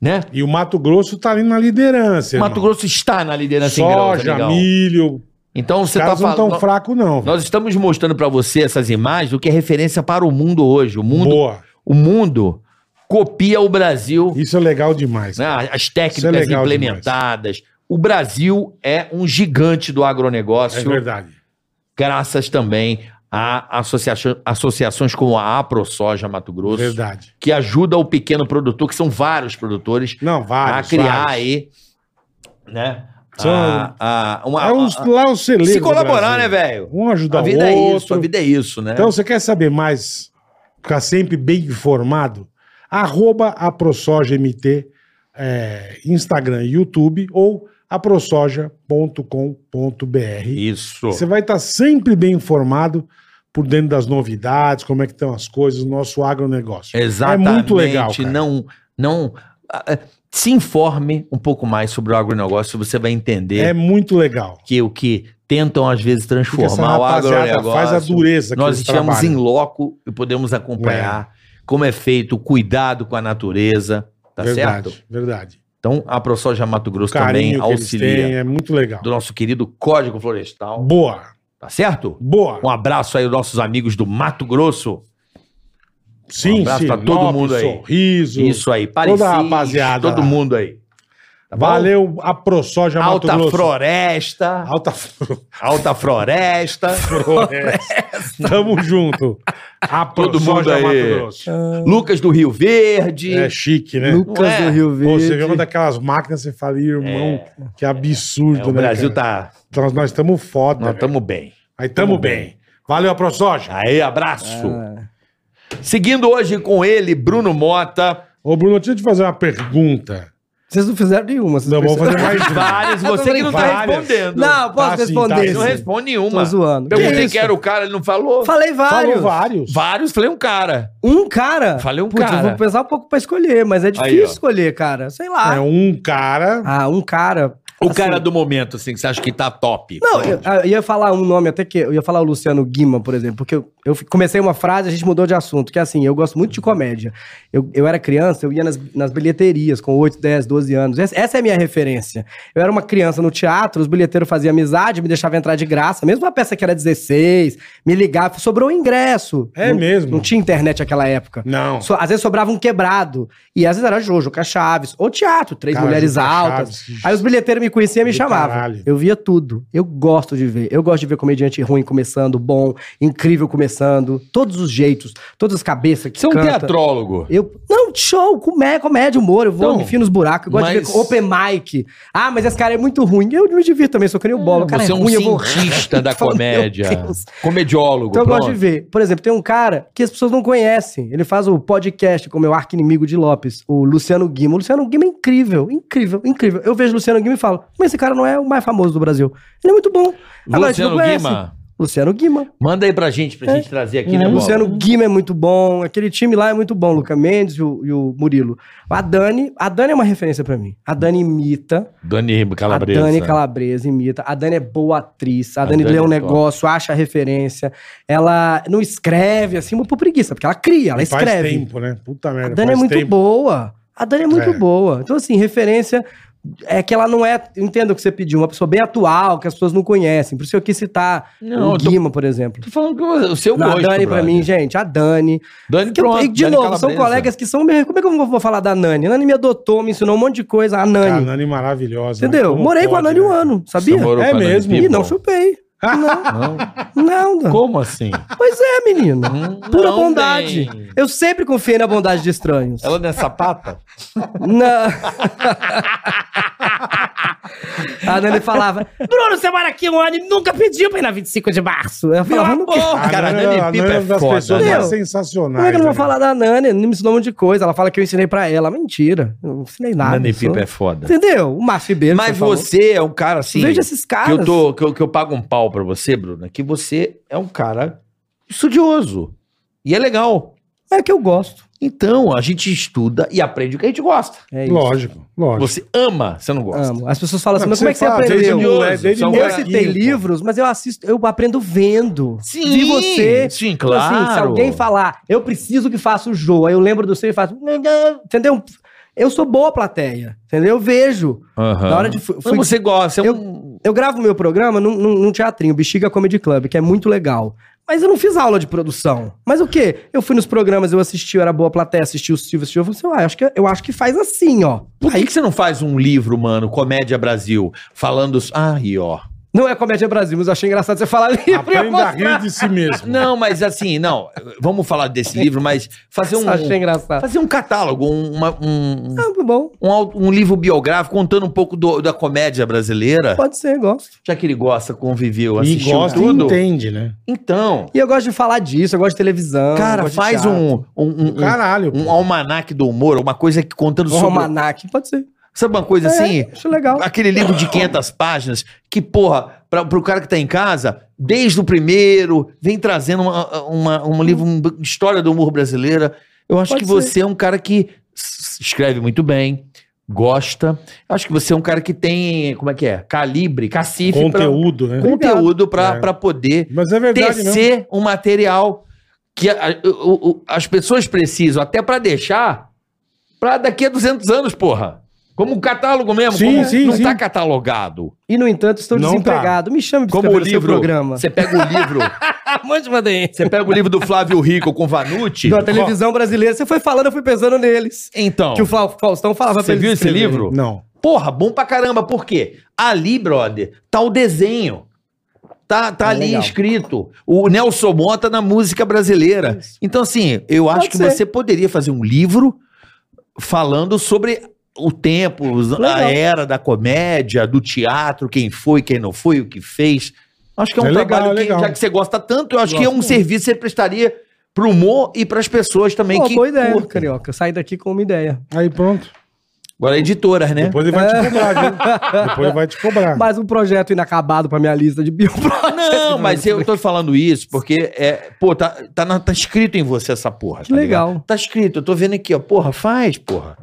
[SPEAKER 4] né?
[SPEAKER 3] E o Mato Grosso tá ali na liderança.
[SPEAKER 4] Mato
[SPEAKER 3] irmão.
[SPEAKER 4] Grosso né, está na liderança em
[SPEAKER 3] Soja,
[SPEAKER 4] grãos, amigão.
[SPEAKER 3] milho.
[SPEAKER 4] Então
[SPEAKER 3] Os
[SPEAKER 4] é você tá
[SPEAKER 3] caras não
[SPEAKER 4] falando.
[SPEAKER 3] tão fraco, não.
[SPEAKER 4] Nós estamos mostrando para você essas imagens do que é referência para o mundo hoje. O mundo,
[SPEAKER 3] Boa.
[SPEAKER 4] o mundo copia o Brasil,
[SPEAKER 3] Isso é legal demais.
[SPEAKER 4] né? as
[SPEAKER 3] Isso é
[SPEAKER 4] técnicas
[SPEAKER 3] legal
[SPEAKER 4] implementadas. O Brasil é um gigante do
[SPEAKER 3] É
[SPEAKER 4] agronegócio,
[SPEAKER 3] verdade.
[SPEAKER 4] graças também a associações, associações como a AproSoja Mato Grosso,
[SPEAKER 3] Verdade.
[SPEAKER 4] que ajuda o pequeno produtor, que são vários produtores,
[SPEAKER 3] Não, vários.
[SPEAKER 4] a Ah, criar
[SPEAKER 3] vários.
[SPEAKER 4] aí, né?
[SPEAKER 3] São-
[SPEAKER 4] a- a- uma-
[SPEAKER 3] É uns,
[SPEAKER 4] a-
[SPEAKER 3] lá os celeiros.
[SPEAKER 4] se
[SPEAKER 3] do
[SPEAKER 4] colaborar, né,
[SPEAKER 3] Brasil.
[SPEAKER 4] velho?
[SPEAKER 3] Um ajudar
[SPEAKER 4] A vida
[SPEAKER 3] o
[SPEAKER 4] é
[SPEAKER 3] outro.
[SPEAKER 4] isso, a vida é isso, né?
[SPEAKER 3] Então, você quer saber mais? Ficar sempre bem informado? Arroba a ProSojaMT, é, Instagram e YouTube ou aprosoja.com.br.
[SPEAKER 4] Isso.
[SPEAKER 3] Você vai estar sempre bem informado por dentro das novidades, como é que estão as coisas, o nosso agronegócio.
[SPEAKER 4] Exatamente.
[SPEAKER 3] É muito legal, cara.
[SPEAKER 4] Não, não. ah, ah, Se informe um pouco mais sobre o agronegócio, você vai
[SPEAKER 3] É
[SPEAKER 4] entender
[SPEAKER 3] muito legal.
[SPEAKER 4] que o que tentam, às vezes,
[SPEAKER 3] Porque essa
[SPEAKER 4] transformar o
[SPEAKER 3] rapaziada
[SPEAKER 4] agronegócio.
[SPEAKER 3] faz a dureza que
[SPEAKER 4] nós
[SPEAKER 3] eles
[SPEAKER 4] estamos
[SPEAKER 3] trabalham.
[SPEAKER 4] em loco e podemos acompanhar como é feito o cuidado com a natureza, tá
[SPEAKER 3] verdade,
[SPEAKER 4] certo?
[SPEAKER 3] verdade.
[SPEAKER 4] Então, a ProSoja Mato
[SPEAKER 3] O
[SPEAKER 4] Grosso também
[SPEAKER 3] carinho que eles têm
[SPEAKER 4] auxilia
[SPEAKER 3] é muito legal.
[SPEAKER 4] do nosso querido Código Florestal,
[SPEAKER 3] Boa,
[SPEAKER 4] tá certo?
[SPEAKER 3] boa.
[SPEAKER 4] Um abraço aí aos nossos amigos do Mato Grosso.
[SPEAKER 3] Sim,
[SPEAKER 4] Um abraço
[SPEAKER 3] sim.
[SPEAKER 4] pra todo
[SPEAKER 3] Lopes,
[SPEAKER 4] mundo aí.
[SPEAKER 3] Sorriso.
[SPEAKER 4] Isso aí,
[SPEAKER 3] Toda a
[SPEAKER 4] Parecis,
[SPEAKER 3] rapaziada
[SPEAKER 4] todo
[SPEAKER 3] lá.
[SPEAKER 4] mundo aí. Tá bom?
[SPEAKER 3] Valeu a ProSoja Mato
[SPEAKER 4] Alta
[SPEAKER 3] Grosso.
[SPEAKER 4] Floresta,
[SPEAKER 3] Alta Floresta.
[SPEAKER 4] Alta Floresta.
[SPEAKER 3] Tamo junto. A
[SPEAKER 4] Todo
[SPEAKER 3] ProSoja
[SPEAKER 4] mundo aí.
[SPEAKER 3] Mato Grosso.
[SPEAKER 4] Lucas do Rio Verde. é?
[SPEAKER 3] É chique, né?
[SPEAKER 5] Lucas
[SPEAKER 4] Ué,
[SPEAKER 5] do Rio
[SPEAKER 3] Pô, você
[SPEAKER 5] Verde.
[SPEAKER 3] vê uma daquelas máquinas, você fala, irmão, que absurdo,
[SPEAKER 4] É,
[SPEAKER 3] né?
[SPEAKER 4] o Brasil
[SPEAKER 3] cara?
[SPEAKER 4] tá.
[SPEAKER 3] Nós- Nós estamos foda.
[SPEAKER 4] Nós
[SPEAKER 3] velho.
[SPEAKER 4] estamos bem.
[SPEAKER 3] Aí tamo, bem. Valeu a ProSoja.
[SPEAKER 4] Aí, abraço.
[SPEAKER 5] Ah.
[SPEAKER 4] Seguindo hoje com ele, Bruno Mota.
[SPEAKER 3] Ô, Bruno, deixa eu te fazer uma pergunta.
[SPEAKER 5] Vocês não fizeram nenhuma. Vocês
[SPEAKER 3] Não, vou fazer
[SPEAKER 5] perceberam?
[SPEAKER 3] mais uma.
[SPEAKER 4] Vários,
[SPEAKER 5] Eu
[SPEAKER 4] você
[SPEAKER 5] também
[SPEAKER 4] que não tá
[SPEAKER 3] várias.
[SPEAKER 4] respondendo.
[SPEAKER 5] Não, eu posso
[SPEAKER 3] Tá sim, tá
[SPEAKER 5] responder.
[SPEAKER 3] sim.
[SPEAKER 4] Ele não responde nenhuma.
[SPEAKER 5] Tô zoando.
[SPEAKER 4] Perguntei
[SPEAKER 3] isso?
[SPEAKER 4] quem era o cara, ele não falou.
[SPEAKER 5] Falei vários.
[SPEAKER 3] Falou vários.
[SPEAKER 4] Vários, falei um cara.
[SPEAKER 5] Um cara?
[SPEAKER 4] Falei um
[SPEAKER 5] Putz,
[SPEAKER 4] cara.
[SPEAKER 5] eu vou pensar um pouco pra escolher, mas é difícil
[SPEAKER 4] Aí, ó.
[SPEAKER 5] escolher, cara. Sei lá.
[SPEAKER 3] É um cara.
[SPEAKER 5] Ah, um cara.
[SPEAKER 4] O
[SPEAKER 5] Assim,
[SPEAKER 4] cara do momento, assim, que você acha que tá top.
[SPEAKER 5] Não, eu, eu ia falar um nome até que. Eu ia falar o Luciano Guima, por exemplo, porque eu, eu fi- comecei uma frase e a gente mudou de assunto, que é assim, eu gosto muito de comédia. Eu, eu era criança, eu ia nas, nas bilheterias com 8, 10, 12 anos. Essa, essa é a minha referência. Eu era uma criança no teatro, os bilheteiros faziam amizade, me deixavam entrar de graça, mesmo uma peça que era 16, me ligava, sobrou o ingresso.
[SPEAKER 3] É
[SPEAKER 5] Não-
[SPEAKER 3] mesmo?
[SPEAKER 5] Não tinha internet naquela época.
[SPEAKER 3] Não.
[SPEAKER 5] So- às vezes sobrava um quebrado. E às vezes era Jojo Cachaves. Ou teatro, três
[SPEAKER 3] Cara,
[SPEAKER 5] mulheres
[SPEAKER 3] Juca
[SPEAKER 5] altas.
[SPEAKER 3] Chaves, que
[SPEAKER 5] Aí os bilheteiros me conheciam e me
[SPEAKER 3] do
[SPEAKER 5] chamavam.
[SPEAKER 3] caralho.
[SPEAKER 5] Eu via tudo. Eu gosto de ver. Eu gosto de ver comediante ruim começando, bom, incrível começando. Todos os jeitos, todas as cabeças que
[SPEAKER 4] Você é um
[SPEAKER 5] canta.
[SPEAKER 4] teatrólogo.
[SPEAKER 5] Eu, não, show, comé, comédia, humor, eu vou,
[SPEAKER 4] Então,
[SPEAKER 5] me enfio nos buracos, eu gosto de
[SPEAKER 4] mas-
[SPEAKER 5] ver open mic. Ah, mas esse cara é muito ruim. Eu me divirto também, sou que nem o bola. O cara
[SPEAKER 4] você é
[SPEAKER 5] é
[SPEAKER 4] um
[SPEAKER 5] ruim, eu vou...
[SPEAKER 4] cientista da
[SPEAKER 5] Eu falo, meu
[SPEAKER 4] comédia.
[SPEAKER 5] Deus.
[SPEAKER 4] Comediólogo.
[SPEAKER 5] Então eu gosto de
[SPEAKER 4] pronto.
[SPEAKER 5] ver. Por exemplo, tem um cara que as pessoas não conhecem. Ele faz o podcast com o meu arqui-inimigo de Lopes, o Luciano Guima. O Luciano Guima é incrível, incrível, incrível. Eu vejo o Luciano Guima e falo, mas esse cara não é o mais famoso do Brasil. Ele é muito bom. a gente não
[SPEAKER 4] Luciano
[SPEAKER 5] conhece.
[SPEAKER 4] Guima.
[SPEAKER 5] assim, Luciano Guima.
[SPEAKER 4] Manda aí pra gente, pra gente trazer aqui, né,
[SPEAKER 5] O
[SPEAKER 4] Bola?
[SPEAKER 5] Luciano Guima é muito bom. Aquele time lá é muito bom. o Luca Mendes e o, e o Murilo. A Dani, a Dani é uma referência pra mim. A Dani imita.
[SPEAKER 4] Dani Calabresa.
[SPEAKER 5] A Dani Calabresa imita. A Dani é boa atriz. A,
[SPEAKER 4] A
[SPEAKER 5] Dani,
[SPEAKER 4] Dani
[SPEAKER 5] lê um
[SPEAKER 4] é
[SPEAKER 5] negócio, acha a referência. Ela não escreve assim, mas por preguiça, porque ela cria, ela
[SPEAKER 3] Faz
[SPEAKER 5] escreve.
[SPEAKER 3] tempo, né? Puta
[SPEAKER 5] A
[SPEAKER 3] merda.
[SPEAKER 5] Dani é
[SPEAKER 3] faz
[SPEAKER 5] muito
[SPEAKER 3] tempo.
[SPEAKER 5] boa. A Dani é muito
[SPEAKER 3] É.
[SPEAKER 5] boa. Então, assim, referência É que ela não é, entenda o que você pediu, uma pessoa bem atual, que as pessoas não conhecem. Por isso que eu quis citar
[SPEAKER 4] Não,
[SPEAKER 5] o
[SPEAKER 4] eu tô-
[SPEAKER 5] Guima, por exemplo.
[SPEAKER 4] Tô falando que o seu
[SPEAKER 5] Não, a
[SPEAKER 4] gosto,
[SPEAKER 5] Dani pra
[SPEAKER 4] brother.
[SPEAKER 5] mim, gente, a Dani.
[SPEAKER 4] Dani,
[SPEAKER 5] Que-
[SPEAKER 4] pronto,
[SPEAKER 5] e de
[SPEAKER 4] Dani
[SPEAKER 5] novo, são
[SPEAKER 4] Calabresa.
[SPEAKER 5] colegas que são. Como é que eu vou falar da Nani? A Nani me adotou, me ensinou um monte de coisa. A Nani.
[SPEAKER 3] Cara, a Nani maravilhosa. né?
[SPEAKER 5] entendeu?
[SPEAKER 3] Como
[SPEAKER 5] Morei com a
[SPEAKER 3] pode,
[SPEAKER 5] Nani um
[SPEAKER 3] né?
[SPEAKER 5] ano, sabia?
[SPEAKER 6] Você morou
[SPEAKER 3] É
[SPEAKER 6] com a Dani
[SPEAKER 3] mesmo?
[SPEAKER 5] E
[SPEAKER 6] People?
[SPEAKER 5] não chupei. Não,
[SPEAKER 4] Não.
[SPEAKER 5] não, não.
[SPEAKER 7] Como assim?
[SPEAKER 5] Pois é, menino. Pura
[SPEAKER 4] Hum, não
[SPEAKER 5] bondade.
[SPEAKER 4] tem.
[SPEAKER 5] Eu sempre confiei na bondade de estranhos.
[SPEAKER 4] Ela não é sapata?
[SPEAKER 5] Na... a Nani falava, Bruno, você mora aqui um ano e nunca pediu pra ir na 25 de março. Eu falava, não quero.
[SPEAKER 3] A
[SPEAKER 4] cara, a
[SPEAKER 3] Nani, a
[SPEAKER 4] Dani Pipa
[SPEAKER 3] Nani é
[SPEAKER 4] é
[SPEAKER 3] uma das
[SPEAKER 4] foda.
[SPEAKER 3] pessoas
[SPEAKER 4] né?
[SPEAKER 3] mais
[SPEAKER 5] Meu,
[SPEAKER 3] sensacionais.
[SPEAKER 5] Como é que eu não vou
[SPEAKER 3] né?
[SPEAKER 5] falar da Nani? Ela me ensinou um monte de coisa. Ela fala que eu ensinei pra ela. Mentira. Eu não ensinei nada.
[SPEAKER 4] Nani
[SPEAKER 5] sou-
[SPEAKER 4] Pipa é foda.
[SPEAKER 5] Entendeu? O Márcio Ribeiro.
[SPEAKER 4] Mas
[SPEAKER 5] falou.
[SPEAKER 4] você é um cara assim.
[SPEAKER 5] Veja esses
[SPEAKER 4] que
[SPEAKER 5] caras.
[SPEAKER 4] eu, tô, que, eu, que eu pago um pau pra você, Bruna, que você é um cara estudioso. E é legal.
[SPEAKER 5] É que eu gosto.
[SPEAKER 4] Então, a gente estuda e aprende o que a gente gosta.
[SPEAKER 5] É isso.
[SPEAKER 3] Lógico, lógico.
[SPEAKER 4] Você ama, você não gosta.
[SPEAKER 5] Amo. As pessoas falam assim,
[SPEAKER 3] Não,
[SPEAKER 5] mas como é que você
[SPEAKER 3] fala,
[SPEAKER 5] aprendeu?
[SPEAKER 3] Desde moleque, desde
[SPEAKER 4] São
[SPEAKER 5] Eu
[SPEAKER 4] Agora,
[SPEAKER 5] citei
[SPEAKER 3] molequinho, pô.
[SPEAKER 5] livros, mas eu assisto, eu aprendo vendo. Vi você.
[SPEAKER 4] Sim,
[SPEAKER 5] Tipo assim,
[SPEAKER 4] claro.
[SPEAKER 5] se alguém falar, eu preciso que faça o Jô, aí eu lembro do seu e faço. Entendeu? Eu sou boa plateia. Entendeu? Eu vejo.
[SPEAKER 4] Aham.
[SPEAKER 5] Na hora de. Fui,
[SPEAKER 4] Mas
[SPEAKER 5] fui-
[SPEAKER 4] você gosta. é
[SPEAKER 5] Eu-
[SPEAKER 4] um-
[SPEAKER 5] eu gravo meu programa num, num- num teatrinho, Bexiga Comedy Club, que é muito legal. Mas eu não fiz aula de produção. Mas o quê? Eu fui nos programas, eu assisti, eu era boa plateia, assisti o Silvio, assisti, eu falei assim, "Ué, acho que, eu acho que faz assim, ó.
[SPEAKER 4] Por que, que você não faz um livro, mano, Comédia Brasil, falando. Ah, e ó.
[SPEAKER 5] Não é Comédia Brasil, mas eu achei engraçado você falar livro. eu
[SPEAKER 3] Aprenda a
[SPEAKER 5] mostrar.
[SPEAKER 3] rir de si mesmo.
[SPEAKER 4] Não, mas assim, não. Vamos falar desse livro, mas fazer um.
[SPEAKER 5] Só achei engraçado.
[SPEAKER 4] Fazer um catálogo, um- uma- um,
[SPEAKER 5] Ah, tá bom.
[SPEAKER 4] um, au- um livro biográfico contando um pouco do- da comédia brasileira.
[SPEAKER 5] Pode ser, gosto.
[SPEAKER 4] Já que ele gosta, conviveu,
[SPEAKER 3] E
[SPEAKER 4] assistiu
[SPEAKER 3] gosta e
[SPEAKER 4] tudo.
[SPEAKER 3] entende, né?
[SPEAKER 4] Então,
[SPEAKER 5] E eu gosto de falar disso, eu gosto de televisão. eu
[SPEAKER 4] cara,
[SPEAKER 5] gosto de
[SPEAKER 4] faz
[SPEAKER 5] teatro.
[SPEAKER 4] um, um, um, um-
[SPEAKER 3] Caralho.
[SPEAKER 4] um
[SPEAKER 3] pô.
[SPEAKER 4] almanaque do humor, uma coisa que contando
[SPEAKER 5] Um
[SPEAKER 4] sobre...
[SPEAKER 5] almanac, pode ser.
[SPEAKER 4] Sabe uma coisa assim?
[SPEAKER 5] É, acho legal.
[SPEAKER 4] Aquele livro de 500 páginas que, porra, pra, pro cara que tá em casa, desde o primeiro, vem trazendo uma, uma, um livro, uma história do humor brasileira. Eu acho
[SPEAKER 5] Pode
[SPEAKER 4] que
[SPEAKER 5] ser.
[SPEAKER 4] você é um cara que s- escreve muito bem, gosta. Acho que você é um cara que tem, como é que é? Calibre, cacife. pra-
[SPEAKER 3] Conteúdo, né?
[SPEAKER 4] conteúdo pra
[SPEAKER 3] É.
[SPEAKER 4] pra poder
[SPEAKER 3] Mas é verdade mesmo.
[SPEAKER 4] tecer um material que a- a- o- o- as pessoas precisam, até pra deixar, pra daqui a 200 anos, porra. Como um catálogo mesmo.
[SPEAKER 3] Sim,
[SPEAKER 4] como
[SPEAKER 3] sim,
[SPEAKER 4] não
[SPEAKER 3] sim.
[SPEAKER 4] tá catalogado.
[SPEAKER 5] E, no entanto, estou
[SPEAKER 3] Não
[SPEAKER 5] desempregado. Me chame pra
[SPEAKER 4] tá. Como o
[SPEAKER 5] escrever no seu
[SPEAKER 4] livro.
[SPEAKER 5] programa.
[SPEAKER 4] Você pega o livro.
[SPEAKER 5] Ah, Mande uma DM.
[SPEAKER 4] você pega o livro do Flávio Rico com Vanucci.
[SPEAKER 5] Da televisão brasileira. Você foi falando, eu fui pensando neles.
[SPEAKER 4] Então.
[SPEAKER 5] Então, Que o Fau- Faustão falava
[SPEAKER 4] Você
[SPEAKER 5] eles
[SPEAKER 4] viu esse
[SPEAKER 5] escreverem.
[SPEAKER 4] livro?
[SPEAKER 3] Não.
[SPEAKER 4] Porra, bom pra caramba. Por quê? Ali, brother, tá o desenho. Tá, tá
[SPEAKER 5] Ah,
[SPEAKER 4] ali
[SPEAKER 5] legal.
[SPEAKER 4] escrito. O Nelson Mota na música brasileira. Então, assim, eu acho que
[SPEAKER 5] ser.
[SPEAKER 4] você poderia fazer um livro falando sobre o tempo, os-
[SPEAKER 5] Legal.
[SPEAKER 4] a era da comédia, do teatro, quem foi, quem não foi, o que fez. Acho que é um
[SPEAKER 3] É legal,
[SPEAKER 4] trabalho
[SPEAKER 3] é
[SPEAKER 4] que,
[SPEAKER 3] legal.
[SPEAKER 4] já que você gosta tanto, eu acho que é um serviço que você prestaria pro humor e pras pessoas também
[SPEAKER 5] Pô,
[SPEAKER 4] que
[SPEAKER 5] boa ideia,
[SPEAKER 4] curtem.
[SPEAKER 5] Carioca. Saí daqui com uma ideia.
[SPEAKER 3] Aí pronto.
[SPEAKER 4] Agora, editoras, né?
[SPEAKER 3] Depois ele vai te cobrar, viu? Depois ele vai te cobrar.
[SPEAKER 5] Mais um projeto inacabado pra minha lista de bioprojetos.
[SPEAKER 4] Não, mas eu tô falando isso porque, é, pô, tá, tá, na- tá escrito em você essa porra.
[SPEAKER 5] Que
[SPEAKER 4] tá
[SPEAKER 5] legal.
[SPEAKER 4] ligado? Tá escrito, eu tô vendo aqui, ó. Porra, faz, porra.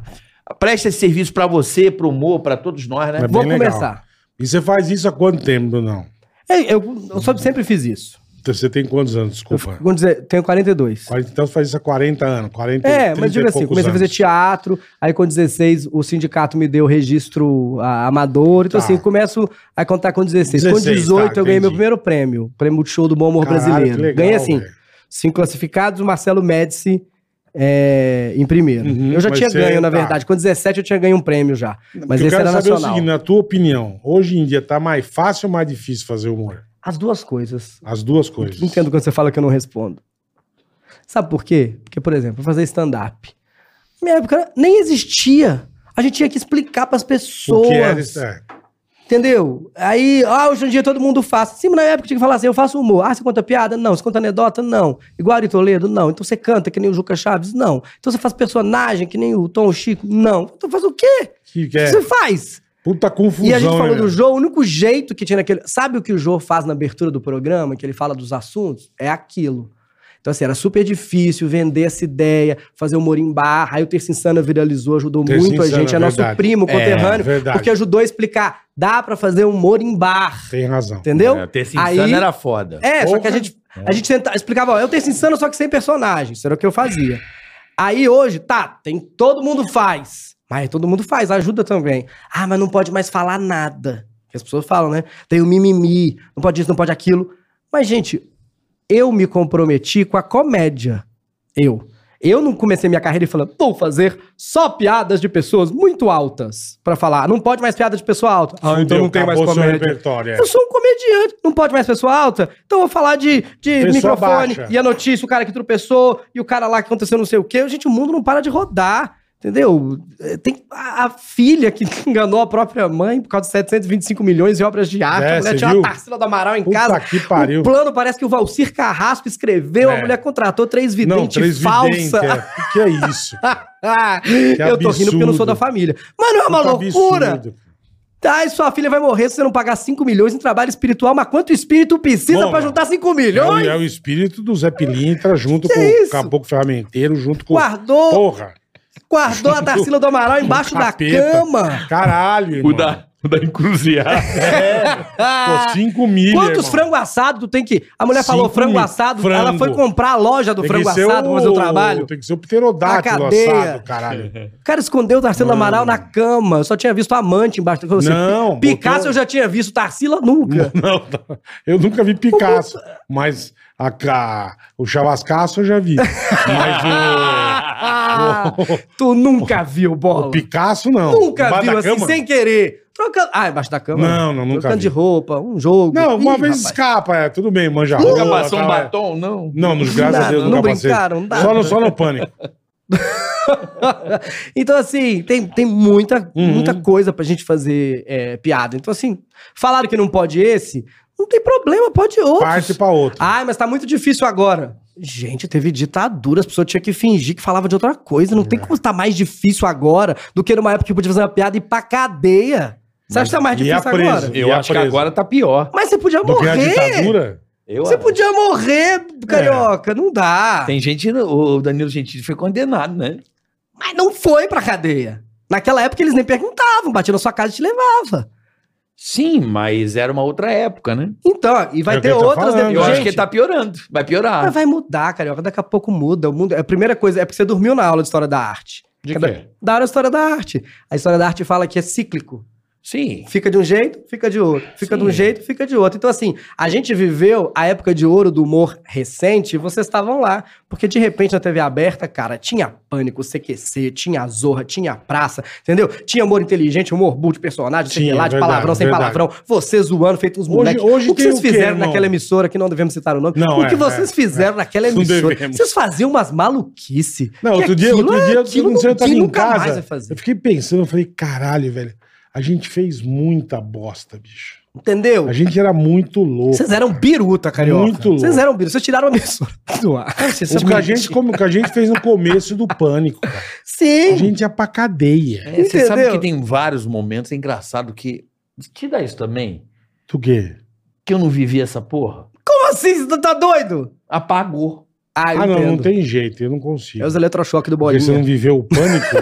[SPEAKER 4] Presta esse serviço pra você, pro humor, pra todos nós, né?
[SPEAKER 3] Mas
[SPEAKER 5] Vou
[SPEAKER 3] Bem legal.
[SPEAKER 5] começar.
[SPEAKER 3] E você faz isso há quanto tempo, Brunão?
[SPEAKER 5] É, Eu, eu só- sempre fiz isso.
[SPEAKER 3] Você tem quantos anos?
[SPEAKER 5] Eu
[SPEAKER 3] Desculpa.
[SPEAKER 5] fico com dizer, tenho 42.
[SPEAKER 3] Quarenta- Então você faz isso há 40 anos. 40,
[SPEAKER 5] É,
[SPEAKER 3] 30 e
[SPEAKER 5] mas digo assim,
[SPEAKER 3] poucos
[SPEAKER 5] comecei a fazer
[SPEAKER 3] anos.
[SPEAKER 5] teatro, aí com 16 o sindicato me deu registro ah, amador, então
[SPEAKER 3] Tá.
[SPEAKER 5] assim, começo a contar com 16.
[SPEAKER 3] 16,
[SPEAKER 5] com 18
[SPEAKER 3] tá,
[SPEAKER 5] eu ganhei meu
[SPEAKER 3] entendi.
[SPEAKER 5] primeiro prêmio, prêmio do show do Bom Humor
[SPEAKER 3] Caralho,
[SPEAKER 5] Brasileiro.
[SPEAKER 3] que legal,
[SPEAKER 5] ganhei assim,
[SPEAKER 3] velho.
[SPEAKER 5] cinco classificados, o Marcelo Médici é, em primeiro.
[SPEAKER 3] Uhum,
[SPEAKER 5] eu já
[SPEAKER 3] mas
[SPEAKER 5] tinha
[SPEAKER 3] você-
[SPEAKER 5] ganho, na
[SPEAKER 3] tá.
[SPEAKER 5] verdade, com 17 eu tinha ganho um prêmio já, mas
[SPEAKER 3] Porque eu
[SPEAKER 5] esse
[SPEAKER 3] quero
[SPEAKER 5] era
[SPEAKER 3] saber o
[SPEAKER 5] nacional.
[SPEAKER 3] seguinte, né? na tua opinião, hoje em dia tá mais fácil ou mais difícil fazer humor?
[SPEAKER 5] As duas coisas.
[SPEAKER 3] As duas coisas.
[SPEAKER 5] Entendo quando você fala que eu não respondo. Sabe por quê? Porque, por exemplo, eu fazer stand-up. Na minha época nem existia. A gente tinha que explicar pras
[SPEAKER 3] O
[SPEAKER 5] pessoas.
[SPEAKER 3] que é isso? É.
[SPEAKER 5] Entendeu? Aí, ah, hoje em dia todo mundo faz. Sim, mas na época tinha que falar assim: eu faço humor. Ah, você conta piada? Não. Você conta anedota? Não. Igual Ari Toledo? Não. Então você canta que nem o Juca Chaves? Não. Então você faz personagem que nem o Tom Chico? Não. Então faz o quê?
[SPEAKER 3] Que que
[SPEAKER 5] O
[SPEAKER 3] é?
[SPEAKER 5] que você faz?
[SPEAKER 3] Puta confusão,
[SPEAKER 5] E a gente falou
[SPEAKER 3] né,
[SPEAKER 5] do
[SPEAKER 3] meu?
[SPEAKER 5] Jô, o único jeito que tinha naquele. Sabe o que o Jô faz na abertura do programa, que ele fala dos assuntos? É aquilo. Então, assim, era super difícil vender essa ideia, fazer humor em barra. Aí o Terça Insana viralizou, ajudou
[SPEAKER 3] Terça
[SPEAKER 5] muito a
[SPEAKER 3] Insana,
[SPEAKER 5] gente, é nosso
[SPEAKER 3] verdade.
[SPEAKER 5] primo conterrâneo,
[SPEAKER 3] verdade.
[SPEAKER 5] porque ajudou a explicar. Dá pra fazer humor em barra,
[SPEAKER 3] Tem razão.
[SPEAKER 5] entendeu?
[SPEAKER 4] É, ter esse
[SPEAKER 5] Aí-
[SPEAKER 4] insano era foda.
[SPEAKER 5] É, só que
[SPEAKER 3] Porra.
[SPEAKER 5] a gente, a gente tenta, explicava, ó, eu Terça Insana, só que sem personagem. Isso era o que eu fazia. Aí hoje, tá, tem todo mundo faz. Mas todo mundo faz, ajuda também. Ah, mas não pode mais falar nada. Que as pessoas falam, né? Tem o mimimi, não pode isso, não pode aquilo. Mas, gente, eu me comprometi com a comédia. Eu. Eu não comecei minha carreira e falando, vou fazer só piadas de pessoas muito altas Pra falar. Não pode mais piada de pessoa alta. Ah, então
[SPEAKER 3] Fudeu,
[SPEAKER 5] não tem mais
[SPEAKER 3] acabou seu
[SPEAKER 5] comédia.
[SPEAKER 3] repertório, é.
[SPEAKER 5] Eu sou um comediante, não pode mais pessoa alta. Então eu vou falar de, de
[SPEAKER 3] Pessoa
[SPEAKER 5] microfone
[SPEAKER 3] baixa.
[SPEAKER 5] e a notícia, o cara que tropeçou e o cara lá que aconteceu não sei o quê. Gente, o mundo não para de rodar. Entendeu? É, Tem a, a filha que enganou a própria mãe por causa de 725 milhões de obras de arte.
[SPEAKER 3] É,
[SPEAKER 5] a mulher
[SPEAKER 3] você
[SPEAKER 5] tinha
[SPEAKER 3] viu?
[SPEAKER 5] uma Tarsila do Amaral em
[SPEAKER 3] Puta
[SPEAKER 5] casa.
[SPEAKER 3] que pariu.
[SPEAKER 5] O plano parece que o Valcir Carrasco escreveu,
[SPEAKER 3] É.
[SPEAKER 5] a mulher contratou três videntes
[SPEAKER 3] Não, três videntes.
[SPEAKER 5] falsa.
[SPEAKER 3] é. O que é isso?
[SPEAKER 5] Ah, eu tô rindo porque eu não
[SPEAKER 3] absurdo.
[SPEAKER 5] sou da família. Mano, é uma
[SPEAKER 3] Puta
[SPEAKER 5] loucura.
[SPEAKER 3] absurdo.
[SPEAKER 5] Tá, e sua filha vai morrer se você não pagar 5 milhões em trabalho espiritual, mas quanto espírito precisa
[SPEAKER 3] Bom,
[SPEAKER 5] pra juntar 5
[SPEAKER 3] É o,
[SPEAKER 5] milhões?
[SPEAKER 3] é o espírito do Zé Pilintra junto
[SPEAKER 5] Que
[SPEAKER 3] com
[SPEAKER 5] é
[SPEAKER 3] o
[SPEAKER 5] isso?
[SPEAKER 3] Caboclo Ferramenteiro, junto com.
[SPEAKER 5] Guardou.
[SPEAKER 3] Porra!
[SPEAKER 5] Guardou a Tarsila do Amaral embaixo da
[SPEAKER 3] Capeta.
[SPEAKER 5] cama.
[SPEAKER 3] Caralho, irmão.
[SPEAKER 6] O da, o da encruzilhada.
[SPEAKER 3] Pô, cinco milha.
[SPEAKER 5] Quantos
[SPEAKER 3] irmão.
[SPEAKER 5] frango assado tu tem que. A mulher
[SPEAKER 3] Cinco
[SPEAKER 5] falou frango
[SPEAKER 3] mil.
[SPEAKER 5] assado,
[SPEAKER 3] Frango.
[SPEAKER 5] ela foi comprar a loja do
[SPEAKER 3] Tem que
[SPEAKER 5] frango
[SPEAKER 3] ser
[SPEAKER 5] assado,
[SPEAKER 3] o-
[SPEAKER 5] mas eu trabalho.
[SPEAKER 3] Tem que ser o pterodátilo
[SPEAKER 5] A cadeia.
[SPEAKER 3] assado, caralho.
[SPEAKER 5] O cara escondeu o Tarsila do Amaral na cama. Eu só tinha visto a amante embaixo. Eu falei assim,
[SPEAKER 3] Não,
[SPEAKER 5] Picasso
[SPEAKER 3] botou-
[SPEAKER 5] eu já tinha visto, Tarsila nunca.
[SPEAKER 3] Não, tá. eu nunca vi Picasso, mas a, ca- o Chavascaço eu já vi. Mas
[SPEAKER 5] Ah, tu nunca viu,
[SPEAKER 3] o,
[SPEAKER 5] bola.
[SPEAKER 3] o Picasso não.
[SPEAKER 5] Nunca
[SPEAKER 3] Embaixo
[SPEAKER 5] viu
[SPEAKER 3] da
[SPEAKER 5] assim,
[SPEAKER 3] cama?
[SPEAKER 5] sem querer. Trocando. Ah, embaixo da cama?
[SPEAKER 3] Não, não, nunca
[SPEAKER 5] Trocando de
[SPEAKER 3] vi.
[SPEAKER 5] roupa, um jogo.
[SPEAKER 3] Não, uma
[SPEAKER 5] Ih,
[SPEAKER 3] vez
[SPEAKER 5] rapaz.
[SPEAKER 3] escapa, é, tudo bem, manja
[SPEAKER 7] Nunca
[SPEAKER 3] rola,
[SPEAKER 7] passou um
[SPEAKER 3] tal, é.
[SPEAKER 7] batom, não?
[SPEAKER 3] Não, nos graças
[SPEAKER 5] Não,
[SPEAKER 3] a Deus
[SPEAKER 5] não
[SPEAKER 3] nunca passei.
[SPEAKER 5] brincaram, não dá.
[SPEAKER 3] Só no, só no pânico.
[SPEAKER 5] então, assim, tem, tem muita,
[SPEAKER 3] Uhum.
[SPEAKER 5] muita coisa pra gente fazer é, piada. Então, assim, falaram que não pode esse, não tem problema, pode outro.
[SPEAKER 3] Parte pra outra.
[SPEAKER 5] Ai, mas tá muito difícil agora. Gente, teve ditadura, as pessoas tinham que fingir que falava de outra coisa. Não
[SPEAKER 3] É.
[SPEAKER 5] tem como estar mais difícil agora do que numa época que podia fazer uma piada e ir pra cadeia. Você acha que tá mais
[SPEAKER 3] e
[SPEAKER 5] difícil
[SPEAKER 3] é preso.
[SPEAKER 5] agora?
[SPEAKER 4] Eu
[SPEAKER 3] E a
[SPEAKER 4] acho que
[SPEAKER 3] presa?
[SPEAKER 4] agora tá pior.
[SPEAKER 5] Mas você podia
[SPEAKER 3] Do que é a
[SPEAKER 5] morrer.
[SPEAKER 3] ditadura?
[SPEAKER 4] Eu
[SPEAKER 5] Você
[SPEAKER 4] acho. É.
[SPEAKER 5] podia morrer, carioca. Não dá.
[SPEAKER 4] Tem gente, o Danilo Gentili foi condenado, né?
[SPEAKER 5] Mas não foi pra cadeia. Naquela época eles nem perguntavam, batia na sua casa e te levava.
[SPEAKER 4] Sim, mas era uma outra época, né?
[SPEAKER 5] Então, e vai
[SPEAKER 3] É o que
[SPEAKER 5] ter
[SPEAKER 3] ele tá
[SPEAKER 5] outras
[SPEAKER 3] falando,
[SPEAKER 5] depois.
[SPEAKER 4] Eu acho
[SPEAKER 5] Gente,
[SPEAKER 4] que tá piorando. Vai piorar.
[SPEAKER 5] mas vai mudar, carioca. Daqui a pouco muda. O mundo... A primeira coisa é porque você dormiu na aula de história da arte.
[SPEAKER 7] De
[SPEAKER 5] Cada-
[SPEAKER 7] quê?
[SPEAKER 5] Da aula de história da arte. A história da arte fala que é cíclico.
[SPEAKER 4] Sim.
[SPEAKER 5] Fica de um jeito, fica de outro. Fica de um
[SPEAKER 4] Sim.
[SPEAKER 5] jeito, fica de outro. Então, assim, a gente viveu a época de ouro do humor recente e vocês estavam lá. Porque, de repente, na TV aberta, cara, tinha Pânico, CQC, tinha Zorra, tinha Praça, entendeu? Tinha humor inteligente, humor burro de personagem, sei
[SPEAKER 3] Tinha,
[SPEAKER 5] lá, de
[SPEAKER 3] verdade,
[SPEAKER 5] palavrão, sem
[SPEAKER 3] verdade.
[SPEAKER 5] palavrão. Vocês zoando, feito uns
[SPEAKER 3] Hoje-
[SPEAKER 5] moleques.
[SPEAKER 3] hoje
[SPEAKER 5] O que
[SPEAKER 3] tem
[SPEAKER 5] vocês
[SPEAKER 3] o quê,
[SPEAKER 5] fizeram
[SPEAKER 3] irmão?
[SPEAKER 5] naquela emissora, que não devemos citar o nome,
[SPEAKER 3] Não,
[SPEAKER 5] o
[SPEAKER 3] é,
[SPEAKER 5] que vocês
[SPEAKER 3] é,
[SPEAKER 5] fizeram naquela
[SPEAKER 3] Não
[SPEAKER 5] emissora.
[SPEAKER 3] devemos.
[SPEAKER 5] Vocês faziam umas maluquice.
[SPEAKER 3] Não,
[SPEAKER 5] Que
[SPEAKER 3] outro dia,
[SPEAKER 5] aquilo
[SPEAKER 3] outro
[SPEAKER 5] é-
[SPEAKER 3] dia,
[SPEAKER 5] aquilo
[SPEAKER 3] não sei, eu tava
[SPEAKER 5] que
[SPEAKER 3] em
[SPEAKER 5] nunca mais
[SPEAKER 3] casa.
[SPEAKER 5] vai fazer.
[SPEAKER 3] Eu fiquei pensando, eu falei, caralho, velho. A gente fez muita bosta, bicho.
[SPEAKER 5] Entendeu?
[SPEAKER 3] A gente era muito louco.
[SPEAKER 5] Vocês eram biruta, carioca.
[SPEAKER 3] Muito louco.
[SPEAKER 5] Vocês eram biruta. Vocês tiraram a emissora do ar. Vocês
[SPEAKER 3] O que, a gente, como, o que a gente fez no começo do pânico, cara. A
[SPEAKER 5] Sim.
[SPEAKER 3] gente ia pra cadeia.
[SPEAKER 4] É, você sabe
[SPEAKER 5] Entendeu?
[SPEAKER 4] que tem vários momentos, é engraçado que. Te dá isso também?
[SPEAKER 3] Tu quê?
[SPEAKER 4] Que eu não vivi essa porra?
[SPEAKER 5] Como assim? Você tá doido?
[SPEAKER 4] Apagou.
[SPEAKER 5] Ah, eu
[SPEAKER 3] Ah, não,
[SPEAKER 5] entendo.
[SPEAKER 3] não tem jeito, eu não consigo.
[SPEAKER 5] É os eletrochoques do
[SPEAKER 3] Porque você
[SPEAKER 5] bolinha.
[SPEAKER 3] não viveu o pânico?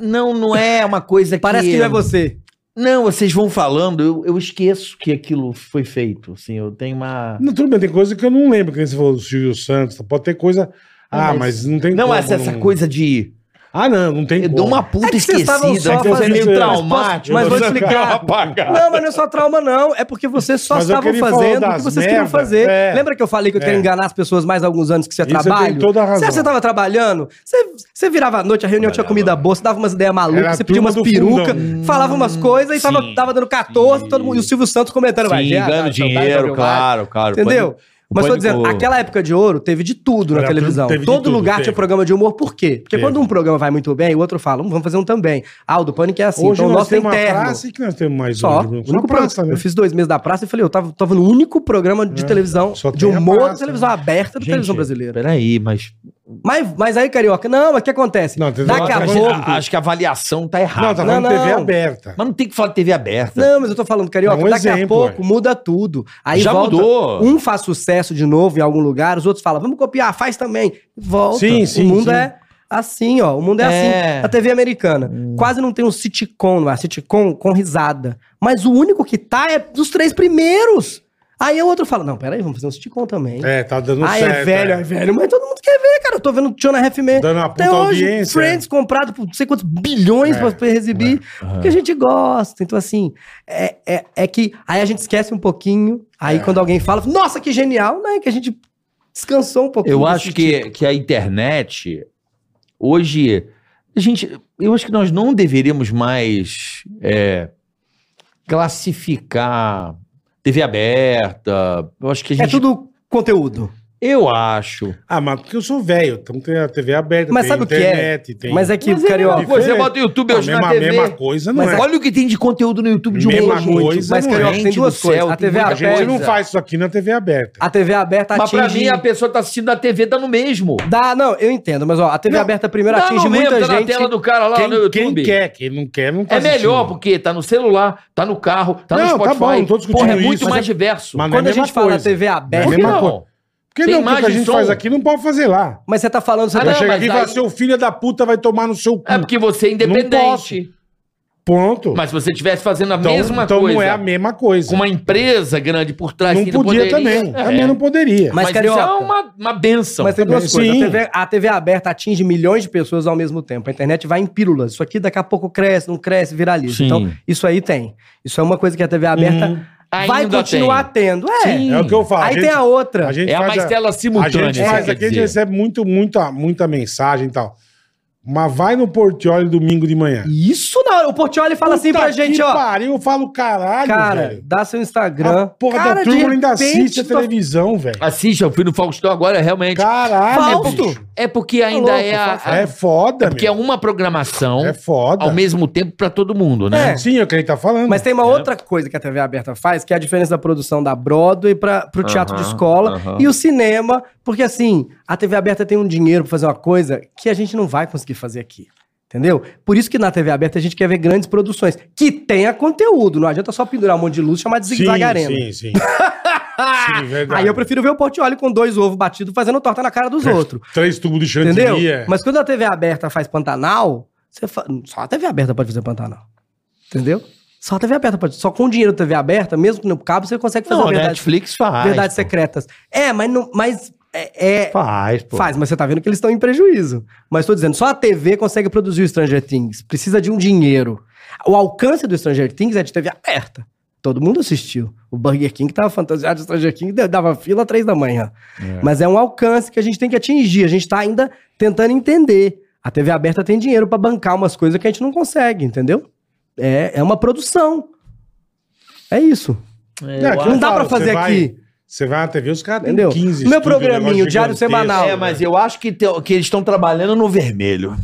[SPEAKER 4] Não, não é uma coisa que.
[SPEAKER 5] Parece que não é você.
[SPEAKER 4] Não, vocês vão falando, eu, eu esqueço que aquilo foi feito. Assim, eu tenho uma.
[SPEAKER 3] não, tudo bem, tem coisa que eu não lembro, que nem você falou do Silvio Santos. tá? Pode ter coisa. Ah,
[SPEAKER 4] Mas-
[SPEAKER 3] mas, não tem
[SPEAKER 4] Não,
[SPEAKER 3] como,
[SPEAKER 4] essa, essa
[SPEAKER 3] não-
[SPEAKER 4] coisa de.
[SPEAKER 3] Ah, não, não tem
[SPEAKER 4] Eu dou uma puta
[SPEAKER 5] É que vocês
[SPEAKER 4] esquecida.
[SPEAKER 5] estavam só
[SPEAKER 4] uma coisa
[SPEAKER 3] fazendo-
[SPEAKER 4] meio
[SPEAKER 3] Mas posso-
[SPEAKER 4] traumática.
[SPEAKER 5] mas vou
[SPEAKER 3] Você
[SPEAKER 5] explicar. Não, mas não é só trauma, não. É porque vocês só
[SPEAKER 3] Mas é o que
[SPEAKER 5] estavam
[SPEAKER 3] ele falou
[SPEAKER 5] fazendo o que
[SPEAKER 3] das
[SPEAKER 5] vocês queriam
[SPEAKER 3] merda.
[SPEAKER 5] fazer.
[SPEAKER 3] É.
[SPEAKER 5] Lembra que eu falei que eu
[SPEAKER 3] É.
[SPEAKER 5] quero enganar as pessoas mais alguns anos que você
[SPEAKER 3] Isso eu
[SPEAKER 5] trabalha?
[SPEAKER 3] tenho toda a razão.
[SPEAKER 5] Você, você tava trabalhando, você, você virava à noite, a reunião tinha comida boa, você dava umas ideias
[SPEAKER 3] Era a
[SPEAKER 5] malucas, você pedia
[SPEAKER 3] turma
[SPEAKER 5] umas
[SPEAKER 3] do
[SPEAKER 5] perucas,
[SPEAKER 3] fundão.
[SPEAKER 5] falava umas coisas e tava,
[SPEAKER 4] Sim,
[SPEAKER 5] tava dando 14,
[SPEAKER 4] sim.
[SPEAKER 5] todo mundo, e o Silvio Santos comentando. vai,
[SPEAKER 4] Sim,
[SPEAKER 5] vai,
[SPEAKER 4] ganho
[SPEAKER 5] vai, vai, vai,
[SPEAKER 4] dinheiro,
[SPEAKER 5] vai.
[SPEAKER 4] claro, claro.
[SPEAKER 5] Entendeu? Mas tô dizendo, aquela época de ouro teve de tudo na
[SPEAKER 3] Era tudo-
[SPEAKER 5] televisão.
[SPEAKER 3] teve de
[SPEAKER 5] Todo
[SPEAKER 3] tudo,
[SPEAKER 5] lugar
[SPEAKER 3] teve.
[SPEAKER 5] tinha programa de humor, por quê? Porque
[SPEAKER 3] Teve.
[SPEAKER 5] quando um programa vai muito bem, o outro fala, "Hum, vamos fazer um também. Ah, o do Pânico é assim,
[SPEAKER 3] Hoje
[SPEAKER 5] então o
[SPEAKER 3] nós
[SPEAKER 5] nosso é
[SPEAKER 3] temos uma
[SPEAKER 5] interno.
[SPEAKER 3] praça e que nós temos né? mais
[SPEAKER 5] Só,
[SPEAKER 3] hoje,
[SPEAKER 5] o
[SPEAKER 3] Bruno?
[SPEAKER 5] único praça, Eu fiz dois meses da praça e falei, eu tava, tava no único programa de televisão,
[SPEAKER 3] É, só
[SPEAKER 5] de
[SPEAKER 3] tem a
[SPEAKER 5] humor,
[SPEAKER 3] praça, né?" é.
[SPEAKER 5] de televisão aberta da televisão brasileira.
[SPEAKER 4] Peraí, mas.
[SPEAKER 5] Mas, mas aí, carioca, não, mas o que acontece?
[SPEAKER 3] Não, televisão
[SPEAKER 5] Daqui a
[SPEAKER 3] aberta-
[SPEAKER 5] pouco...
[SPEAKER 4] a- acho que a avaliação tá errada.
[SPEAKER 3] Ah, Não, tá falando
[SPEAKER 5] Não,
[SPEAKER 3] TV
[SPEAKER 5] não.
[SPEAKER 3] aberta.
[SPEAKER 4] Mas não tem que falar de TV aberta.
[SPEAKER 5] Não, mas eu tô falando, carioca,
[SPEAKER 3] Não, um
[SPEAKER 5] daqui a
[SPEAKER 3] exemplo,
[SPEAKER 5] pouco
[SPEAKER 3] ué.
[SPEAKER 5] muda tudo. Aí
[SPEAKER 4] Já
[SPEAKER 5] volta,
[SPEAKER 4] mudou.
[SPEAKER 5] Um faz sucesso de novo em algum lugar, os outros falam, vamos copiar, faz também. Volta.
[SPEAKER 3] Sim, sim,
[SPEAKER 5] O mundo
[SPEAKER 3] sim.
[SPEAKER 5] é assim, ó. O mundo é,
[SPEAKER 4] É.
[SPEAKER 5] assim. A TV americana.
[SPEAKER 3] Hum.
[SPEAKER 5] Quase não tem um sitcom, não é? Sitcom com risada. Mas o único que tá é dos três primeiros. Aí o outro fala, não, peraí, vamos fazer um sitcom também.
[SPEAKER 3] É, tá dando
[SPEAKER 5] ah,
[SPEAKER 3] certo.
[SPEAKER 5] é velho, é. velho, mas todo mundo quer ver, cara. Eu tô vendo Tiona Halfman.
[SPEAKER 3] Dando uma
[SPEAKER 5] Até
[SPEAKER 3] puta
[SPEAKER 5] hoje,
[SPEAKER 3] audiência,
[SPEAKER 5] Friends comprado por não sei quantos bilhões
[SPEAKER 3] É,
[SPEAKER 5] pra pra exibir, porque a gente gosta. Então, assim, é, é, é que aí a gente esquece um pouquinho.
[SPEAKER 3] É.
[SPEAKER 5] Aí quando alguém fala, nossa, que genial, né? Que a gente descansou um pouquinho.
[SPEAKER 4] Eu
[SPEAKER 5] desse
[SPEAKER 4] acho que, que a internet, hoje, a gente, eu acho que nós não deveríamos mais é, classificar TV aberta. Eu acho que a
[SPEAKER 5] É
[SPEAKER 4] gente.
[SPEAKER 5] tudo conteúdo.
[SPEAKER 4] Eu acho.
[SPEAKER 3] Ah, mas porque eu sou velho, então tem a TV aberta,
[SPEAKER 5] Mas
[SPEAKER 3] tem
[SPEAKER 5] sabe o que é?
[SPEAKER 3] internet, tem...
[SPEAKER 5] Mas é que, carioca.
[SPEAKER 3] mesma coisa,
[SPEAKER 4] Você
[SPEAKER 3] Diferente.
[SPEAKER 4] bota o YouTube
[SPEAKER 3] a
[SPEAKER 4] hoje na
[SPEAKER 3] mesma,
[SPEAKER 4] TV.
[SPEAKER 3] mesma coisa, não
[SPEAKER 5] Mas
[SPEAKER 3] é?
[SPEAKER 5] é-
[SPEAKER 4] Olha o que tem de conteúdo no YouTube de
[SPEAKER 3] Mesma
[SPEAKER 4] hoje.
[SPEAKER 3] coisa,
[SPEAKER 5] mas, é
[SPEAKER 3] não é.
[SPEAKER 5] carioca, tem
[SPEAKER 4] Gente
[SPEAKER 5] duas
[SPEAKER 4] do
[SPEAKER 5] coisas.
[SPEAKER 4] céu,
[SPEAKER 5] a
[SPEAKER 4] tem
[SPEAKER 5] TV
[SPEAKER 4] muita
[SPEAKER 3] A gente
[SPEAKER 5] aberta.
[SPEAKER 3] não faz isso aqui na TV aberta.
[SPEAKER 5] A TV aberta
[SPEAKER 4] Mas pra
[SPEAKER 5] atinge.
[SPEAKER 4] mim, a pessoa tá assistindo na TV, dá no mesmo.
[SPEAKER 5] Dá, não, eu entendo, mas ó, a TV
[SPEAKER 3] Não,
[SPEAKER 5] aberta primeiro
[SPEAKER 4] Dá
[SPEAKER 5] atinge
[SPEAKER 4] no mesmo,
[SPEAKER 5] muita
[SPEAKER 4] tá na
[SPEAKER 5] gente.
[SPEAKER 4] tela do cara lá
[SPEAKER 3] quem,
[SPEAKER 4] no YouTube.
[SPEAKER 3] quem quer, quem não quer, não tá
[SPEAKER 4] É melhor,
[SPEAKER 3] assistindo.
[SPEAKER 4] porque tá no celular, tá no carro, tá no
[SPEAKER 3] Não, tá
[SPEAKER 4] Spotify.
[SPEAKER 3] bom, não tô discutindo
[SPEAKER 4] Porra, é
[SPEAKER 3] isso,
[SPEAKER 4] muito
[SPEAKER 3] mas
[SPEAKER 4] mais
[SPEAKER 3] é-
[SPEAKER 4] diverso.
[SPEAKER 3] mas não é
[SPEAKER 5] Quando a
[SPEAKER 3] mesma
[SPEAKER 5] gente fala
[SPEAKER 3] coisa.
[SPEAKER 5] TV
[SPEAKER 3] Não
[SPEAKER 5] aberta,
[SPEAKER 3] é
[SPEAKER 4] Por que
[SPEAKER 3] mesma
[SPEAKER 4] não?
[SPEAKER 3] coisa. Porque
[SPEAKER 4] Tem
[SPEAKER 3] não, porque o que a
[SPEAKER 4] imagem,
[SPEAKER 3] gente
[SPEAKER 4] som.
[SPEAKER 3] faz aqui não pode fazer lá.
[SPEAKER 5] mas você tá falando sobre
[SPEAKER 4] Ah,
[SPEAKER 3] Vai
[SPEAKER 4] não,
[SPEAKER 3] chegar
[SPEAKER 4] mas
[SPEAKER 3] aqui e falar,
[SPEAKER 4] aí-
[SPEAKER 3] seu filho da puta vai tomar no seu cu.
[SPEAKER 4] É porque você é
[SPEAKER 3] Não posso.
[SPEAKER 4] independente.
[SPEAKER 3] Ponto.
[SPEAKER 4] Mas se você estivesse fazendo a
[SPEAKER 3] então,
[SPEAKER 4] mesma
[SPEAKER 3] então
[SPEAKER 4] coisa
[SPEAKER 3] não é a mesma coisa.
[SPEAKER 4] com uma empresa grande por trás,
[SPEAKER 3] não
[SPEAKER 4] que
[SPEAKER 3] podia também.
[SPEAKER 4] Assim, É.
[SPEAKER 3] Também não poderia.
[SPEAKER 4] Mas,
[SPEAKER 5] Mas,
[SPEAKER 4] isso
[SPEAKER 5] carioca-
[SPEAKER 4] é uma, uma benção.
[SPEAKER 5] Mas tem
[SPEAKER 3] também.
[SPEAKER 5] duas coisas. A
[SPEAKER 3] Sim.
[SPEAKER 5] TV, a TV aberta atinge milhões de pessoas ao mesmo tempo. A internet vai em pílulas. Isso aqui daqui a pouco cresce, não cresce, viraliza.
[SPEAKER 4] Sim.
[SPEAKER 5] Então, isso aí tem. Isso é uma coisa que a TV aberta vai
[SPEAKER 4] Ainda
[SPEAKER 5] continuar tendo. É.
[SPEAKER 4] Sim.
[SPEAKER 3] é o que eu falo.
[SPEAKER 5] Aí tem a outra.
[SPEAKER 3] a gente
[SPEAKER 4] É a
[SPEAKER 3] faz
[SPEAKER 4] mais tela
[SPEAKER 3] A
[SPEAKER 4] simultânea.
[SPEAKER 3] gente
[SPEAKER 4] isso
[SPEAKER 3] faz
[SPEAKER 4] quer
[SPEAKER 3] aqui, a gente
[SPEAKER 4] dizer.
[SPEAKER 3] recebe muito, muita, muita mensagem e tal. Mas vai no Portioli domingo de manhã.
[SPEAKER 5] Isso na hora. O Portioli fala assim
[SPEAKER 3] Puta
[SPEAKER 5] pra
[SPEAKER 3] que
[SPEAKER 5] gente, ó.
[SPEAKER 3] Pariu, eu falo, caralho,
[SPEAKER 5] Cara,
[SPEAKER 3] velho.
[SPEAKER 5] dá seu Instagram.
[SPEAKER 3] A porra
[SPEAKER 5] cara,
[SPEAKER 3] da
[SPEAKER 5] de
[SPEAKER 3] turma ainda
[SPEAKER 5] repente,
[SPEAKER 3] assiste a
[SPEAKER 5] tua-
[SPEAKER 3] televisão, velho.
[SPEAKER 4] Assista, eu fui no Faustão agora, realmente.
[SPEAKER 3] Caralho,
[SPEAKER 5] Fausto.
[SPEAKER 3] bicho.
[SPEAKER 4] É porque ainda
[SPEAKER 5] louco,
[SPEAKER 4] é a...
[SPEAKER 5] Faustão.
[SPEAKER 4] a-
[SPEAKER 3] tá É foda,
[SPEAKER 4] porque um- é uma programação
[SPEAKER 3] É foda.
[SPEAKER 4] ao mesmo tempo pra todo mundo, né?
[SPEAKER 3] Sim, é o que ele tá falando.
[SPEAKER 5] Mas tem uma outra coisa que a TV aberta faz, que é a diferença da produção da Broadway para pro teatro de
[SPEAKER 4] Aham,
[SPEAKER 5] escola
[SPEAKER 4] aham.
[SPEAKER 5] e o cinema, porque assim, a TV aberta tem um dinheiro para fazer uma coisa que a gente não vai conseguir fazer aqui. Entendeu? Por isso que na TV aberta a gente quer ver grandes produções que tenha conteúdo. Não adianta só pendurar um monte de luz e chamar de zigue-zague arena.
[SPEAKER 3] Sim, sim. sim verdade.
[SPEAKER 5] Aí eu prefiro ver o Portioli com dois ovos batidos fazendo torta na cara dos outros.
[SPEAKER 3] Três tubos de chantilly.
[SPEAKER 5] Entendeu?
[SPEAKER 3] é.
[SPEAKER 5] Mas quando a TV aberta faz Pantanal, você fa- só a TV aberta pode fazer Pantanal. Entendeu? Só a TV aberta pode. Só com o dinheiro da TV aberta, mesmo no cabo, você consegue fazer
[SPEAKER 4] Não,
[SPEAKER 5] a
[SPEAKER 4] a
[SPEAKER 5] verdade,
[SPEAKER 4] Netflix faz.
[SPEAKER 5] verdades
[SPEAKER 4] pô.
[SPEAKER 5] secretas. É, mas não, mas é, é-
[SPEAKER 4] Faz, pô.
[SPEAKER 5] faz, mas você tá vendo que eles estão em prejuízo. Mas tô dizendo, só a TV consegue produzir o Stranger Things. Precisa de um dinheiro. O alcance do Stranger Things é de TV aberta. Todo mundo assistiu. O Burger King tava fantasiado de Stranger King, dava fila às três da manhã. Mas é um alcance que a gente tem que atingir. A gente tá ainda tentando entender. A TV aberta tem dinheiro pra bancar umas coisas que a gente não consegue, entendeu? É, é uma produção. É isso.
[SPEAKER 3] É, que eu
[SPEAKER 5] Não dá
[SPEAKER 3] falo,
[SPEAKER 5] pra
[SPEAKER 3] você
[SPEAKER 5] fazer
[SPEAKER 3] vai-
[SPEAKER 5] aqui.
[SPEAKER 3] Você vai na TV, os caras têm
[SPEAKER 5] Entendeu?
[SPEAKER 3] 15
[SPEAKER 5] Meu
[SPEAKER 3] estúdios,
[SPEAKER 5] programinho,
[SPEAKER 3] um negócio
[SPEAKER 5] diário
[SPEAKER 3] gigantesco,
[SPEAKER 5] semanal.
[SPEAKER 4] É, mas eu acho que, te- que eles estão trabalhando no vermelho.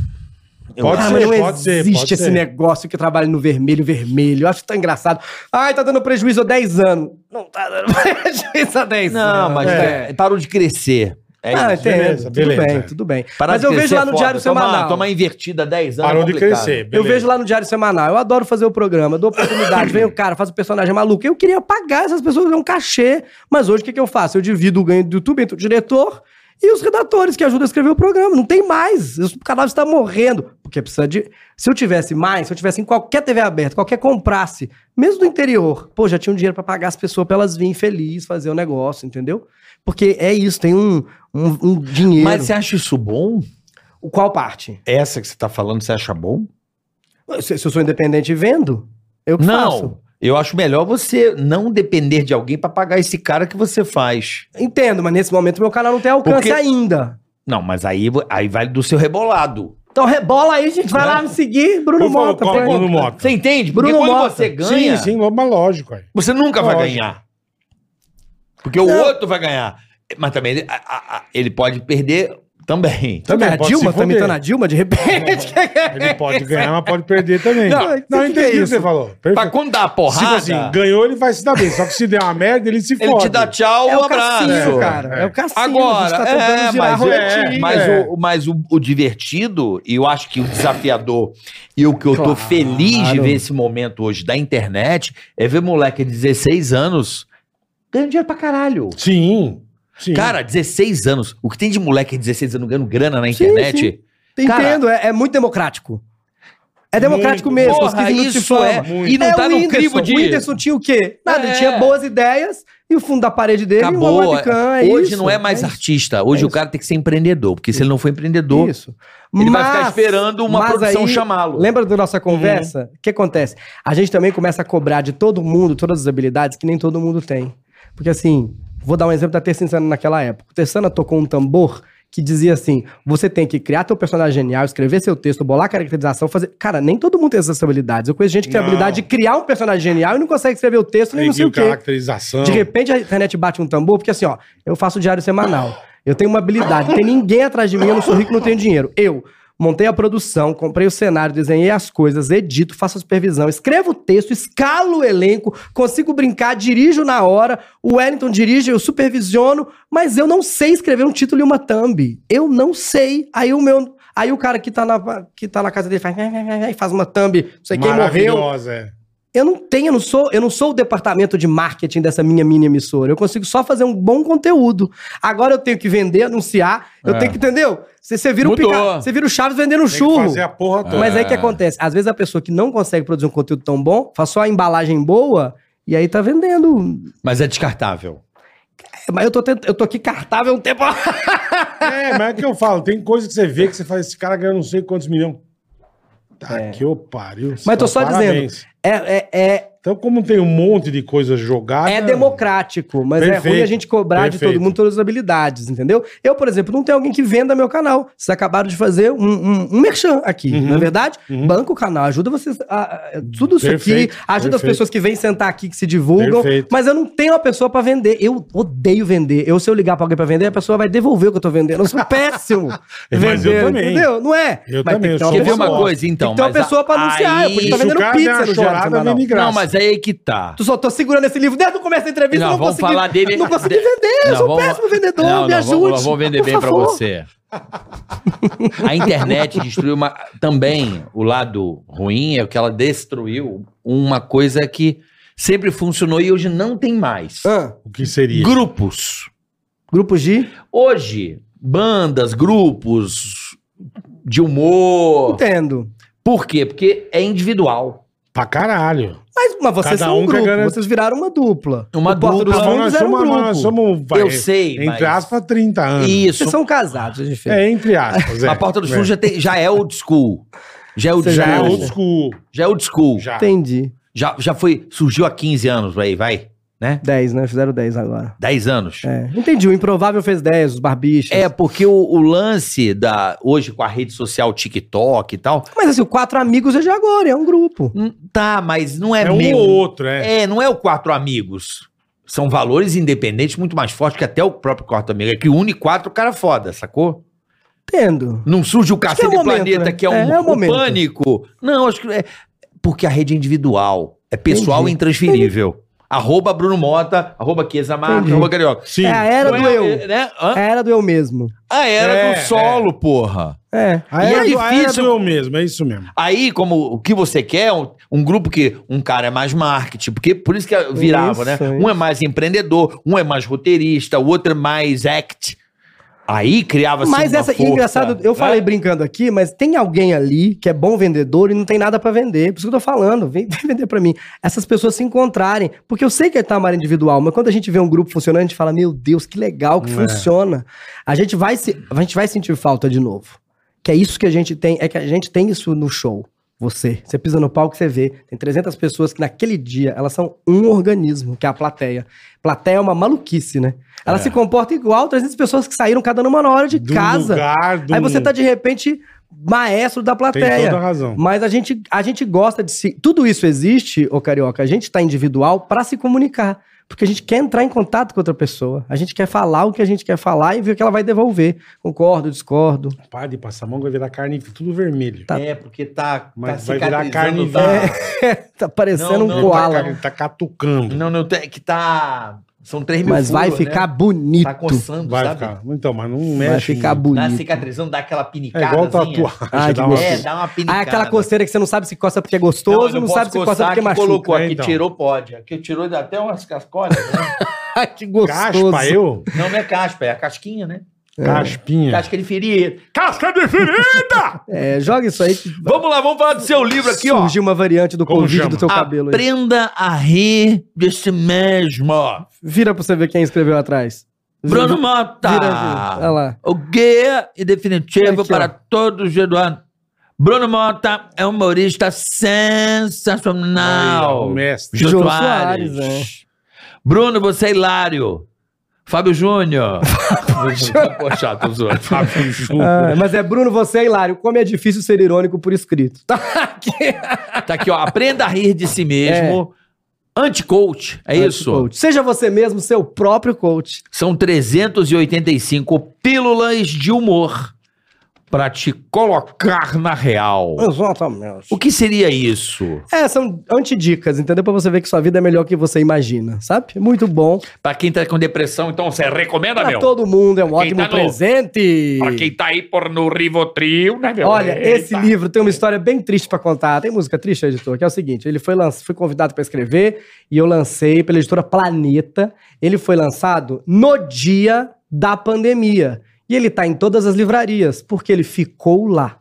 [SPEAKER 4] Eu
[SPEAKER 3] Pode
[SPEAKER 4] acho.
[SPEAKER 5] Ah,
[SPEAKER 3] ser,
[SPEAKER 5] mas não
[SPEAKER 3] pode ser,
[SPEAKER 5] existe
[SPEAKER 3] pode
[SPEAKER 5] esse
[SPEAKER 3] ser.
[SPEAKER 5] negócio que trabalha no vermelho, vermelho. Eu acho tão engraçado. Ai, tá dando prejuízo há 10 anos. Não tá dando prejuízo há 10
[SPEAKER 4] Não,
[SPEAKER 5] anos.
[SPEAKER 4] mas
[SPEAKER 5] É.
[SPEAKER 4] é, parou de crescer. É
[SPEAKER 5] ah,
[SPEAKER 4] isso.
[SPEAKER 5] entendo.
[SPEAKER 3] Beleza,
[SPEAKER 5] tudo
[SPEAKER 3] beleza.
[SPEAKER 5] bem, tudo bem.
[SPEAKER 4] Parar
[SPEAKER 5] mas
[SPEAKER 4] de
[SPEAKER 5] eu
[SPEAKER 4] crescer
[SPEAKER 5] vejo lá
[SPEAKER 4] é
[SPEAKER 5] no
[SPEAKER 4] foda.
[SPEAKER 5] Diário
[SPEAKER 4] Tomar-
[SPEAKER 5] Semanal.
[SPEAKER 4] Tomar invertida há 10 anos.
[SPEAKER 3] Parou
[SPEAKER 4] é
[SPEAKER 3] de
[SPEAKER 4] complicado.
[SPEAKER 3] crescer.
[SPEAKER 5] Eu
[SPEAKER 3] beleza.
[SPEAKER 5] vejo lá no Diário Semanal. Eu adoro fazer o programa, dou oportunidade, vem o cara, faz o personagem maluco. Eu queria pagar essas pessoas, é um cachê. Mas hoje o que, que eu faço? Eu divido o ganho do YouTube entre o diretor e os redatores que ajudam a escrever o programa. Não tem mais. O canal está morrendo. Porque precisa de. Se eu tivesse mais, se eu tivesse em qualquer TV aberta, qualquer comprasse, mesmo do interior, pô, já tinha um dinheiro para pagar as pessoas pra elas virem felizes fazer o negócio, entendeu? Porque é isso, tem um, um, um dinheiro.
[SPEAKER 4] Mas você acha isso bom?
[SPEAKER 5] Qual parte?
[SPEAKER 4] Essa que você tá falando, você acha bom?
[SPEAKER 5] Se, se eu sou independente e vendo, eu que
[SPEAKER 4] Não.
[SPEAKER 5] faço.
[SPEAKER 4] Eu acho melhor você não depender de alguém pra pagar esse cara que você faz.
[SPEAKER 5] Entendo, mas nesse momento meu canal não tem alcance
[SPEAKER 4] Porque-
[SPEAKER 5] ainda.
[SPEAKER 4] Não, mas aí, aí vai do seu rebolado.
[SPEAKER 5] Então rebola aí,
[SPEAKER 4] Né?
[SPEAKER 5] gente. Vai lá me seguir, Bruno
[SPEAKER 3] Por favor,
[SPEAKER 5] Mota.
[SPEAKER 3] coloca
[SPEAKER 5] pô.
[SPEAKER 3] Bruno Mota.
[SPEAKER 4] Você entende? Porque
[SPEAKER 5] Bruno
[SPEAKER 4] quando
[SPEAKER 5] Mota.
[SPEAKER 4] você ganha,
[SPEAKER 3] Sim, sim, mas lógico. aí.
[SPEAKER 4] você nunca vai
[SPEAKER 3] Lógico.
[SPEAKER 4] ganhar. Porque o outro vai ganhar. Mas também ele, a- a- ele pode perder também.
[SPEAKER 5] Tá
[SPEAKER 3] Também
[SPEAKER 5] imitando a
[SPEAKER 3] pode
[SPEAKER 5] Dilma?
[SPEAKER 3] se
[SPEAKER 5] Tá imitando
[SPEAKER 3] fuder.
[SPEAKER 5] a Dilma de repente?
[SPEAKER 3] Ele pode ganhar, mas pode perder também.
[SPEAKER 5] Não,
[SPEAKER 3] Não,
[SPEAKER 5] que
[SPEAKER 3] eu
[SPEAKER 5] que é
[SPEAKER 3] entendi o que
[SPEAKER 5] isso?
[SPEAKER 3] você falou.
[SPEAKER 4] Pra
[SPEAKER 3] Perfeito.
[SPEAKER 4] quando dá a
[SPEAKER 3] Tipo
[SPEAKER 4] porrada,
[SPEAKER 3] assim, ganhou, ele vai se dar bem. Só que se der uma merda, ele se
[SPEAKER 4] ele
[SPEAKER 3] fode.
[SPEAKER 4] te dá tchau, um abraço.
[SPEAKER 5] cassino,
[SPEAKER 3] É,
[SPEAKER 5] cara. É o cassino. a gente
[SPEAKER 4] Agora,
[SPEAKER 5] tá
[SPEAKER 4] é,
[SPEAKER 5] tentando girar a
[SPEAKER 4] mas,
[SPEAKER 5] rotina.
[SPEAKER 4] é, mas
[SPEAKER 3] é.
[SPEAKER 4] o, mas o- o divertido, e eu acho que o desafiador, e o que eu tô
[SPEAKER 5] Claro.
[SPEAKER 4] feliz de ver esse momento hoje da internet, é ver moleque de 16 anos ganhando dinheiro pra caralho.
[SPEAKER 3] Sim, sim.
[SPEAKER 4] Cara, 16 anos. O que tem de moleque de 16 anos ganhando grana na internet?
[SPEAKER 5] Entendo, é, é muito democrático. É democrático
[SPEAKER 3] Muito.
[SPEAKER 5] mesmo, os
[SPEAKER 4] Porra,
[SPEAKER 5] 15 minutos de
[SPEAKER 4] isso é.
[SPEAKER 5] fama.
[SPEAKER 6] Muito.
[SPEAKER 4] E não
[SPEAKER 5] é
[SPEAKER 4] tá
[SPEAKER 5] o
[SPEAKER 4] no
[SPEAKER 5] Whindersson.
[SPEAKER 4] crivo de.
[SPEAKER 5] O Whindersson tinha o quê? Nada,
[SPEAKER 4] É.
[SPEAKER 5] ele tinha boas ideias e o fundo da parede dele e uma
[SPEAKER 4] Acabou.
[SPEAKER 5] webcam. um é
[SPEAKER 4] Hoje
[SPEAKER 5] isso,
[SPEAKER 4] não é mais
[SPEAKER 5] isso.
[SPEAKER 4] artista. Hoje
[SPEAKER 5] É
[SPEAKER 4] o cara tem que ser empreendedor. Porque se ele não for empreendedor,
[SPEAKER 5] Isso.
[SPEAKER 4] ele vai ficar
[SPEAKER 5] Mas-
[SPEAKER 4] esperando uma
[SPEAKER 5] mas
[SPEAKER 4] produção
[SPEAKER 5] aí,
[SPEAKER 4] chamá-lo. Uhum.
[SPEAKER 5] Lembra da nossa conversa? O que acontece? A gente também começa a cobrar de todo mundo todas as habilidades que nem todo mundo tem. Porque assim, vou dar um exemplo da Terciana naquela época. O Terciana tocou um tambor que dizia assim: você tem que criar teu personagem genial, escrever seu texto, bolar caracterização, fazer. Cara, nem todo mundo tem essas habilidades. Eu conheço gente que tem a
[SPEAKER 3] Não.
[SPEAKER 5] habilidade de criar um personagem genial e não consegue escrever o texto nem não sei o quê.
[SPEAKER 3] caracterização.
[SPEAKER 5] De repente a internet bate um tambor, porque assim, ó, eu faço diário semanal. Eu tenho uma habilidade, não tem ninguém atrás de mim, eu não sou rico, não tenho dinheiro. Eu montei a produção, comprei o cenário, desenhei as coisas, edito, faço a supervisão, escrevo o texto, escalo o elenco, consigo brincar, dirijo na hora, o Wellington dirige, eu supervisiono, mas eu não sei escrever um título e uma thumb. Eu não sei. Aí o meu. Aí o cara que tá na, que tá na casa dele faz, e faz uma thumb, não sei quem morreu.
[SPEAKER 3] Maravilhosa, é.
[SPEAKER 5] Eu não tenho, eu não sou, eu não sou o departamento de marketing dessa minha mini emissora. Eu consigo só fazer um bom conteúdo. Agora eu tenho que vender, anunciar. Eu
[SPEAKER 6] É.
[SPEAKER 5] tenho que, entendeu? Você, você vira o
[SPEAKER 6] Mudou.
[SPEAKER 5] pica, você vira o Chaves vendendo
[SPEAKER 3] Tem que
[SPEAKER 5] churro.
[SPEAKER 3] fazer a porra toda.
[SPEAKER 5] Mas aí o que acontece? Às vezes a pessoa que não consegue produzir um conteúdo tão bom, faz só a embalagem boa e aí tá vendendo. É,
[SPEAKER 4] Mas é descartável.
[SPEAKER 5] Mas eu tô, tent- eu tô aqui cartável um tempo.
[SPEAKER 3] É, mas é que eu falo, tem coisa que você vê que você faz, esse cara ganha não sei quantos milhões. Tá que eu pariu.
[SPEAKER 5] É. Mas tô só
[SPEAKER 3] Parabéns.
[SPEAKER 5] É, é, é,
[SPEAKER 3] Então, como tem um monte de coisa jogada.
[SPEAKER 5] é democrático, mas é
[SPEAKER 3] Perfeito,
[SPEAKER 5] ruim a gente cobrar de
[SPEAKER 3] perfeito.
[SPEAKER 5] todo mundo todas as habilidades, entendeu? Eu, por exemplo, não tenho alguém que venda meu canal. Vocês acabaram de fazer um, um, um merchan aqui,
[SPEAKER 3] Uhum,
[SPEAKER 5] não é verdade?
[SPEAKER 3] uhum.
[SPEAKER 5] Banca o canal, ajuda vocês. a- a- tudo isso
[SPEAKER 3] Perfeito,
[SPEAKER 5] aqui, ajuda as
[SPEAKER 3] perfeito.
[SPEAKER 5] pessoas que vêm sentar aqui, que se divulgam.
[SPEAKER 3] Perfeito.
[SPEAKER 5] Mas eu não tenho uma pessoa pra vender. Eu odeio vender. Eu, se eu ligar pra alguém pra vender, a pessoa vai devolver o que eu tô vendendo. Eu sou péssimo.
[SPEAKER 3] É, mas eu também.
[SPEAKER 5] Entendeu? Não é?
[SPEAKER 3] Eu
[SPEAKER 5] Mas
[SPEAKER 3] também,
[SPEAKER 5] tem que ter
[SPEAKER 3] eu
[SPEAKER 5] uma
[SPEAKER 3] sou
[SPEAKER 4] Quer ver
[SPEAKER 5] pessoa.
[SPEAKER 4] uma
[SPEAKER 3] gosto.
[SPEAKER 4] coisa, então?
[SPEAKER 5] Tem que ter uma
[SPEAKER 4] Mas a-
[SPEAKER 5] pessoa pra anunciar. tá Eu
[SPEAKER 4] aí-
[SPEAKER 5] podia estar
[SPEAKER 3] Se o
[SPEAKER 5] vendendo
[SPEAKER 3] cara der
[SPEAKER 5] pizza
[SPEAKER 3] uma
[SPEAKER 5] no Diário
[SPEAKER 3] chorada,
[SPEAKER 5] Semanal.
[SPEAKER 3] vem de graça.
[SPEAKER 4] Não, mas aí é que tá.
[SPEAKER 5] Tu só tô segurando esse livro desde o começo da entrevista,
[SPEAKER 6] Não,
[SPEAKER 5] não, não
[SPEAKER 6] vamos
[SPEAKER 5] consegui.
[SPEAKER 6] falar dele-
[SPEAKER 5] Não consegui vender, eu
[SPEAKER 6] é Não,
[SPEAKER 5] sou um
[SPEAKER 6] vamos-
[SPEAKER 5] péssimo vendedor,
[SPEAKER 6] Não,
[SPEAKER 5] me
[SPEAKER 6] não,
[SPEAKER 5] ajude.
[SPEAKER 6] vou, eu vou vender
[SPEAKER 5] por
[SPEAKER 6] bem pra
[SPEAKER 5] favor.
[SPEAKER 6] você.
[SPEAKER 4] A internet destruiu uma. Também o lado ruim é que ela destruiu uma coisa que sempre funcionou e hoje não tem mais.
[SPEAKER 5] Ah,
[SPEAKER 3] O que seria?
[SPEAKER 4] Grupos.
[SPEAKER 5] grupo G
[SPEAKER 4] Hoje, bandas, grupos de humor.
[SPEAKER 5] entendo.
[SPEAKER 4] Por quê? Porque é individual.
[SPEAKER 3] Pra caralho.
[SPEAKER 5] Mas, mas vocês
[SPEAKER 3] Cada
[SPEAKER 5] são
[SPEAKER 3] um
[SPEAKER 5] um
[SPEAKER 3] quer
[SPEAKER 5] grupo,
[SPEAKER 3] garantir.
[SPEAKER 5] vocês viraram uma dupla.
[SPEAKER 4] Uma
[SPEAKER 5] O Porta
[SPEAKER 4] dupla.
[SPEAKER 5] dos
[SPEAKER 3] Mas
[SPEAKER 5] Fundos
[SPEAKER 3] nós
[SPEAKER 5] era um
[SPEAKER 3] somos, nós
[SPEAKER 5] grupo.
[SPEAKER 3] somos vai,
[SPEAKER 4] Eu sei,
[SPEAKER 3] entre
[SPEAKER 4] mas-
[SPEAKER 3] aspas, 30 anos.
[SPEAKER 4] Isso.
[SPEAKER 5] Vocês são casados, a gente fez.
[SPEAKER 3] É, entre aspas. É.
[SPEAKER 4] A Porta dos
[SPEAKER 3] É.
[SPEAKER 4] Fundos já, tem- já é old school. Já é old
[SPEAKER 5] Você
[SPEAKER 4] school.
[SPEAKER 3] já é
[SPEAKER 5] já-
[SPEAKER 3] old school.
[SPEAKER 4] Já é old school. Já.
[SPEAKER 3] Já.
[SPEAKER 5] Entendi.
[SPEAKER 4] Já, foi. Surgiu há 15 anos aí, vai. Né?
[SPEAKER 5] 10, né? Fizeram 10 agora.
[SPEAKER 4] 10 anos.
[SPEAKER 5] É. Entendi, o Improvável fez 10, os Barbichas.
[SPEAKER 4] É, porque o, o lance da hoje com a rede social TikTok e tal,
[SPEAKER 5] Mas assim, o Quatro Amigos é de agora, é um grupo.
[SPEAKER 4] hum, tá, mas não é,
[SPEAKER 3] É, um
[SPEAKER 4] meu.
[SPEAKER 3] ou outro, é.
[SPEAKER 4] É, não é o quatro amigos. São valores independentes muito mais fortes que até o próprio quarto amigo. É que une quatro cara foda, sacou?
[SPEAKER 5] Entendo.
[SPEAKER 4] Não surge o
[SPEAKER 5] que é
[SPEAKER 4] cacete
[SPEAKER 5] o
[SPEAKER 4] do
[SPEAKER 5] momento,
[SPEAKER 4] planeta
[SPEAKER 5] né?
[SPEAKER 4] que é um,
[SPEAKER 5] É, é o
[SPEAKER 4] um
[SPEAKER 5] momento.
[SPEAKER 4] pânico. Não, acho que é porque a rede é individual, é pessoal
[SPEAKER 5] Entendi.
[SPEAKER 4] e intransferível. Arroba Bruno Mota, arroba Chiesa Marques,
[SPEAKER 5] Entendi.
[SPEAKER 4] arroba Carioca.
[SPEAKER 3] Sim.
[SPEAKER 5] É a era do
[SPEAKER 4] Não é-
[SPEAKER 5] eu.
[SPEAKER 4] Né? Hã?
[SPEAKER 5] A era do eu mesmo.
[SPEAKER 4] A era
[SPEAKER 3] É,
[SPEAKER 4] do solo, porra.
[SPEAKER 5] É.
[SPEAKER 3] A
[SPEAKER 4] E
[SPEAKER 3] era,
[SPEAKER 4] é
[SPEAKER 3] do, a era
[SPEAKER 4] difícil-
[SPEAKER 3] do eu mesmo, é isso mesmo.
[SPEAKER 4] Aí, como o que você quer, um, um grupo que um cara é mais marketing, porque por isso que virava,
[SPEAKER 5] Isso,
[SPEAKER 4] né?
[SPEAKER 5] isso.
[SPEAKER 4] Um é mais empreendedor, um é mais roteirista, o outro é mais act. Aí criava-se
[SPEAKER 5] Mas
[SPEAKER 4] uma
[SPEAKER 5] essa, e
[SPEAKER 4] força,
[SPEAKER 5] engraçado, eu
[SPEAKER 4] né?
[SPEAKER 5] falei brincando aqui, mas tem alguém ali que é bom vendedor e não tem nada pra vender. Por isso que eu tô falando, vem, vem vender pra mim. Essas pessoas se encontrarem, porque eu sei que é tá uma área individual, mas quando a gente vê um grupo funcionando, a gente fala: "Meu Deus, que legal que
[SPEAKER 3] É.
[SPEAKER 5] funciona". A gente vai se a gente vai sentir falta de novo. Que é isso que a gente tem, é que a gente tem isso no show. Você, você pisa no palco, você vê, tem 300 pessoas que naquele dia, elas são um organismo, que é a plateia. Plateia é uma maluquice, né? Ela se comporta igual 300 pessoas que saíram cada numa na hora de
[SPEAKER 3] É. Do
[SPEAKER 5] casa.
[SPEAKER 3] lugar, do-
[SPEAKER 5] Aí você tá de repente maestro da
[SPEAKER 3] Tem toda a
[SPEAKER 5] plateia.
[SPEAKER 3] razão.
[SPEAKER 5] Mas a gente, a gente gosta de se. Tudo isso existe, ô carioca, a gente tá individual pra se comunicar. Porque a gente quer entrar em contato com outra pessoa. A gente quer falar o que a gente quer falar e ver o que ela vai devolver. Concordo, discordo.
[SPEAKER 3] Para de passar a mão, vai virar carne, tudo vermelho.
[SPEAKER 5] Tá.
[SPEAKER 4] É, porque tá,
[SPEAKER 3] Mas
[SPEAKER 4] tá
[SPEAKER 3] vai virar
[SPEAKER 4] cicatrizando,
[SPEAKER 3] carne
[SPEAKER 4] tá...
[SPEAKER 5] tá parecendo
[SPEAKER 4] Não,
[SPEAKER 5] um
[SPEAKER 4] não,
[SPEAKER 5] koala.
[SPEAKER 3] Tá, tá catucando.
[SPEAKER 4] Não, não, tem- que tá... São três mil
[SPEAKER 5] mas vai
[SPEAKER 4] furos, né?
[SPEAKER 5] ficar bonito.
[SPEAKER 4] Tá coçando,
[SPEAKER 3] Vai
[SPEAKER 4] sabe?
[SPEAKER 3] ficar. Então, mas não mexe.
[SPEAKER 5] vai ficar
[SPEAKER 3] muito.
[SPEAKER 4] Tá
[SPEAKER 5] bonito.
[SPEAKER 4] cicatrizando, dá aquela
[SPEAKER 3] É
[SPEAKER 4] pinicada.
[SPEAKER 3] igual tatuagem.
[SPEAKER 5] Ai, que
[SPEAKER 3] dá uma-
[SPEAKER 4] É, dá uma pinicada.
[SPEAKER 5] Ah, aquela coceira que você não sabe se coça porque é gostoso, não, sabe se coça porque
[SPEAKER 4] que
[SPEAKER 5] machuca.
[SPEAKER 4] colocou aqui,
[SPEAKER 3] Então.
[SPEAKER 4] tirou, pode. Aqui tirou dá até umas cascolas, né?
[SPEAKER 5] Ai, que gostoso.
[SPEAKER 3] Caspa, eu?
[SPEAKER 4] Não, não é caspa, é a casquinha, né?
[SPEAKER 3] Caspinha.
[SPEAKER 4] Casca de ferida. Casca de ferida!
[SPEAKER 5] É, joga isso aí. que
[SPEAKER 4] vamos lá, vamos falar do seu livro aqui, ó.
[SPEAKER 5] Surgiu uma variante do
[SPEAKER 3] Como
[SPEAKER 5] Covid
[SPEAKER 3] chama?
[SPEAKER 5] do teu cabelo aí.
[SPEAKER 4] Aprenda a rir de si mesmo.
[SPEAKER 5] Vira pra você ver quem escreveu atrás.
[SPEAKER 4] Bruno Mota.
[SPEAKER 5] Vira, vira. Olha lá.
[SPEAKER 4] O guia e definitivo
[SPEAKER 5] Aqui,
[SPEAKER 4] para
[SPEAKER 5] ó.
[SPEAKER 4] todo Eduardo. Bruno Mota é um humorista sensacional.
[SPEAKER 3] Aí, ó, o mestre.
[SPEAKER 4] Jô
[SPEAKER 5] Jô
[SPEAKER 4] Soares. é.
[SPEAKER 5] Soares,
[SPEAKER 4] Bruno, você é hilário. Fábio Júnior. Poxa, tô zoando.
[SPEAKER 3] Fábio Júnior.
[SPEAKER 5] Ah, mas é Bruno, você é hilário. Como é difícil ser irônico por escrito. Tá aqui.
[SPEAKER 4] Tá aqui, ó. Aprenda a rir de si mesmo. É. Anti-coach, é isso?
[SPEAKER 5] Coach. Seja você mesmo seu próprio coach.
[SPEAKER 4] São 385 pílulas de humor pra te colocar na real.
[SPEAKER 5] Exatamente.
[SPEAKER 4] O que seria isso?
[SPEAKER 5] É, são antidicas, entendeu? Pra você ver que sua vida é melhor que você imagina, sabe? É Muito bom.
[SPEAKER 6] Pra quem tá com depressão, então você recomenda,
[SPEAKER 5] Pra
[SPEAKER 6] meu?
[SPEAKER 5] todo mundo, é um ótimo
[SPEAKER 6] tá no-
[SPEAKER 5] presente.
[SPEAKER 6] Pra quem tá aí por no Rivotril, né, meu?
[SPEAKER 5] Olha,
[SPEAKER 6] Eita.
[SPEAKER 5] esse livro tem uma história bem triste pra contar. Tem música triste, editor? Que é o seguinte: ele foi lanç... fui convidado pra escrever e eu lancei pela editora Planeta. Ele foi lançado no dia da pandemia. E ele tá em todas as livrarias, porque ele ficou lá.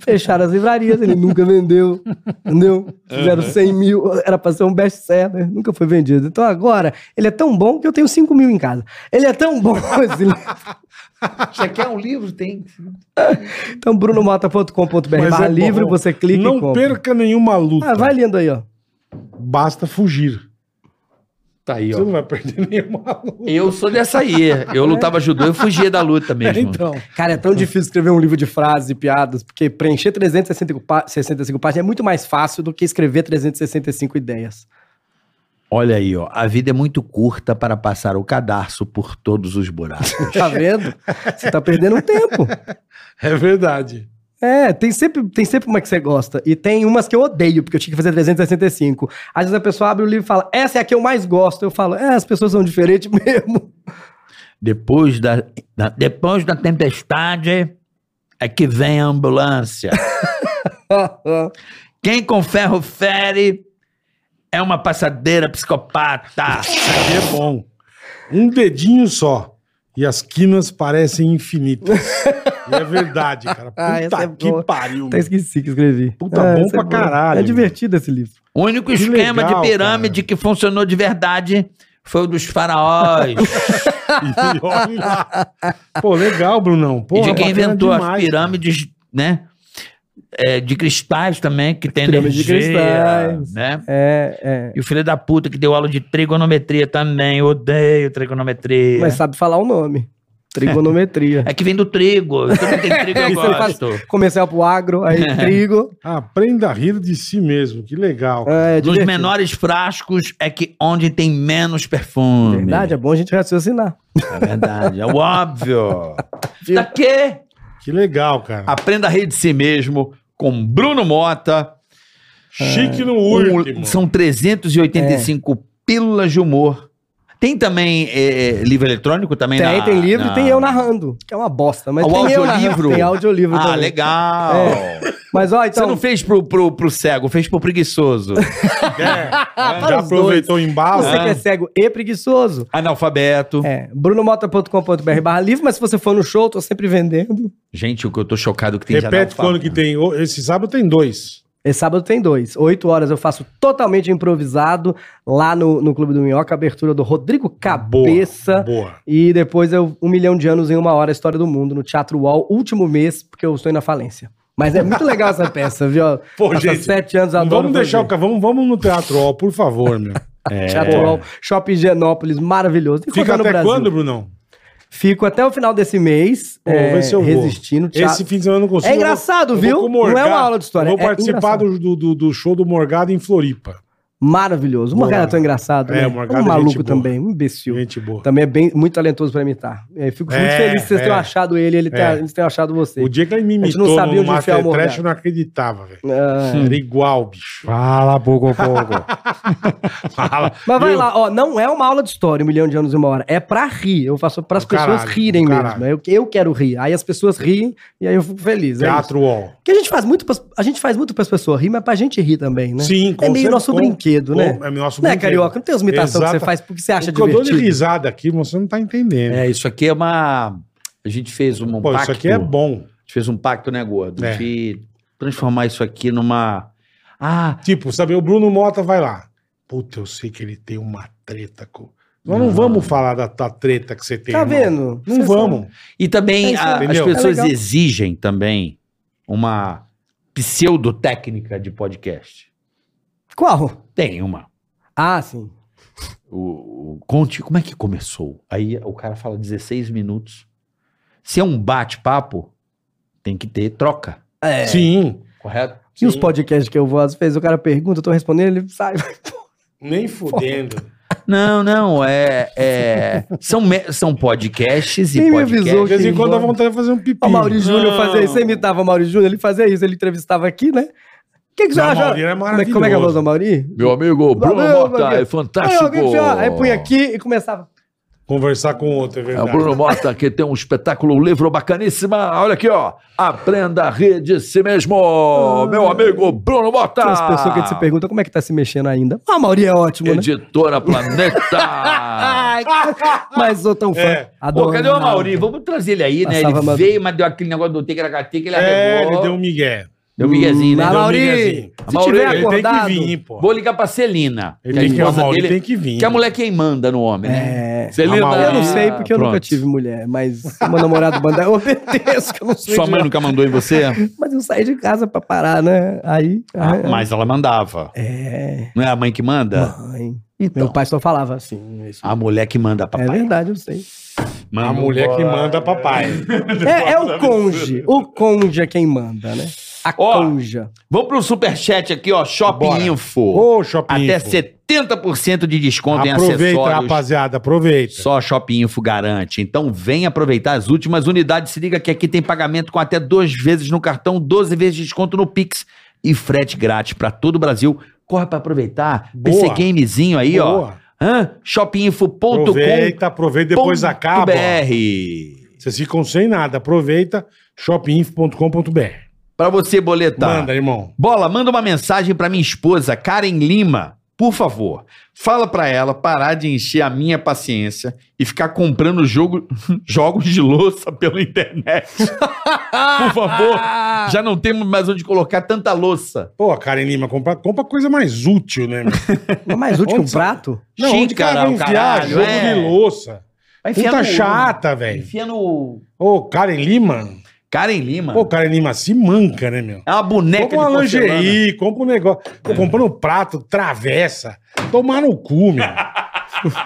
[SPEAKER 5] Fecharam as livrarias, ele nunca vendeu, entendeu? Fizeram 100 mil, era pra ser um best-seller, nunca foi vendido. Então agora, ele é tão bom que eu tenho 5 mil em casa. Ele é tão bom esse livro.
[SPEAKER 4] Você quer um livro? Tem.
[SPEAKER 5] Então, brunomota.com.br
[SPEAKER 3] Mas
[SPEAKER 5] barra
[SPEAKER 3] é bom.
[SPEAKER 5] livro, você clica e
[SPEAKER 3] Não
[SPEAKER 5] compra.
[SPEAKER 3] perca nenhuma luta.
[SPEAKER 5] Ah, vai lendo aí, ó.
[SPEAKER 3] Basta fugir.
[SPEAKER 4] Tá aí,
[SPEAKER 3] Você
[SPEAKER 4] ó.
[SPEAKER 3] não vai perder nenhuma luta.
[SPEAKER 4] Eu sou dessa aí. Eu lutava judô, eu fugia da luta mesmo.
[SPEAKER 3] Então,
[SPEAKER 5] Cara, é tão difícil escrever um livro de frases e piadas, porque preencher 365 pá- 65 páginas é muito mais fácil do que escrever 365 ideias.
[SPEAKER 4] Olha aí, ó. A vida é muito curta para passar o cadarço por todos os buracos.
[SPEAKER 5] Tá vendo? Você tá perdendo tempo.
[SPEAKER 3] é verdade.
[SPEAKER 5] É, tem sempre, tem sempre uma que você gosta. E tem umas que eu odeio, porque eu tinha que fazer 365. Às vezes a pessoa abre o livro e fala, essa é a que eu mais gosto. Eu falo, é, as pessoas são diferentes mesmo.
[SPEAKER 4] Depois da, da- depois da tempestade é que vem a ambulância. Quem com ferro fere é uma passadeira psicopata.
[SPEAKER 3] Aí é bom. Um dedinho só. E as quinas parecem infinitas. e é verdade, cara. Puta
[SPEAKER 5] Ah, essa é
[SPEAKER 3] que
[SPEAKER 5] boa.
[SPEAKER 3] pariu.
[SPEAKER 5] Até
[SPEAKER 3] meu.
[SPEAKER 5] esqueci que escrevi.
[SPEAKER 3] Puta, bom
[SPEAKER 5] esse
[SPEAKER 3] pra
[SPEAKER 5] bom.
[SPEAKER 3] caralho,
[SPEAKER 5] É divertido esse livro.
[SPEAKER 4] O único
[SPEAKER 3] Que
[SPEAKER 4] esquema
[SPEAKER 3] legal,
[SPEAKER 4] de pirâmide que funcionou de verdade foi o dos faraós.
[SPEAKER 3] E olha lá. Pô, legal, Brunão. Pô,
[SPEAKER 4] e de quem
[SPEAKER 3] bacana
[SPEAKER 4] inventou as
[SPEAKER 3] demais,
[SPEAKER 4] pirâmides, né? é, de cristais também, que tem
[SPEAKER 5] Pirâmide de
[SPEAKER 4] energia,
[SPEAKER 5] cristais.
[SPEAKER 4] né?
[SPEAKER 5] É,
[SPEAKER 4] E o filho da puta que deu aula de trigonometria também, eu odeio
[SPEAKER 5] é.
[SPEAKER 4] trigonometria.
[SPEAKER 5] Mas sabe falar o nome. Trigonometria.
[SPEAKER 4] É que vem do trigo, eu também tem trigo eu
[SPEAKER 5] Isso ele faz- é
[SPEAKER 4] gosto.
[SPEAKER 5] Comercial pro agro, aí trigo.
[SPEAKER 3] cara. Aprenda a rir de si mesmo. Que legal.
[SPEAKER 5] É, é
[SPEAKER 4] Nos
[SPEAKER 5] divertido.
[SPEAKER 4] menores frascos é que onde tem menos perfume.
[SPEAKER 5] Verdade, é bom a gente raciocinar.
[SPEAKER 4] É verdade, é o óbvio.
[SPEAKER 5] Viu?
[SPEAKER 4] tá quê?
[SPEAKER 3] Que legal, cara.
[SPEAKER 4] Aprenda a rir de si mesmo com Bruno Mota.
[SPEAKER 5] É.
[SPEAKER 3] Chique no
[SPEAKER 4] Um-
[SPEAKER 3] último.
[SPEAKER 4] são 385
[SPEAKER 5] É.
[SPEAKER 4] pílulas de humor. Tem também é, é, livro eletrônico também
[SPEAKER 5] Tem,
[SPEAKER 4] na-
[SPEAKER 5] tem livro
[SPEAKER 4] na-
[SPEAKER 5] e tem eu narrando, que é uma bosta. Mas
[SPEAKER 4] Ah, o
[SPEAKER 5] tem eu
[SPEAKER 4] audiolivro?
[SPEAKER 5] narrando, Tem audiolivro
[SPEAKER 4] Ah,
[SPEAKER 5] também.
[SPEAKER 4] legal.
[SPEAKER 5] É. Mas ó,
[SPEAKER 4] Você
[SPEAKER 5] então...
[SPEAKER 4] não fez pro, pro, pro cego, fez pro preguiçoso.
[SPEAKER 3] Já
[SPEAKER 5] para os
[SPEAKER 3] É. aproveitou o embalo?
[SPEAKER 4] né?
[SPEAKER 5] Você que é cego e preguiçoso,
[SPEAKER 4] Analfabeto.
[SPEAKER 5] é brunomota.com.br barra livro, mas se você for no show, tô sempre vendendo.
[SPEAKER 4] Gente, o que eu tô chocado que tem
[SPEAKER 3] Repete
[SPEAKER 4] analfabeto.
[SPEAKER 3] quando que tem. O- Esse sábado tem dois.
[SPEAKER 5] Esse sábado tem dois. Oito horas eu faço totalmente improvisado lá no, no Clube do Minhoca, abertura do Rodrigo Cabeça.
[SPEAKER 3] Boa.
[SPEAKER 5] E depois eu, um milhão de anos em uma hora, a história do mundo, no Teatro UOL, último mês, porque eu estou indo na falência. Mas é muito legal essa peça, viu?
[SPEAKER 3] Pô,
[SPEAKER 5] Passa
[SPEAKER 3] gente,
[SPEAKER 5] sete anos,
[SPEAKER 3] Não
[SPEAKER 5] adoro
[SPEAKER 3] vamos deixar o
[SPEAKER 5] fazer.
[SPEAKER 3] ca- vamos, vamos no Teatro Ó, por favor, meu.
[SPEAKER 5] Teatro UOL, Shopping Genópolis, maravilhoso. Tem que
[SPEAKER 3] Fica
[SPEAKER 5] contar no
[SPEAKER 3] até
[SPEAKER 5] Brasil.
[SPEAKER 3] quando, Brunão?
[SPEAKER 5] Fico até o final desse mês,
[SPEAKER 3] Pô,
[SPEAKER 5] é,
[SPEAKER 3] vê se eu vou.
[SPEAKER 5] resistindo. Teatro-
[SPEAKER 3] Esse fim de semana eu não consigo.
[SPEAKER 5] É engraçado,
[SPEAKER 3] eu vou- eu
[SPEAKER 5] viu?
[SPEAKER 3] vou com o
[SPEAKER 5] Não é uma
[SPEAKER 3] Morgado.
[SPEAKER 5] aula de história,
[SPEAKER 3] Eu vou
[SPEAKER 5] é
[SPEAKER 3] participar do, do, do show do Morgado em Floripa.
[SPEAKER 5] Maravilhoso. O
[SPEAKER 3] Boa.
[SPEAKER 5] Morgado é tão engraçado,
[SPEAKER 3] É,
[SPEAKER 5] né?
[SPEAKER 3] o Morgado
[SPEAKER 5] um
[SPEAKER 3] é
[SPEAKER 5] maluco
[SPEAKER 3] gente boa.
[SPEAKER 5] também, um imbecil.
[SPEAKER 3] Gente boa.
[SPEAKER 5] Também é bem, muito talentoso pra imitar. É, fico muito
[SPEAKER 3] É,
[SPEAKER 5] feliz que vocês
[SPEAKER 3] é.
[SPEAKER 5] tenham achado ele, ele
[SPEAKER 3] É.
[SPEAKER 5] tá, eles tenham achado você.
[SPEAKER 3] O dia que ele me
[SPEAKER 5] A gente não
[SPEAKER 3] imitou
[SPEAKER 5] sabia
[SPEAKER 3] no
[SPEAKER 5] onde enfiar
[SPEAKER 3] Master Trash,
[SPEAKER 5] o Morgado.
[SPEAKER 3] eu não acreditava, velho.
[SPEAKER 5] Ah.
[SPEAKER 3] Era igual, bicho.
[SPEAKER 7] Fala, pouco pouco.
[SPEAKER 3] Fala.
[SPEAKER 5] Mas vai
[SPEAKER 3] Viu?
[SPEAKER 5] lá, ó, não é uma aula de história, um milhão de anos e uma hora. É pra rir. Eu faço para as
[SPEAKER 3] Do
[SPEAKER 5] pessoas
[SPEAKER 3] caralho,
[SPEAKER 5] rirem
[SPEAKER 3] do
[SPEAKER 5] mesmo.
[SPEAKER 3] caralho.
[SPEAKER 5] Eu, eu quero rir. Aí as pessoas riem e aí eu fico feliz. É isso.
[SPEAKER 3] Teatro Ó.
[SPEAKER 5] Porque a gente faz muito pras, a gente faz muito para pessoas rir, mas pra gente rir também, né?
[SPEAKER 3] Sim, com
[SPEAKER 5] É meio
[SPEAKER 3] certeza.
[SPEAKER 5] nosso
[SPEAKER 3] Com-
[SPEAKER 5] medo, né?
[SPEAKER 3] Pô, é nosso
[SPEAKER 5] Não é
[SPEAKER 3] brinquedo.
[SPEAKER 5] carioca, não tem os imitação que
[SPEAKER 3] Exata-
[SPEAKER 5] você faz porque você acha
[SPEAKER 3] o que eu dou de
[SPEAKER 5] divertido.
[SPEAKER 3] risada aqui, você não tá entendendo.
[SPEAKER 4] É, isso aqui é uma. A gente fez um
[SPEAKER 3] Pô,
[SPEAKER 4] pacto.
[SPEAKER 3] isso aqui é
[SPEAKER 4] A
[SPEAKER 3] bom.
[SPEAKER 4] gente fez um pacto, né, Gordo?
[SPEAKER 3] É.
[SPEAKER 4] De transformar isso aqui numa. Ah,
[SPEAKER 3] Tipo, sabe, o Bruno Mota vai lá. Puta, eu sei que ele tem uma treta com. Nós não, vamos falar da, da treta que você tem.
[SPEAKER 5] Tá
[SPEAKER 3] irmão.
[SPEAKER 5] vendo?
[SPEAKER 3] Não
[SPEAKER 5] Você
[SPEAKER 3] vamos.
[SPEAKER 4] e
[SPEAKER 5] É
[SPEAKER 4] também
[SPEAKER 5] isso,
[SPEAKER 4] a- as
[SPEAKER 3] entendeu?
[SPEAKER 5] É
[SPEAKER 4] pessoas
[SPEAKER 5] legal.
[SPEAKER 4] exigem também uma pseudotécnica de podcast.
[SPEAKER 5] sabe. Qual?
[SPEAKER 4] Tem uma.
[SPEAKER 5] Ah, sim.
[SPEAKER 4] O, o- conte como é que começou. Aí o cara fala 16 minutos. Se é um bate-papo, tem que ter troca.
[SPEAKER 5] É.
[SPEAKER 3] Sim.
[SPEAKER 4] Correto?
[SPEAKER 5] E os podcasts que eu vou, às vezes, o cara pergunta, eu tô respondendo, ele sai.
[SPEAKER 3] Nem fudendo.
[SPEAKER 4] Não, não, é. é- são, me- são podcasts e
[SPEAKER 5] Quem me
[SPEAKER 4] podcasts.
[SPEAKER 5] avisou
[SPEAKER 3] De vez em
[SPEAKER 5] Sim,
[SPEAKER 3] quando dá
[SPEAKER 5] bora.
[SPEAKER 3] vontade de fazer um pipi.
[SPEAKER 5] O Mauri Júnior
[SPEAKER 4] Não.
[SPEAKER 5] fazia isso, você imitava o Mauri Júnior, ele fazia isso, ele entrevistava aqui, né? O que, que você
[SPEAKER 3] Não,
[SPEAKER 5] acha?
[SPEAKER 3] o Mauri era
[SPEAKER 5] como, é, como é que é a voz do Mauri?
[SPEAKER 6] Meu amigo, Bruno
[SPEAKER 5] Meu amigo.
[SPEAKER 6] Mota é
[SPEAKER 4] Tá
[SPEAKER 5] Aí,
[SPEAKER 6] fantástico.
[SPEAKER 5] alguém dizia, aí punha aqui e começava.
[SPEAKER 3] Conversar com outro, é
[SPEAKER 6] É o
[SPEAKER 3] verdade.
[SPEAKER 6] Bruno Mota que tem um espetáculo, um livro bacaníssima. Olha aqui, ó. Aprenda a rir de si mesmo. Meu amigo Bruno Mota.
[SPEAKER 5] Tem umas
[SPEAKER 4] Ah.
[SPEAKER 5] pessoas que se perguntam como é que tá se mexendo ainda. Ah, Mauri é ótimo, né?
[SPEAKER 6] Editora Planeta.
[SPEAKER 5] Ai, mas sou tão fã.
[SPEAKER 3] É.
[SPEAKER 4] Pô,
[SPEAKER 5] Adoro
[SPEAKER 4] cadê o
[SPEAKER 5] Ronaldo.
[SPEAKER 4] Mauri? Vamos trazer ele aí, né?
[SPEAKER 5] Passava
[SPEAKER 4] Ele
[SPEAKER 5] uma-
[SPEAKER 4] veio, mas deu aquele negócio do ticaracatica, ele
[SPEAKER 3] É,
[SPEAKER 4] arregou.
[SPEAKER 3] ele deu um migué.
[SPEAKER 4] Deu um miguezinho, né?
[SPEAKER 5] Ah,
[SPEAKER 3] Deu um
[SPEAKER 5] Mauri,
[SPEAKER 3] miguezinho.
[SPEAKER 5] se
[SPEAKER 4] Mauri,
[SPEAKER 5] tiver
[SPEAKER 3] Ele
[SPEAKER 5] acordado...
[SPEAKER 3] tem que vir, pô.
[SPEAKER 4] Vou ligar pra Celina. é
[SPEAKER 3] Ele tem que, o Mauri tem que vir.
[SPEAKER 4] que a mulher quem manda no homem, né?
[SPEAKER 5] É...
[SPEAKER 3] A Mauri-
[SPEAKER 5] Eu não sei, porque eu nunca
[SPEAKER 4] Pronto.
[SPEAKER 5] tive mulher, mas meu namorado banda eu obedeço, que eu não sei
[SPEAKER 4] Sua
[SPEAKER 5] de
[SPEAKER 4] mãe
[SPEAKER 5] nada.
[SPEAKER 4] nunca mandou em você?
[SPEAKER 5] Mas eu saí de casa pra parar, né? Aí...
[SPEAKER 4] Ah,
[SPEAKER 5] aí-
[SPEAKER 4] mas ela mandava.
[SPEAKER 5] É...
[SPEAKER 4] Não é a mãe que manda?
[SPEAKER 5] Mãe...
[SPEAKER 4] Então,
[SPEAKER 5] Meu pai só falava assim.
[SPEAKER 3] é
[SPEAKER 5] isso.
[SPEAKER 4] a mulher que manda,
[SPEAKER 5] É
[SPEAKER 4] papai.
[SPEAKER 5] verdade, eu sei.
[SPEAKER 4] Manda
[SPEAKER 3] A
[SPEAKER 4] um
[SPEAKER 3] mulher que
[SPEAKER 4] bola.
[SPEAKER 3] manda papai.
[SPEAKER 5] É, é o conge. O conge é quem manda, né? A
[SPEAKER 4] Ó.
[SPEAKER 5] conja.
[SPEAKER 4] Vamos pro superchat aqui, ó. Shopping
[SPEAKER 3] Bora.
[SPEAKER 4] Info.
[SPEAKER 3] Ô, Shopping
[SPEAKER 4] Até
[SPEAKER 3] Info.
[SPEAKER 4] 70% de desconto em
[SPEAKER 3] Aproveita,
[SPEAKER 4] acessórios.
[SPEAKER 3] rapaziada, aproveita.
[SPEAKER 4] Só a Shopping Info garante. Então vem aproveitar as últimas unidades. Se liga que aqui tem pagamento com até duas vezes no cartão, 12 vezes de desconto no Pix e frete grátis para todo o Brasil. Corre para aproveitar.
[SPEAKER 3] Boa.
[SPEAKER 4] PC Gamezinho aí, ó.
[SPEAKER 3] Boa.
[SPEAKER 4] Hã? Shoppinginfo.com.br
[SPEAKER 3] Aproveita, aproveita, depois acaba. ó. Vocês ficam sem nada. Aproveita, shopinfo.com.br.
[SPEAKER 4] Para você boletar.
[SPEAKER 3] Manda, irmão.
[SPEAKER 4] Bola, manda uma mensagem pra minha esposa, Karen Lima. Por favor, fala pra ela parar de encher a minha paciência e ficar comprando jogo, jogos de louça pela internet. Por favor, já não temos mais onde colocar tanta louça.
[SPEAKER 3] Pô, Karen Lima, compra, compra coisa mais útil, né, meu?
[SPEAKER 5] Mas mais útil que um
[SPEAKER 3] Onde-
[SPEAKER 5] prato?
[SPEAKER 3] Não, onde o cara vai enfiar
[SPEAKER 4] caralho,
[SPEAKER 3] jogo
[SPEAKER 4] é.
[SPEAKER 3] de louça?
[SPEAKER 4] Vai enfiar
[SPEAKER 3] Puta
[SPEAKER 4] no-
[SPEAKER 3] chata, velho.
[SPEAKER 4] Enfia no.
[SPEAKER 3] Ô, Karen Lima.
[SPEAKER 4] Karen Lima.
[SPEAKER 3] Pô, Karen Lima se manca, né, meu?
[SPEAKER 4] é uma boneca
[SPEAKER 3] Compra uma
[SPEAKER 4] porcelana.
[SPEAKER 3] lingerie, compra um negócio. Tô comprando prato, travessa. Tomar no cu, meu.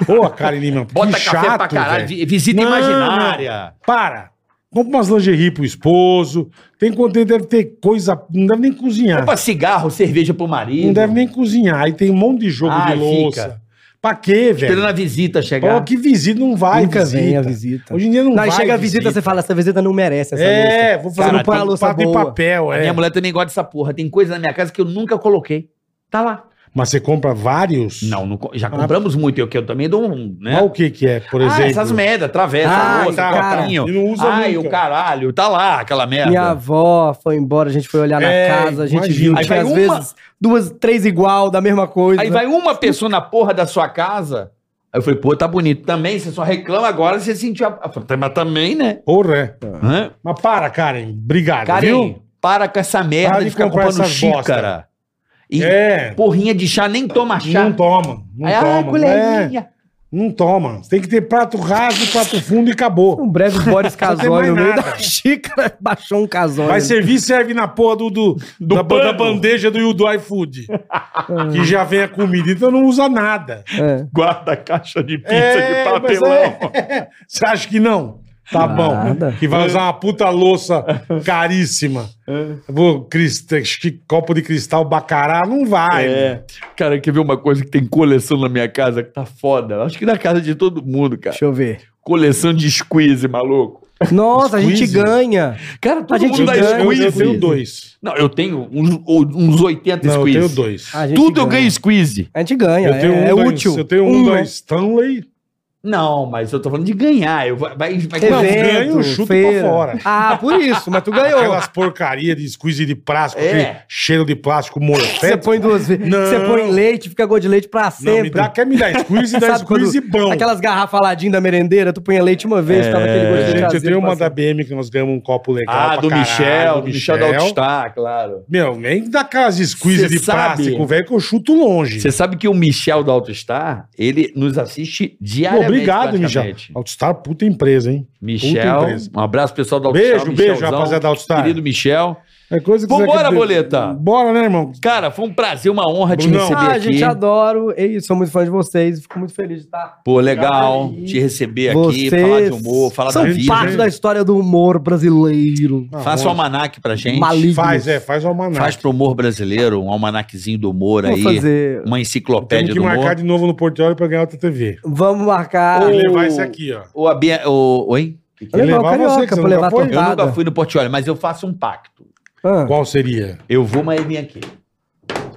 [SPEAKER 3] Pô, Karen Lima, que
[SPEAKER 4] Bota café
[SPEAKER 3] chato,
[SPEAKER 4] pra caralho.
[SPEAKER 3] velho.
[SPEAKER 4] vi- Visita
[SPEAKER 3] Não,
[SPEAKER 4] imaginária.
[SPEAKER 3] Para. Compra umas lingerie pro esposo. Tem conteúdo, deve ter coisa. Não deve nem cozinhar.
[SPEAKER 4] Compra É cigarro, cerveja pro marido.
[SPEAKER 3] Não deve nem cozinhar. Aí tem um monte de jogo
[SPEAKER 4] Ah,
[SPEAKER 3] de
[SPEAKER 4] fica.
[SPEAKER 3] louça. Pra quê,
[SPEAKER 4] Esperando
[SPEAKER 3] velho?
[SPEAKER 4] a visita chegar.
[SPEAKER 3] Pô, que visita não vai,
[SPEAKER 5] Nunca
[SPEAKER 3] visita.
[SPEAKER 5] vem a visita.
[SPEAKER 3] Hoje em dia não,
[SPEAKER 5] Não,
[SPEAKER 3] vai.
[SPEAKER 5] aí chega a visita, você fala, essa visita não merece essa
[SPEAKER 3] É, vou fazer um
[SPEAKER 5] Cara, põe a
[SPEAKER 3] prato-
[SPEAKER 5] louça
[SPEAKER 3] prato em
[SPEAKER 5] boa.
[SPEAKER 3] papel,
[SPEAKER 4] A
[SPEAKER 3] é.
[SPEAKER 4] minha mulher também gosta dessa porra. Tem coisa na minha casa que eu nunca coloquei. Tá lá.
[SPEAKER 3] Mas você compra vários?
[SPEAKER 4] Não, não co- já
[SPEAKER 6] Ah,
[SPEAKER 4] compramos muito. Eu que eu também dou um, né?
[SPEAKER 3] Mas o que que é, por exemplo?
[SPEAKER 4] Ah, essas merda, travessa,
[SPEAKER 6] Ah,
[SPEAKER 5] Ai,
[SPEAKER 4] louça,
[SPEAKER 6] tá,
[SPEAKER 5] cara.
[SPEAKER 4] copinho.
[SPEAKER 3] E não usa
[SPEAKER 4] Ai,
[SPEAKER 3] nunca.
[SPEAKER 4] o caralho, tá lá aquela merda.
[SPEAKER 5] Minha avó foi embora, a gente foi olhar na
[SPEAKER 3] É,
[SPEAKER 5] casa, a gente
[SPEAKER 3] imagina.
[SPEAKER 5] viu
[SPEAKER 4] Aí
[SPEAKER 5] que
[SPEAKER 4] vai
[SPEAKER 5] às
[SPEAKER 4] uma-
[SPEAKER 5] vezes duas, três igual, da mesma coisa.
[SPEAKER 4] Aí vai uma pessoa na porra da sua casa. Aí eu falei, pô, tá bonito também. Você só reclama agora, você sentiu a. Eu falei, Mas também, né?
[SPEAKER 3] Porra, é.
[SPEAKER 6] Ah.
[SPEAKER 4] Hã?
[SPEAKER 3] Mas para, Karen. Obrigado,
[SPEAKER 4] Karen,
[SPEAKER 3] viu?
[SPEAKER 4] para com essa merda
[SPEAKER 3] Para
[SPEAKER 4] de
[SPEAKER 3] de
[SPEAKER 4] ficar
[SPEAKER 3] comprar
[SPEAKER 4] comprando
[SPEAKER 3] essas bosta.
[SPEAKER 4] xícara. E
[SPEAKER 3] É.
[SPEAKER 4] porrinha de chá, nem toma chá.
[SPEAKER 3] Não toma. Não
[SPEAKER 4] Aí, ah,
[SPEAKER 3] toma.
[SPEAKER 4] colherinha.
[SPEAKER 3] é, não toma. Você tem que ter prato raso, prato fundo e acabou.
[SPEAKER 5] Um breve Boris Casói
[SPEAKER 3] mais
[SPEAKER 5] no meio
[SPEAKER 3] nada.
[SPEAKER 5] da xícara, baixou um casói.
[SPEAKER 3] Vai servir, serve na porra do, do- da, ba- da bandeja do, do iFood. que já vem a comida, então não usa nada.
[SPEAKER 5] É.
[SPEAKER 6] Guarda a caixa de pizza
[SPEAKER 3] É,
[SPEAKER 6] de
[SPEAKER 3] mas
[SPEAKER 6] papelão.
[SPEAKER 3] é. Você acha que não? Tá
[SPEAKER 5] Nada.
[SPEAKER 3] bom. Que vai usar uma puta louça caríssima.
[SPEAKER 4] É.
[SPEAKER 3] Vou, crist- chi- copo de cristal bacará, não vai.
[SPEAKER 6] É. Cara, quer ver uma coisa que tem coleção na minha casa que tá foda? Acho que na casa de todo mundo, cara.
[SPEAKER 5] Deixa eu ver.
[SPEAKER 6] Coleção de squeeze, maluco.
[SPEAKER 5] Nossa, a gente
[SPEAKER 3] Squeeze.
[SPEAKER 5] ganha.
[SPEAKER 6] Cara, todo
[SPEAKER 5] A gente
[SPEAKER 6] mundo dá
[SPEAKER 3] Eu,
[SPEAKER 5] ganha,
[SPEAKER 3] eu,
[SPEAKER 6] squeeze.
[SPEAKER 3] eu tenho dois.
[SPEAKER 6] Não, eu tenho uns, uns 80
[SPEAKER 3] Não, eu
[SPEAKER 6] squeeze.
[SPEAKER 3] tenho dois.
[SPEAKER 5] A gente
[SPEAKER 6] Tudo eu
[SPEAKER 5] ganha.
[SPEAKER 6] ganho squeeze.
[SPEAKER 5] A gente ganha,
[SPEAKER 3] Eu tenho
[SPEAKER 5] é,
[SPEAKER 3] um
[SPEAKER 5] é
[SPEAKER 3] da-
[SPEAKER 5] útil.
[SPEAKER 3] Eu tenho um da
[SPEAKER 5] né?
[SPEAKER 3] Stanley
[SPEAKER 4] Não, mas eu tô falando de ganhar. Eu, vai, vai, vai-
[SPEAKER 3] Não,
[SPEAKER 5] Evento,
[SPEAKER 3] ganha o chute pra
[SPEAKER 5] feira.
[SPEAKER 3] fora.
[SPEAKER 5] Ah, por isso, mas tu ganhou.
[SPEAKER 3] Aquelas porcaria de squeeze de plástico,
[SPEAKER 4] É.
[SPEAKER 3] que cheiro de plástico
[SPEAKER 5] Que Você
[SPEAKER 3] morfético.
[SPEAKER 5] põe duas vezes.
[SPEAKER 3] Não.
[SPEAKER 5] Que Você põe leite, fica gol de leite pra
[SPEAKER 3] Não,
[SPEAKER 5] sempre.
[SPEAKER 3] me dá, quer me dar squeeze, dá
[SPEAKER 5] Sabe quando-
[SPEAKER 3] squeeze bom. É.
[SPEAKER 5] Aquelas garrafas ladinho da merendeira, tu punha leite uma vez, tava aquele gosto de
[SPEAKER 3] Gente, eu
[SPEAKER 5] traseiro
[SPEAKER 3] tenho uma da
[SPEAKER 5] pra
[SPEAKER 3] BM que nós ganhamos um copo legal.
[SPEAKER 4] Ah,
[SPEAKER 3] pra
[SPEAKER 4] do
[SPEAKER 3] caralho,
[SPEAKER 4] Michel, do Michel da Altstar, claro.
[SPEAKER 3] Meu, nem dá aquelas squeeze
[SPEAKER 4] Cê
[SPEAKER 3] de
[SPEAKER 4] sabe?
[SPEAKER 3] plástico, velho, que eu chuto longe.
[SPEAKER 4] Você sabe que o Michel da Autostar, ele nos assiste
[SPEAKER 3] Pô,
[SPEAKER 4] diariamente.
[SPEAKER 3] obrigado, Michel.
[SPEAKER 4] praticamente.
[SPEAKER 3] Altstar, puta empresa, hein?
[SPEAKER 4] Michel,
[SPEAKER 3] empresa.
[SPEAKER 4] um abraço pessoal da Autostar.
[SPEAKER 3] Beijo, beijo,
[SPEAKER 4] Michelzão,
[SPEAKER 3] rapaziada da Altstar.
[SPEAKER 4] Querido Michel.
[SPEAKER 3] É coisa que
[SPEAKER 4] Vambora,
[SPEAKER 3] você-
[SPEAKER 4] Boleta.
[SPEAKER 3] Bora, né, irmão?
[SPEAKER 4] Cara, foi um prazer, uma honra te
[SPEAKER 3] Brunão.
[SPEAKER 4] receber
[SPEAKER 5] Ah,
[SPEAKER 4] aqui.
[SPEAKER 5] gente, adoro. É isso, sou muito fã de vocês. Fico muito feliz de estar.
[SPEAKER 4] Pô, legal
[SPEAKER 5] Obrigado aí.
[SPEAKER 4] te receber aqui,
[SPEAKER 5] Vocês
[SPEAKER 4] falar de humor, falar
[SPEAKER 5] são
[SPEAKER 4] da vida.
[SPEAKER 5] parte
[SPEAKER 3] né?
[SPEAKER 5] da história do humor brasileiro.
[SPEAKER 3] Ah,
[SPEAKER 4] Faça o
[SPEAKER 3] vamos-
[SPEAKER 4] almanac pra gente.
[SPEAKER 5] Maligno.
[SPEAKER 3] Faz, é, faz o almanac.
[SPEAKER 4] Faz pro humor brasileiro, um almanaczinho do humor
[SPEAKER 5] Vou
[SPEAKER 4] aí.
[SPEAKER 5] fazer.
[SPEAKER 4] Uma
[SPEAKER 3] Temos
[SPEAKER 4] enciclopédia
[SPEAKER 3] que
[SPEAKER 4] do humor.
[SPEAKER 3] marcar de novo no Portiolho pra ganhar outra TV.
[SPEAKER 5] Vamos marcar.
[SPEAKER 3] E
[SPEAKER 4] Ô,
[SPEAKER 3] levar esse aqui, ó.
[SPEAKER 4] Ou a Bia... ou- Oi?
[SPEAKER 5] Eu levar o Carioca pra
[SPEAKER 3] nunca
[SPEAKER 5] levar
[SPEAKER 3] foi.
[SPEAKER 5] todo-
[SPEAKER 4] Eu
[SPEAKER 5] Nada.
[SPEAKER 4] nunca fui no Portiolho, mas eu faço um pacto.
[SPEAKER 5] Ah,
[SPEAKER 3] Qual seria?
[SPEAKER 4] Eu vou, mas ele vem aqui.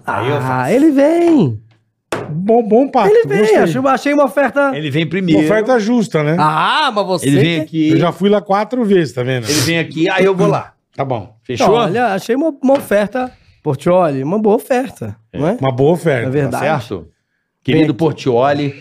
[SPEAKER 4] Aí eu
[SPEAKER 5] Ah, ele vem.
[SPEAKER 3] Bom, bom pacto.
[SPEAKER 5] Ele vem.
[SPEAKER 3] gostei.
[SPEAKER 5] Achei, achei uma oferta.
[SPEAKER 4] Ele vem
[SPEAKER 3] Uma
[SPEAKER 4] primeiro.
[SPEAKER 3] oferta justa, né?
[SPEAKER 5] Ah, mas você.
[SPEAKER 4] Ele vem aqui.
[SPEAKER 3] Eu já fui lá quatro vezes, tá vendo?
[SPEAKER 4] Ele vem aqui, aí eu vou lá.
[SPEAKER 3] Tá bom.
[SPEAKER 4] Fechou?
[SPEAKER 5] Olha, achei uma, uma oferta. Portioli, uma boa oferta. Não é?
[SPEAKER 3] Uma boa oferta.
[SPEAKER 5] Na
[SPEAKER 4] Tá
[SPEAKER 5] verdade.
[SPEAKER 4] certo? Querido Portioli,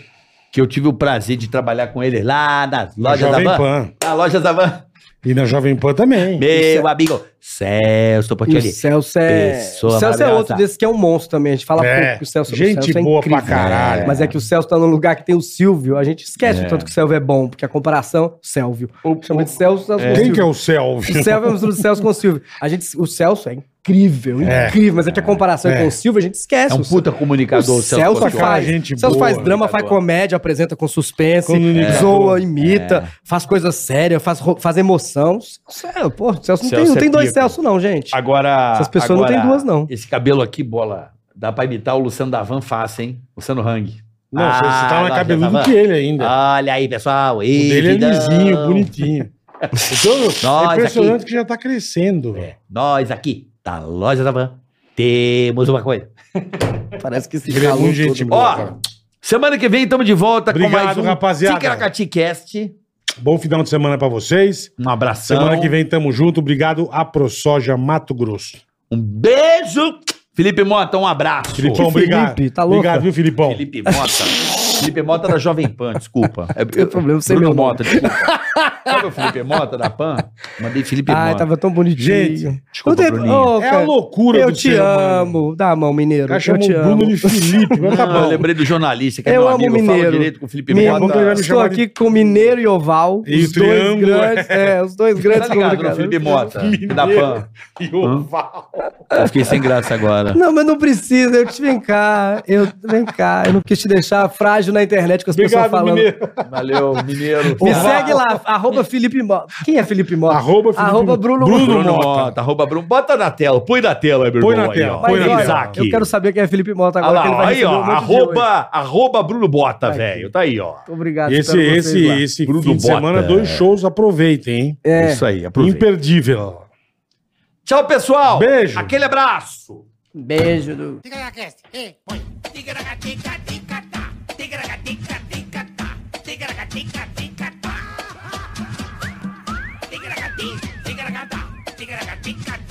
[SPEAKER 4] que eu tive o prazer de trabalhar com ele lá nas
[SPEAKER 3] Na
[SPEAKER 4] lojas da
[SPEAKER 3] Jovem
[SPEAKER 4] Van.
[SPEAKER 3] Pan.
[SPEAKER 4] Na loja da Van.
[SPEAKER 3] E na Jovem Pan também.
[SPEAKER 4] Meu amigo, Celso
[SPEAKER 5] E é o
[SPEAKER 4] Portioli.
[SPEAKER 5] Celso é.
[SPEAKER 4] Pessoa
[SPEAKER 5] o Celso é
[SPEAKER 4] maravilhosa.
[SPEAKER 5] outro desses que é um monstro também. A gente fala
[SPEAKER 3] É.
[SPEAKER 5] pouco que o Celso,
[SPEAKER 3] Gente
[SPEAKER 5] o Celso
[SPEAKER 3] boa pra
[SPEAKER 5] incrível.
[SPEAKER 3] caralho.
[SPEAKER 5] Mas é que o Celso tá num lugar que tem o Silvio. A gente esquece o tanto que o Silvio é bom, porque a comparação, Sélvio. Chama de Celso, Celso com
[SPEAKER 3] Quem
[SPEAKER 5] Silvio.
[SPEAKER 3] que é o Selvio?
[SPEAKER 5] O Celso é a mistura do Celso com o Silvio. A gente, o Celso é incrível,
[SPEAKER 3] É.
[SPEAKER 5] incrível. Mas é que a comparação
[SPEAKER 3] É.
[SPEAKER 5] com o Silvio, a gente esquece.
[SPEAKER 4] É um
[SPEAKER 5] o Celso.
[SPEAKER 4] puta comunicador,
[SPEAKER 5] o Celso
[SPEAKER 3] Portiolli.
[SPEAKER 5] faz,
[SPEAKER 3] Gente
[SPEAKER 5] o Celso
[SPEAKER 3] boa,
[SPEAKER 5] faz drama, faz
[SPEAKER 4] comunicador.
[SPEAKER 5] comédia, apresenta com suspense,
[SPEAKER 3] Comunicador.
[SPEAKER 4] É.
[SPEAKER 5] zoa, imita, faz coisa séria, faz, ro- faz emoção. Celso, pô, o Celso não
[SPEAKER 4] Celso
[SPEAKER 5] tem, não
[SPEAKER 4] é
[SPEAKER 5] tem dois
[SPEAKER 4] pica.
[SPEAKER 5] Celso não, gente.
[SPEAKER 4] Agora.
[SPEAKER 5] Essas pessoas não
[SPEAKER 4] agora,
[SPEAKER 5] têm duas, não.
[SPEAKER 4] Esse cabelo aqui, bola. Dá pra imitar o Luciano Davan fácil, hein? Luciano Hang.
[SPEAKER 3] Não, você
[SPEAKER 4] Ah,
[SPEAKER 3] tá
[SPEAKER 4] lá
[SPEAKER 3] mais
[SPEAKER 4] já
[SPEAKER 3] cabeludo
[SPEAKER 4] tava.
[SPEAKER 3] que ele ainda.
[SPEAKER 4] Olha aí, pessoal.
[SPEAKER 3] o dele é lisinho,
[SPEAKER 4] bonito.
[SPEAKER 3] bonitinho. Então,
[SPEAKER 4] Nós
[SPEAKER 3] é impressionante
[SPEAKER 4] aqui.
[SPEAKER 3] que já tá crescendo. velho.
[SPEAKER 4] É, nós aqui, da loja da Van, temos uma coisa.
[SPEAKER 5] Parece que esse
[SPEAKER 3] Ele é
[SPEAKER 5] calor
[SPEAKER 3] muito
[SPEAKER 5] todo-
[SPEAKER 3] gente boa.
[SPEAKER 4] Ó,
[SPEAKER 3] cara.
[SPEAKER 4] semana que vem estamos de volta
[SPEAKER 3] Obrigado,
[SPEAKER 4] com mais um
[SPEAKER 3] rapaziada.
[SPEAKER 4] Ticaracati Cast.
[SPEAKER 3] Bom final de semana pra vocês.
[SPEAKER 4] Um abração.
[SPEAKER 3] Semana que vem tamo junto. Obrigado a ProSoja Mato Grosso.
[SPEAKER 4] Um beijo. Felipe Mota, um abraço.
[SPEAKER 3] Filipão, obrigado.
[SPEAKER 5] Felipe, tá louca?
[SPEAKER 3] obrigado, viu, Filipão?
[SPEAKER 4] Felipe Mota. Felipe Mota da Jovem Pan, desculpa. É,
[SPEAKER 5] Tem problema, sei
[SPEAKER 4] Bruno
[SPEAKER 5] meu nome.
[SPEAKER 4] Mota, desculpa. Sabe o Felipe Mota da Pan? Mandei Felipe
[SPEAKER 5] Ai,
[SPEAKER 4] Mota.
[SPEAKER 5] Ah, tava tão bonitinho.
[SPEAKER 3] Gente,
[SPEAKER 5] Não
[SPEAKER 4] Desculpa,
[SPEAKER 5] tem-
[SPEAKER 4] Bruninho.
[SPEAKER 5] Ô,
[SPEAKER 3] É a
[SPEAKER 5] cara,
[SPEAKER 3] loucura
[SPEAKER 5] Eu
[SPEAKER 3] do
[SPEAKER 5] te
[SPEAKER 3] ser humano.
[SPEAKER 5] amo. Dá a mão,
[SPEAKER 3] O
[SPEAKER 5] mineiro.
[SPEAKER 3] cara
[SPEAKER 5] Eu
[SPEAKER 3] chamou o
[SPEAKER 5] te
[SPEAKER 3] Bruno
[SPEAKER 5] amo.
[SPEAKER 3] de Felipe, mas tá
[SPEAKER 4] Não, eu
[SPEAKER 3] bom.
[SPEAKER 4] lembrei do jornalista, que é
[SPEAKER 5] Eu
[SPEAKER 4] meu
[SPEAKER 5] amo
[SPEAKER 4] amigo, eu falo
[SPEAKER 5] mineiro.
[SPEAKER 4] direito com o Felipe
[SPEAKER 5] Me-
[SPEAKER 3] bom que ele vai
[SPEAKER 4] Mota.
[SPEAKER 3] me
[SPEAKER 5] Estou
[SPEAKER 3] chamar de-
[SPEAKER 5] aqui com Mineiro e Oval.
[SPEAKER 3] E
[SPEAKER 5] os
[SPEAKER 3] o
[SPEAKER 5] dois
[SPEAKER 3] triângulo,
[SPEAKER 5] grandes. É, os dois grandes
[SPEAKER 4] Tá ligado, né,
[SPEAKER 5] comunicadores.
[SPEAKER 4] Felipe Mota, da Pan.
[SPEAKER 3] Mineiro e oval.
[SPEAKER 4] Eu fiquei sem graça agora.
[SPEAKER 5] Não, mas não precisa, eu te vem cá. Eu vem cá. Eu não quis te deixar frágil na internet com as pessoas
[SPEAKER 3] Obrigado,
[SPEAKER 5] falando.
[SPEAKER 3] Mineiro.
[SPEAKER 4] Valeu, mineiro.
[SPEAKER 5] Me
[SPEAKER 4] Oval.
[SPEAKER 5] segue lá, arroba Felipe Mota. Quem é Felipe Mota?
[SPEAKER 3] Arroba Felipe
[SPEAKER 5] Arroba
[SPEAKER 3] Mota.
[SPEAKER 5] Bruno,
[SPEAKER 3] Bruno
[SPEAKER 5] Mota.
[SPEAKER 4] Bruno
[SPEAKER 3] Mota.
[SPEAKER 4] Mota. arroba Bruno. Bota na tela, põe na tela, meu
[SPEAKER 3] Põe
[SPEAKER 4] irmão,
[SPEAKER 3] na
[SPEAKER 4] aí,
[SPEAKER 3] tela,
[SPEAKER 4] ó.
[SPEAKER 3] põe
[SPEAKER 5] Mas,
[SPEAKER 3] na
[SPEAKER 5] olha,
[SPEAKER 3] tela.
[SPEAKER 4] Isaac.
[SPEAKER 5] eu quero saber quem é Felipe Mota
[SPEAKER 4] Olha
[SPEAKER 5] agora, que ele
[SPEAKER 4] lá,
[SPEAKER 5] vai
[SPEAKER 4] aí,
[SPEAKER 5] receber
[SPEAKER 4] ó.
[SPEAKER 5] um monte de hoje.
[SPEAKER 4] arroba, arroba Bruno Bota, velho. Tá aí, ó.
[SPEAKER 5] Obrigado,
[SPEAKER 3] E esse,
[SPEAKER 5] espero vocês
[SPEAKER 3] esse,
[SPEAKER 5] lá.
[SPEAKER 3] esse
[SPEAKER 4] Bruno
[SPEAKER 3] fim de
[SPEAKER 4] Bota.
[SPEAKER 3] semana, dois shows, aproveitem, hein?
[SPEAKER 5] É.
[SPEAKER 4] Isso aí, aproveita.
[SPEAKER 3] Imperdível.
[SPEAKER 4] Tchau, pessoal.
[SPEAKER 3] Beijo.
[SPEAKER 4] Aquele abraço.
[SPEAKER 5] Beijo do.
[SPEAKER 2] Tica-tica-tica-tica-tica-tica-tica-tica-tica.